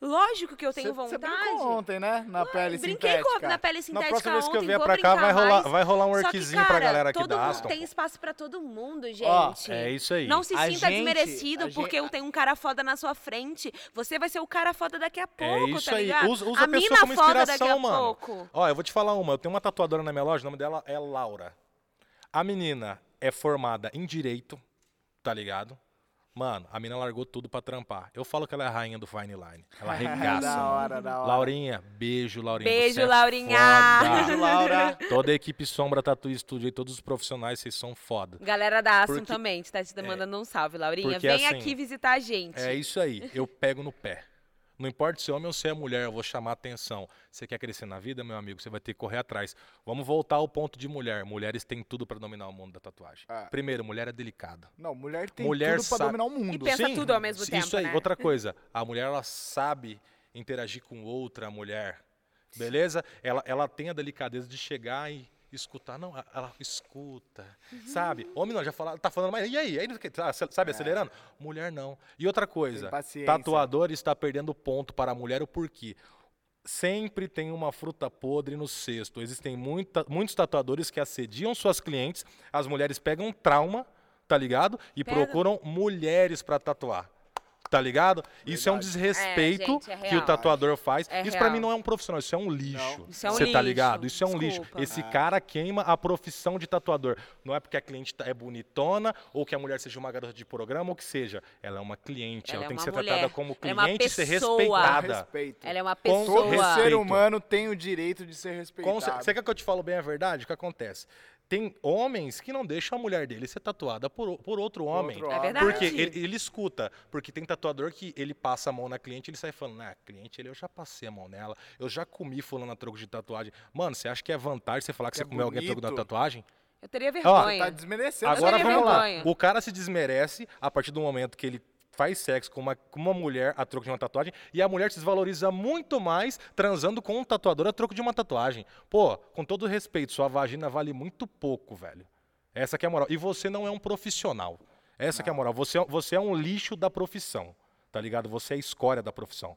Speaker 1: Lógico que eu tenho
Speaker 2: Você- você
Speaker 1: vontade.
Speaker 2: brincou ontem, né? Na pele
Speaker 1: Brinquei com-
Speaker 2: sintética.
Speaker 1: na pele
Speaker 3: Na
Speaker 1: sintética
Speaker 3: próxima vez que eu
Speaker 1: ontem,
Speaker 3: vier
Speaker 1: vou
Speaker 3: pra cá,
Speaker 1: brincar
Speaker 3: vai rolar,
Speaker 1: mais.
Speaker 3: vai rolar um
Speaker 1: Só que,
Speaker 3: workzinho
Speaker 1: cara,
Speaker 3: pra galera aqui
Speaker 1: todo
Speaker 3: da
Speaker 1: mundo-
Speaker 3: Aston.
Speaker 1: Tem espaço pra todo mundo, gente.
Speaker 2: Ó,
Speaker 3: É isso aí.
Speaker 1: Não se
Speaker 2: A
Speaker 1: sinta
Speaker 2: gente-
Speaker 1: desmerecido
Speaker 2: a
Speaker 1: porque
Speaker 2: gente-
Speaker 1: tem um cara foda na sua frente. Você vai ser o cara foda daqui a pouco,
Speaker 3: é isso
Speaker 1: tá
Speaker 3: aí.
Speaker 1: ligado?
Speaker 3: Usa, usa a,
Speaker 1: mina
Speaker 3: pessoa como
Speaker 1: foda daqui a
Speaker 3: inspiração, mano.
Speaker 1: pouco.
Speaker 3: Ó, eu vou te falar uma. Eu tenho uma tatuadora na minha loja, o nome dela é Laura. A menina é formada em direito, tá ligado? Mano, a menina largou tudo pra trampar. Eu falo que ela é a rainha do Fine Line. Ela arregaça,
Speaker 2: da
Speaker 3: mano.
Speaker 2: hora, da hora.
Speaker 3: Laurinha, beijo, Laurinha.
Speaker 1: Beijo,
Speaker 3: você é
Speaker 1: Laurinha.
Speaker 3: foda.
Speaker 2: Beijo, Laura.
Speaker 3: Toda a equipe Sombra Tatu Studio e todos os profissionais, vocês são foda.
Speaker 1: Galera da Assun
Speaker 3: Porque- É.
Speaker 1: também, tá te mandando um salve, Laurinha.
Speaker 3: Porque,
Speaker 1: Vem
Speaker 3: assim,
Speaker 1: aqui visitar a gente.
Speaker 3: É isso aí, eu pego no pé. Não importa se é homem ou se é mulher, eu vou chamar atenção. Você quer crescer na vida, meu amigo? Você vai ter que correr atrás. Vamos voltar ao ponto de mulher. Mulheres têm tudo pra dominar o mundo da tatuagem.
Speaker 2: É.
Speaker 1: Ah.
Speaker 3: Primeiro, mulher é delicada.
Speaker 2: Não, mulher tem
Speaker 3: Mulher
Speaker 2: tudo pra
Speaker 3: sabe-
Speaker 2: dominar o
Speaker 1: E
Speaker 2: mundo.
Speaker 1: pensa tudo ao mesmo
Speaker 3: isso
Speaker 1: tempo,
Speaker 3: Isso aí,
Speaker 1: né?
Speaker 3: outra coisa. A mulher, ela sabe interagir com outra mulher. Beleza? Ela, ela tem a delicadeza de chegar e escutar. Não, a- ela escuta,
Speaker 1: Uhum.
Speaker 3: sabe? Homem não, já fala, tá falando, mas e aí? Aí não sei o que, ah, ce-
Speaker 1: É.
Speaker 3: Sabe, acelerando? Mulher não. E outra coisa,
Speaker 2: Tem paciência.
Speaker 3: tatuador está perdendo ponto para a mulher o porquê. Sempre tem uma fruta podre no cesto. Existem muita- muitos tatuadores que assediam suas clientes, as mulheres pegam um trauma, tá ligado? E
Speaker 1: Pega.
Speaker 3: procuram mulheres pra tatuar. Tá ligado? Isso é um
Speaker 2: Verdade.
Speaker 3: desrespeito
Speaker 1: É, gente, é
Speaker 3: que o
Speaker 1: real.
Speaker 3: tatuador faz.
Speaker 1: É
Speaker 3: isso
Speaker 1: real.
Speaker 3: pra mim não é um profissional, isso é um lixo.
Speaker 2: Não.
Speaker 1: Isso é um
Speaker 3: Você tá
Speaker 1: lixo,
Speaker 3: ligado? Isso é um
Speaker 1: desculpa.
Speaker 3: lixo. Esse cara queima a profissão de tatuador. Não é porque a cliente tá- é bonitona ou que a mulher seja uma garota de programa ou que seja. Ela é uma cliente,
Speaker 1: Ela
Speaker 3: ela,
Speaker 1: é
Speaker 3: tem que
Speaker 1: uma
Speaker 3: ser
Speaker 1: mulher.
Speaker 3: tratada como
Speaker 1: Ela é uma
Speaker 3: cliente e ser
Speaker 1: pessoa.
Speaker 3: respeitada.
Speaker 2: Respeito.
Speaker 1: Ela é uma
Speaker 3: Com
Speaker 1: pessoa.
Speaker 2: Todo ser
Speaker 3: Respeito.
Speaker 2: humano tem o direito de ser respeitado.
Speaker 3: Com cer- Você quer que eu te falo bem a verdade? O que acontece? Tem homens que não deixam a mulher dele ser tatuada por, o- por outro um homem.
Speaker 1: É
Speaker 2: outro homem.
Speaker 1: verdade.
Speaker 3: Porque ele, ele escuta. Porque tem tatuador que ele passa a mão na cliente ele sai falando, ah, cliente, ele, eu já passei a mão nela, eu já comi fulano a troco de tatuagem. Mano, você acha que é vantagem você falar que,
Speaker 2: Que
Speaker 3: você
Speaker 2: é
Speaker 3: comeu alguém a troco da
Speaker 2: bonito.
Speaker 3: tatuagem?
Speaker 1: Eu teria
Speaker 2: Você tá
Speaker 1: vergonha.
Speaker 2: desmerecendo.
Speaker 3: Agora
Speaker 1: tenho
Speaker 2: essa
Speaker 3: vamos lá.
Speaker 1: vergonha.
Speaker 3: O cara se desmerece a partir do momento que ele faz sexo com uma, com uma mulher a troco de uma tatuagem e a mulher se desvaloriza muito mais transando com um tatuador a troco de uma tatuagem. Pô, com todo respeito, sua vagina vale muito pouco, velho. Essa que é a moral. E você não é um profissional. Essa que é a moral. Você, é- você é um lixo da profissão, tá ligado? Você é a escória da profissão.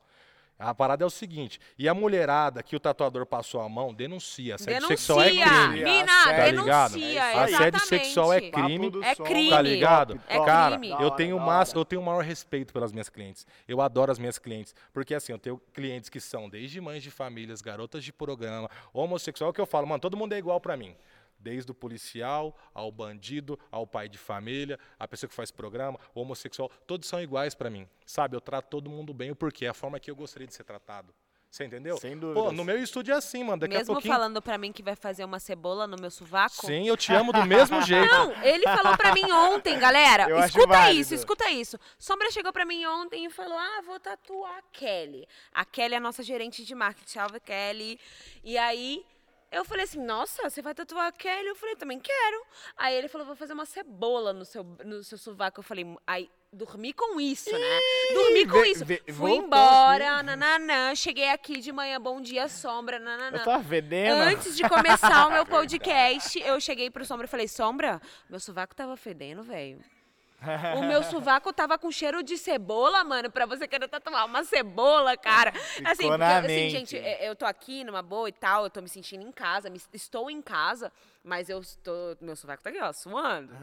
Speaker 3: A parada é o seguinte, e a mulherada que o tatuador passou a mão, denuncia. Assédio sexual é
Speaker 1: Denuncia!
Speaker 3: crime.
Speaker 1: Mina,
Speaker 2: Tá
Speaker 3: ligado?
Speaker 1: denuncia,
Speaker 3: Assédio
Speaker 1: exatamente.
Speaker 3: sexual é
Speaker 2: Papo
Speaker 3: crime,
Speaker 2: do
Speaker 1: É
Speaker 2: som,
Speaker 1: crime.
Speaker 3: Tá ligado?
Speaker 2: Top,
Speaker 1: É
Speaker 2: top.
Speaker 3: Cara,
Speaker 1: crime.
Speaker 2: Da
Speaker 3: eu
Speaker 2: hora,
Speaker 3: tenho
Speaker 2: da
Speaker 3: mais,
Speaker 2: hora.
Speaker 3: eu tenho o maior respeito pelas minhas clientes. Eu adoro as minhas clientes, porque assim, eu tenho clientes que são desde mães de famílias, garotas de programa, homossexual, que eu falo, mano, todo mundo é igual pra mim. Desde o policial, ao bandido, ao pai de família, a pessoa que faz programa, o homossexual, todos são iguais pra mim. Sabe, eu trato todo mundo bem, porque é a forma que eu gostaria de ser tratado. Você entendeu?
Speaker 2: Sem
Speaker 3: Pô,
Speaker 2: dúvidas.
Speaker 3: no meu estúdio é assim, mano. Daqui
Speaker 1: Mesmo
Speaker 3: a pouquinho.
Speaker 1: falando pra mim que vai fazer uma cebola no meu sovaco.
Speaker 3: Sim, eu te amo do mesmo jeito.
Speaker 1: Não, ele falou pra mim ontem, galera.
Speaker 2: Eu acho
Speaker 1: escuta
Speaker 2: válido.
Speaker 1: isso, escuta isso. Sombra chegou pra mim ontem e falou: Ah, vou tatuar a Kelly. A Kelly é a nossa gerente de marketing, salve Kelly. E aí eu falei assim: Nossa, você vai tatuar a Kelly? Eu falei: Também quero. Aí ele falou: Vou fazer uma cebola no seu, no seu sovaco. Eu falei: Aí. Dormi com isso, né? Dormi com
Speaker 2: ve-
Speaker 1: isso.
Speaker 2: ve-
Speaker 1: Fui
Speaker 2: voltou,
Speaker 1: embora, nananã. Cheguei aqui de manhã, bom dia, sombra, nananã.
Speaker 2: Eu tava fedendo.
Speaker 1: Antes de começar o meu podcast, eu cheguei pro Sombra e falei, Sombra, meu sovaco tava fedendo, velho. O meu sovaco tava com cheiro de cebola, mano, pra você querer tatuar uma cebola, cara. assim, porque,
Speaker 2: na
Speaker 1: assim,
Speaker 2: mente.
Speaker 1: gente, é- eu tô aqui numa boa e tal, eu tô me sentindo em casa, me- estou em casa, mas eu estou, meu sovaco tá aqui, ó, suando,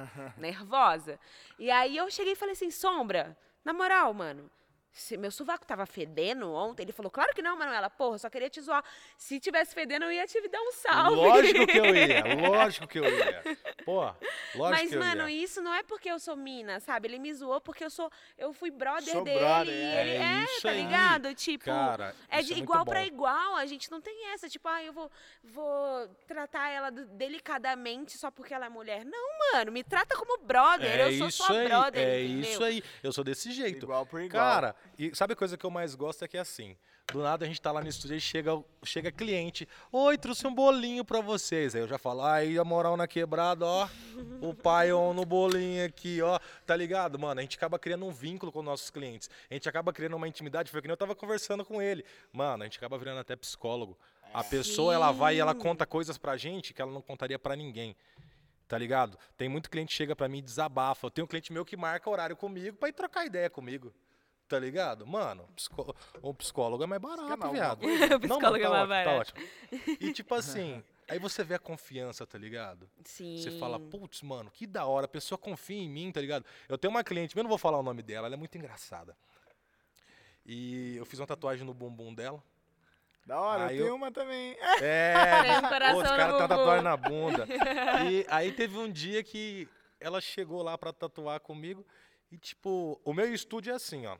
Speaker 1: nervosa. E aí eu cheguei e falei assim, Sombra, na moral, mano, se meu sovaco tava fedendo ontem, ele falou, claro que não, Manuela, porra, eu só queria te zoar. Se tivesse fedendo, eu ia te dar um salve.
Speaker 3: Lógico que eu ia, lógico que eu ia. Pô, lógico
Speaker 1: Mas,
Speaker 3: que eu
Speaker 1: mano,
Speaker 3: ia.
Speaker 1: isso não é porque eu sou mina, sabe? Ele me zoou porque eu sou. Eu fui brother
Speaker 2: Sou
Speaker 1: dele.
Speaker 2: brother,
Speaker 1: e
Speaker 2: é.
Speaker 1: ele é,
Speaker 3: Isso
Speaker 1: tá
Speaker 3: aí,
Speaker 1: ligado? Tipo.
Speaker 3: Cara,
Speaker 1: É
Speaker 3: isso
Speaker 1: de
Speaker 3: muito
Speaker 1: igual
Speaker 3: bom.
Speaker 1: pra igual, a gente não tem essa, tipo, ah, eu vou, vou tratar ela do- delicadamente só porque ela é mulher. Não, mano, me trata como brother,
Speaker 3: É
Speaker 1: eu sou
Speaker 3: isso
Speaker 1: sua
Speaker 3: aí,
Speaker 1: brother,
Speaker 3: é
Speaker 1: entendeu?
Speaker 3: isso aí. Eu sou desse jeito.
Speaker 2: Igual por igual.
Speaker 3: Cara, e sabe a coisa que eu mais gosto é que é assim. Do nada a gente tá lá no estúdio e chega, o- chega cliente. Oi, trouxe um bolinho pra vocês. Aí eu já falo, aí a moral na quebrada, ó. O pai ó, no bolinho aqui, ó. Tá ligado, mano? A gente acaba criando um vínculo com nossos clientes. A gente acaba criando uma intimidade. Foi que nem eu tava conversando com ele. Mano, a gente acaba virando até psicólogo. A pessoa, ela vai e ela
Speaker 1: Sim.
Speaker 3: conta coisas pra gente que ela não contaria pra ninguém. Tá ligado? Tem muito cliente que chega pra mim e desabafa. Eu tenho um cliente meu que marca horário comigo pra ir trocar ideia comigo. Tá ligado? Mano, psicó- o psicólogo é mais barato,
Speaker 2: Esquema,
Speaker 3: viado.
Speaker 2: alguma
Speaker 3: Não, mano,
Speaker 1: Psicólogo é
Speaker 3: tá
Speaker 1: mais
Speaker 3: ótimo, tá ótimo. E tipo assim, aí você vê a confiança, tá ligado?
Speaker 1: Sim.
Speaker 3: Você fala, putz, mano, que da hora, a pessoa confia em mim, tá ligado? Eu tenho uma cliente, eu não vou falar o nome dela, ela é muito engraçada. E eu fiz uma tatuagem no bumbum dela.
Speaker 2: Da hora,
Speaker 3: Aí
Speaker 2: eu tenho
Speaker 3: eu-
Speaker 2: uma também.
Speaker 3: É,
Speaker 1: Tem um coração
Speaker 3: os
Speaker 1: no
Speaker 3: caras
Speaker 1: bumbum.
Speaker 3: tá tatuagem na bunda. E aí teve um dia que ela chegou lá pra tatuar comigo e, tipo, o meu estúdio é assim, ó.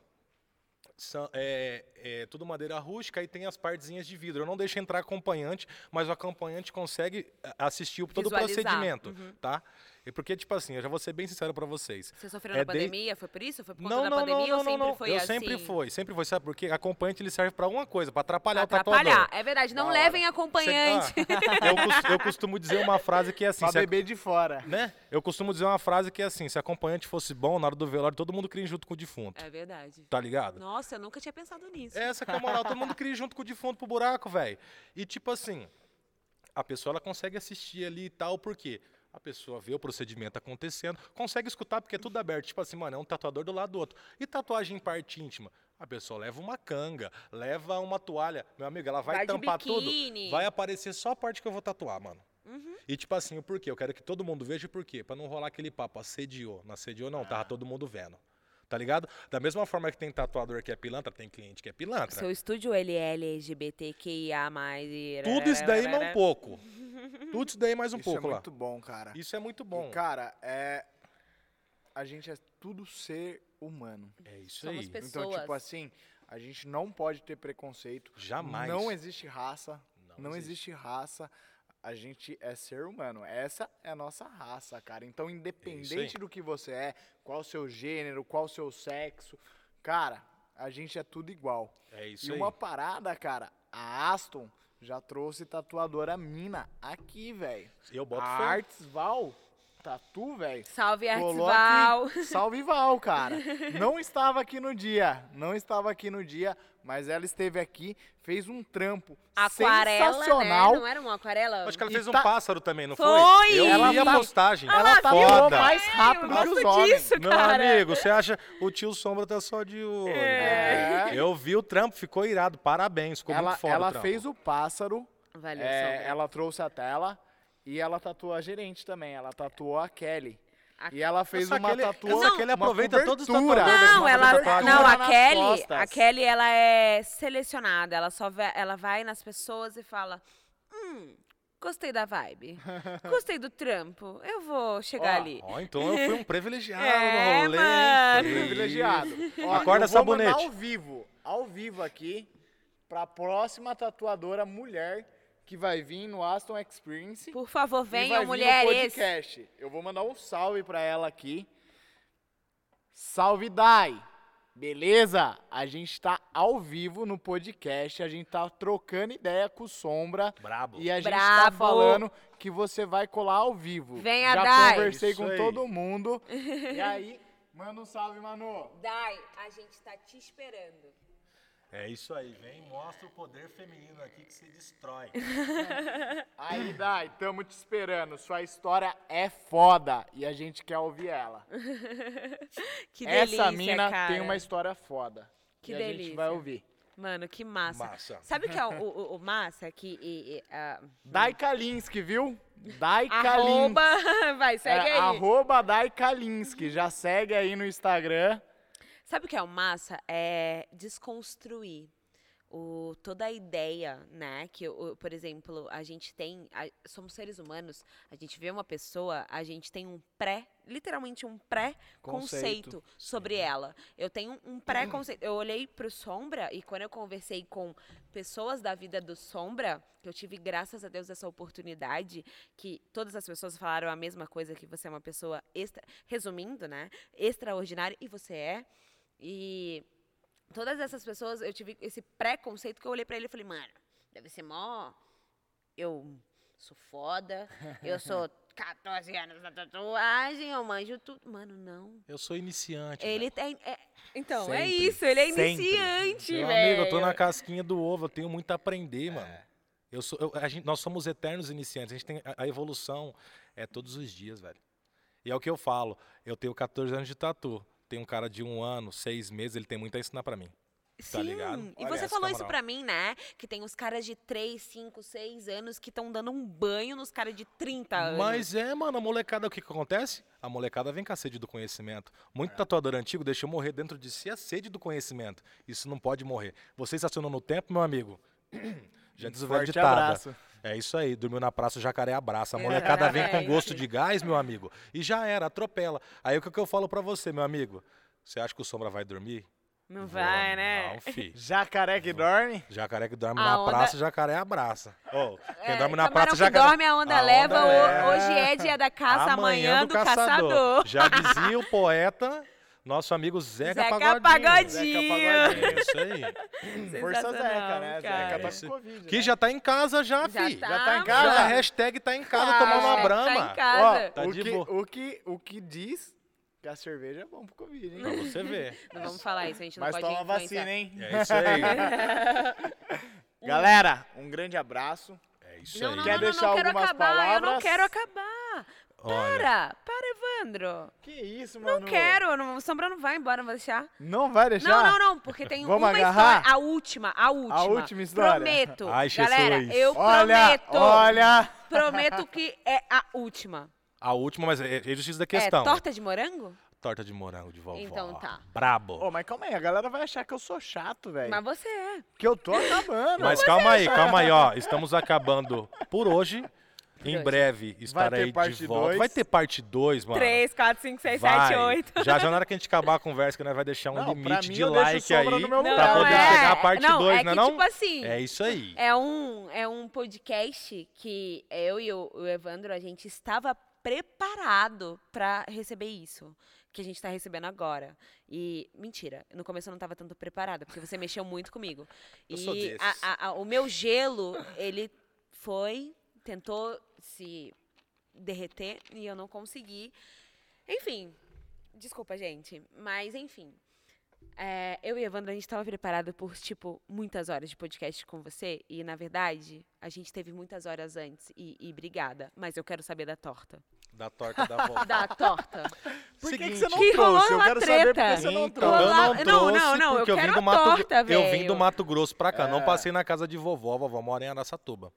Speaker 3: São- é, é tudo madeira rústica e tem as partezinhas de vidro. Eu não deixo entrar acompanhante, mas o acompanhante consegue a- assistir o- todo o
Speaker 1: Visualizar.
Speaker 3: procedimento,
Speaker 1: Uhum.
Speaker 3: tá? E porque, tipo assim, eu já vou ser bem sincero pra vocês.
Speaker 1: Você sofreu
Speaker 3: É
Speaker 1: na
Speaker 3: de-
Speaker 1: pandemia? Foi por isso? Foi por conta
Speaker 3: Não,
Speaker 1: da
Speaker 3: não, não,
Speaker 1: pandemia
Speaker 3: não,
Speaker 1: ou
Speaker 3: não,
Speaker 1: sempre
Speaker 3: não.
Speaker 1: foi
Speaker 3: eu
Speaker 1: assim?
Speaker 3: sempre foi, sempre foi, sabe por quê? Acompanhante ele serve pra uma coisa, pra atrapalhar, o tatuador.
Speaker 1: Atrapalhar. É verdade, não
Speaker 2: Da
Speaker 1: levem
Speaker 3: Cê-
Speaker 1: acompanhante.
Speaker 3: Ah, eu, cos- eu costumo dizer uma frase que é assim,
Speaker 2: Pra
Speaker 3: se a-
Speaker 2: beber de fora.
Speaker 3: né? Eu costumo dizer uma frase que é assim, se acompanhante fosse bom, na hora do velório, todo mundo cria junto com o defunto.
Speaker 1: É verdade.
Speaker 3: Tá ligado?
Speaker 1: Nossa, eu nunca tinha pensado nisso.
Speaker 3: Essa que é a moral, todo mundo cria junto com o defunto pro buraco, velho. E tipo assim, a pessoa ela consegue assistir ali e tal, por quê? A pessoa vê o procedimento acontecendo, consegue escutar porque é tudo aberto. Tipo assim, mano, é um tatuador do lado do outro. E tatuagem em parte íntima? A pessoa leva uma canga, leva uma toalha. Meu amigo, ela vai,
Speaker 1: Vai de
Speaker 3: tampar tudo.
Speaker 1: biquíni.
Speaker 3: Vai aparecer só a parte que eu vou tatuar, mano.
Speaker 1: Uhum.
Speaker 3: E tipo assim, o porquê? Eu quero que todo mundo veja o porquê. Pra não rolar aquele papo, assediou. Não assediou não,
Speaker 1: Ah.
Speaker 3: tava todo mundo vendo. Tá ligado? Da mesma forma que tem tatuador que é pilantra, tem cliente que é pilantra.
Speaker 1: Seu estúdio, ele é LGBTQIA+. e-
Speaker 3: Tudo isso daí mais um pouco. Tudo isso daí mais um
Speaker 2: Isso
Speaker 3: pouco
Speaker 2: é
Speaker 3: lá.
Speaker 2: muito bom, cara.
Speaker 3: Isso é muito
Speaker 2: E,
Speaker 3: bom.
Speaker 2: cara, é. A gente é tudo ser humano.
Speaker 3: É isso
Speaker 1: Somos
Speaker 3: aí.
Speaker 1: pessoas.
Speaker 2: Então, tipo assim, a gente não pode ter preconceito.
Speaker 3: Jamais.
Speaker 2: Não existe raça.
Speaker 3: Não
Speaker 2: Não, existe. raça. A gente é ser humano. Essa é a nossa raça, cara. Então, independente do que você é, qual o seu gênero, qual o seu sexo, cara, a gente é tudo igual.
Speaker 3: É
Speaker 2: e
Speaker 3: isso
Speaker 2: uma
Speaker 3: aí.
Speaker 2: parada, cara, a Aston já trouxe tatuadora mina aqui, velho.
Speaker 3: Eu
Speaker 2: A
Speaker 3: boto fé.
Speaker 2: Arts Val, tatu, velho.
Speaker 1: Salve,
Speaker 2: Colou
Speaker 1: Artival!
Speaker 2: aqui. Salve Val, cara. Não estava aqui no dia, não estava aqui no dia, mas ela esteve aqui, fez um trampo
Speaker 1: Aquarela,
Speaker 2: sensacional.
Speaker 1: né? Não era uma aquarela?
Speaker 3: Acho que ela
Speaker 2: E
Speaker 3: fez um
Speaker 2: tá-
Speaker 3: pássaro também, não foi?
Speaker 1: Foi!
Speaker 3: Eu
Speaker 2: Ela
Speaker 3: vi a
Speaker 2: tá-
Speaker 3: postagem.
Speaker 2: Ela
Speaker 1: tá
Speaker 2: voou
Speaker 3: foda.
Speaker 2: mais rápido
Speaker 1: Ai, eu
Speaker 2: que os
Speaker 1: gosto
Speaker 2: homens.
Speaker 1: disso,
Speaker 3: Meu
Speaker 1: cara.
Speaker 3: amigo, você acha o tio Sombra tá só de olho.
Speaker 2: É.
Speaker 3: Eu vi o trampo, ficou irado. Parabéns, ficou
Speaker 2: Ela,
Speaker 3: muito foda.
Speaker 2: ela
Speaker 3: o trampo.
Speaker 2: fez o pássaro,
Speaker 1: Valeu,
Speaker 2: é,
Speaker 1: Sombra.
Speaker 2: ela trouxe a tela e ela tatuou a gerente também, ela tatuou a Kelly.
Speaker 1: A-
Speaker 2: E ela fez
Speaker 3: Essa
Speaker 2: uma
Speaker 3: Kelly-
Speaker 2: tatuagem.
Speaker 3: essa Kelly aproveita todos os tatuadores
Speaker 1: Não,
Speaker 3: Uma
Speaker 1: ela,
Speaker 3: tatuagem.
Speaker 1: não
Speaker 2: Uma
Speaker 1: a
Speaker 2: tá nas
Speaker 1: Kelly, a
Speaker 2: costas.
Speaker 1: Kelly, ela é selecionada. Ela só vai, ela vai nas pessoas e fala, hum, gostei da vibe, gostei do trampo, eu vou chegar
Speaker 2: Ó,
Speaker 1: ali.
Speaker 3: Ó, então eu fui um privilegiado
Speaker 1: É,
Speaker 3: no rolê.
Speaker 1: mano.
Speaker 3: Que
Speaker 2: privilegiado.
Speaker 3: isso.
Speaker 2: Ó,
Speaker 3: Acorda,
Speaker 2: eu vou mandar
Speaker 3: sabonete.
Speaker 2: ao vivo, ao vivo aqui, pra próxima tatuadora mulher que vai vir no Aston Experience.
Speaker 1: Por favor,
Speaker 2: e vai
Speaker 1: venham
Speaker 2: vir No
Speaker 1: mulheres.
Speaker 2: podcast. Eu vou mandar um salve pra ela aqui. Salve, Dai! Beleza? A gente tá ao vivo no podcast, a gente tá trocando ideia com o Sombra.
Speaker 3: Brabo.
Speaker 2: E a gente tá
Speaker 1: Brabo.
Speaker 2: falando que você vai colar ao vivo.
Speaker 1: Venha,
Speaker 2: Já
Speaker 1: Dai.
Speaker 2: conversei
Speaker 3: Isso
Speaker 2: com
Speaker 3: aí.
Speaker 2: todo mundo. E aí, manda um salve, Manu.
Speaker 1: Dai, a gente tá te esperando.
Speaker 3: É isso aí, vem, mostra o poder feminino aqui que se destrói.
Speaker 2: Aí, Dai, tamo te esperando. Sua história é foda e a gente quer ouvir ela.
Speaker 1: Que delícia,
Speaker 2: Essa mina
Speaker 1: cara.
Speaker 2: tem uma história foda.
Speaker 1: Que
Speaker 2: e a gente
Speaker 1: delícia.
Speaker 2: vai ouvir.
Speaker 1: Mano, que massa.
Speaker 3: Massa.
Speaker 1: Sabe o que é o, o- o massa? Que e- e, ah,
Speaker 2: Dai Kalinski, viu? Dai Kalinski.
Speaker 1: arroba, vai, segue
Speaker 2: É,
Speaker 1: aí.
Speaker 2: arroba Dai Kalinski. Já segue aí no Instagram.
Speaker 1: Sabe o que é o massa? É desconstruir o, toda a ideia, né? Que, o- por exemplo, a gente tem. a- somos seres humanos, a gente vê uma pessoa, a gente tem um pré. Literalmente um pré-conceito sobre ela. Eu tenho um pré-conceito. Eu olhei pro Sombra e quando eu conversei com pessoas da vida do Sombra, que eu tive, graças a Deus, essa oportunidade, que todas as pessoas falaram a mesma coisa, que você é uma pessoa extra. Resumindo, né? Extraordinária, e você é. E todas essas pessoas, eu tive esse preconceito que eu olhei pra ele e falei, mano, deve ser mó. Eu sou foda, eu sou 14 anos na tatuagem, eu manjo tudo. Mano, não.
Speaker 3: Eu sou iniciante. né?
Speaker 1: Ele tem. é- então, é
Speaker 2: Sempre,
Speaker 1: isso, ele é
Speaker 2: sempre.
Speaker 1: iniciante,
Speaker 3: Meu
Speaker 1: velho.
Speaker 3: amigo, eu tô na tá casquinha do ovo, eu tenho muito a aprender, mano. Eu sou, eu- a gente, nós somos eternos iniciantes, a gente tem a, a evolução é todos os dias, velho. E é o que eu falo, eu tenho 14 anos de tatu. tem um cara de um ano, seis meses, ele tem muito a ensinar pra mim.
Speaker 1: Sim,
Speaker 3: ligado?
Speaker 1: e
Speaker 3: Olha
Speaker 1: você
Speaker 3: essa,
Speaker 1: falou
Speaker 3: na
Speaker 1: isso
Speaker 3: moral.
Speaker 1: pra mim, né? Que tem uns caras de 3, 5, 6 anos que estão dando um banho nos caras de 30 anos.
Speaker 3: Mas é, mano, a molecada, o que, que acontece? A molecada vem com a sede do conhecimento. Muito tatuador antigo deixou morrer dentro de si a sede do conhecimento. Isso não pode morrer. Você estacionou no tempo, meu amigo. Já diz o
Speaker 2: Um
Speaker 3: velho
Speaker 2: Forte
Speaker 3: ditado.
Speaker 2: abraço.
Speaker 3: É isso aí, dormiu na praça, o jacaré abraça. A molecada vem com
Speaker 1: Exatamente.
Speaker 3: gosto de gás, meu amigo, e já era, atropela. Aí o que que eu falo pra você, meu amigo? Você acha que o Sombra vai dormir?
Speaker 1: Não vai, né?
Speaker 3: Não, fi.
Speaker 2: Jacaré que dorme?
Speaker 3: Jacaré que dorme
Speaker 1: A
Speaker 3: na
Speaker 1: onda-
Speaker 3: praça, jacaré abraça. Ô, quem
Speaker 1: É,
Speaker 3: dorme na
Speaker 1: camarão
Speaker 3: praça,
Speaker 1: que
Speaker 3: jacaré...
Speaker 1: dorme, é a onda
Speaker 3: A
Speaker 1: leva.
Speaker 3: onda
Speaker 1: o-
Speaker 3: leva.
Speaker 1: Hoje é dia da caça, amanhã, do, caçador.
Speaker 3: Já dizia o poeta, nosso amigo Zeca,
Speaker 1: Zeca
Speaker 3: Pagodinho.
Speaker 1: Pagodinho.
Speaker 3: É isso aí.
Speaker 2: Força Zeca,
Speaker 1: Sensacional,
Speaker 2: né?
Speaker 1: cara.
Speaker 2: Zeca tá
Speaker 3: Esse-
Speaker 2: com Covid.
Speaker 3: Que
Speaker 2: né?
Speaker 3: já tá em casa já, fi.
Speaker 2: Já tá em
Speaker 1: mano.
Speaker 2: casa?
Speaker 3: Já a hashtag tá em casa, tomar uma
Speaker 1: Hashtag Tá
Speaker 3: brama.
Speaker 1: em casa.
Speaker 2: Ó,
Speaker 3: Tá
Speaker 2: o,
Speaker 3: de
Speaker 2: que,
Speaker 3: boa.
Speaker 2: o, que, o que diz que a cerveja é bom pro Covid,
Speaker 3: Pra
Speaker 2: hein?
Speaker 3: você ver.
Speaker 1: Não vamos falar isso, a gente não
Speaker 2: Mas
Speaker 1: pode
Speaker 2: toma
Speaker 1: influenciar.
Speaker 2: vacina, hein?
Speaker 3: É isso aí.
Speaker 2: Galera, um grande abraço.
Speaker 3: É isso
Speaker 1: Não,
Speaker 3: aí.
Speaker 1: não,
Speaker 2: Quer
Speaker 1: não, não,
Speaker 2: deixar
Speaker 1: não quero
Speaker 2: algumas
Speaker 1: acabar, eu não
Speaker 2: palavras?
Speaker 1: quero acabar.
Speaker 3: Olha,
Speaker 1: Para, para, Evandro.
Speaker 2: Que isso,
Speaker 1: Não
Speaker 2: mano?
Speaker 1: quero, não, o Sombra não vai embora, não vai deixar.
Speaker 2: Não vai deixar?
Speaker 1: Não, não, não, porque tem
Speaker 2: Vamos
Speaker 1: uma
Speaker 2: agarrar?
Speaker 1: história, a última, a última.
Speaker 2: última história.
Speaker 1: Prometo.
Speaker 3: Ai, Jesus.
Speaker 1: Galera, eu
Speaker 2: Olha,
Speaker 1: prometo.
Speaker 2: olha.
Speaker 1: Prometo que é a última.
Speaker 3: a última, mas é é justiça da questão.
Speaker 1: É torta de morango?
Speaker 3: Torta de morango de vovó.
Speaker 1: Então tá.
Speaker 3: Brabo.
Speaker 2: Ô, mas calma aí, a galera vai achar que eu sou chato, velho.
Speaker 1: Mas você é.
Speaker 2: Que eu tô acabando.
Speaker 3: Mas calma aí, calma aí, ó. Estamos acabando por hoje. Em
Speaker 1: hoje.
Speaker 3: breve estarei de
Speaker 2: parte
Speaker 3: volta.
Speaker 2: dois.
Speaker 3: Vai ter parte 2, mano.
Speaker 1: 3, 4, 5, 6, 7,
Speaker 3: Vai.
Speaker 1: 8.
Speaker 3: Já já na hora que a gente acabar a conversa, que nós vai deixar um
Speaker 2: Não, pra
Speaker 3: limite
Speaker 2: mim,
Speaker 3: de
Speaker 2: eu deixo
Speaker 3: like aí
Speaker 2: sobra no meu
Speaker 3: pra
Speaker 2: lugar.
Speaker 3: poder
Speaker 2: Não, é-
Speaker 3: chegar a parte 2,
Speaker 1: não,
Speaker 3: não
Speaker 1: é
Speaker 3: é
Speaker 1: que,
Speaker 3: não?
Speaker 1: tipo assim,
Speaker 3: É isso aí.
Speaker 1: É um, é um podcast que eu e o, o Evandro, a gente estava preparado para receber isso que a gente está recebendo agora. E, mentira, no começo eu não estava tanto preparada, porque você mexeu muito comigo.
Speaker 3: Eu sou
Speaker 1: e
Speaker 3: desses.
Speaker 1: a- a- a- o meu gelo, ele foi, tentou se derreter e eu não consegui. Enfim, desculpa, gente, mas enfim. É, eu e Evandro, a gente estava preparado por, tipo, muitas horas de podcast com você. E, na verdade, a gente teve muitas horas antes. E, e obrigada. Mas eu quero saber da torta.
Speaker 3: Da torta da vovó.
Speaker 1: Da torta.
Speaker 2: Por que, que
Speaker 3: Seguinte.
Speaker 2: você não
Speaker 1: Que rolou
Speaker 2: trouxe? Eu
Speaker 1: uma
Speaker 2: quero saber por
Speaker 1: treta.
Speaker 2: que você não
Speaker 3: Então,
Speaker 2: trouxe.
Speaker 3: eu
Speaker 1: Olá- Não,
Speaker 3: não trouxe
Speaker 1: não, não, eu
Speaker 3: porque
Speaker 1: quero
Speaker 3: vim do
Speaker 1: a
Speaker 3: Mato
Speaker 1: torta,
Speaker 3: Eu vim
Speaker 1: velho.
Speaker 3: do Mato Grosso pra cá, não
Speaker 2: É.
Speaker 3: passei na casa de vovó, vovó mora em Araçatuba.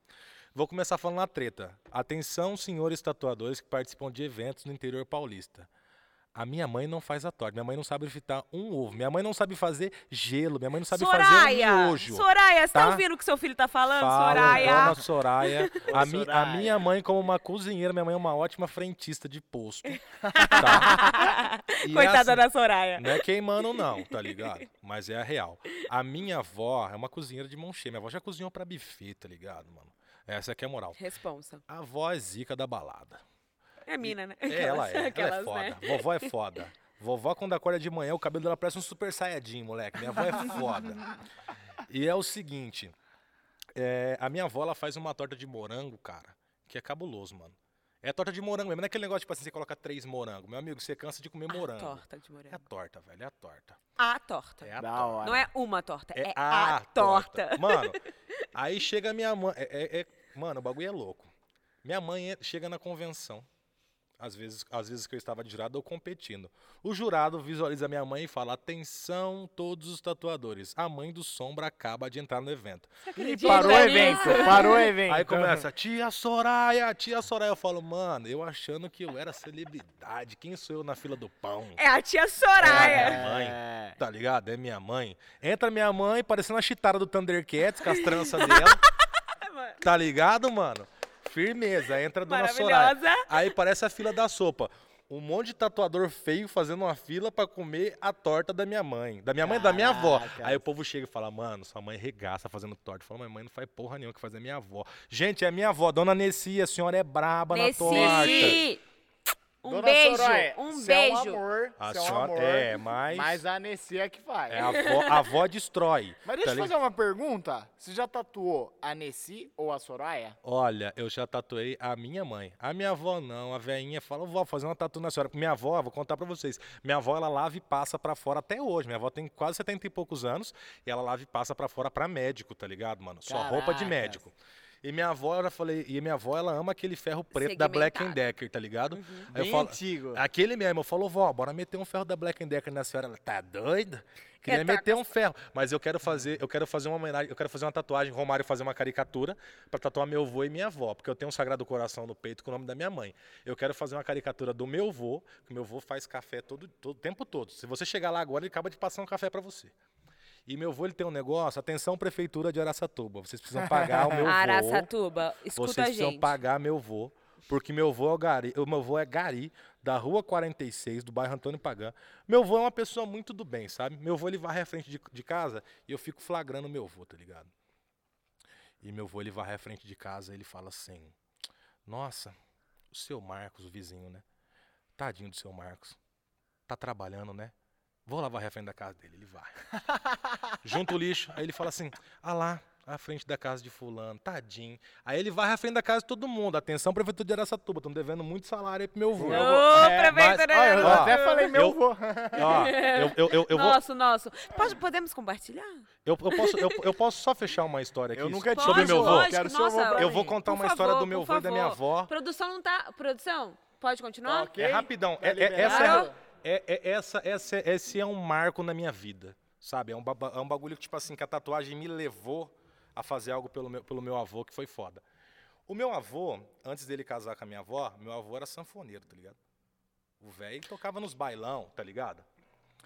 Speaker 3: Vou começar falando na treta. Atenção, senhores tatuadores que participam de eventos no interior paulista. A minha mãe não faz a torta, minha mãe não sabe fritar um ovo, minha mãe não sabe fazer gelo, minha mãe não sabe fazer um miojo.
Speaker 1: Soraya, você tá,
Speaker 3: tá?
Speaker 1: ouvindo o que seu filho tá falando,
Speaker 3: Fala,
Speaker 1: Soraya?
Speaker 3: Dona Soraya.
Speaker 2: Ô,
Speaker 3: A, mi- a
Speaker 2: Soraya.
Speaker 3: minha mãe, como uma cozinheira, minha mãe é uma ótima frentista de posto. Tá? E
Speaker 1: Coitada
Speaker 3: assim,
Speaker 1: da Soraya.
Speaker 3: Não é queimando, não, tá ligado? Mas é a real. A minha avó é uma cozinheira de mão cheia. Minha avó já cozinhou pra buffet, tá ligado, mano? Essa aqui é a moral.
Speaker 1: Responsa.
Speaker 3: A avó é zica da balada.
Speaker 1: É mina, né?
Speaker 3: É, ela é. ela é
Speaker 1: Aquelas,
Speaker 3: foda.
Speaker 1: né?
Speaker 3: Vovó é foda. Vovó, quando acorda de manhã, o cabelo dela parece um super saiyajin, moleque. Minha avó é foda. E é o seguinte: é, a minha avó ela faz uma torta de morango, cara, que é cabuloso, mano. É torta de morango mesmo. Não é aquele negócio, tipo assim, você coloca três morangos. Meu amigo, você cansa de comer
Speaker 1: A
Speaker 3: morango.
Speaker 1: torta de
Speaker 3: É a
Speaker 1: morango.
Speaker 3: torta, velho. É a torta.
Speaker 1: A torta.
Speaker 3: É a
Speaker 2: Da
Speaker 3: torta.
Speaker 2: hora.
Speaker 1: Não é uma torta, é,
Speaker 3: É
Speaker 1: a, torta.
Speaker 3: Mano, aí chega a minha mãe. é- é- é- mano, o bagulho é louco. Minha mãe é- chega na convenção. Às vezes, às vezes que eu estava de jurado ou competindo. O jurado visualiza minha mãe e fala: Atenção, todos os tatuadores. A mãe do sombra acaba de entrar no evento.
Speaker 2: Ih, parou o
Speaker 1: nisso?
Speaker 2: evento, parou o evento.
Speaker 1: então.
Speaker 3: Aí começa, tia Soraya, tia Soraya. Eu falo, mano, eu achando que eu era celebridade. Quem sou eu na fila do pão?
Speaker 1: É a tia Soraya.
Speaker 3: É. Mãe.
Speaker 2: É.
Speaker 3: Tá ligado? É minha mãe. Entra minha mãe parecendo a chitara do Thundercats com as tranças dela.
Speaker 1: mano.
Speaker 3: Tá ligado, mano? Firmeza, entra a dona Soraya.
Speaker 1: Maravilhosa.
Speaker 3: Aí parece a fila da sopa. Um monte de tatuador feio fazendo uma fila pra comer a torta da minha mãe. Da minha mãe, da minha avó.
Speaker 2: Caraca.
Speaker 3: Aí o povo chega e fala, mano, sua mãe regaça fazendo torta. Fala, mãe, mãe não faz porra nenhuma que faz é minha avó. Gente, é minha avó, dona Nessi, a senhora é braba
Speaker 1: Nessi,
Speaker 3: na torta.
Speaker 1: Um
Speaker 2: Dona
Speaker 1: beijo,
Speaker 2: Soraya,
Speaker 1: um
Speaker 2: você
Speaker 1: beijo.
Speaker 2: É um amor,
Speaker 3: A
Speaker 2: você é um
Speaker 3: senhora-
Speaker 2: amor,
Speaker 3: é, mas-
Speaker 2: Mas a Nessie é que faz.
Speaker 3: É, a avó, a avó destrói.
Speaker 2: Mas
Speaker 3: tá
Speaker 2: deixa eu
Speaker 3: ligado?
Speaker 2: fazer uma pergunta. Você já tatuou a Nessie ou a Soraya?
Speaker 3: Olha, eu já tatuei a minha mãe. A minha avó não, a velhinha fala, vó, fazer uma tatu na senhora. Minha avó, vou contar pra vocês. Minha avó, ela lava e passa pra fora até hoje. Minha avó tem quase 70 e poucos anos e ela lava e passa pra fora pra médico, tá ligado, mano? Só roupa de
Speaker 2: Caracas.
Speaker 3: médico. E minha avó, eu já falei, e minha avó, ela ama aquele ferro preto da Black and
Speaker 1: Segmentado.
Speaker 3: Decker, tá ligado? Aí eu
Speaker 2: Bem
Speaker 3: falo, Ah,
Speaker 2: antigo.
Speaker 3: aquele mesmo, eu falo, vó, bora meter um ferro da Black and Decker na senhora. Ela, tá doida?
Speaker 1: Quer
Speaker 3: Queria
Speaker 1: tá
Speaker 3: meter
Speaker 1: com
Speaker 3: um ferro, mas eu quero fazer, eu quero fazer uma homenagem, eu quero fazer uma tatuagem, Romário fazer uma caricatura pra tatuar meu avô e minha avó, porque eu tenho um sagrado coração no peito com o nome da minha mãe. Eu quero fazer uma caricatura do meu avô, que meu avô faz café todo todo o tempo todo. Se você chegar lá agora, ele acaba de passar um café pra você. E meu avô, ele tem um negócio, atenção prefeitura de Araçatuba, vocês precisam pagar o meu avô.
Speaker 1: Araçatuba, escuta
Speaker 3: Vocês
Speaker 1: a
Speaker 3: precisam
Speaker 1: gente.
Speaker 3: pagar meu vô, porque meu vô é o Gari, o meu vô é Gari, da rua 46, do bairro Antônio Pagã. Meu vô é uma pessoa muito do bem, sabe? Meu vô, ele varre a frente de, de casa e eu fico flagrando meu vô, tá ligado? E meu vô, ele varre a frente de casa e ele fala assim, nossa, o seu Marcos, o vizinho, né? Tadinho do seu Marcos. Tá trabalhando, né? Vou lá varrer a frente da casa dele, ele vai. Junta o lixo, aí ele fala assim, ah lá, a frente da casa de fulano, tadinho. Aí ele varre a frente da casa de todo mundo. Atenção, prefeitura de Araçatuba, estão devendo muito salário aí pro meu vô.
Speaker 1: Ô,
Speaker 2: Eu vou- é,
Speaker 1: prefeitura
Speaker 2: Ah, eu
Speaker 1: Araçatuba.
Speaker 3: Ó,
Speaker 2: até falei meu
Speaker 3: eu-
Speaker 2: avô.
Speaker 3: Ó, eu, eu, eu, eu vou,
Speaker 1: Nosso, nosso. Pode- podemos compartilhar?
Speaker 3: eu, eu posso, eu, eu posso só fechar uma história aqui?
Speaker 2: Eu nunca
Speaker 1: Pode,
Speaker 2: tive
Speaker 3: sobre meu
Speaker 2: avô.
Speaker 3: vô.
Speaker 1: lógico,
Speaker 2: Quero seu avô
Speaker 1: nossa.
Speaker 2: pra
Speaker 3: Eu vou
Speaker 2: mim.
Speaker 3: contar uma
Speaker 1: Por
Speaker 3: história
Speaker 1: favor,
Speaker 3: do meu
Speaker 1: por
Speaker 3: avô e da minha
Speaker 1: favor.
Speaker 3: avó.
Speaker 1: Produção não tá... Produção, pode continuar?
Speaker 2: Ok.
Speaker 3: É rapidão.
Speaker 2: Tá
Speaker 3: É, é-
Speaker 2: liberado.
Speaker 3: essa,
Speaker 1: Parou?
Speaker 3: é, é- é- essa, essa, é- esse é um marco na minha vida, sabe? É um, baba- é um bagulho que, tipo assim, que a tatuagem me levou a fazer algo pelo meu, pelo meu avô, que foi foda. O meu avô, antes dele casar com a minha avó, meu avô era sanfoneiro, tá ligado? O velho tocava nos bailão, tá ligado?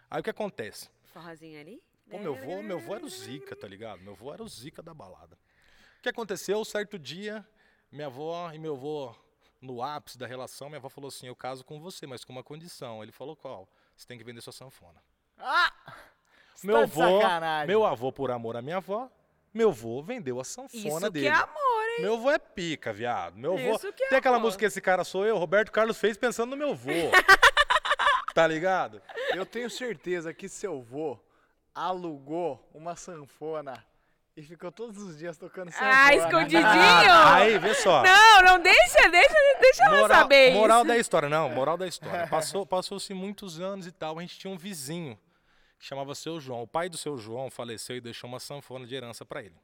Speaker 3: Aí o que acontece?
Speaker 1: Forrozinho ali?
Speaker 3: O meu vô, meu vô era o Zica, tá ligado? Meu vô era o Zica da balada. O que aconteceu? Certo dia, minha avó e meu vô, no ápice da relação, minha avó falou assim: Eu caso com você, mas com uma condição. Ele falou: Qual? Você tem que vender sua sanfona.
Speaker 2: Ah! Você
Speaker 3: Meu
Speaker 2: tá de
Speaker 3: avô,
Speaker 2: sacanagem.
Speaker 3: meu avô, por amor à minha avó, meu vô vendeu a
Speaker 1: Isso
Speaker 3: sanfona
Speaker 1: que
Speaker 3: dele.
Speaker 1: é amor, hein?
Speaker 3: Meu vô é pica, viado. Meu vô.
Speaker 1: Isso que é
Speaker 3: Tem aquela
Speaker 1: amor.
Speaker 3: música Esse Cara Sou Eu, Roberto Carlos fez pensando no meu vô. tá ligado?
Speaker 2: Eu tenho certeza que seu avô alugou uma sanfona e ficou todos os dias tocando sanfona.
Speaker 1: Ah, escondidinho?
Speaker 3: Ah, aí, vê só.
Speaker 1: Não, não deixa, deixa, deixa ela saber isso. É.
Speaker 3: moral da história, não, moral da história. Passou, passou-se muitos anos e tal, a gente tinha um vizinho que chamava Seu João. O pai do Seu João faleceu e deixou uma sanfona de herança pra ele.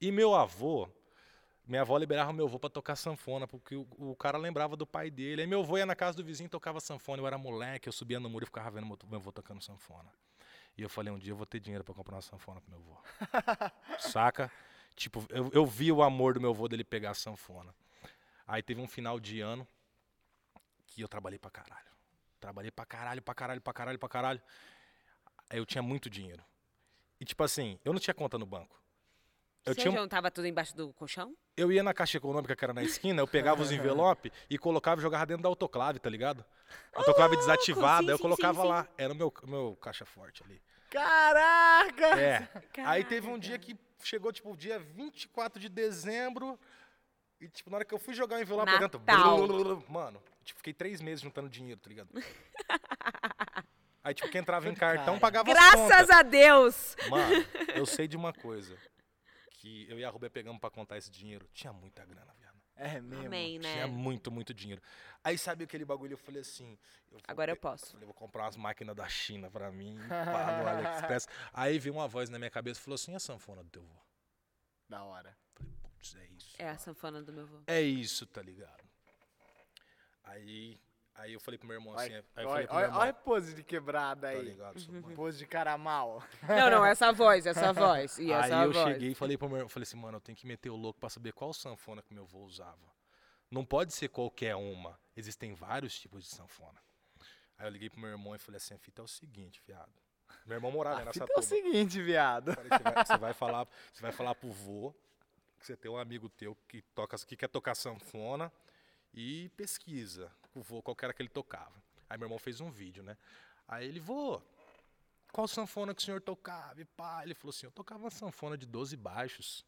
Speaker 3: E meu avô, minha avó liberava meu avô pra tocar sanfona, porque o, o cara lembrava do pai dele. Aí meu avô ia na casa do vizinho e tocava sanfona. Eu era moleque, eu subia no muro e ficava vendo meu, meu avô tocando sanfona. E eu falei, um dia eu vou ter dinheiro pra comprar uma sanfona pro meu avô. Saca? Tipo, eu, eu vi o amor do meu avô dele pegar a sanfona. Aí teve um final de ano que eu trabalhei pra caralho. Trabalhei pra caralho, pra caralho, pra caralho, pra caralho. Aí eu tinha muito dinheiro. E tipo assim, eu não tinha conta no banco. Eu
Speaker 1: Você
Speaker 3: tinha um-
Speaker 1: não tava tudo embaixo do colchão?
Speaker 3: eu ia na caixa econômica, que era na esquina, eu pegava os envelopes e colocava e jogava dentro da autoclave, tá ligado? Autoclave desativada,
Speaker 1: sim,
Speaker 3: eu
Speaker 1: sim,
Speaker 3: colocava
Speaker 1: sim,
Speaker 3: lá. Era o meu, meu caixa forte ali.
Speaker 2: Caraca!
Speaker 3: É. Aí teve um dia que chegou, tipo, o dia 24 de dezembro. E, tipo, na hora que eu fui jogar o envelope pra dentro.
Speaker 1: Natal.
Speaker 3: blulululu, Mano, tipo, fiquei três meses juntando dinheiro, tá ligado? Aí, tipo, quem entrava em cartão pagava as
Speaker 1: Graças a Deus!
Speaker 3: Mano, eu sei de uma coisa. Que eu e a Rubia pegamos pra contar esse dinheiro. Tinha muita grana, viado.
Speaker 2: É mesmo.
Speaker 1: Amém, né?
Speaker 3: Tinha muito, muito dinheiro. Aí sabe aquele bagulho? Eu falei assim. eu vou
Speaker 1: Agora eu
Speaker 3: pe-
Speaker 1: posso.
Speaker 3: falei, vou comprar umas máquinas da China pra mim, pá, no AliExpress. Aí veio uma voz na minha cabeça e falou assim: "E a sanfona do teu vô.
Speaker 2: Da hora.
Speaker 3: Putz, é isso.
Speaker 1: É a sanfona do meu vô.
Speaker 3: É isso, tá ligado? Aí, aí eu falei pro meu irmão assim.
Speaker 2: Olha,
Speaker 3: aí eu falei
Speaker 2: olha,
Speaker 3: pro meu irmão,
Speaker 2: olha a pose de quebrada
Speaker 3: tá
Speaker 2: aí. Uhum.
Speaker 3: ligado, seu mano?
Speaker 2: pose de cara mal.
Speaker 1: Não, não, essa voz, essa voz. E
Speaker 3: Aí
Speaker 1: essa
Speaker 3: eu
Speaker 1: voz.
Speaker 3: cheguei e falei pro meu irmão, falei assim, mano, eu tenho que meter o louco pra saber qual sanfona que meu avô usava. Não pode ser qualquer uma. Existem vários tipos de sanfona. Aí eu liguei pro meu irmão e falei assim, a fita é o seguinte, fiado. Meu irmão morava
Speaker 2: A fita
Speaker 3: nessa
Speaker 2: é o
Speaker 3: turma.
Speaker 2: seguinte, viado.
Speaker 3: Falei, você, vai, você vai falar, você vai falar pro vô que você tem um amigo teu que toca, que quer tocar sanfona e pesquisa com o vô qual que era que ele tocava. Aí meu irmão fez um vídeo, né? Aí ele, vô, qual sanfona que o senhor tocava? E pá, ele falou assim, eu tocava uma sanfona de 12 baixos.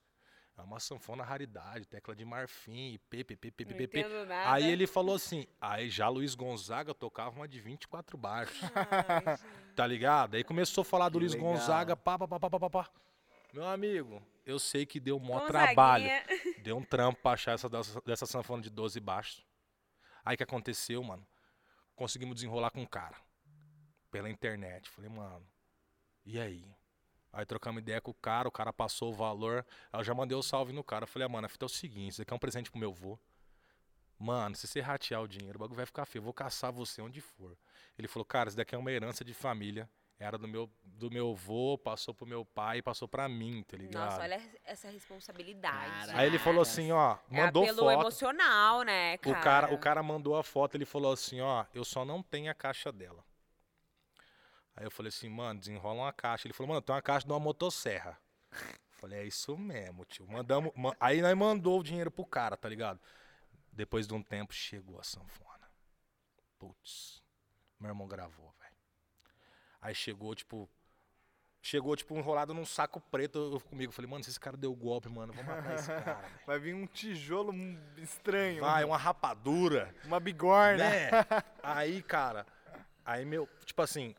Speaker 3: É uma sanfona raridade, tecla de marfim, e p, p, p, p, p,
Speaker 1: Não
Speaker 3: p, p.
Speaker 1: entendo nada.
Speaker 3: Aí ele falou assim, aí já Luiz Gonzaga tocava uma de 24 baixos. Tá ligado? Aí começou a falar
Speaker 2: Que
Speaker 3: do Luiz
Speaker 2: legal.
Speaker 3: Gonzaga, pá, pá, pá, pá, pá, pá, pá. Meu amigo, eu sei que deu mó
Speaker 1: Gonzaguinha.
Speaker 3: trabalho. Deu um trampo pra achar essa dessa, dessa sanfona de 12 baixos. Aí o que aconteceu, mano? Conseguimos desenrolar com o cara. Pela internet. Falei, mano, e aí? Aí trocamos ideia com o cara, o cara passou o valor. Aí eu já mandei o salve no cara. Eu falei, ah, mano, a fita é o seguinte, isso aqui é um presente pro meu vô. Mano, se você ratear o dinheiro, o bagulho vai ficar feio. Eu vou caçar você onde for. Ele falou, cara, isso daqui é uma herança de família. Era do meu, do meu vô, passou pro meu pai, passou pra mim, tá ligado?
Speaker 1: Nossa, olha essa responsabilidade.
Speaker 3: Aí ele falou assim, ó, mandou
Speaker 1: é apelo
Speaker 3: foto.
Speaker 1: emocional, né,
Speaker 3: O
Speaker 1: cara?
Speaker 3: cara, o cara mandou a foto, ele falou assim, ó, eu só não tenho a caixa dela. Aí eu falei assim, mano, desenrola uma caixa. Ele falou, mano, tem uma caixa de uma motosserra. Falei, é isso mesmo, tio. Mandamos, ma- aí nós mandou o dinheiro pro cara, tá ligado? Depois de um tempo chegou a sanfona. Putz. Meu irmão gravou, velho. Aí chegou, tipo, chegou tipo enrolado num saco preto eu- comigo. Falei, mano, se esse cara deu golpe, mano, vamos matar esse cara, velho.
Speaker 2: Vai vir um tijolo hum, estranho.
Speaker 3: Vai, um uma rapadura.
Speaker 2: Uma bigorna.
Speaker 3: Né? Aí, cara, aí meu, tipo assim,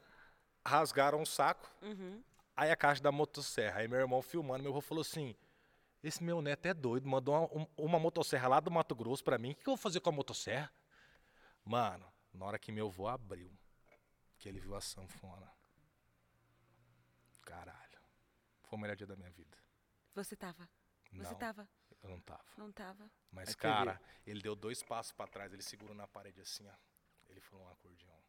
Speaker 3: rasgaram o saco,
Speaker 1: Uhum.
Speaker 3: aí a caixa da motosserra. Aí meu irmão filmando, meu avô falou assim: esse meu neto é doido, mandou uma, um- uma motosserra lá do Mato Grosso pra mim, o que que eu vou fazer com a motosserra? Mano, na hora que meu avô abriu, que ele viu a sanfona. Caralho, foi o melhor dia da minha vida.
Speaker 1: Você tava. Você tá
Speaker 3: não,
Speaker 1: tava.
Speaker 3: eu não tava.
Speaker 1: Não tava.
Speaker 3: Mas,
Speaker 2: Aí teve-
Speaker 3: cara, ele deu dois passos pra trás, ele segurou na parede assim, ó. Ele falou um acordeão.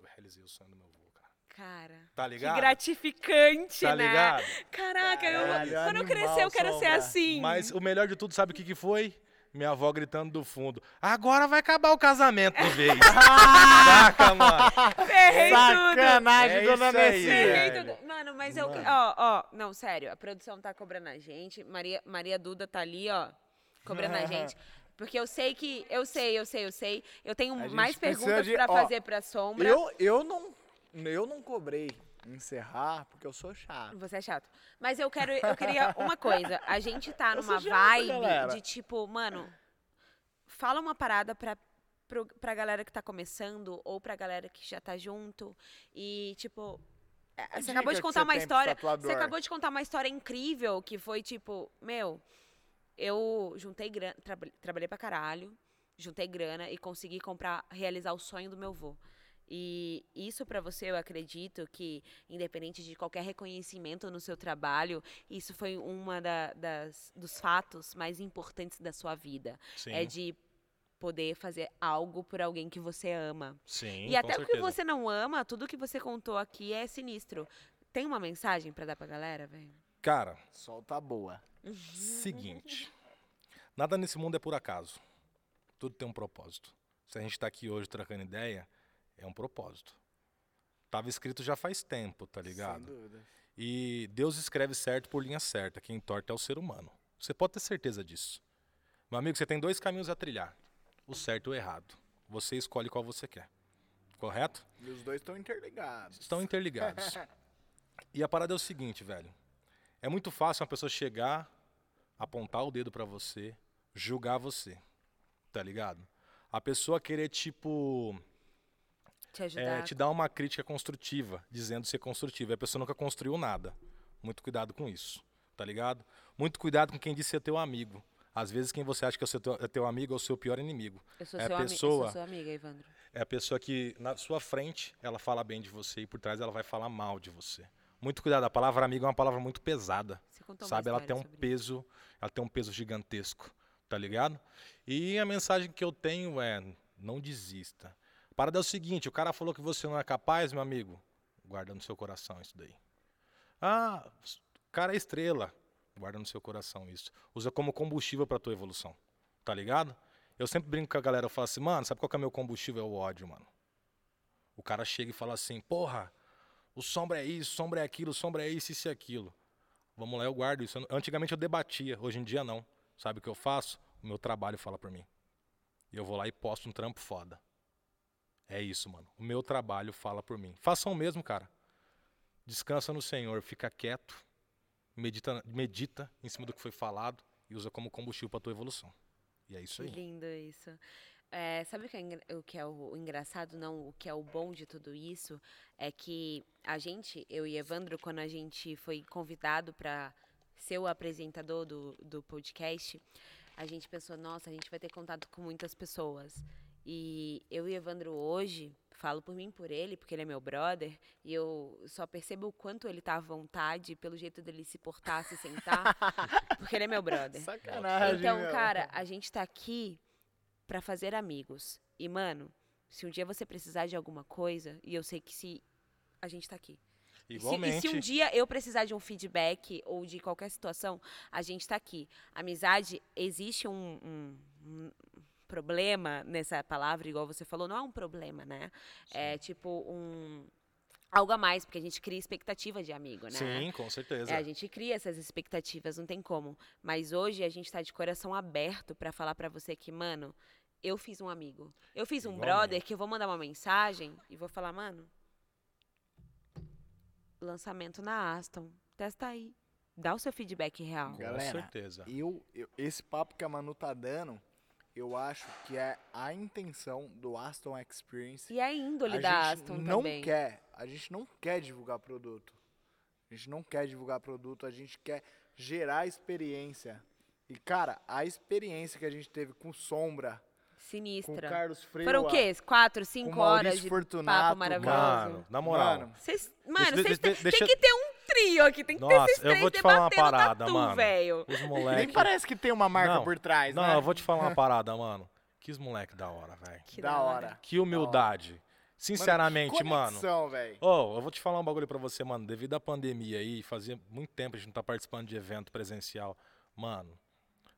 Speaker 3: Eu realizei o sonho do meu avô, cara.
Speaker 1: Cara.
Speaker 3: Tá
Speaker 1: Que
Speaker 3: ligado?
Speaker 1: gratificante,
Speaker 3: tá
Speaker 1: né?
Speaker 3: ligado?
Speaker 1: Caraca, eu-
Speaker 2: Caralho,
Speaker 1: quando eu
Speaker 2: animal,
Speaker 1: crescer eu quero ser
Speaker 2: Sombra.
Speaker 1: assim.
Speaker 3: Mas o melhor de tudo, sabe o que, que foi? Minha avó gritando do fundo: Agora vai acabar o casamento de vez. Saca,
Speaker 1: É
Speaker 3: mano?
Speaker 1: Ferrei tudo.
Speaker 2: Sacanagem,
Speaker 3: É
Speaker 2: dona
Speaker 3: isso aí,
Speaker 2: Messi.
Speaker 1: Ferrei
Speaker 3: velho.
Speaker 1: tudo. Mano, mas eu.
Speaker 3: Mano.
Speaker 1: Ó, ó. Não, sério, a produção tá cobrando a gente. Maria, Maria Duda tá ali, ó. Cobrando a gente. Porque eu sei que. Eu sei, eu sei, eu sei. Eu tenho
Speaker 2: A gente
Speaker 1: mais
Speaker 2: precisa
Speaker 1: perguntas
Speaker 2: de-
Speaker 1: pra
Speaker 2: ó,
Speaker 1: fazer pra sombra.
Speaker 2: Eu, eu, não, eu não cobrei encerrar porque eu sou chato.
Speaker 1: Você é chato. Mas eu quero, eu queria uma coisa. A gente tá
Speaker 2: Eu
Speaker 1: numa
Speaker 2: sou chato,
Speaker 1: vibe
Speaker 2: galera.
Speaker 1: de tipo, mano, fala uma parada pra, pro, pra galera que tá começando ou pra galera que já tá junto. E, tipo, é, você
Speaker 2: dica
Speaker 1: acabou de
Speaker 2: que
Speaker 1: contar
Speaker 2: você
Speaker 1: uma
Speaker 2: tem pro
Speaker 1: história.
Speaker 2: tatuador?
Speaker 1: Você acabou de contar uma história incrível que foi tipo, meu, eu juntei grana, traba- trabalhei pra caralho, juntei grana e consegui comprar, realizar o sonho do meu vô. E isso pra você, eu acredito que, independente de qualquer reconhecimento no seu trabalho, isso foi uma da- das, dos fatos mais importantes da sua vida.
Speaker 3: Sim,
Speaker 1: É de poder fazer algo por alguém que você ama.
Speaker 3: sim.
Speaker 1: e
Speaker 3: com
Speaker 1: até o que
Speaker 3: certeza.
Speaker 1: você não ama, tudo que você contou aqui é sinistro. Tem uma mensagem pra dar pra galera, velho?
Speaker 3: Cara,
Speaker 2: Solta tá boa.
Speaker 3: Seguinte. Nada nesse mundo é por acaso. Tudo tem um propósito. Se a gente tá aqui hoje trocando ideia, é um propósito. Tava escrito já faz tempo, tá
Speaker 2: Sem
Speaker 3: ligado?
Speaker 2: dúvida.
Speaker 3: E Deus escreve certo por linha certa. Quem torta é o ser humano. Você pode ter certeza disso. Meu amigo, você tem dois caminhos a trilhar: o certo e o errado. Você escolhe qual você quer. Correto?
Speaker 2: E os dois estão interligados.
Speaker 3: Estão interligados. e a parada é o seguinte, velho. É muito fácil uma pessoa chegar, apontar o dedo pra você, julgar você. Tá ligado? A pessoa querer, tipo,
Speaker 1: Te
Speaker 3: é,
Speaker 1: ajudar.
Speaker 3: te dar uma crítica construtiva, dizendo ser construtiva. E a pessoa nunca construiu nada. Muito cuidado com isso. Tá ligado? Muito cuidado com quem diz ser teu amigo. Às vezes quem você acha que é o seu teu, é teu amigo é o seu pior inimigo.
Speaker 1: Eu sou,
Speaker 3: é
Speaker 1: seu ami- eu sou
Speaker 3: pessoa-
Speaker 1: sua amiga, Evandro.
Speaker 3: É a pessoa que na sua frente ela fala bem de você e por trás ela vai falar mal de você. Muito cuidado, a palavra amigo é uma palavra muito pesada,
Speaker 1: Você contou
Speaker 3: sabe?
Speaker 1: uma
Speaker 3: Ela
Speaker 1: história
Speaker 3: tem um
Speaker 1: sobre
Speaker 3: peso, ela tem um peso gigantesco, tá ligado? E a mensagem que eu tenho é: não desista. A Parada é o seguinte, o cara falou que você não é capaz, meu amigo, guarda no seu coração isso daí. Ah, o cara é estrela, guarda no seu coração isso. Usa como combustível pra tua evolução, tá ligado? Eu sempre brinco com a galera, eu falo assim, mano, sabe qual que é meu combustível? É o ódio, mano. O cara chega e fala assim, porra, o sombra é isso, sombra é aquilo, sombra é isso, isso e aquilo. Vamos lá, eu guardo isso. Eu- Antigamente eu debatia, hoje em dia não. Sabe o que eu faço? O meu trabalho fala pra mim. E eu vou lá e posto um trampo foda. É isso, mano. O meu trabalho fala por mim. Façam o mesmo, cara. Descansa no Senhor, fica quieto, medita, medita em cima do que foi falado e usa como combustível pra tua evolução. E é isso
Speaker 1: Que
Speaker 3: aí.
Speaker 1: lindo isso. É, sabe o que, é, engra- o que é o o engraçado, não? O que é o bom de tudo isso é que a gente, eu e Evandro, quando a gente foi convidado para ser o apresentador do, do podcast, a gente pensou, nossa, a gente vai ter contato com muitas pessoas. E eu e Evandro hoje Falo por mim, por ele, porque ele é meu brother, e eu só percebo o quanto ele tá à vontade pelo jeito dele se portar, se sentar, porque ele é meu brother.
Speaker 2: Sacanagem.
Speaker 1: Então,
Speaker 2: meu.
Speaker 1: cara, a gente tá aqui pra fazer amigos. E, mano, se um dia você precisar de alguma coisa, e eu sei que se a gente tá aqui. E se-
Speaker 3: Igualmente.
Speaker 1: E se, um dia eu precisar de um feedback ou de qualquer situação, a gente tá aqui. Amizade, existe um, um- um problema nessa palavra, igual você falou, não é um problema, né? É tipo um. Algo a mais, porque a gente cria expectativa de amigo, né?
Speaker 3: Sim, com certeza.
Speaker 1: É, a gente cria essas expectativas, não tem como. Mas hoje a gente tá de coração aberto pra falar pra você que, mano, eu fiz um amigo. Eu fiz um
Speaker 3: Igualmente.
Speaker 1: brother que eu vou mandar uma mensagem e vou falar, mano, lançamento na Aston, testa aí. Dá o seu feedback real.
Speaker 3: Com
Speaker 2: Galera,
Speaker 3: certeza.
Speaker 2: Eu, eu- esse papo que a Manu tá dando, eu acho que é a intenção do Aston Experience.
Speaker 1: E a índole
Speaker 2: a
Speaker 1: da
Speaker 2: gente
Speaker 1: Aston
Speaker 2: não
Speaker 1: também.
Speaker 2: quer, a gente não quer divulgar produto. A gente não quer divulgar produto, a gente quer gerar experiência. E cara, a experiência que a gente teve com Sombra, com
Speaker 1: Sinistra.
Speaker 2: Carlos Freire,
Speaker 1: Foram o quê? Quatro, cinco
Speaker 2: com Maurício
Speaker 1: horas de
Speaker 2: Fortunato,
Speaker 1: papo maravilhoso?
Speaker 3: Mano, na moral.
Speaker 2: Mano,
Speaker 1: Vocês- mano,
Speaker 3: de-
Speaker 1: vocês
Speaker 3: de-
Speaker 1: têm-
Speaker 3: de-
Speaker 1: tem
Speaker 3: deixa-
Speaker 1: que ter um trio aqui, tem que ter
Speaker 3: Nossa,
Speaker 1: esses
Speaker 3: eu
Speaker 1: três
Speaker 3: vou te falar uma
Speaker 1: debatendo
Speaker 3: parada,
Speaker 1: tatu,
Speaker 3: mano.
Speaker 1: velho.
Speaker 3: Os
Speaker 2: nem
Speaker 3: moleques.
Speaker 2: parece que tem uma marca
Speaker 3: Não,
Speaker 2: por trás,
Speaker 3: Não,
Speaker 2: né?
Speaker 3: eu vou te falar uma parada, mano. Que os moleque da hora, velho.
Speaker 1: Que
Speaker 2: da hora.
Speaker 3: Que humildade. Sinceramente, mano.
Speaker 2: Conexão, velho.
Speaker 3: Ô, eu vou te falar um bagulho pra você, mano. Devido à pandemia aí, fazia muito tempo a gente não tá participando de evento presencial. Mano,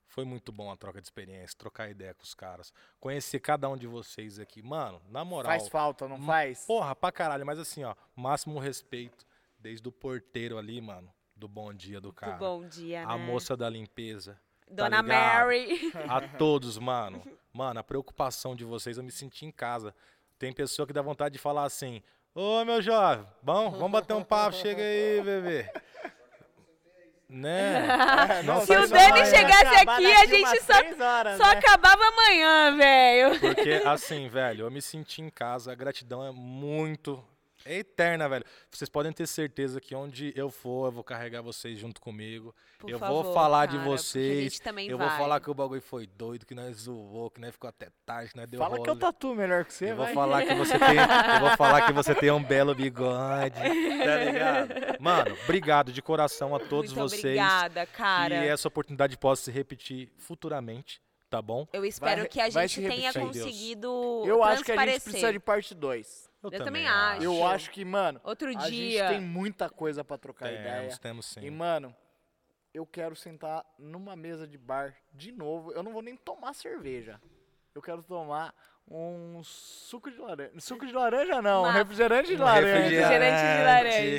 Speaker 3: foi muito bom a troca de experiência, trocar ideia com os caras, conhecer cada um de vocês aqui. Mano, na moral. Hum,
Speaker 2: Faz falta, não
Speaker 3: Ma-
Speaker 2: faz?
Speaker 3: Porra, pra caralho, mas assim, ó, máximo respeito desde o porteiro ali, mano, do bom dia do cara.
Speaker 1: Muito bom dia,
Speaker 3: a
Speaker 1: né?
Speaker 3: moça tá da limpeza.
Speaker 1: Dona
Speaker 3: ligado?
Speaker 1: Mary.
Speaker 3: A todos, mano. Mano, a preocupação de vocês, eu me senti em casa. Tem pessoa que dá vontade de falar assim: Ô meu jovem, bom, vamos bater um papo, chega aí, bebê. Né?
Speaker 2: É, não,
Speaker 1: Se
Speaker 3: Se
Speaker 2: sai
Speaker 1: o
Speaker 2: só
Speaker 1: Dani
Speaker 2: amanhã.
Speaker 1: chegasse
Speaker 2: Acabar
Speaker 1: aqui, a
Speaker 2: daqui
Speaker 1: gente
Speaker 2: umas
Speaker 1: só,
Speaker 2: três horas,
Speaker 1: só
Speaker 2: né?
Speaker 1: acabava amanhã, velho.
Speaker 3: Porque assim, velho, eu me senti em casa, a gratidão é muito. É eterna, velho. Vocês podem ter certeza que onde eu for, eu vou carregar vocês junto comigo.
Speaker 1: Por
Speaker 3: eu
Speaker 1: favor,
Speaker 3: vou falar de
Speaker 1: cara, porque
Speaker 3: vocês.
Speaker 1: A gente também
Speaker 3: eu
Speaker 1: vai.
Speaker 3: vou falar que o bagulho foi doido, que nós zoou, que nós ficou até tarde, que nós deu
Speaker 2: Fala que eu
Speaker 3: rolê.
Speaker 2: tatu melhor que você,
Speaker 3: Eu vou
Speaker 2: vai.
Speaker 3: falar que você tem, eu vou falar que você tem um belo bigode, tá ligado? Mano, obrigado de coração a todos
Speaker 1: Muito
Speaker 3: vocês.
Speaker 1: obrigada, cara.
Speaker 3: Que é essa oportunidade possa se repetir futuramente, tá bom?
Speaker 1: Eu espero
Speaker 2: Vai-
Speaker 1: que a
Speaker 2: vai
Speaker 1: gente
Speaker 2: se
Speaker 1: tenha
Speaker 2: repetir.
Speaker 1: conseguido
Speaker 2: Eu acho que a gente
Speaker 1: transparecer.
Speaker 2: precisa de parte 2.
Speaker 1: Eu também acho.
Speaker 2: Eu
Speaker 1: Show.
Speaker 2: acho que, mano,
Speaker 1: Outro dia.
Speaker 2: a gente tem muita coisa pra trocar ideia. é
Speaker 3: Temos, temos sim.
Speaker 2: E, mano, eu quero sentar numa mesa de bar de novo. Eu não vou nem tomar cerveja. Eu quero tomar um suco de laranja. Suco de laranja não,
Speaker 1: Uma-
Speaker 2: um refrigerante de
Speaker 3: Um
Speaker 2: laranja.
Speaker 3: refrigerante.
Speaker 1: Refrigerante de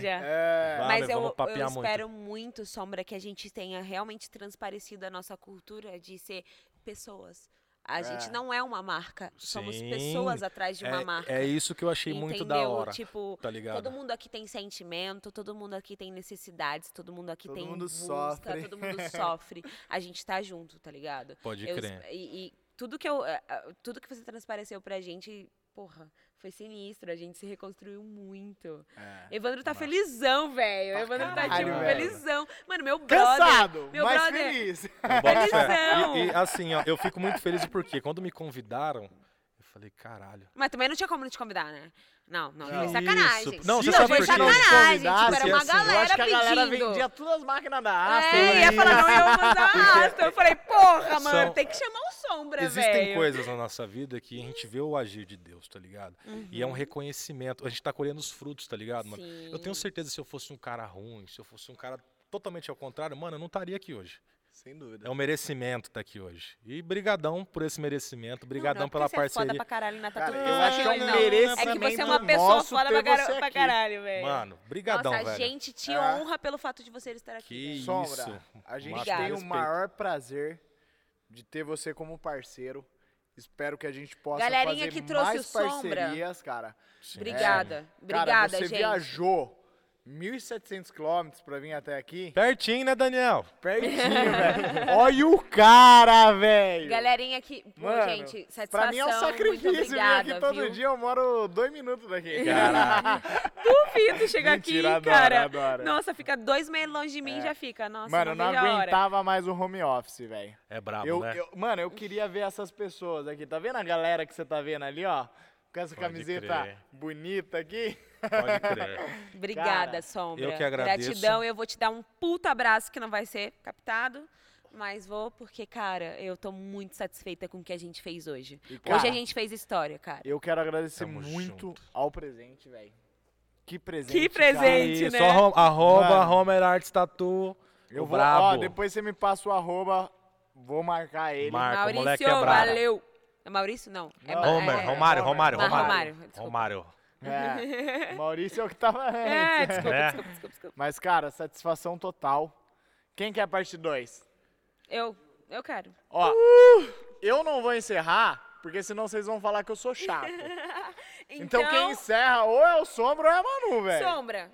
Speaker 1: laranja.
Speaker 2: É,
Speaker 3: Vá,
Speaker 1: Mas
Speaker 3: Ah, meu, vamos
Speaker 1: eu, eu
Speaker 3: papear muito.
Speaker 1: espero muito, Sombra, que a gente tenha realmente transparecido a nossa cultura de ser pessoas. A
Speaker 2: É.
Speaker 1: gente não é uma marca, somos
Speaker 3: Sim,
Speaker 1: pessoas atrás de uma
Speaker 3: é,
Speaker 1: marca.
Speaker 3: é isso que eu achei muito da
Speaker 1: entendeu?
Speaker 3: hora,
Speaker 1: Tipo,
Speaker 3: tá ligado?
Speaker 1: todo mundo aqui tem sentimento, todo mundo aqui tem necessidades, todo mundo aqui
Speaker 2: Todo
Speaker 1: tem
Speaker 2: mundo
Speaker 1: busca,
Speaker 2: sofre.
Speaker 1: todo mundo sofre. A gente tá junto, tá ligado?
Speaker 3: Pode
Speaker 1: Eu
Speaker 3: crer.
Speaker 1: esp- E, e tudo que eu, eh, ah, tudo que você transpareceu pra gente, porra, foi sinistro. A gente se reconstruiu muito.
Speaker 2: é.
Speaker 1: Evandro tá
Speaker 3: Massa.
Speaker 1: felizão, velho.
Speaker 2: Pra
Speaker 1: Evandro tá
Speaker 2: caralho,
Speaker 1: tipo
Speaker 2: velho.
Speaker 1: felizão. Mano, meu brother.
Speaker 2: Cansado,
Speaker 1: meu
Speaker 2: mas
Speaker 1: brother-
Speaker 2: feliz.
Speaker 1: É
Speaker 3: Eu boto fé.
Speaker 1: Felizão.
Speaker 3: E, e, assim, ó, eu fico muito feliz porque quando me convidaram, eu falei, caralho.
Speaker 1: Mas também não tinha como não te convidar, né? Não, não, foi
Speaker 2: Isso.
Speaker 1: sacanagem.
Speaker 3: Não, você
Speaker 1: não,
Speaker 3: sabe
Speaker 1: foi
Speaker 3: por quê?
Speaker 1: sacanagem, tipo,
Speaker 2: Convidaram,
Speaker 1: era uma
Speaker 3: porque, assim,
Speaker 2: Eu acho
Speaker 1: galera
Speaker 2: que a galera
Speaker 1: pedindo.
Speaker 2: vendia todas as máquinas da Aston.
Speaker 1: É, ia
Speaker 2: aí.
Speaker 1: falar, não, eu vou usar
Speaker 2: é
Speaker 1: a Aston. Eu falei, porra, mano,
Speaker 3: São-
Speaker 1: tem que chamar o Sombra,
Speaker 3: Existem
Speaker 1: velho.
Speaker 3: coisas na nossa vida que a gente vê o agir de Deus, tá ligado? E é
Speaker 1: Uhum.
Speaker 3: um reconhecimento. A gente tá colhendo os frutos, tá ligado, mano? Eu tenho
Speaker 1: Sim.
Speaker 3: certeza que se eu fosse um cara ruim, se eu fosse um cara totalmente ao contrário, mano, eu não estaria aqui hoje.
Speaker 2: Sem
Speaker 3: É
Speaker 2: dúvida.
Speaker 3: um merecimento estar aqui hoje. E brigadão por esse merecimento,
Speaker 1: não,
Speaker 3: brigadão
Speaker 1: não é porque
Speaker 3: pela
Speaker 1: você É
Speaker 3: parceria.
Speaker 1: foda pra caralho na
Speaker 2: Cara,
Speaker 1: tatu.
Speaker 2: eu acho que é um
Speaker 1: não. É que você é
Speaker 2: merecimento
Speaker 1: uma pessoa
Speaker 2: nosso
Speaker 1: foda
Speaker 2: ter
Speaker 1: pra, cara-
Speaker 2: você
Speaker 1: pra
Speaker 2: aqui.
Speaker 1: caralho, velho.
Speaker 3: Mano, brigadão,
Speaker 1: Nossa, a
Speaker 3: velho.
Speaker 1: gente te
Speaker 2: Ah.
Speaker 1: honra pelo fato de você estar aqui.
Speaker 3: Que
Speaker 2: Sombra,
Speaker 3: isso.
Speaker 2: A gente
Speaker 1: Obrigada.
Speaker 2: tem o
Speaker 3: Respeito.
Speaker 2: maior prazer de ter você como parceiro. Espero que a gente possa
Speaker 1: Galerinha
Speaker 2: fazer
Speaker 1: que trouxe
Speaker 2: mais
Speaker 1: o Sombra.
Speaker 2: parcerias, cara.
Speaker 3: Sim.
Speaker 1: Obrigada.
Speaker 2: é. cara,
Speaker 1: Obrigada,
Speaker 2: você
Speaker 1: gente.
Speaker 2: viajou 1.700 quilômetros pra vir até aqui.
Speaker 3: Pertinho, né, Daniel?
Speaker 2: Pertinho, velho. Olha o cara, velho.
Speaker 1: Galerinha que. Pô,
Speaker 2: Mano,
Speaker 1: gente, satisfação.
Speaker 2: pra mim é um sacrifício
Speaker 1: Muito obrigada,
Speaker 2: vir aqui todo
Speaker 1: viu?
Speaker 2: dia. Eu moro dois minutos daqui.
Speaker 1: Duvido chegar
Speaker 2: Mentira,
Speaker 1: aqui,
Speaker 2: adoro,
Speaker 1: cara.
Speaker 2: adoro. É.
Speaker 1: Nossa, fica dois meses longe de mim e já fica. Nossa,
Speaker 2: Mano, eu não
Speaker 1: não vejo a hora.
Speaker 2: aguentava mais o home office, velho.
Speaker 3: É brabo,
Speaker 2: Eu,
Speaker 3: né?
Speaker 2: eu- mano, eu queria ver essas pessoas aqui. Tá vendo a galera que você tá vendo ali, ó? com essa
Speaker 3: Pode
Speaker 2: camiseta
Speaker 3: crer.
Speaker 2: bonita aqui.
Speaker 3: Pode crer.
Speaker 1: Obrigada,
Speaker 2: Cara,
Speaker 1: Sombra.
Speaker 3: eu que agradeço.
Speaker 1: Gratidão, eu vou te dar um puta abraço que não vai ser captado, mas vou porque, cara, eu tô muito satisfeita com o que a gente fez hoje.
Speaker 2: E,
Speaker 1: hoje
Speaker 2: cara,
Speaker 1: a gente fez história, cara.
Speaker 2: Eu quero agradecer
Speaker 3: Tamo
Speaker 2: muito
Speaker 3: junto.
Speaker 2: ao presente, velho. Que presente.
Speaker 1: Que
Speaker 2: cara.
Speaker 1: presente. Gente,
Speaker 3: E
Speaker 1: né?
Speaker 3: só rom- arroba
Speaker 2: Mano.
Speaker 3: Homer Arts Tattoo.
Speaker 2: Eu
Speaker 3: o
Speaker 2: vou,
Speaker 3: brabo.
Speaker 2: ó, depois você me passa o arroba, vou marcar ele.
Speaker 3: Mar- Marco, o moleque
Speaker 1: Maurício,
Speaker 3: é brabo.
Speaker 1: valeu. É Maurício, não. É
Speaker 2: Não,
Speaker 1: Ma-
Speaker 3: Homer,
Speaker 1: é-
Speaker 3: Romário, Romário,
Speaker 1: Mar-
Speaker 3: Romário.
Speaker 1: Romário, desculpa.
Speaker 3: Romário.
Speaker 2: É, Maurício é o que tava antes. né?
Speaker 1: É, desculpa,
Speaker 3: É.
Speaker 1: desculpa, desculpa, desculpa.
Speaker 2: Mas, cara, satisfação total. Quem quer a parte 2?
Speaker 1: Eu, eu quero.
Speaker 2: Ó,
Speaker 1: Uh!
Speaker 2: eu não vou encerrar, porque senão vocês vão falar que eu sou chato. Então, quem encerra ou é o Sombra ou é a Manu, velho.
Speaker 1: Sombra,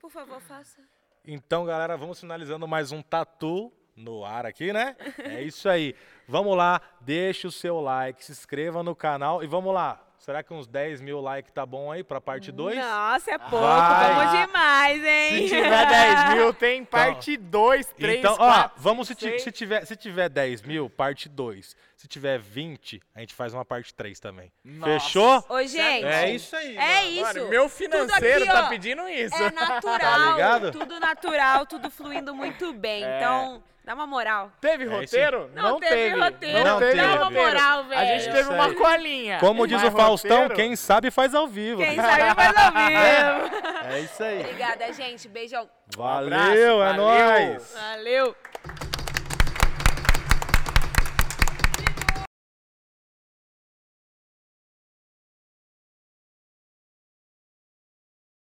Speaker 1: por favor, faça.
Speaker 3: Então, galera, vamos finalizando mais um Tatu no ar aqui, né? É isso aí. Vamos lá, deixa o seu like, se inscreva no canal e vamos lá. Será que uns 10 mil likes tá bom aí pra parte 2?
Speaker 1: Nossa, é pouco,
Speaker 3: Vai.
Speaker 1: vamos demais,
Speaker 2: Se
Speaker 1: hein?
Speaker 2: tiver 10 mil, tem parte 2, 3,
Speaker 3: Então,
Speaker 2: 4,
Speaker 3: ó, vamos se, ti-
Speaker 2: seis.
Speaker 3: se tiver, se tiver 10 mil, parte 2. Se tiver 20, a gente faz uma parte 3 também.
Speaker 2: Nossa.
Speaker 3: Fechou?
Speaker 1: Ô, gente.
Speaker 3: É isso aí. mano.
Speaker 1: É isso.
Speaker 2: Mano, meu financeiro
Speaker 1: Tudo aqui,
Speaker 2: tá
Speaker 1: ó,
Speaker 2: pedindo isso.
Speaker 1: É natural.
Speaker 3: Tá ligado? É.
Speaker 1: Tudo natural, tudo fluindo muito bem. Então, dá uma moral.
Speaker 2: Teve
Speaker 3: isso.
Speaker 2: roteiro?
Speaker 1: Não teve roteiro.
Speaker 2: Não
Speaker 3: Não
Speaker 2: teve
Speaker 3: teve.
Speaker 2: roteiro.
Speaker 3: Dá uma
Speaker 1: moral,
Speaker 2: A
Speaker 1: velho.
Speaker 2: gente
Speaker 3: É
Speaker 2: teve
Speaker 3: isso
Speaker 2: uma
Speaker 3: aí.
Speaker 2: colinha.
Speaker 3: Como diz o
Speaker 2: Mas
Speaker 3: Faustão,
Speaker 2: roteiro?
Speaker 3: quem sabe faz ao vivo.
Speaker 1: Quem sabe faz ao vivo.
Speaker 3: É isso aí.
Speaker 1: Obrigada, gente. Beijão.
Speaker 3: Valeu,
Speaker 2: Um abraço,
Speaker 3: é
Speaker 2: valeu.
Speaker 3: nóis.
Speaker 1: Valeu.